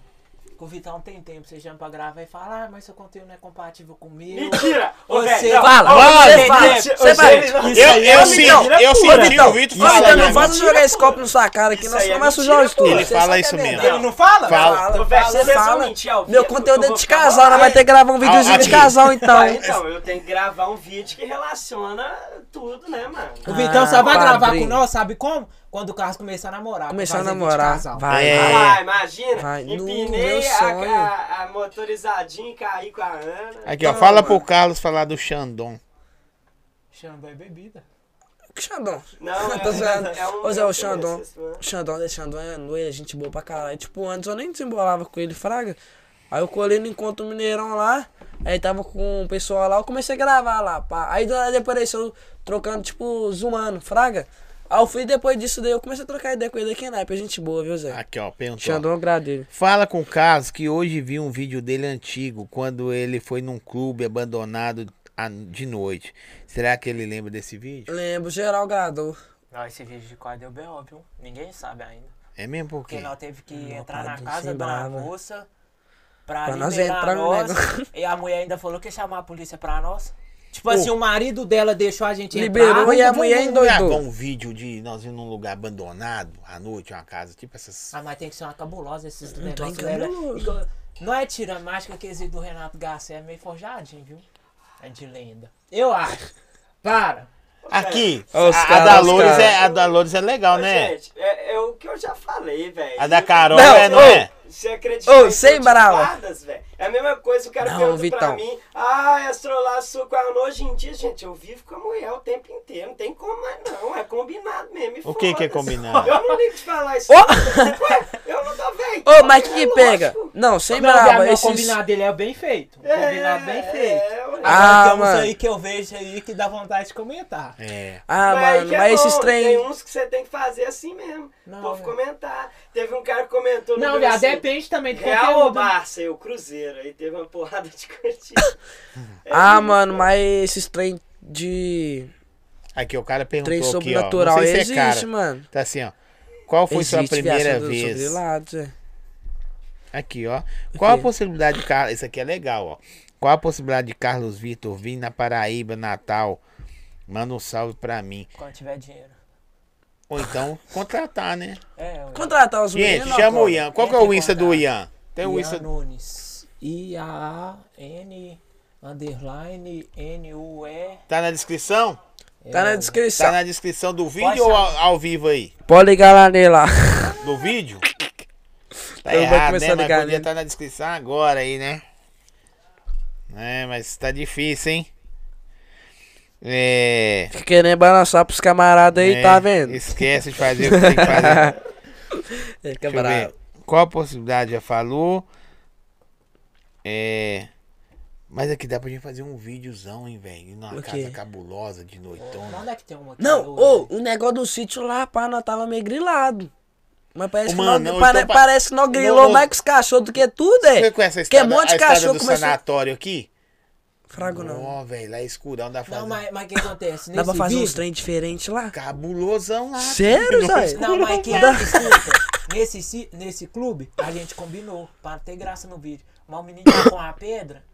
Speaker 5: Que o Vitão tem tempo, você chama pra gravar e fala, ah, mas seu conteúdo não é compatível com o meu.
Speaker 4: Mentira! Ô,
Speaker 5: Você
Speaker 4: velho, não.
Speaker 1: Fala,
Speaker 4: Ô,
Speaker 1: você
Speaker 4: gente,
Speaker 1: fala,
Speaker 4: gente,
Speaker 1: você
Speaker 4: ô,
Speaker 1: fala.
Speaker 4: gente,
Speaker 1: Eu-
Speaker 4: isso
Speaker 3: Eu,
Speaker 4: aí é
Speaker 3: eu,
Speaker 4: uma
Speaker 3: senti,
Speaker 4: mentira
Speaker 3: eu
Speaker 4: pura.
Speaker 3: senti o Vitor
Speaker 1: Fala,
Speaker 3: falando.
Speaker 1: Vitão, não
Speaker 3: né,
Speaker 1: faça
Speaker 3: mano?
Speaker 1: jogar esse copo na sua cara aqui,
Speaker 4: Isso
Speaker 1: nós
Speaker 4: aí é
Speaker 1: vamos
Speaker 4: mentira,
Speaker 1: sujar o estúdio.
Speaker 3: Ele
Speaker 1: Você
Speaker 3: fala
Speaker 1: sabe
Speaker 3: isso
Speaker 1: que é
Speaker 3: mesmo.
Speaker 1: verdade.
Speaker 4: Ele não fala?
Speaker 3: Fala.
Speaker 4: Ô, velho,
Speaker 1: Fala,
Speaker 4: vocês vão
Speaker 1: fala.
Speaker 4: mentir ao
Speaker 1: Meu
Speaker 4: vivo,
Speaker 1: conteúdo
Speaker 4: eu
Speaker 1: é
Speaker 4: vou
Speaker 1: de
Speaker 4: falar.
Speaker 1: casal, nós vai ter que gravar um videozinho de
Speaker 3: aqui.
Speaker 1: casal então.
Speaker 4: Ah, então, eu tenho que gravar um vídeo que relaciona tudo, né, mano?
Speaker 5: O Vitão só vai
Speaker 1: Ah,
Speaker 5: gravar
Speaker 1: padrinho.
Speaker 5: com nós, sabe como? Quando o Carlos começar a namorar.
Speaker 1: Começar a
Speaker 5: fazer vídeo
Speaker 1: namorar.
Speaker 5: casal.
Speaker 1: Vai,
Speaker 3: É.
Speaker 1: vai.
Speaker 4: Ah, imagina,
Speaker 1: Vai, no
Speaker 4: empinei
Speaker 1: meu
Speaker 4: a,
Speaker 1: sonho.
Speaker 4: a, a motorizadinha e caí com a Ana.
Speaker 3: Aqui, ó, fala
Speaker 4: pouco.
Speaker 3: pro Carlos falar do Xandão.
Speaker 5: Xandão é bebida.
Speaker 1: Que Xandão? <laughs>
Speaker 4: Não, é,
Speaker 1: Tô zoando.
Speaker 4: é um-
Speaker 1: Ô Zé,
Speaker 4: é um
Speaker 1: o Xandão.
Speaker 4: desses, né?
Speaker 1: O Xandão, o Xandão é noia, gente boa pra caralho. Tipo, antes eu nem desembolava com ele, fraga. Aí eu colei no Encontro Mineirão lá, aí tava com o pessoal lá, eu comecei a gravar lá, pá. Aí do nada ele apareceu trocando, tipo, zoando, fraga. Aí eu fui depois disso daí, eu comecei a trocar ideia com ele aqui na época, gente boa, viu,
Speaker 5: Ah,
Speaker 1: Zé?
Speaker 3: Aqui, ó, perguntou.
Speaker 1: Xandão, eu agradeço.
Speaker 3: Fala com o Carlos que hoje vi um vídeo dele antigo, quando ele foi num clube abandonado à- de noite. Será que ele lembra desse vídeo?
Speaker 1: Lembro, geral gradou.
Speaker 5: Não, esse vídeo de quase deu B.O., viu? Ninguém sabe ainda.
Speaker 3: É mesmo por
Speaker 5: Porque
Speaker 3: quê?
Speaker 5: nós
Speaker 1: tá
Speaker 5: teve
Speaker 1: É,
Speaker 5: que entrar
Speaker 1: padre,
Speaker 5: na
Speaker 1: sem
Speaker 5: casa da
Speaker 1: brava.
Speaker 5: moça pra,
Speaker 1: né? Pra
Speaker 5: liberar
Speaker 1: nós
Speaker 5: nós,
Speaker 1: entrar no negócio.
Speaker 5: E a mulher ainda falou que ia chamar a polícia pra nós. Tipo assim, o marido dela deixou a gente
Speaker 1: Liberou
Speaker 5: entrar.
Speaker 1: e a
Speaker 3: Vamos-
Speaker 1: mulher
Speaker 3: vamos gravar
Speaker 1: endoidou.
Speaker 3: um vídeo de nós ir num lugar abandonado à noite, uma casa, tipo essas.
Speaker 5: Ah, mas tem que ser uma cabulosa esses
Speaker 1: tô
Speaker 5: negócios.
Speaker 1: enganando.
Speaker 5: Era, igual- não é tira mágica que esse do Renato Garcia é meio forjadinho, viu? É de lenda. Eu acho. Para.
Speaker 3: Aqui!
Speaker 1: Ó, os
Speaker 3: a, a
Speaker 1: caras,
Speaker 3: da
Speaker 1: os
Speaker 3: Lourdes é,
Speaker 1: caras.
Speaker 3: a da Lourdes é legal,
Speaker 4: Ô,
Speaker 3: né?
Speaker 4: Gente, é, é o que eu já falei, velho.
Speaker 3: A da Carol
Speaker 1: Não,
Speaker 3: é, não
Speaker 1: ô.
Speaker 3: é?
Speaker 4: Você acredita
Speaker 1: Ô,
Speaker 4: em
Speaker 1: sem
Speaker 4: conto de
Speaker 1: brava.
Speaker 4: fadas, velho? É a mesma coisa, o cara
Speaker 1: Não,
Speaker 4: pergunta pra
Speaker 1: Vitão.
Speaker 4: mim, ah, é astrolar sua com a Ana." Hoje em dia, gente, eu vivo com a mulher o tempo inteiro, não tem como mais não, é combinado mesmo. e
Speaker 3: O que que é
Speaker 4: foda-se.
Speaker 3: combinado?
Speaker 4: Eu não ligo de falar isso.
Speaker 1: Ô!
Speaker 4: Ué, eu não tô velho. é
Speaker 1: Ô, mas que que pega? Não, sem
Speaker 5: Não, viado,
Speaker 1: brava,
Speaker 5: meu
Speaker 1: esses...
Speaker 5: combinado dele é bem feito.
Speaker 4: É,
Speaker 5: Combinado bem feito.
Speaker 4: é, ué.
Speaker 1: Ah,
Speaker 5: Agora tem uns
Speaker 1: mano.
Speaker 5: aí que eu vejo aí que dá vontade de comentar.
Speaker 3: É.
Speaker 1: Ah,
Speaker 4: Mas aí
Speaker 1: mano,
Speaker 4: que é
Speaker 1: mas
Speaker 4: bom,
Speaker 1: esses trem...
Speaker 4: Tem uns que você tem que fazer assim mesmo.
Speaker 5: Não,
Speaker 4: o povo
Speaker 5: é.
Speaker 4: comentar. Teve um cara que comentou no
Speaker 5: Não,
Speaker 4: meu
Speaker 5: viado,
Speaker 4: assim,
Speaker 5: depende também
Speaker 1: É
Speaker 5: do
Speaker 4: Real ou
Speaker 5: conteúdo.
Speaker 4: Barça? Eu, Cruzeiro. Aí teve uma porrada
Speaker 1: <laughs>
Speaker 4: de curtida. É
Speaker 1: Ah,
Speaker 4: isso,
Speaker 1: mano, mas esses trem de.
Speaker 3: Aqui, o cara perguntou
Speaker 1: trem
Speaker 3: aqui, ó.
Speaker 1: sobrenatural
Speaker 3: não sei se é
Speaker 1: existe,
Speaker 3: cara.
Speaker 1: mano.
Speaker 3: Tá assim, ó. Qual foi sua
Speaker 1: Existe
Speaker 3: primeira
Speaker 1: viação do-
Speaker 3: vez?
Speaker 1: sobre lados, é.
Speaker 3: Aqui, ó. Qual a
Speaker 1: quê?
Speaker 3: possibilidade de Carlos. Isso aqui é legal, ó. Qual a possibilidade de Carlos Vitor vir na Paraíba, Natal? Manda um salve pra mim.
Speaker 5: Quando tiver dinheiro.
Speaker 3: Ou então contratar, né?
Speaker 5: É, eu...
Speaker 1: Contratar os
Speaker 3: Gente,
Speaker 1: meninos.
Speaker 3: chama
Speaker 1: ó,
Speaker 3: o Ian. Qual que é
Speaker 5: Quem
Speaker 3: o
Speaker 5: tem
Speaker 3: Insta do
Speaker 5: contato?
Speaker 3: Ian? Tem o
Speaker 5: Ian
Speaker 3: Insta.
Speaker 5: Nunes. I-A-N underline N-U-E.
Speaker 3: Tá na descrição?
Speaker 1: Tá na
Speaker 3: Tá
Speaker 1: descrição.
Speaker 3: na descrição do
Speaker 5: Pode
Speaker 3: vídeo ou ao, ao vivo aí?
Speaker 1: Pode ligar lá nele lá.
Speaker 3: Do vídeo? <laughs> Tá
Speaker 1: Eu vou
Speaker 3: errado,
Speaker 1: começar
Speaker 3: né?
Speaker 1: a
Speaker 3: Mas
Speaker 1: ligar
Speaker 3: podia
Speaker 1: nele.
Speaker 3: estar na descrição agora aí, né? É, mas tá difícil, hein? É.
Speaker 1: Fica <laughs> querendo balançar pros camaradas aí,
Speaker 3: é,
Speaker 1: tá vendo? É,
Speaker 3: Esquece de fazer o que tem que
Speaker 1: <laughs>
Speaker 3: fazer.
Speaker 1: Ele fica
Speaker 3: Deixa eu ver.
Speaker 1: bravo.
Speaker 3: Qual a possibilidade? Já falou. É. Mas aqui dá pra gente fazer um videozão, hein, velho? Numa
Speaker 1: O quê?
Speaker 3: casa cabulosa de noitona.
Speaker 2: Onde é que tem uma aqui?
Speaker 1: Não,
Speaker 2: Alô?
Speaker 1: ô, o negócio do sítio lá, pá, nós tava meio grilado. Mas parece,
Speaker 3: Ô,
Speaker 1: que,
Speaker 3: mano,
Speaker 1: nós,
Speaker 3: não,
Speaker 1: pare-
Speaker 3: então pa-
Speaker 1: parece que nós grilou
Speaker 3: Não, não.
Speaker 1: mais com os cachorros do que tudo, é.
Speaker 3: Você conhece a
Speaker 1: Que é
Speaker 3: estrada,
Speaker 1: um monte de
Speaker 3: a estrada
Speaker 1: cachorro
Speaker 3: do
Speaker 1: começou-
Speaker 3: sanatório aqui?
Speaker 1: Frago não.
Speaker 3: Ó, velho, lá é escurão da
Speaker 2: Não,
Speaker 3: fazenda.
Speaker 2: mas mas o que acontece?
Speaker 1: Dá pra
Speaker 2: Nesse
Speaker 1: fazer
Speaker 2: vídeo-
Speaker 1: uns trem diferente lá?
Speaker 3: um Cabulosão lá.
Speaker 1: Sério, Zé?
Speaker 2: Não, mas que escuta, nesse, ci- nesse clube, a gente combinou, pra ter graça no vídeo. Mas o menino jogou uma pedra,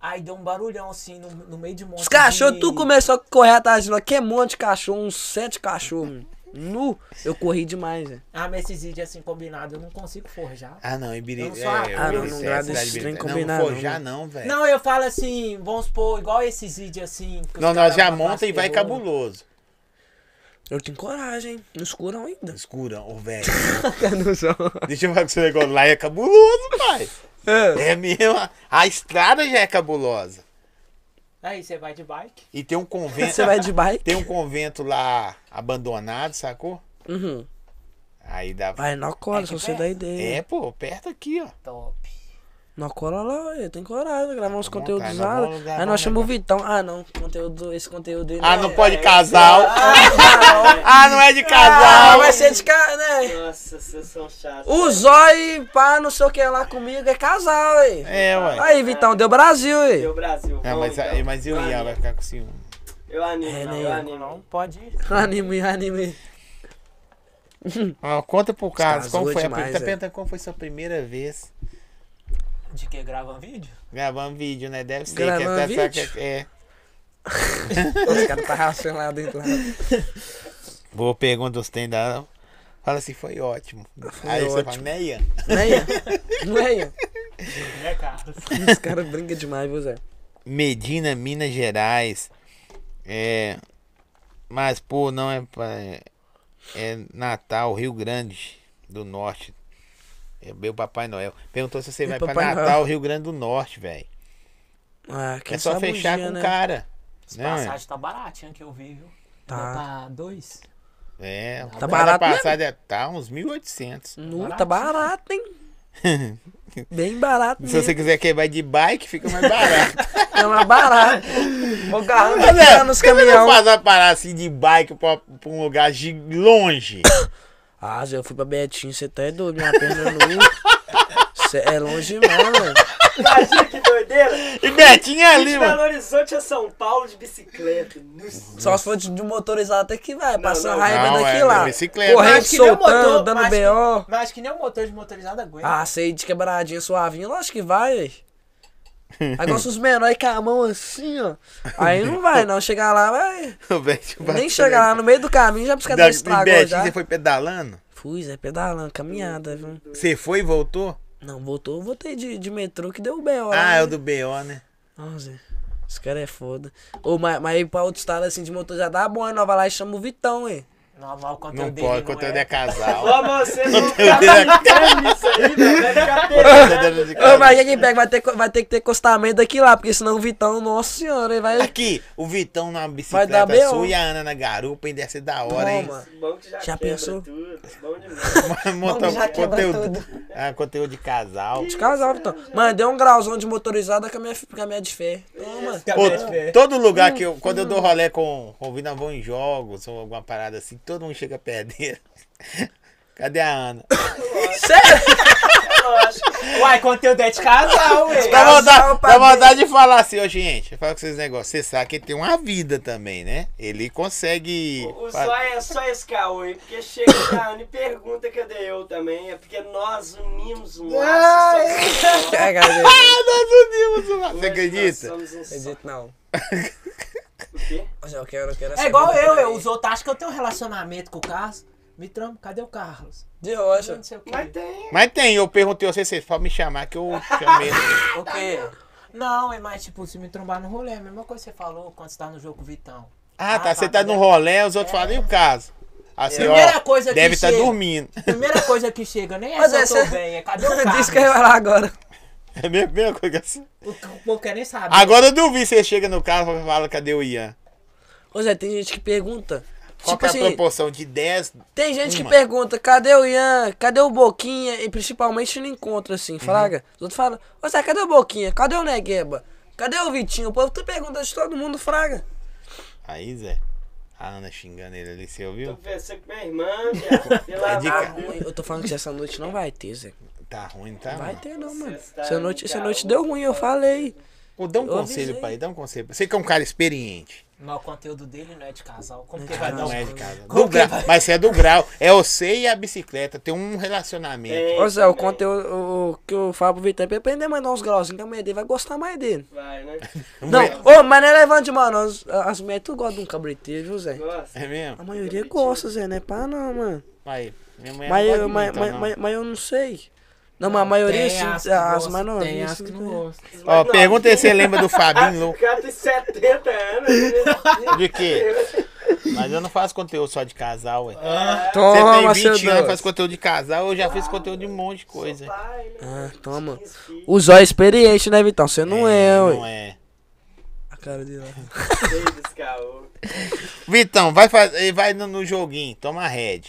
Speaker 2: aí deu um barulhão assim no, no meio de um monte
Speaker 1: Os cachorros,
Speaker 2: de...
Speaker 1: tu começou a correr atrás de nós. Que monte de cachorro, uns sete cachorros. mano. Nu, eu corri demais, né?
Speaker 2: Ah, mas esses vídeos assim combinado, eu não consigo forjar.
Speaker 3: Ah, não, Ibirité.
Speaker 2: Não, só a-
Speaker 3: é,
Speaker 1: Ah, não, não
Speaker 3: Ibirité,
Speaker 1: grava
Speaker 3: cidade
Speaker 1: esse
Speaker 3: de
Speaker 1: trem
Speaker 3: Ibirité.
Speaker 1: combinado,
Speaker 3: Não,
Speaker 1: não. né?
Speaker 3: não forjar não, velho.
Speaker 2: Não, eu falo assim, vamos supor, igual esses vídeos assim. que os
Speaker 3: Não,
Speaker 2: caras
Speaker 3: nós já
Speaker 2: vão pra
Speaker 3: monta e vai
Speaker 2: terror.
Speaker 3: cabuloso.
Speaker 1: Eu tenho coragem, hein? No escurão ainda.
Speaker 3: Escurão, ô, velho. <laughs>
Speaker 1: No chão.
Speaker 3: Deixa eu falar com esse negócio lá, é cabuloso, pai. É mesmo. A estrada já é cabulosa.
Speaker 2: Aí você vai de bike.
Speaker 3: E tem um convento.
Speaker 1: <laughs> Você vai de bike?
Speaker 3: Tem um convento lá abandonado, sacou?
Speaker 1: Uhum.
Speaker 3: Aí dá.
Speaker 1: Vai, na cola,
Speaker 2: É
Speaker 1: só
Speaker 2: que
Speaker 1: você
Speaker 2: pé?
Speaker 1: dá ideia.
Speaker 3: É, pô, perto aqui, ó.
Speaker 2: Top.
Speaker 1: Na cola lá, eu tenho coragem, gravar uns
Speaker 3: Tá bom,
Speaker 1: conteúdos
Speaker 3: tá,
Speaker 1: lá.
Speaker 3: nós vamos gravar
Speaker 1: Aí
Speaker 3: um
Speaker 1: nós chamamos o Vitão. Ah, não, conteúdo, esse conteúdo dele.
Speaker 3: Ah,
Speaker 1: é-
Speaker 3: não pode casal. Ah, não é de
Speaker 1: Ah,
Speaker 3: casal.
Speaker 1: vai ser de cara, né?
Speaker 4: Nossa, vocês são chatos.
Speaker 1: O Zói, pá, não sei o que lá comigo, é casal, ué.
Speaker 3: É, ué.
Speaker 1: Aí, Vitão, deu Brasil, ué.
Speaker 4: Meu Brasil.
Speaker 3: Não,
Speaker 4: vamos,
Speaker 3: É, mas,
Speaker 4: então.
Speaker 3: mas e o
Speaker 4: Eu
Speaker 3: Ian
Speaker 4: animo.
Speaker 3: vai ficar com ciúme.
Speaker 4: Eu animo,
Speaker 1: É,
Speaker 4: não,
Speaker 1: né,
Speaker 4: eu
Speaker 1: Ian?
Speaker 4: animo. Não.
Speaker 2: Pode ir.
Speaker 1: <laughs> Anime, anime.
Speaker 3: Ah, conta pro Carlos,
Speaker 1: Casou
Speaker 3: como foi
Speaker 1: demais,
Speaker 3: a primeira. Tá
Speaker 1: é.
Speaker 3: perguntando como foi sua primeira vez
Speaker 2: De que gravam vídeo?
Speaker 3: gravando vídeo, né? Deve ser.
Speaker 1: Gravando
Speaker 3: que até-
Speaker 1: vídeo?
Speaker 3: só que- é.
Speaker 1: Os caras tá rachando lá dentro. lá.
Speaker 3: Vou perguntar os tem da. Fala assim, foi ótimo. Aí você fala, né, Ian?
Speaker 1: Né, Ian? Não é, Ian?
Speaker 2: Né, Carlos?
Speaker 1: Os caras brincam demais, viu, Zé?
Speaker 3: Medina, Minas Gerais. É. Mas, pô, não é. pra- É Natal, Rio Grande do Norte. É meu Papai Noel. Perguntou se você
Speaker 1: Meu
Speaker 3: vai pra
Speaker 1: Papai
Speaker 3: Natal, Rio Grande do Norte, velho.
Speaker 1: Ah, quem
Speaker 3: É só
Speaker 1: sabe um
Speaker 3: fechar
Speaker 1: dia,
Speaker 3: com o
Speaker 1: né?
Speaker 3: cara.
Speaker 2: As
Speaker 3: Não, é.
Speaker 2: passagens tá baratinha que eu vi, viu? Já
Speaker 1: Tá.
Speaker 2: Tá dois.
Speaker 3: É, tá
Speaker 1: barato mesmo?
Speaker 3: passada é, tá uns 1.800.
Speaker 1: Nu, tá barato, hein?
Speaker 3: <laughs>
Speaker 1: Bem barato
Speaker 3: Se
Speaker 1: mesmo.
Speaker 3: você quiser quebrar de bike, fica
Speaker 1: <laughs>
Speaker 3: mais barato.
Speaker 1: É uma barata. O carro
Speaker 3: Mas, né,
Speaker 1: tá nos
Speaker 3: por que você
Speaker 1: caminhão.
Speaker 3: Não faz uma parada assim de bike pra, pra um lugar gi-
Speaker 1: <coughs>
Speaker 3: longe.
Speaker 1: Ah, Zé, eu fui pra Betim, você tá é doido, minha perna nu. Cê é longe demais, mano.
Speaker 4: Imagina
Speaker 3: <laughs>
Speaker 4: que doideira.
Speaker 3: E Betinho é ali,
Speaker 4: De
Speaker 3: mano.
Speaker 4: Belo Horizonte a São Paulo de bicicleta.
Speaker 3: <laughs>
Speaker 4: Nossa.
Speaker 1: Só se for de de motorizado até que vai, passando
Speaker 4: não.
Speaker 1: raiva
Speaker 3: Não,
Speaker 1: daqui
Speaker 3: é
Speaker 1: lá.
Speaker 3: bicicleta.
Speaker 1: Correndo,
Speaker 2: Mas que nem o
Speaker 1: soltando,
Speaker 2: motor,
Speaker 1: dando
Speaker 2: mas que-
Speaker 1: BO.
Speaker 2: Mas acho que nem o motor de motorizado aguenta.
Speaker 1: Ah, sei de quebradinha suavinha, lógico que vai, véi. Agora se os menores com a mão assim, ó. Aí não vai, não. Chegar lá, vai.
Speaker 3: <laughs> O Betinho
Speaker 1: Nem
Speaker 3: bate-
Speaker 1: chegar lá no meio do caminho, já buscar
Speaker 3: Da,
Speaker 1: até
Speaker 3: em
Speaker 1: estragou
Speaker 3: Betim,
Speaker 1: já.
Speaker 3: você foi pedalando?
Speaker 1: Fui, Zé, pedalando, caminhada, viu?
Speaker 3: Você foi e voltou?
Speaker 1: Não, voltou, voltei de, de metrô que deu BO. lá,
Speaker 3: Ah, é
Speaker 1: né?
Speaker 3: o do BO, né?
Speaker 1: Nossa, esse cara é foda. Ô, mas, mas ir pra outro estado assim de motor já dá bom, aí nós vai lá e chama o Vitão, hein?
Speaker 2: Normal, o conteúdo
Speaker 3: Não
Speaker 2: dele
Speaker 3: pode, quando
Speaker 2: é.
Speaker 3: é casal.
Speaker 4: Ó,
Speaker 3: <laughs>
Speaker 4: mas vocês vão ficar
Speaker 3: é
Speaker 4: brincando isso aí, velho. Vai ficar
Speaker 3: tá
Speaker 4: pegando.
Speaker 1: Ô, mas quem pega vai ter, co- vai ter que ter costamento daqui lá, porque senão o Vitão, nossa senhora, ele vai.
Speaker 3: Aqui, o Vitão na
Speaker 1: dar
Speaker 3: bicicleta
Speaker 1: B.O.
Speaker 3: sua e a Ana na garupa, hein? Deve ser da hora, hein?
Speaker 1: Toma.
Speaker 4: Bom que já,
Speaker 1: Já
Speaker 4: quebra
Speaker 1: pensou?
Speaker 4: tudo. Bom demais.
Speaker 3: Montar
Speaker 1: já quebra
Speaker 3: conteúdo. Ah, conteúdo de casal.
Speaker 1: De casal, Vitão. Mano, deu um grauzão de motorizada com a minha, com a minha de fé. Toma.
Speaker 3: Pô,
Speaker 2: Cabeça de ferro.
Speaker 3: todo lugar que
Speaker 1: Hum,
Speaker 3: eu. Quando eu dou rolé com ouvindo a vão em jogos ou alguma parada assim, todo mundo chega perto dele. <laughs> Cadê a Ana?
Speaker 1: Sério?
Speaker 4: É
Speaker 3: <laughs>
Speaker 2: Uai, conteúdo é de casal, ué.
Speaker 3: Dá vontade,
Speaker 1: pra
Speaker 3: dá vontade de falar assim, ô gente, fala com esses negócios. Você sabe que ele tem uma vida também, né? Ele consegue.
Speaker 4: O
Speaker 3: fa-
Speaker 4: só é só esse caô aí, porque chega a Ana e pergunta cadê eu também. É porque nós unimos um laço. só-
Speaker 3: <laughs>
Speaker 1: É, cara, eu
Speaker 3: Ah, nós unimos uma. Ah, Você
Speaker 4: Hoje nós
Speaker 3: acredita?
Speaker 4: somos um só.
Speaker 1: acredito não.
Speaker 4: O quê?
Speaker 1: Mas eu quero, assim, eu quero
Speaker 2: É
Speaker 1: essa
Speaker 2: igual
Speaker 1: vida
Speaker 2: eu,
Speaker 1: pra
Speaker 2: eu.
Speaker 1: mim.
Speaker 2: Os outros acham que eu tenho um relacionamento com o Carlos. Me trampo, cadê o Carlos?
Speaker 1: De
Speaker 2: Eu
Speaker 1: rocha.
Speaker 2: Não sei o quê.
Speaker 4: Mas tem.
Speaker 3: Mas tem, eu perguntei a você, vocês podem me chamar que eu chamei.
Speaker 2: O quê? Não, é mais tipo, se me trombar no rolê, é a mesma coisa que você falou quando você tá no jogo com o Vitão.
Speaker 3: Ah, tá.
Speaker 2: Ah,
Speaker 3: Você
Speaker 2: tá,
Speaker 3: tá
Speaker 2: tá
Speaker 3: no rolé, os outros falam, e o caso? Assim,
Speaker 2: Primeira
Speaker 3: ó,
Speaker 2: coisa que
Speaker 3: deve estar
Speaker 2: chega.
Speaker 3: dormindo.
Speaker 5: <laughs>
Speaker 2: Primeira coisa que chega, nem é
Speaker 1: Mas
Speaker 2: se eu
Speaker 1: é,
Speaker 2: tô
Speaker 1: cê-
Speaker 2: bem, é cadê o Carlos?
Speaker 1: <laughs> Diz que eu ia lá agora.
Speaker 3: É a mesma coisa assim.
Speaker 2: O, o povo quer nem saber.
Speaker 3: Agora eu duvido, você chega no carro e fala, cadê o Ian?
Speaker 1: Ô Zé, tem gente que pergunta.
Speaker 3: Qual
Speaker 1: tipo
Speaker 3: que é a Hum,
Speaker 1: assim,
Speaker 3: proporção de 10?
Speaker 1: tem gente que
Speaker 3: Uma.
Speaker 1: pergunta, cadê o Ian? Cadê o Boquinha? E principalmente no encontro,
Speaker 3: Uhum.
Speaker 1: assim, fraga. Os outros falam, ô Zé, cadê o Boquinha? Cadê o Negueba? Cadê o Vitinho? O povo tá perguntando de todo mundo, fraga.
Speaker 3: Aí, Zé. A Ana xingando ele ali, você ouviu?
Speaker 1: Então,
Speaker 4: Conversei com é minha irmã,
Speaker 3: <laughs>
Speaker 4: viado. Pelo amor de
Speaker 3: dica.
Speaker 4: Deus.
Speaker 1: Tá Eu tô falando que essa noite não vai ter, Zé.
Speaker 3: Tá ruim, tá?
Speaker 1: Não vai
Speaker 3: mano?
Speaker 1: ter não, mano.
Speaker 5: tá
Speaker 4: está
Speaker 1: Essa noite, essa
Speaker 4: no
Speaker 1: noite
Speaker 4: caô.
Speaker 1: deu ruim, eu falei.
Speaker 3: Pô, dá um
Speaker 1: Eu
Speaker 3: conselho
Speaker 1: avisei.
Speaker 3: pra ele, dá um conselho. Você que é um cara experiente.
Speaker 5: Mas o conteúdo dele não é de casal. Como que vai
Speaker 3: Não,
Speaker 5: dar um
Speaker 3: é de casa.
Speaker 5: Como
Speaker 3: Do
Speaker 5: que
Speaker 3: grau,
Speaker 5: vai-
Speaker 3: mas você é do grau. É você e a bicicleta. Tem um relacionamento.
Speaker 4: Tem
Speaker 1: Ô Zé, o
Speaker 4: também.
Speaker 1: conteúdo o- o que eu falo pro Vitão é pra ele aprender mais dar uns grauzinhos, que a mulher dele vai gostar mais dele.
Speaker 4: Vai, né?
Speaker 1: Não, ô, mas não é levante, mano. As, as mulheres tu gosta de um cabriteiro, viu, Zé?
Speaker 4: Gosta.
Speaker 3: É mesmo?
Speaker 1: A maioria gosta, Zé, não é pá não, mano.
Speaker 3: Mas, minha
Speaker 5: É,
Speaker 3: mãe
Speaker 1: Mas,
Speaker 3: não
Speaker 1: eu,
Speaker 3: gosta de
Speaker 1: mas,
Speaker 3: mim,
Speaker 1: mas,
Speaker 3: então,
Speaker 1: mas, mas eu não sei. Não, mas a maioria sim, as,
Speaker 5: gostam, Tem
Speaker 1: mais novinhas.
Speaker 5: as
Speaker 1: sim,
Speaker 5: que não
Speaker 1: né?
Speaker 5: gostam.
Speaker 3: não. Ó, pergunta aí se você lembra do Fabinho
Speaker 1: <laughs>
Speaker 3: Lu.
Speaker 4: cara tem 70 anos.
Speaker 3: <laughs>
Speaker 4: né?
Speaker 3: De quê? Mas eu não faço conteúdo só de casal, ué.
Speaker 1: Ah. Toma, é
Speaker 3: você tem 20
Speaker 1: seu
Speaker 3: anos, um faz
Speaker 1: doce.
Speaker 3: conteúdo de casal, eu já fiz conteúdo de um monte de coisa.
Speaker 4: Vai, né?
Speaker 1: Ah, toma.
Speaker 4: Quinze filhos.
Speaker 1: O Zó é experiente, né, Vitão? Você não é, ué.
Speaker 3: Não é.
Speaker 1: A cara de lá.
Speaker 4: Cheio dos é caô.
Speaker 3: Vitão, vai, fazer, vai no, no joguinho, toma red.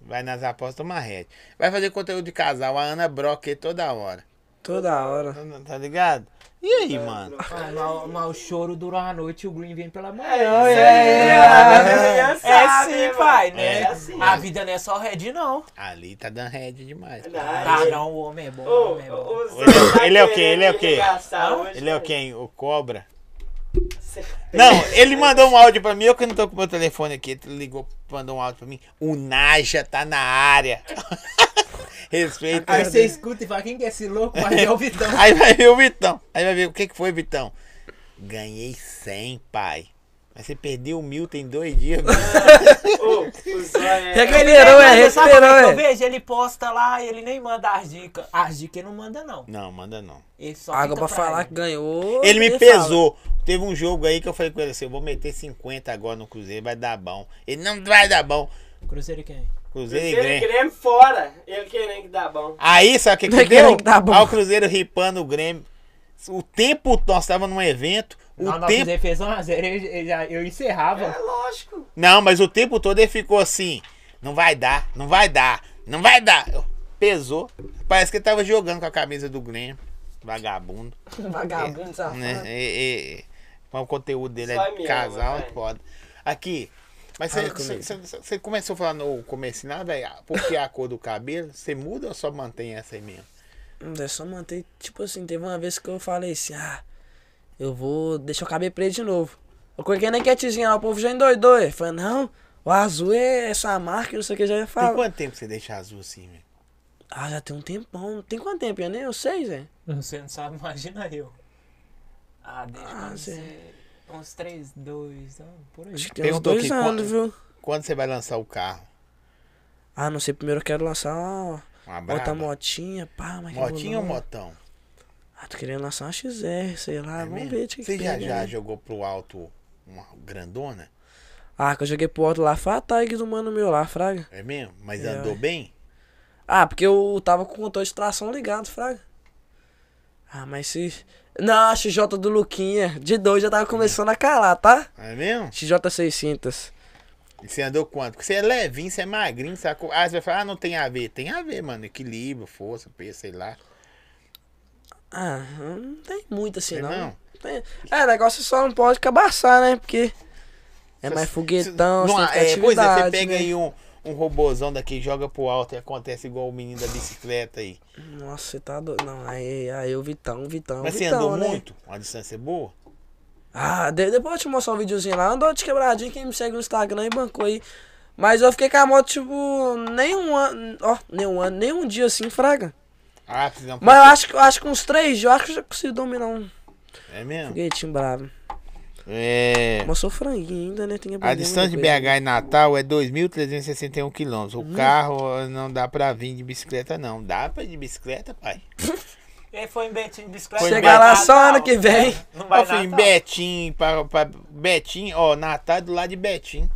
Speaker 3: Vai nas apostas, toma red. Vai fazer conteúdo de casal, a Ana broca aí toda hora.
Speaker 1: Toda hora.
Speaker 3: Tá, tá ligado? E aí, mano?
Speaker 5: Ah, mas- mas o choro durou a noite e o Green vem pela manhã.
Speaker 4: É, é, é,
Speaker 5: É sim, pai,
Speaker 3: É.
Speaker 5: né?
Speaker 4: assim.
Speaker 5: A vida não é só red, não.
Speaker 3: Ali tá dando red demais.
Speaker 5: Tá,
Speaker 4: Nice.
Speaker 5: não, o homem é bom, o
Speaker 4: Ô,
Speaker 5: homem é bom.
Speaker 4: ô, tá Zé,
Speaker 3: Ele é-
Speaker 4: vai
Speaker 3: ele é o quê?
Speaker 4: querer
Speaker 3: Ele é o
Speaker 4: me
Speaker 3: quê?
Speaker 4: arregaçar hoje,
Speaker 3: Ele é o
Speaker 4: né?
Speaker 3: quem? O cobra?
Speaker 4: Cê-
Speaker 3: Não, ele mandou um áudio pra mim, eu que não tô com o meu telefone aqui, ele ligou, mandou um áudio pra mim. O Naja tá na área. <laughs> Respeita.
Speaker 5: Aí você escuta e fala, quem que é esse louco? Aí é o Vitão.
Speaker 3: Aí vai ver o Vitão. Aí vai ver o que, que foi, Vitão. Ganhei 100, pai. Mas você perdeu mil tem dois
Speaker 1: <laughs>
Speaker 3: dias. bicho.
Speaker 4: Ô, o Zóia é-
Speaker 1: Recuperou, é,
Speaker 5: Mas sabe como é que
Speaker 1: recuperou,
Speaker 5: eu
Speaker 1: é.
Speaker 5: vejo? Ele posta lá e ele nem manda as dicas. As dicas ele não manda, não.
Speaker 3: Não, manda não.
Speaker 5: Ele só
Speaker 1: Água
Speaker 5: fica
Speaker 1: pra falar
Speaker 5: ele.
Speaker 1: que ganhou.
Speaker 3: Ele me
Speaker 1: fala.
Speaker 3: pesou. Teve um jogo aí que eu falei com ele assim: eu vou meter 50 agora no Cruzeiro, vai dar bom. Ele não vai dar bom.
Speaker 5: Cruzeiro quem?
Speaker 3: Cruzeiro e
Speaker 4: Cruzeiro e
Speaker 3: Grêmio.
Speaker 4: Grêmio é fora. Ele querendo que dá bom.
Speaker 3: Aí, sabe o que,
Speaker 1: Não é
Speaker 3: que
Speaker 1: que nem
Speaker 3: deu?
Speaker 1: que dá bom.
Speaker 3: Aí o Cruzeiro ripando o Grêmio. O tempo, nós tava num evento. O
Speaker 5: não, não,
Speaker 3: tempo.
Speaker 5: Cruzeiro fez 1x0, eu, eu já- eu encerrava.
Speaker 4: É lógico.
Speaker 3: Não, mas o tempo todo ele ficou assim: não vai dar, não vai dar, não vai dar. Eu- Pesou. Parece que ele tava jogando com a camisa do Grêmio. Vagabundo.
Speaker 1: <laughs> Vagabundo, safado.
Speaker 3: Né? E- e- mas o conteúdo dele é
Speaker 4: Vai
Speaker 3: de
Speaker 4: mesmo,
Speaker 3: casal, é
Speaker 4: vai.
Speaker 3: foda. Aqui. Mas
Speaker 1: Fala comigo.
Speaker 3: você começou falando no começo, né, velho? Porque a cor do cabelo, você muda ou só mantém essa aí mesmo?
Speaker 1: É só manter, tipo assim, teve uma vez que eu falei assim, ah, eu vou deixar o cabelo preto de novo. Eu coloquei na enquetezinha lá, o povo já endoidou. Ele falou, não, o azul é essa marca, não sei o que, já ia
Speaker 3: Tem
Speaker 1: falar.
Speaker 3: quanto tempo você deixa azul assim, velho?
Speaker 1: Ah, já tem um tempão. Tem quanto tempo, eu nem eu sei, Zé.
Speaker 5: Você não sabe, imagina eu. Ah, desde
Speaker 1: Ah,
Speaker 5: quando
Speaker 1: Zé.
Speaker 5: você... Uns 3, 2 anos, por aí.
Speaker 1: Acho que tem uns
Speaker 3: Perguntou
Speaker 1: dois
Speaker 3: aqui,
Speaker 1: anos,
Speaker 3: quando-
Speaker 1: viu?
Speaker 3: Quando você vai lançar o carro?
Speaker 1: Ah, não sei, primeiro eu quero lançar uma,
Speaker 3: Uma braba?
Speaker 1: outra motinha, pá, mas que
Speaker 3: Um Motinha ou
Speaker 1: bolão.
Speaker 3: motão?
Speaker 1: Ah, tô querendo lançar uma XR, sei lá,
Speaker 3: É
Speaker 1: vamos
Speaker 3: mesmo?
Speaker 1: ver o que que
Speaker 3: Você já,
Speaker 1: pega,
Speaker 3: já
Speaker 1: né?
Speaker 3: jogou pro alto uma grandona?
Speaker 1: Ah, que eu joguei pro alto lá, foi a tag do mano meu lá, fraga.
Speaker 3: É mesmo? Mas
Speaker 1: É,
Speaker 3: andou
Speaker 1: ué.
Speaker 3: bem?
Speaker 1: Ah, porque eu tava com o controle de tração ligado, fraga. Ah, mas se. Não, a XJ do Luquinha, de dois já tava começando a calar, tá?
Speaker 3: É mesmo?
Speaker 1: XJ600.
Speaker 3: E você andou quanto? Porque você é levinho, você é magrinho, sacou? Ah, você vai falar, ah, não tem a ver. Tem a ver, mano. Equilíbrio, força, peso, sei lá.
Speaker 1: Ah, não tem muito assim,
Speaker 3: Tem
Speaker 1: não.
Speaker 3: não?
Speaker 1: Tem- É, o negócio só não pode cabaçar, né? Porque é mais foguetão,
Speaker 3: Não,
Speaker 1: você tem que ter
Speaker 3: é, pois é, você
Speaker 1: atividade,
Speaker 3: pega
Speaker 1: né?
Speaker 3: aí um, um robozão daqui, joga pro alto e acontece igual o menino da bicicleta aí.
Speaker 1: Nossa, você tá doido. Não, aí, aí o Vitão, Vitão,
Speaker 3: Mas você
Speaker 1: Vitão,
Speaker 3: andou
Speaker 1: né?
Speaker 3: muito? Uma distância boa?
Speaker 1: Ah, de- depois eu te mostrar um videozinho lá. Andou de quebradinho, quem me segue no Instagram e bancou aí. Mas eu fiquei com a moto, tipo, nem um ano, ó, nem um ano, nem um dia assim, fraga.
Speaker 3: Ah, precisamos...
Speaker 1: Mas eu acho, que- eu acho que uns três dias, eu acho que eu já consigo dominar um
Speaker 3: É mesmo?
Speaker 1: foguetinho bravo.
Speaker 3: É...
Speaker 1: Mas sou franguinho ainda, né? Tem que
Speaker 3: A
Speaker 1: aprender
Speaker 3: distância de
Speaker 1: muita coisa.
Speaker 3: BH e Natal é 2.361 quilômetros. O carro não dá pra vir de bicicleta, não. Dá pra ir de bicicleta, pai?
Speaker 5: Ele foi em Betim de bicicleta.
Speaker 3: Foi em
Speaker 1: Chegar lá
Speaker 5: Natal.
Speaker 1: só ano
Speaker 3: né?
Speaker 1: que vem.
Speaker 5: Não vai
Speaker 3: Eu fui em
Speaker 5: Natal.
Speaker 3: Betim, pra, pra Betim, ó, Natal é do lado de Betim.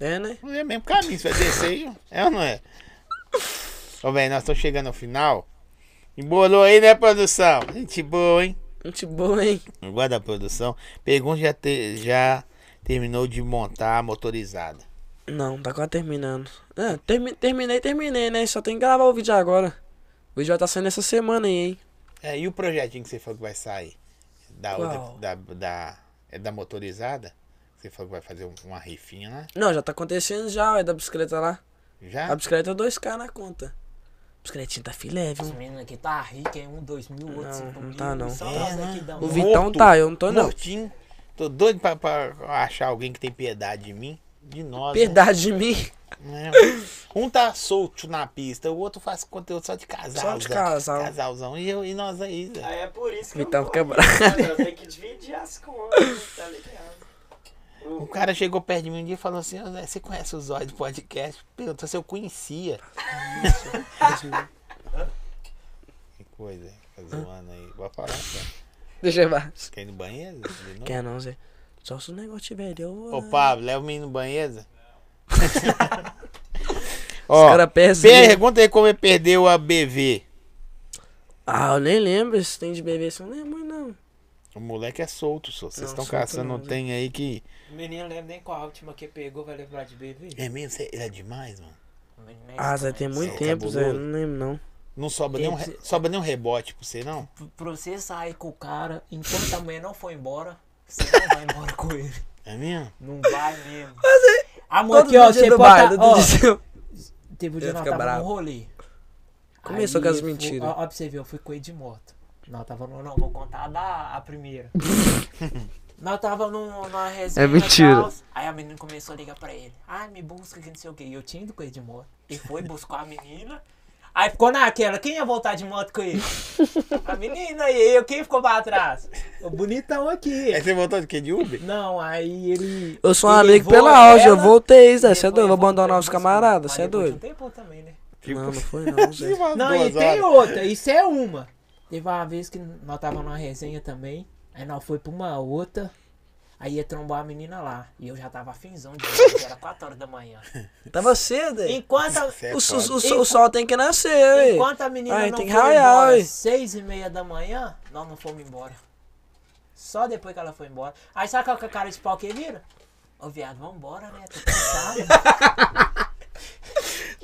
Speaker 1: É, né?
Speaker 3: Não é o mesmo caminho, você vai descer aí, ó. é ou não é? Ô, velho, nós estamos chegando ao final. Embolou aí, né, produção? Gente boa, hein?
Speaker 1: Gente boa, hein?
Speaker 3: Eu gosto da produção. Pergunta já, te- já terminou de montar a motorizada.
Speaker 1: Não, tá quase terminando. É, termi- terminei, terminei, né? Só tem que gravar o vídeo agora. O vídeo vai estar saindo essa semana aí, hein?
Speaker 3: É, e o projetinho que você falou que vai sair? Da
Speaker 1: Qual?
Speaker 3: outra. Da, da, é da motorizada? Você falou que vai fazer um- uma rifinha lá?
Speaker 1: Não, já tá acontecendo já, é da bicicleta lá.
Speaker 3: Já?
Speaker 1: A bicicleta é 2K na conta. A bicicletinha tá filé,
Speaker 2: Os
Speaker 1: viu?
Speaker 2: meninos aqui tá rico, hein? Um, dois mil, outro,
Speaker 1: Não,
Speaker 2: cinco
Speaker 1: não
Speaker 2: mil.
Speaker 1: tá, não.
Speaker 2: Só
Speaker 3: É,
Speaker 2: nós
Speaker 3: né?
Speaker 2: aqui dá
Speaker 1: O
Speaker 2: um.
Speaker 1: Vitão tá, eu não tô não.
Speaker 3: Mortinho. Tô doido pra, pra achar alguém que tem piedade de mim. De nós. né?
Speaker 1: Piedade de mim. <laughs>
Speaker 3: É. Um tá solto na pista, o outro faz conteúdo só de casal.
Speaker 1: Só de casal.
Speaker 3: Casalzão. E, eu, e nós aí. né? Zé.
Speaker 4: Aí é por isso que
Speaker 1: Vitão
Speaker 4: eu
Speaker 1: fica
Speaker 4: não posso, né? Eu tenho que dividir as contas, tá ligado?
Speaker 3: O cara chegou perto de mim um dia e falou assim: "Ô, Zé, você conhece o Zóio do podcast? Perguntou se eu conhecia. que coisa, hein? Tá zoando aí. Vai falar, cara.
Speaker 1: <laughs> Deixa eu baixo.
Speaker 3: Quer ir no banheiro? Zé, de novo?
Speaker 1: Quer não, Zé? Só se o negócio tiver né? ali, eu vou.
Speaker 3: Ô,
Speaker 1: lá.
Speaker 3: Pablo, leva o menino no banheiro. Zé.
Speaker 1: Os
Speaker 3: Ó,
Speaker 1: cara pesa.
Speaker 3: pergunta aí como ele perdeu a BV.
Speaker 1: Ah, eu nem lembro se tem de bebê, se eu não lembro, não.
Speaker 3: O moleque é solto, só. Vocês
Speaker 1: Não,
Speaker 3: estão
Speaker 1: solto
Speaker 3: caçando
Speaker 1: não,
Speaker 3: um
Speaker 1: Zé.
Speaker 3: tem aí que.
Speaker 2: O
Speaker 5: um-
Speaker 2: menino lembra nem qual a última que pegou, vai lembrar de bebê?
Speaker 3: É mesmo? Cê- Ele é demais, mano.
Speaker 2: O menino é
Speaker 1: Ah, Zé,
Speaker 2: estranho.
Speaker 1: tem muito
Speaker 3: Zé,
Speaker 1: tempo, Zé. Eu
Speaker 3: cabuloso.
Speaker 1: não lembro, não.
Speaker 3: Não sobra
Speaker 2: é
Speaker 3: nem um, re- sobra nem um rebote pra você, não?
Speaker 2: P- Pra você sair com o cara, enquanto a mulher não for embora, você não vai embora com ele.
Speaker 3: É mesmo?
Speaker 2: Não vai mesmo. Amor,
Speaker 1: Todo
Speaker 2: aqui, ó,
Speaker 1: dia
Speaker 2: você
Speaker 1: do
Speaker 2: pode...
Speaker 1: baile,
Speaker 2: ó,
Speaker 1: todo dia.
Speaker 2: Teve um
Speaker 1: Eu
Speaker 2: dia que
Speaker 1: fico
Speaker 2: nós tava
Speaker 1: bravo.
Speaker 2: num rolê.
Speaker 1: Começou
Speaker 2: Aí
Speaker 1: com as
Speaker 2: eu fui-
Speaker 1: mentiras.
Speaker 2: Ó, ó, pra você ver, eu fui com ele de moto. Nós tava no. Não, vou contar a da a
Speaker 1: <laughs>
Speaker 2: primeira. nós tava no, na resenha.
Speaker 1: É mentira.
Speaker 2: tal, aí a menina começou a ligar pra ele. Ai, me busca que não sei o que. E eu tinha ido com ele de moto. E foi, buscou a menina. Aí ficou naquela, quem ia voltar de moto
Speaker 1: <laughs>
Speaker 2: com ele? A menina e eu, quem ficou pra trás? O bonitão
Speaker 3: Aí
Speaker 1: É
Speaker 2: aqui.
Speaker 3: você voltou de quê? De Uber?
Speaker 2: Não, aí ele.
Speaker 1: Eu sou um
Speaker 2: ele
Speaker 1: amigo
Speaker 2: levou
Speaker 1: pela áudio, eu
Speaker 2: ela,
Speaker 1: voltei, Zé. Você é
Speaker 2: depois
Speaker 1: doido? Vou
Speaker 2: voltou
Speaker 1: abandonar
Speaker 2: e
Speaker 1: os
Speaker 2: buscou.
Speaker 1: camaradas,
Speaker 2: Mas
Speaker 1: você é
Speaker 2: depois de
Speaker 1: doido?
Speaker 2: Um tempo também, né?
Speaker 1: Não, não foi não, Zé.
Speaker 2: <laughs> Não, e tem outra, isso é uma. Teve uma vez que nós tava numa resenha também, aí nós foi pra uma outra, aí ia trombar a menina lá. E eu já tava finzão de noite, era 4 horas da manhã.
Speaker 1: Tava cedo, Zé.
Speaker 2: Enquanto a,
Speaker 3: Cê é
Speaker 1: O,
Speaker 3: foda.
Speaker 1: o- o- o sol tem que nascer, ué.
Speaker 2: enquanto a menina
Speaker 1: Ai,
Speaker 2: não
Speaker 1: tem
Speaker 2: foi
Speaker 1: que raiar,
Speaker 2: embora,
Speaker 1: ué.
Speaker 2: 6 e meia da manhã, nós não fomos embora. Só depois que ela foi embora. Aí sabe qual que é a cara de pau que vira? Ô viado, vambora, né?
Speaker 1: <laughs>
Speaker 2: Tô cansado.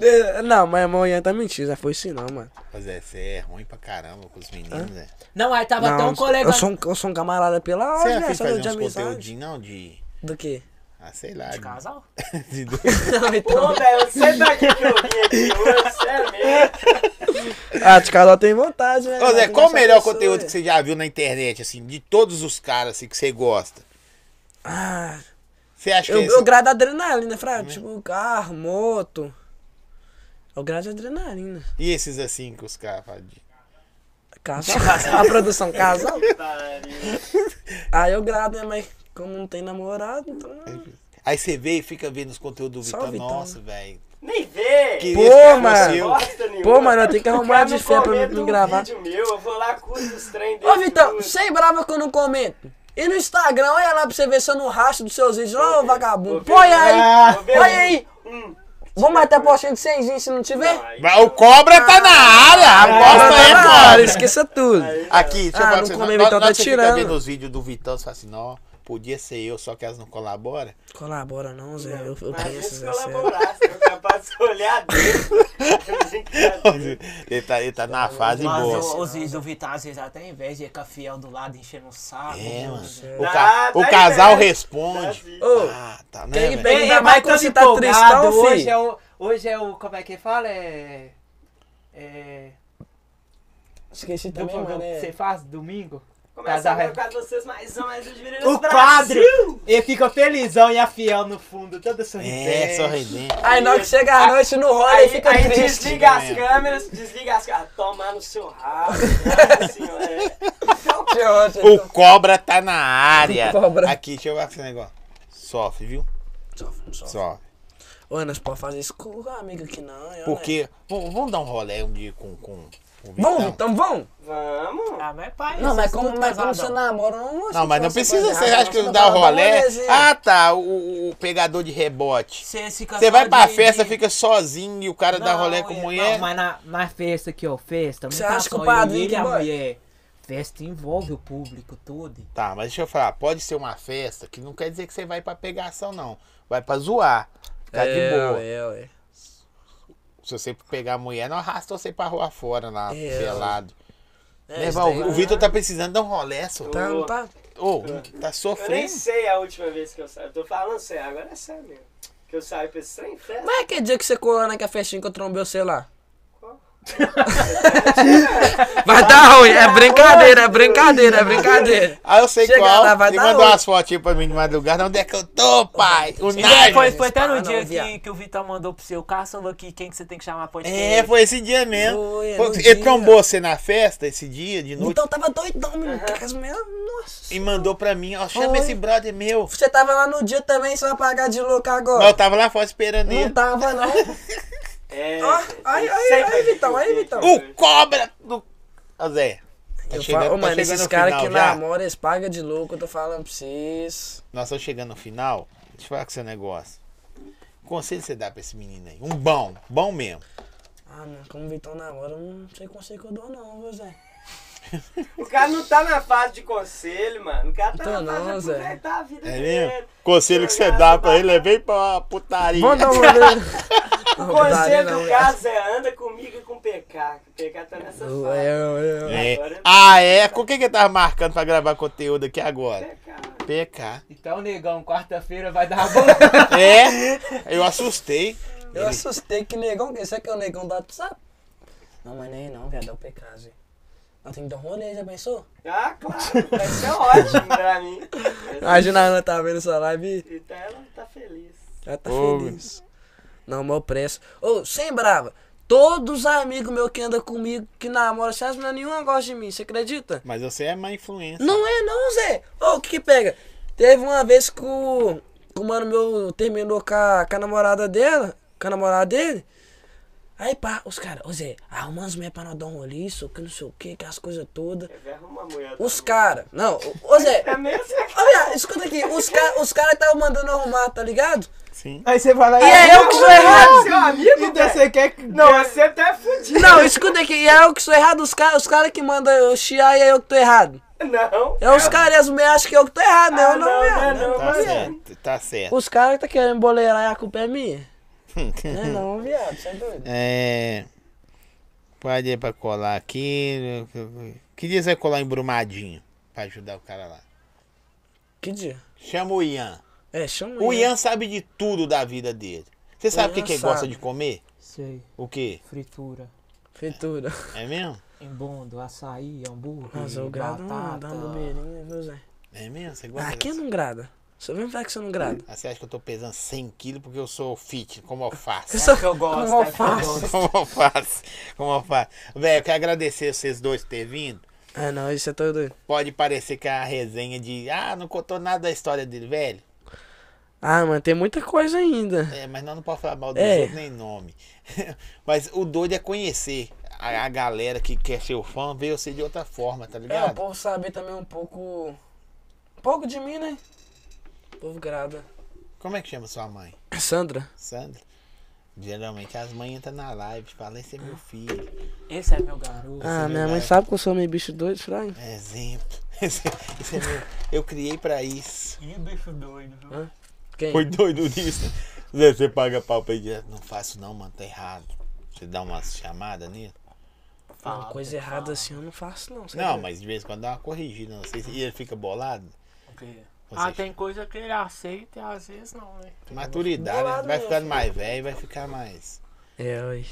Speaker 1: Eh, Não, mas amanhã tá mentindo, Zé. Foi sim não, mano.
Speaker 3: Mas é, você é ruim pra caramba com os meninos, né?
Speaker 2: não, aí tava
Speaker 1: Não,
Speaker 2: tão colega.
Speaker 1: eu, sou um, eu sou um camarada pela
Speaker 3: Você
Speaker 1: áudio,
Speaker 3: é
Speaker 1: né?
Speaker 3: afim de
Speaker 1: Só deu de
Speaker 3: fazer uns
Speaker 1: amizade.
Speaker 3: conteúdinhos, não? De.
Speaker 1: Do <laughs> quê?
Speaker 3: Ah, sei lá. De
Speaker 1: um
Speaker 2: Casal?
Speaker 3: <laughs>
Speaker 1: <laughs>
Speaker 3: de dois.
Speaker 1: Não,
Speaker 4: Ô,
Speaker 1: então.
Speaker 4: velho, você tá aqui que eu vim aqui hoje, você é mesmo.
Speaker 1: Ah, de casal tem vontade, né?
Speaker 3: Ô, Zé,
Speaker 1: Tem
Speaker 3: qual o
Speaker 1: essa
Speaker 3: melhor
Speaker 1: pessoa, é.
Speaker 3: conteúdo
Speaker 1: ué.
Speaker 3: que você já viu na internet, assim, de todos os caras assim, que você gosta?
Speaker 1: Ah,
Speaker 3: Você acha
Speaker 1: eu,
Speaker 3: que é esse?
Speaker 1: eu grado adrenalina, Fraga. Tipo, carro, moto. Eu grado adrenalina.
Speaker 3: E esses assim que os caras falam de.
Speaker 1: <laughs> Casal. A produção casal. Aí eu grado, né? Mas como não tem namorado, então.
Speaker 3: Aí você vê e fica vendo os conteúdos do
Speaker 1: Só
Speaker 3: Vitão.
Speaker 1: o Vitão,
Speaker 3: Nossa, velho.
Speaker 4: Nem vê.
Speaker 3: Queria
Speaker 1: Pô,
Speaker 3: que fosse
Speaker 1: mano.
Speaker 3: eu.
Speaker 4: Bosta nenhuma.
Speaker 1: Pô, mano, eu tenho que
Speaker 4: O
Speaker 1: arrumar
Speaker 4: cara
Speaker 1: de
Speaker 4: não
Speaker 1: fé pra
Speaker 4: comenta
Speaker 1: me
Speaker 4: um
Speaker 1: gravar.
Speaker 4: vídeo meu, eu vou lá, curto os trem dele.
Speaker 1: Ô, Vitão,
Speaker 3: é.
Speaker 4: tudo.
Speaker 1: sem brava que eu não comento. E no Instagram, olha lá pra você ver se eu não racho dos seus vídeos. Ô, vagabundo.
Speaker 4: Vou
Speaker 1: Põe
Speaker 4: ver.
Speaker 1: aí.
Speaker 3: Ah.
Speaker 4: Vou ver
Speaker 1: Põe
Speaker 4: um.
Speaker 1: aí.
Speaker 4: Um.
Speaker 1: Vamos até a postinha de 6 se não tiver.
Speaker 4: Não, aí
Speaker 3: Mas O cobra tá na área! A aposta
Speaker 1: Ah,
Speaker 3: é
Speaker 1: claro,
Speaker 3: cobra!
Speaker 1: esqueça tudo.
Speaker 3: Aqui, deixa
Speaker 1: Ah,
Speaker 3: eu falar
Speaker 1: não
Speaker 3: pra vocês.
Speaker 1: comeu,
Speaker 3: Nós-
Speaker 1: então
Speaker 3: nós
Speaker 1: tá
Speaker 3: que
Speaker 1: tirando.
Speaker 3: Fica vendo os vídeos do Vitão, você fala assim, não, podia ser eu, só que elas não colaboram.
Speaker 1: Colabora não, Zé. Eu, eu
Speaker 4: Mas
Speaker 1: conheço,
Speaker 4: isso que
Speaker 1: Zé.
Speaker 4: eu
Speaker 1: sério.
Speaker 4: laborasse, eu capaz de
Speaker 1: <laughs>
Speaker 4: olhar dentro. É brincadeira.
Speaker 3: ele, tá, ele tá na fase
Speaker 2: Mas
Speaker 3: boa.
Speaker 2: o- os vídeos do Vitão, às vezes até inveja, e com a fiel do lado enchendo o saco.
Speaker 3: É, mano. O,
Speaker 4: Tá,
Speaker 3: ca-
Speaker 4: tá
Speaker 3: o casal
Speaker 4: entendendo.
Speaker 3: responde.
Speaker 4: Tá
Speaker 1: Ô,
Speaker 3: Ah, tá,
Speaker 1: Quem
Speaker 3: né, velho?
Speaker 1: bem- Ainda mais quando você tá
Speaker 2: empolgado,
Speaker 1: tristão,
Speaker 2: Hoje
Speaker 1: fi.
Speaker 2: é, o, hoje é o. Como é que fala? É. É.
Speaker 1: Esqueci
Speaker 2: Do
Speaker 1: também, mano.
Speaker 2: que você
Speaker 1: é-
Speaker 2: faz domingo?
Speaker 4: Começa
Speaker 2: Casal
Speaker 4: a
Speaker 2: re-
Speaker 4: colocar vocês mais um, mais um de
Speaker 2: O
Speaker 4: Minas
Speaker 2: quadro!
Speaker 4: Brasil.
Speaker 2: Ele fica felizão e a fiel no fundo, toda sorridente.
Speaker 3: É, sorridente.
Speaker 1: Aí Ah, na hora que chega a noite no rola
Speaker 4: Aí,
Speaker 1: e fica
Speaker 4: aí
Speaker 1: triste.
Speaker 4: desliga as
Speaker 3: né?
Speaker 4: câmeras, desliga as câmeras. Tomar no seu rabo. Nossa senhora, é.
Speaker 1: De ontem,
Speaker 3: O
Speaker 1: então.
Speaker 3: cobra tá na área.
Speaker 1: O cobra.
Speaker 3: Aqui, deixa eu ver esse negócio. Sofre, viu?
Speaker 1: Sofre, sofre.
Speaker 3: Sofre.
Speaker 1: Ô, nós podemos fazer isso com a amiga aqui não. eu, né?
Speaker 3: Porque, v- vamos dar um rolê um dia com, com, com o
Speaker 1: Vamos, então.
Speaker 3: Vitão?
Speaker 1: Vitão, vamos.
Speaker 4: Vamos.
Speaker 2: Ah, mas pai,
Speaker 1: Não, mas como,
Speaker 2: tudo
Speaker 1: mas como você
Speaker 2: casadão.
Speaker 1: namora, eu não vou
Speaker 3: Não, mas não
Speaker 1: você
Speaker 3: precisa,
Speaker 1: fazer
Speaker 3: você
Speaker 1: nada,
Speaker 3: acha que
Speaker 1: você tá
Speaker 3: eu
Speaker 1: não
Speaker 3: dá o
Speaker 1: vai dar
Speaker 3: rolê?
Speaker 1: molezinha.
Speaker 3: Ah, tá, o, o pegador de rebote.
Speaker 2: Você fica
Speaker 3: Você
Speaker 2: só
Speaker 3: vai pra
Speaker 2: de-
Speaker 3: festa,
Speaker 2: de-
Speaker 3: fica sozinho e o cara dá
Speaker 2: Não,
Speaker 3: rolê com
Speaker 2: é-
Speaker 3: mulher.
Speaker 2: Não, mas na, na festa aqui, ó, festa, não
Speaker 1: Você
Speaker 2: tá
Speaker 1: acha que
Speaker 2: só
Speaker 1: o padrinho
Speaker 2: eu e ele
Speaker 1: que
Speaker 2: e a
Speaker 1: vai?
Speaker 2: mulher. Festa envolve o público todo.
Speaker 3: Tá, mas deixa eu falar, pode ser uma festa que não quer dizer que você vai pra pegação, não. Vai pra zoar.
Speaker 1: é,
Speaker 3: Tá de boa.
Speaker 1: É, ué.
Speaker 3: Se você pegar a mulher, não arrasta você pra rua fora lá,
Speaker 1: É,
Speaker 3: pelado.
Speaker 1: É,
Speaker 3: Né,
Speaker 1: isso
Speaker 3: Val?
Speaker 1: daí-
Speaker 3: o Vitor tá precisando dar um rolê, só.
Speaker 1: Tá, não tá?
Speaker 3: Ô, tá
Speaker 4: Eu nem
Speaker 3: sofrendo.
Speaker 4: sei a última vez que eu saí. Eu Tô falando sério, agora é sério mesmo. Que eu saí pra esse trem festa.
Speaker 1: Mas é que dia que você colou naquela festinha que eu trombei você lá?
Speaker 4: Qual?
Speaker 1: Vai dar ruim, é brincadeira, é brincadeira, é brincadeira.
Speaker 3: Ah, eu sei
Speaker 1: Chega
Speaker 3: qual.
Speaker 1: lá, vai
Speaker 3: Ele
Speaker 1: dar um-
Speaker 3: mandou
Speaker 1: outro.
Speaker 3: umas fotinhas pra mim de madrugada. Onde é que eu tô, pai? O
Speaker 2: É, foi,
Speaker 3: Nine.
Speaker 2: foi até
Speaker 1: Ah,
Speaker 2: no
Speaker 1: não,
Speaker 2: dia que,
Speaker 1: viado.
Speaker 2: que o Vitão mandou pro seu carro, falou que quem que você tem que chamar pra onde
Speaker 3: É, foi esse dia mesmo.
Speaker 1: Foi, é
Speaker 3: Foi-
Speaker 1: no
Speaker 3: ele
Speaker 1: dia.
Speaker 3: trombou você na festa esse dia de noite
Speaker 1: Então eu tava doidão, menino. Tá com as minhas- Nossa.
Speaker 3: e mandou pra mim, ó, chama
Speaker 1: Foi.
Speaker 3: esse brother meu.
Speaker 1: Você tava lá no dia também, você vai pagar de louco
Speaker 3: Mas eu
Speaker 1: agora.
Speaker 3: tava lá fora esperando
Speaker 1: Não tá
Speaker 3: ele.
Speaker 1: tava,
Speaker 3: Tá
Speaker 1: não.
Speaker 4: É.
Speaker 1: Ó, aí, aí, aí, Vitão, aí, Vitão.
Speaker 3: O cobra do. Ó, Zé. Tá
Speaker 1: Eu
Speaker 3: chegando-
Speaker 1: falo, ô,
Speaker 3: tá
Speaker 1: mano,
Speaker 3: chegando
Speaker 1: esses
Speaker 3: no
Speaker 1: caras
Speaker 3: final
Speaker 1: que
Speaker 3: já.
Speaker 1: namoram, eles pagam de louco, eu tô falando pra vocês.
Speaker 3: Nós estamos chegando no final. Deixa eu falar com o seu negócio. Que Conselho você dá pra esse menino aí? Um bom, bom mesmo.
Speaker 1: Ah, mano, como o Vitão namora, eu não sei conselho que eu dou, não, viu, Zé?
Speaker 4: O cara não tá na fase de conselho, mano. O cara tá
Speaker 1: Tô
Speaker 4: na
Speaker 1: Então não,
Speaker 4: fase de
Speaker 1: Zé.
Speaker 4: aproveitar a vida
Speaker 3: É
Speaker 4: dele.
Speaker 3: mesmo? Conselho que você dá pra ele é bem pra putaria.
Speaker 1: Vamos dar um rolê.
Speaker 4: O
Speaker 1: Não, putaria
Speaker 4: conselho
Speaker 1: não, assim,
Speaker 4: do caso é anda comigo e com o PK. que O PK tá nessa
Speaker 1: Eu,
Speaker 4: fase.
Speaker 1: eu, eu.
Speaker 3: <laughs> É.
Speaker 4: Agora-
Speaker 3: Ah, é? Com quem que eu tava marcando pra gravar conteúdo aqui agora?
Speaker 4: PK.
Speaker 3: PK.
Speaker 5: Então, negão, quarta-feira vai dar bom.
Speaker 3: É, eu assustei.
Speaker 1: Eu assustei que negão, que- será que é o negão do WhatsApp? Não, mas nem não, viado, é o PK, Zé. Não tem que dar um rolê, já pensou?
Speaker 4: Ah, claro.
Speaker 3: <laughs>
Speaker 4: Vai ser ótimo pra mim.
Speaker 1: Imagina a Ana tá vendo essa live,
Speaker 4: Então ela tá feliz.
Speaker 1: ela tá
Speaker 3: Ô,
Speaker 1: feliz. Não, meu preço. Ô, sem brava, todos os amigos meus que andam comigo, que namoram, se as meninas nenhuma gosta de mim, você acredita?
Speaker 3: Mas você é má influência.
Speaker 1: Não é não, Zé. Ô, o que que pega? Teve uma vez que o, que o mano meu terminou com a, com a namorada dela, com a namorada dele. Aí pá, os caras, ô Zé, arruma as mulheres pra nós dar um rolê, isso, que não sei o que, que as coisas todas.
Speaker 4: Quer ver arrumar mulher.
Speaker 1: Os caras, não, ô, ô Zé, <laughs>
Speaker 4: É mesmo?
Speaker 1: olha, escuta aqui, os caras os cara estavam mandando arrumar, tá ligado?
Speaker 3: Sim.
Speaker 5: Aí você fala,
Speaker 1: E é eu que sou errado! Então
Speaker 4: Seu amigo?
Speaker 5: ainda você quer que...
Speaker 4: Não, você tá fudido. <laughs>
Speaker 1: Não, escuta aqui, e é eu que sou errado, os caras os cara que mandam eu chiar e é eu que tô errado.
Speaker 4: Não.
Speaker 1: É os caras e as mulheres acham que eu que tô errado, né?
Speaker 4: Ah,
Speaker 1: Eu não, não,
Speaker 4: não,
Speaker 1: errado.
Speaker 4: não,
Speaker 3: Tá
Speaker 4: mas-
Speaker 3: certo, tá certo.
Speaker 1: Os caras que tá querendo boleirar e a culpa é minha. Não é não, viado, você é doido.
Speaker 3: É. Pode ir pra colar aqui. Que dia você vai colar em Brumadinho? Pra ajudar o cara lá.
Speaker 1: Que dia?
Speaker 3: Chama o Ian.
Speaker 1: É, chama
Speaker 3: O Ian sabe de tudo da vida dele. Você sabe o que,
Speaker 1: Ian
Speaker 3: que ele gosta
Speaker 1: sabe.
Speaker 3: de comer?
Speaker 2: Sei,
Speaker 3: O quê?
Speaker 2: fritura,
Speaker 1: Fritura.
Speaker 3: É mesmo?
Speaker 2: embondo, açaí, hambúrguer,
Speaker 1: Nossa, o grado não dá uma
Speaker 2: batata.
Speaker 1: beirinha, viu, Zé?
Speaker 3: É mesmo? Você gosta
Speaker 1: Ah, quem
Speaker 3: dessa-
Speaker 1: não grada? Só vem falar que você não grada.
Speaker 3: Ah, você acha que eu tô pesando 100 quilos porque eu sou fit, como eu faço?
Speaker 1: Eu só
Speaker 2: que eu
Speaker 1: Como
Speaker 2: gosto, é
Speaker 1: eu
Speaker 2: que eu
Speaker 1: faço?
Speaker 3: <laughs> como eu faço? Como eu faço? Velho, eu quero agradecer vocês dois por ter vindo.
Speaker 1: Ah, não, isso é todo doido.
Speaker 3: Pode parecer que é a resenha de. Ah, não contou nada da história dele, velho.
Speaker 1: Ah, mano, tem muita coisa ainda.
Speaker 3: É, mas nós não podemos falar mal dos
Speaker 1: É.
Speaker 3: outros nem nome. <laughs> mas o doido é conhecer a, a galera que quer ser o fã, ver você de outra forma, tá
Speaker 1: É, o
Speaker 3: ligado?
Speaker 1: povo saber também um pouco... Um pouco de mim, né? O povo grada.
Speaker 3: Como é que chama sua mãe?
Speaker 1: Sandra?
Speaker 3: Sandra? Geralmente as mães entram na live, falam, esse é meu filho.
Speaker 2: Esse é meu garoto.
Speaker 1: Ah, minha
Speaker 3: mãe
Speaker 1: mãe sabe que eu sou meio bicho doido, Frank.
Speaker 3: É exemplo. <laughs> Esse, esse é meu. Eu criei pra isso.
Speaker 4: Ih, bicho doido. viu?
Speaker 1: Quem?
Speaker 3: Foi doido nisso. Zé, Você paga pau pra ele. Não faço não, mano, tá errado. Você dá uma chamada nisso?
Speaker 1: Uma coisa errada assim eu não faço, não. você
Speaker 3: Não,
Speaker 1: acredita?
Speaker 3: mas de vez em quando dá uma corrigida, não sei se e ele fica bolado. Ou
Speaker 5: Ah,
Speaker 3: seja,
Speaker 5: tem coisa que ele aceita e às vezes não, né?
Speaker 3: Maturidade, né?
Speaker 1: Bolado
Speaker 3: vai
Speaker 1: mesmo,
Speaker 3: ficando mais velho, vai ficar mais.
Speaker 1: É, oi.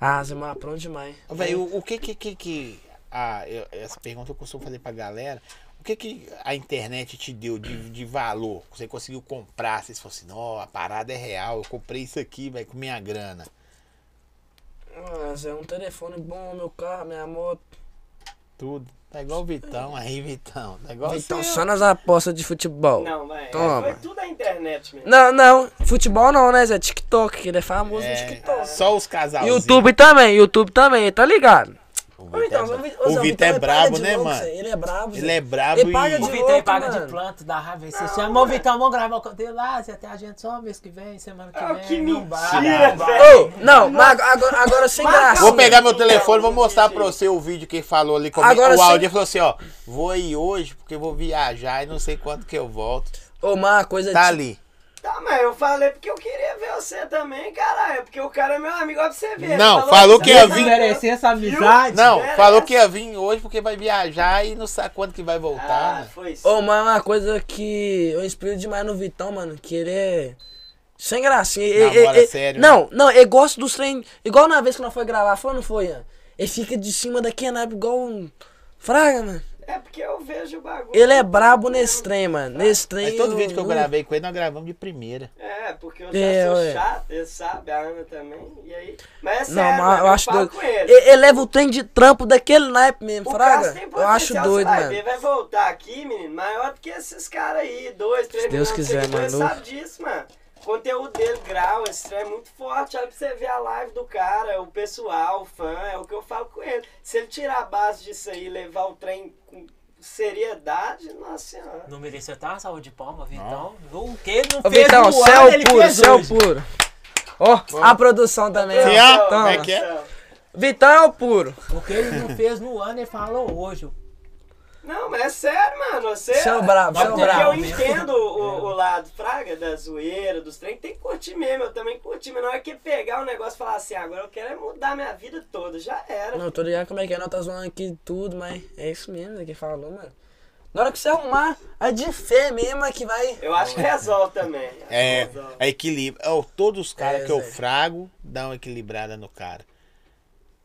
Speaker 1: Ah, Zé, mas apronta demais.
Speaker 3: Ô, Velho, o, o que que que. que- ah, eu- essa pergunta eu costumo fazer pra galera. O que que a internet te deu de, de valor? Você conseguiu comprar? Vocês falaram assim, não, a parada é real, eu comprei isso aqui, velho, com minha grana.
Speaker 1: Ah, Zé, um telefone bom, meu carro, minha moto.
Speaker 3: Tudo. Tá igual o Vitão aí, <laughs> Vitão. Tá igual
Speaker 1: Então,
Speaker 3: você.
Speaker 1: só nas apostas de futebol.
Speaker 4: Não, mas é,
Speaker 1: Toma.
Speaker 4: foi tudo a internet mesmo.
Speaker 1: Não, não. Futebol não, né, Zé? TikTok, que ele é famoso no
Speaker 3: É,
Speaker 1: TikTok.
Speaker 3: só os casais.
Speaker 1: YouTube também, YouTube também, tá ligado?
Speaker 3: O
Speaker 1: Ô, Vitão,
Speaker 3: Vitor é
Speaker 1: Vi-
Speaker 3: bra-
Speaker 1: ô, Zé,
Speaker 3: o Vitor é
Speaker 1: paga
Speaker 3: brabo,
Speaker 1: de
Speaker 3: né,
Speaker 1: louco,
Speaker 3: mano?
Speaker 1: Zé, Ele é brabo,
Speaker 3: Ele
Speaker 1: Zé.
Speaker 3: é brabo
Speaker 1: Ele paga
Speaker 3: e.
Speaker 1: de
Speaker 5: O Vitão
Speaker 1: louco,
Speaker 5: paga
Speaker 1: mano.
Speaker 5: de planta, da raiva. Você chama o Vitão, vamos gravar o conteúdo lá. Você até a gente só mês que vem, semana É, que
Speaker 4: Ah,
Speaker 5: vem.
Speaker 4: que
Speaker 5: não vai.
Speaker 4: mentira, velho.
Speaker 1: Ô, não, mas agora- agora, agora sem graça.
Speaker 3: Vou pegar meu telefone, vou mostrar pra você o vídeo que ele falou ali. Como
Speaker 1: Agora
Speaker 3: o
Speaker 1: sim.
Speaker 3: áudio ele falou assim, ó. Vou ir hoje porque eu vou viajar e não sei quanto que eu volto.
Speaker 1: Ô, mas uma coisa
Speaker 3: Tá
Speaker 1: de-
Speaker 3: ali.
Speaker 4: Tá, mas eu falei porque eu queria ver você também, caralho. Porque o cara é meu amigo, ó, pra você ver.
Speaker 3: Não, falou
Speaker 4: é
Speaker 3: que ia
Speaker 5: Não
Speaker 3: vir.
Speaker 5: merecer essa amizade.
Speaker 3: Não,
Speaker 4: merece.
Speaker 3: falou que ia vir hoje porque vai viajar e não sabe quando que vai voltar.
Speaker 5: tá,
Speaker 4: Ah,
Speaker 3: né?
Speaker 4: foi isso.
Speaker 1: Ô, mas é uma coisa que eu inspiro demais no Vitão, mano, que ele é. Sem gracinha. E- e-
Speaker 3: Namora
Speaker 1: e-
Speaker 3: sério, né?
Speaker 1: Não, não, ele gosta dos trem. Igual na vez que nós foi gravar, foi ou não foi, Ian? Ele fica de cima da Kenab igual um. Fraga, mano.
Speaker 4: É porque eu vejo o bagulho.
Speaker 1: Ele é brabo nesse trem, mano. Nesse trem.
Speaker 3: Mas todo vídeo que eu
Speaker 1: não-
Speaker 3: gravei com ele, nós gravamos de primeira.
Speaker 4: É, porque eu já
Speaker 1: É,
Speaker 4: sou
Speaker 1: ué.
Speaker 4: chato, ele sabe, a Ana também. E aí. Mas é
Speaker 1: Não,
Speaker 4: sério,
Speaker 1: mas
Speaker 4: mano,
Speaker 1: eu acho
Speaker 4: falo
Speaker 1: doido.
Speaker 4: com
Speaker 1: Ele.
Speaker 4: ele.
Speaker 1: ele leva o trem de trampo daquele naipe mesmo,
Speaker 4: O
Speaker 1: Fraga.
Speaker 4: Cássio tem
Speaker 1: Eu acho
Speaker 4: potencial,
Speaker 1: doido,
Speaker 4: você vai
Speaker 1: mano.
Speaker 4: ver, vai voltar aqui, menino, maior do que esses caras aí, dois, três
Speaker 1: Deus
Speaker 4: milhões de
Speaker 1: quiser,
Speaker 4: seguidores,
Speaker 1: mano.
Speaker 4: sabe disso, mano. O conteúdo dele, grau, esse trem é muito forte. Olha pra você ver a live do cara, é o pessoal, o fã, é o que eu falo com ele. Se ele tirar a base disso aí e levar o trem com seriedade, nossa senhora.
Speaker 5: Não mereceu até uma salva de palmas, Vitão. O que não
Speaker 1: Ô,
Speaker 5: fez
Speaker 1: Vitão,
Speaker 4: um
Speaker 5: no
Speaker 1: céu
Speaker 5: ano, ele
Speaker 1: puro,
Speaker 5: fez
Speaker 1: céu
Speaker 5: hoje.
Speaker 1: puro. Ó, a produção também. ó.
Speaker 3: Sim, ó.
Speaker 4: Então,
Speaker 1: Como é
Speaker 3: que é?
Speaker 4: então.
Speaker 1: Vitão é o puro.
Speaker 5: O que ele não fez no ano, ele falou hoje.
Speaker 4: Não, mas é sério, mano. Você.
Speaker 1: Você é o brabo,
Speaker 4: Mas
Speaker 1: você é o É.
Speaker 4: porque
Speaker 1: brabo.
Speaker 4: eu entendo o, o lado fraga da zoeira, dos trem, tem que curtir mesmo. Eu também curti, mas na hora que pegar o negócio e falar assim, agora eu quero é mudar minha vida toda, já era.
Speaker 1: Não, eu tô ligado como é que é, nós tá zoando aqui tudo, mas é isso mesmo que falou, mano. Na hora que você arrumar, a de fé mesmo é que vai.
Speaker 4: Eu acho que resolve também. acho que
Speaker 3: É,
Speaker 4: resolve.
Speaker 3: é equilíbrio. Ó, todos os caras
Speaker 1: É,
Speaker 3: que eu
Speaker 1: Zé.
Speaker 3: frago dão uma equilibrada no cara.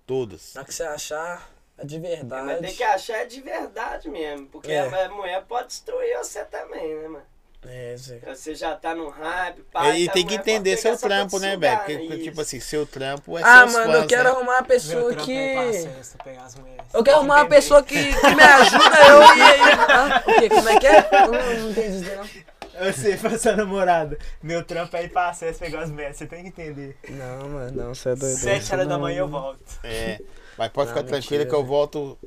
Speaker 3: Todos.
Speaker 1: Na hora que você achar, a de
Speaker 4: Mas tem
Speaker 1: verdade.
Speaker 4: que achar é de verdade mesmo, porque
Speaker 1: É.
Speaker 4: a mulher pode destruir você também, né, mano?
Speaker 1: É, Zé.
Speaker 4: Você já tá no hype, pai.
Speaker 3: É,
Speaker 4: tá
Speaker 3: e tem que entender seu trampo, né, velho? Porque, tipo assim, seu trampo é
Speaker 1: Ah,
Speaker 3: seus
Speaker 1: mano,
Speaker 3: fãs,
Speaker 1: eu quero
Speaker 3: né?
Speaker 1: arrumar uma
Speaker 5: Meu
Speaker 1: pessoa
Speaker 5: trampo
Speaker 1: que.
Speaker 5: é <laughs> ir pra sexta, pegar as mulheres.
Speaker 1: Eu quero arrumar uma pessoa que, que me ajuda eu e. <laughs> e- ah, o quê? Como é que é? Eu não, não entendi isso, não.
Speaker 5: Eu sei, pra sua namorada. Meu trampo é ir pra acesso pegar as mulheres, você tem que entender.
Speaker 1: Não, mano, não, você é doido.
Speaker 5: Sete horas da manhã eu volto.
Speaker 1: <laughs>
Speaker 3: É. Mas pode
Speaker 1: Não,
Speaker 3: ficar tranquilo
Speaker 1: mentira,
Speaker 3: que eu
Speaker 1: velho.
Speaker 3: volto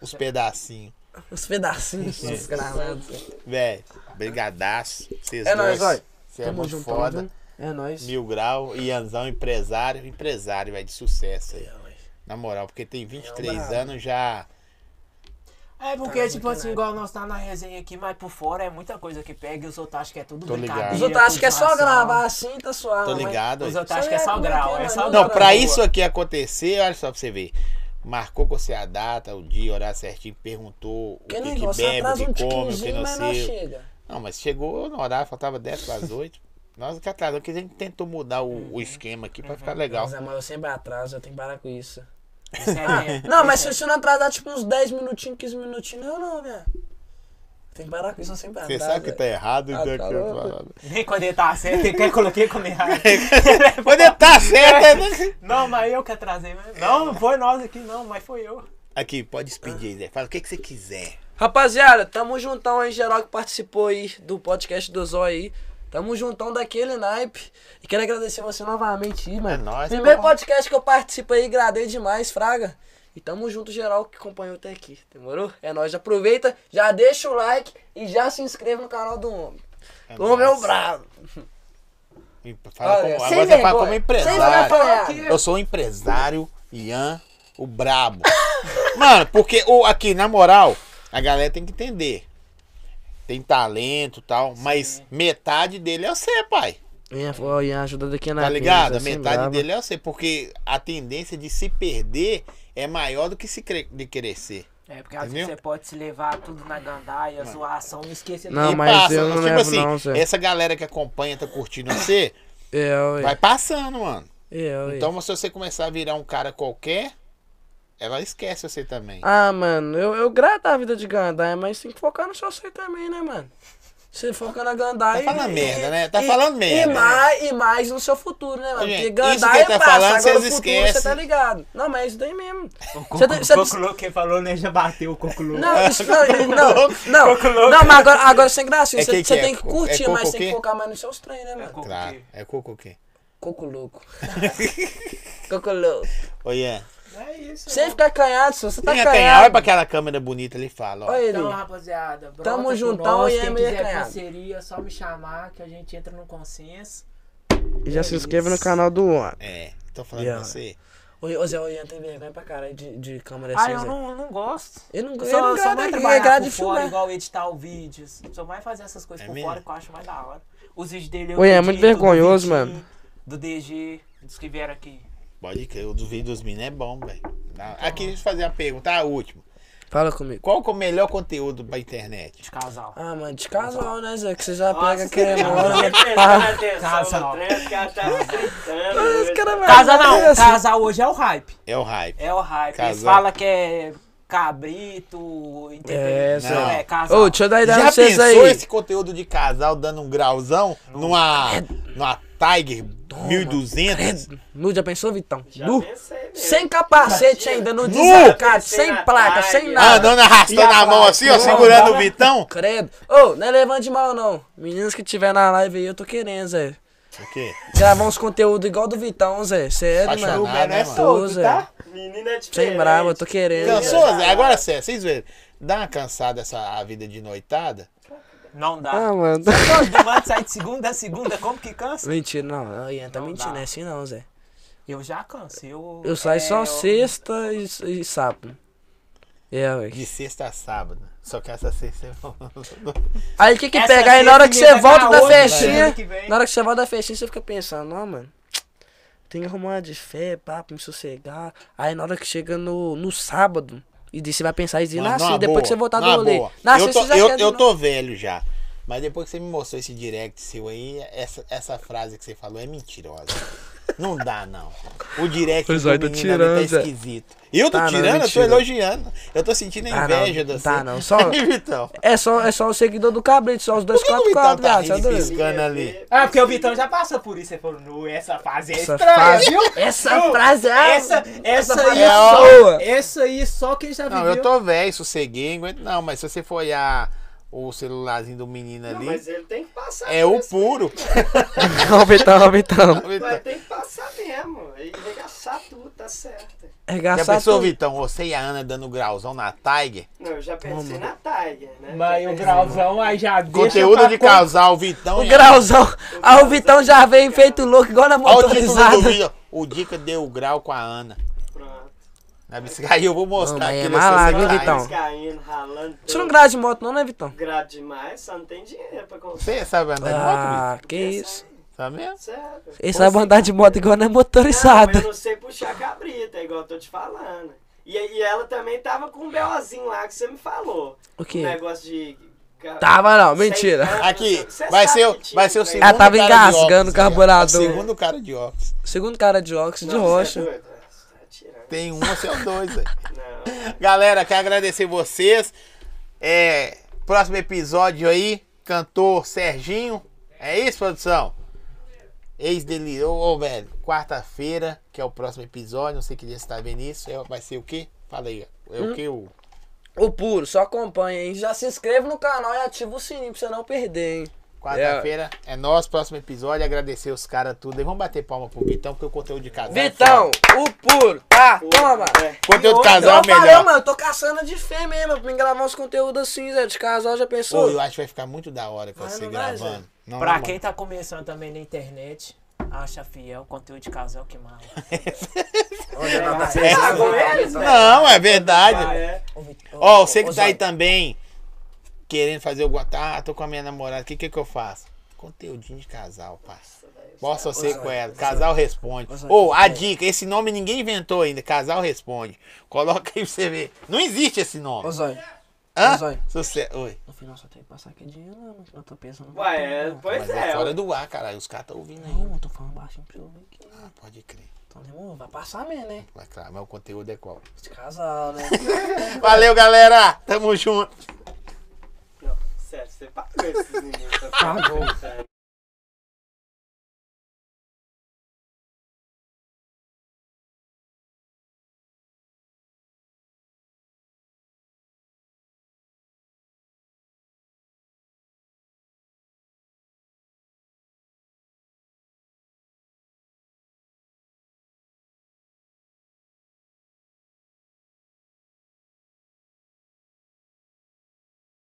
Speaker 3: os pedacinhos.
Speaker 1: Os pedacinhos desgravados.
Speaker 3: Velho, brigadaço. Vocês
Speaker 1: É
Speaker 3: dois.
Speaker 1: nóis, olha.
Speaker 3: Você é muito foda.
Speaker 1: É nóis.
Speaker 3: Mil Grau, Ianzão, empresário. Empresário, velho, de sucesso aí.
Speaker 1: É nóis.
Speaker 3: Na moral, porque tem 23 anos já.
Speaker 5: É porque, tipo assim, igual nós tá na resenha aqui, mas por fora é muita coisa que pega e os outros acham que é tudo
Speaker 3: Tô ligado.
Speaker 5: brincadeira.
Speaker 1: Os outros acham
Speaker 5: tudo
Speaker 1: que é só
Speaker 5: zoação.
Speaker 1: gravar assim, tá suave.
Speaker 3: Tô
Speaker 1: mas-
Speaker 3: ligado.
Speaker 5: Os
Speaker 3: aí.
Speaker 5: outros acham que é só
Speaker 1: Sabe
Speaker 5: grau,
Speaker 1: como é que é,
Speaker 5: é só
Speaker 1: mano?
Speaker 3: Não,
Speaker 5: grau.
Speaker 3: pra
Speaker 1: Boa.
Speaker 3: isso aqui acontecer, olha só pra você ver. Marcou com você a data, o dia, o horário certinho, perguntou o que,
Speaker 1: Porque
Speaker 3: que
Speaker 1: é negócio
Speaker 3: bebe, o
Speaker 1: atrasa um
Speaker 3: que come, o que
Speaker 1: tiquinhozinho,
Speaker 3: não
Speaker 1: mas não
Speaker 3: sei.
Speaker 1: chega.
Speaker 3: Não, mas chegou no horário, faltava 10 para as 8. Nós que atrasamos, porque a gente tentou mudar o, o esquema aqui pra ficar legal.
Speaker 1: Mas, mas eu sempre atraso, eu tenho que parar com isso.
Speaker 5: Isso é-
Speaker 1: Ah, <laughs> Não, mas se você não atrasar tipo uns 10 minutinhos, 15 minutinhos, eu não, velho. Tem que parar com isso, eu sempre atraso.
Speaker 3: Você sabe que tá errado, então
Speaker 1: tá
Speaker 3: que eu
Speaker 1: louco.
Speaker 3: falo.
Speaker 5: Nem quando ele tá certo, ele quer coloquei como errado.
Speaker 3: Quando ele tá certo,
Speaker 1: <laughs>
Speaker 3: né?
Speaker 5: Não, mas eu que atrasei mesmo. Não, não foi nós aqui, não, mas foi eu.
Speaker 3: Aqui, pode despedir, Zé. Fala o que, que você quiser.
Speaker 1: Rapaziada, tamo juntão aí, geral que participou aí do podcast do Zói aí. Tamo juntão daquele naipe. E quero agradecer você novamente aí, mano.
Speaker 3: É nóis,
Speaker 1: Primeiro
Speaker 3: pô.
Speaker 1: podcast que eu participo aí, gradei demais, Fraga. E tamo junto, geral, que acompanhou até aqui. Demorou? É nóis. Aproveita, já deixa o like e já se inscreva no canal do homem.
Speaker 3: É
Speaker 1: o homem é o
Speaker 3: nóis.
Speaker 1: brabo.
Speaker 3: E Fala
Speaker 1: Olha,
Speaker 3: como,
Speaker 1: sem
Speaker 3: agora você fala
Speaker 1: vergonha.
Speaker 3: como
Speaker 1: Sem vergonha,
Speaker 3: empresário.
Speaker 1: fala aqui.
Speaker 3: Eu sou um empresário, Ian, o brabo. <laughs> Mano, porque o, aqui, na moral, a galera tem que entender. Tem talento e tal, mas metade dele é você, pai.
Speaker 1: Minha, ó, Ian, ajuda daqui na
Speaker 3: Tá ligado?
Speaker 1: mesa,
Speaker 3: A
Speaker 1: assim,
Speaker 3: metade
Speaker 1: brabo.
Speaker 3: dele é você, porque a tendência de se perder é maior do que se cre- de crescer.
Speaker 5: É, porque às
Speaker 3: Entendeu?
Speaker 5: vezes você pode se levar tudo na gandaia, zoação, não esqueça
Speaker 1: Não,
Speaker 3: e
Speaker 1: mas
Speaker 3: passa,
Speaker 1: eu não
Speaker 3: tipo
Speaker 1: levo
Speaker 3: assim,
Speaker 1: não, Zé.
Speaker 3: essa galera que acompanha, tá curtindo você,
Speaker 1: É, oi.
Speaker 3: vai passando, mano.
Speaker 1: É, oi.
Speaker 3: Então, se você começar a virar um cara qualquer, ela esquece você também.
Speaker 1: Ah, mano, eu, eu grato a vida de Gandai, mas tem que focar no seu ser também, né, mano? Você foca na Gandai.
Speaker 3: Tá falando
Speaker 1: e-
Speaker 3: merda, né? Tá falando merda,
Speaker 1: E
Speaker 3: né?
Speaker 1: mais, e mais no seu futuro, né, mano?
Speaker 3: Gente,
Speaker 1: Porque
Speaker 3: isso que
Speaker 1: Gandai
Speaker 3: ele tá
Speaker 1: passa,
Speaker 3: falando,
Speaker 1: agora
Speaker 3: vocês
Speaker 1: o futuro você tá
Speaker 3: esquecem.
Speaker 1: ligado. Não, mas isso daí mesmo. Você tá- você
Speaker 5: O
Speaker 1: tá-
Speaker 5: Coculu que falou, né? Já bateu o
Speaker 2: <laughs>
Speaker 5: Coculu.
Speaker 1: Não, isso não, não, não, não, mas agora, agora sem graça,
Speaker 3: É
Speaker 1: você,
Speaker 3: que
Speaker 1: você
Speaker 3: que é?
Speaker 1: tem que
Speaker 3: Co-
Speaker 1: curtir,
Speaker 3: é coco
Speaker 1: mas
Speaker 3: o
Speaker 1: tem que
Speaker 3: quê?
Speaker 1: focar mais nos seus treinos, né, mano?
Speaker 5: Tá.
Speaker 3: Claro. É coco o É quê?
Speaker 1: Coco louco. Coco louco.
Speaker 3: Ô, Ian,
Speaker 2: É isso.
Speaker 1: Sem ficar canhado, se você tá
Speaker 3: Tem é a canhada, olha
Speaker 1: canhado.
Speaker 3: pra aquela câmera bonita ali e fala, ó.
Speaker 1: Olha ele.
Speaker 2: Então, rapaziada, brota
Speaker 1: Tamo
Speaker 2: com
Speaker 1: juntão
Speaker 2: nós.
Speaker 1: e é
Speaker 2: Quem
Speaker 1: meio
Speaker 2: quiser
Speaker 1: acanhado.
Speaker 2: parceria, é só me chamar que a gente entra no consenso.
Speaker 10: E já se inscreva no canal do One.
Speaker 3: É, tô falando
Speaker 1: Yeah.
Speaker 3: com você.
Speaker 1: Ô, Ô Zé, o Ian tem vergonha pra caralho de, de câmera
Speaker 2: Ah,
Speaker 1: assim,
Speaker 2: eu
Speaker 1: Zé.
Speaker 2: não, não gosto.
Speaker 1: Ele não ele
Speaker 2: Só,
Speaker 1: não
Speaker 2: só
Speaker 1: gosta
Speaker 2: vai
Speaker 1: de ele
Speaker 2: trabalhar
Speaker 1: gosta de
Speaker 2: por fora,
Speaker 1: filmar.
Speaker 2: igual editar o vídeo. Só vai fazer essas coisas
Speaker 3: É
Speaker 2: por
Speaker 3: mesmo?
Speaker 2: fora que eu acho mais da hora. Os vídeos dele eu
Speaker 10: Oi, é
Speaker 2: edito,
Speaker 10: muito
Speaker 2: do
Speaker 10: vergonhoso,
Speaker 2: Vitinho,
Speaker 10: mano.
Speaker 2: Do DG, dos que vieram aqui.
Speaker 3: Pode crer, o do vídeo dos meninos é bom, velho. Dá- Aqui, deixa eu fazer uma pergunta, a última.
Speaker 1: Fala comigo.
Speaker 3: Qual que é o melhor conteúdo pra internet?
Speaker 2: De casal.
Speaker 1: Ah, mano, de casual, né, Zé? Que é você já pega
Speaker 4: Nossa, é
Speaker 1: cremona.
Speaker 4: Atenção no
Speaker 2: Casal.
Speaker 4: um trem, os caras tá aceitando.
Speaker 1: Os
Speaker 4: né?
Speaker 1: caras
Speaker 2: Casa
Speaker 1: vai-
Speaker 2: não,
Speaker 1: assim.
Speaker 2: casal hoje é o hype.
Speaker 3: É o hype.
Speaker 2: É o hype. Eles
Speaker 3: Casal.
Speaker 2: falam que é cabrito, entendeu?
Speaker 1: É, Zé.
Speaker 3: Não.
Speaker 2: é casal.
Speaker 1: Ô, deixa eu dar ideia
Speaker 3: Já
Speaker 1: pra vocês
Speaker 3: pensou
Speaker 1: aí.
Speaker 3: esse conteúdo de casal dando um grauzão numa, numa Tiger 1200?
Speaker 1: Nu, já pensou, Vitão?
Speaker 4: Já
Speaker 1: nu.
Speaker 4: pensei mesmo.
Speaker 1: Sem capacete ainda, no
Speaker 3: Nu. Ah,
Speaker 1: desarcado,
Speaker 4: Sem
Speaker 1: sem
Speaker 4: na
Speaker 1: placa,
Speaker 4: praia.
Speaker 1: sem nada.
Speaker 3: Andando arrastando a um mão assim, ó, segurando o Vitão?
Speaker 1: Credo. Ô, não é levando de mal, não. Meninas que tiver na live aí, eu tô querendo, Zé.
Speaker 3: O quê?
Speaker 1: Gravar uns conteúdos igual do Vitão, Zé. Sério,
Speaker 3: Apaixonado,
Speaker 1: mano.
Speaker 3: né, mano?
Speaker 1: Tô, Zé.
Speaker 4: Menina é diferente.
Speaker 1: Sem tá brava, eu tô querendo.
Speaker 3: Cansou, Zé? Agora, Zé, vocês viram. Dá uma cansada essa a vida de noitada?
Speaker 2: Não dá.
Speaker 10: Ah, mano.
Speaker 2: Todo demais sai de segunda a segunda, como que cansa?
Speaker 1: Mentira, não. Ian tá mentindo,
Speaker 2: dá.
Speaker 1: é assim não, Zé.
Speaker 2: Eu já canso. Eu,
Speaker 1: Eu saio
Speaker 2: é,
Speaker 1: só
Speaker 2: eu-
Speaker 1: sexta e, e sábado. É, ué.
Speaker 3: De sexta a sábado. Só que essa sexta é
Speaker 1: Aí o que que
Speaker 2: Essa
Speaker 1: pega? Aí na
Speaker 2: sexta
Speaker 1: hora que
Speaker 2: emenda
Speaker 1: você
Speaker 2: com a
Speaker 1: volta da
Speaker 2: outra,
Speaker 1: festinha,
Speaker 2: semana que vem.
Speaker 1: na hora que você volta da festinha, você fica pensando, não, mano, tem que arrumar de fé, pá, pra me sossegar. Aí na hora que chega no, no sábado, e daí você vai pensar isso, e
Speaker 3: Mas
Speaker 1: na
Speaker 3: numa
Speaker 1: sexta, depois
Speaker 3: boa,
Speaker 1: que você voltar do
Speaker 3: numa
Speaker 1: rolê.
Speaker 3: boa.
Speaker 1: Na
Speaker 3: eu
Speaker 1: sexta
Speaker 3: tô,
Speaker 1: você já
Speaker 3: eu,
Speaker 1: quer de
Speaker 3: eu
Speaker 1: novo.
Speaker 3: tô velho já. Mas depois que você me mostrou esse direct seu aí, essa, essa frase que você falou
Speaker 1: <laughs>
Speaker 3: é mentirosa. não dá, não. O direct
Speaker 10: Pois
Speaker 3: do
Speaker 10: é, tá
Speaker 3: menino
Speaker 10: tirando,
Speaker 3: ali tá
Speaker 10: Zé.
Speaker 3: esquisito. Eu tô
Speaker 1: Tá não,
Speaker 3: tirando, eu tô
Speaker 1: mentira.
Speaker 3: elogiando. Eu tô sentindo a
Speaker 1: Tá não,
Speaker 3: inveja da
Speaker 1: tá não, só-
Speaker 3: <laughs> Vitão.
Speaker 1: É só, é só o seguidor do Cabrito, só os dois
Speaker 3: Por que o Vitão
Speaker 1: 4x4, viado, você
Speaker 3: tá
Speaker 1: é
Speaker 3: rindo e
Speaker 1: doido?
Speaker 3: piscando ali?
Speaker 2: É,
Speaker 5: Ah, porque o Vitão já passou por isso. Ele falou, nu, essa fase é
Speaker 1: Essa
Speaker 5: estranha,
Speaker 1: frase-
Speaker 5: viu?
Speaker 1: Essa
Speaker 5: Nu,
Speaker 1: frase é...
Speaker 5: Essa, essa, aí
Speaker 3: é
Speaker 5: só, essa aí só quem já
Speaker 3: Não,
Speaker 5: viveu.
Speaker 3: eu tô velho, sosseguei, aguento. Não, mas se você for olhar o celularzinho do menino
Speaker 4: Não,
Speaker 3: ali,
Speaker 4: mas ele tem que passar.
Speaker 3: é o
Speaker 4: mesmo.
Speaker 3: puro.
Speaker 10: Ó, o Vitão, ó, o Vitão.
Speaker 4: Mas tem que passar mesmo. E regaçar tudo, tá certo.
Speaker 1: É
Speaker 3: Já
Speaker 1: engraçado.
Speaker 3: pensou, Vitão, você e a Ana dando grauzão na Tiger?
Speaker 4: Não, eu já pensei na Tiger, né?
Speaker 5: Mas
Speaker 4: Já
Speaker 5: o
Speaker 4: pensei-
Speaker 5: grauzão aí já deixa
Speaker 3: Conteúdo
Speaker 5: pra
Speaker 3: de
Speaker 5: con-
Speaker 3: casal, Vitão.
Speaker 1: O
Speaker 3: e a
Speaker 1: grauzão. Ah, o Vitão já vem feito louco, igual na
Speaker 3: Olha o título
Speaker 1: motorizada.
Speaker 3: do vídeo. O Dica deu o grau com a Ana.
Speaker 4: Pronto.
Speaker 3: Na bicicleta. Aí eu vou mostrar
Speaker 1: Mamãe é
Speaker 3: aqui né,
Speaker 1: malada, viu,
Speaker 3: sociedade.
Speaker 1: Vitão?
Speaker 4: Caindo, ralando.
Speaker 1: Você não
Speaker 4: tudo.
Speaker 1: grava de moto não, né, Vitão?
Speaker 4: Grado demais, só não tem dinheiro pra comprar.
Speaker 3: Você sabe andar de moto,
Speaker 1: Ah, que isso.
Speaker 3: Vitão? Tá mesmo?
Speaker 4: Sério.
Speaker 1: Ele sabe andar de moto igual não é
Speaker 4: Não,
Speaker 1: motorizada.
Speaker 4: eu não sei puxar cabrita, é igual eu tô te falando. E, e ela também tava com um BOzinho lá que você me falou.
Speaker 1: O quê?
Speaker 4: Um negócio de. ca-
Speaker 1: Tava não,
Speaker 4: sem
Speaker 1: mentira.
Speaker 4: câmbio,
Speaker 3: Aqui,
Speaker 4: você
Speaker 3: vai
Speaker 4: sabe
Speaker 3: ser, o-
Speaker 4: que tinha
Speaker 3: vai ser o
Speaker 4: isso aí.
Speaker 3: segundo
Speaker 1: Ela Ah, tava
Speaker 3: cara de
Speaker 1: engasgando
Speaker 3: óculos,
Speaker 1: o carburador.
Speaker 3: ó. O segundo cara de óculos.
Speaker 1: Segundo cara de óculos, de
Speaker 4: Não, você é
Speaker 1: rocha.
Speaker 4: doido, né? Você tá tirando.
Speaker 3: Tem um, você é o dois, velho.
Speaker 4: Não.
Speaker 3: Galera, quero agradecer vocês. É, próximo episódio aí, cantor Serginho. É isso, produção? Ex dele, ô ô, velho, quarta-feira, que é o próximo episódio, não sei que dia você tá vendo isso. É- vai ser o quê? Fala aí, é
Speaker 1: Hum?
Speaker 3: o que o.
Speaker 1: O puro, só acompanha, hein? Já se inscreve no canal e ativa o sininho pra você não perder, hein?
Speaker 3: Quarta-feira é nós, próximo episódio. Agradecer os caras tudo. E vamos bater palma pro Vitão, porque o conteúdo de casal. é
Speaker 1: Vitão,
Speaker 3: foda.
Speaker 1: o puro, tá? Toma!
Speaker 4: É.
Speaker 3: Conteúdo
Speaker 1: Eu
Speaker 3: de casal é
Speaker 1: falei,
Speaker 3: melhor.
Speaker 1: mano, eu tô caçando de fé mesmo, pra mim gravar uns conteúdos assim, Zé, de casal, já
Speaker 3: Ô, eu
Speaker 1: pensou?
Speaker 3: acho que vai ficar muito da hora com
Speaker 1: Vai,
Speaker 3: você
Speaker 1: não vai, Zé?
Speaker 3: gravando. Não,
Speaker 2: Pra
Speaker 3: não,
Speaker 2: quem tá começando também na internet, acha fiel, conteúdo de casal que mala.
Speaker 4: Vocês pagam eles, né?
Speaker 3: Não, é verdade.
Speaker 4: É.
Speaker 3: Ó, você que tá aí
Speaker 1: Zóio.
Speaker 3: também querendo fazer o guatá, ah, tô com a minha namorada, o que, que que eu faço? Conteúdinho de casal, parça. Posso
Speaker 1: é
Speaker 3: ser com ela, casal responde. Ou a dica, esse nome ninguém inventou ainda, casal responde. Coloca aí pra você ver. Não existe esse nome.
Speaker 1: Ô, Zóio,
Speaker 3: Hã?
Speaker 1: Zóio.
Speaker 3: Suce- Oi.
Speaker 1: no final só tem que passar aqui dinheiro, mano. Eu tô pensando.
Speaker 4: Ué, é, pois
Speaker 3: Mas é
Speaker 4: é.
Speaker 3: fora
Speaker 4: ué.
Speaker 3: do ar, caralho. Os caras estão ouvindo aí.
Speaker 1: Não, eu tô falando baixinho pra eu ouvir aqui.
Speaker 3: Ah, pode crer.
Speaker 1: Então, demorou, vai passar mesmo, né?
Speaker 3: Mas claro, mas o conteúdo é qual?
Speaker 1: De casal, né?
Speaker 3: Valeu, galera. Tamo junto.
Speaker 4: Não, tá Sério, você pagou esses meninos. Pagou.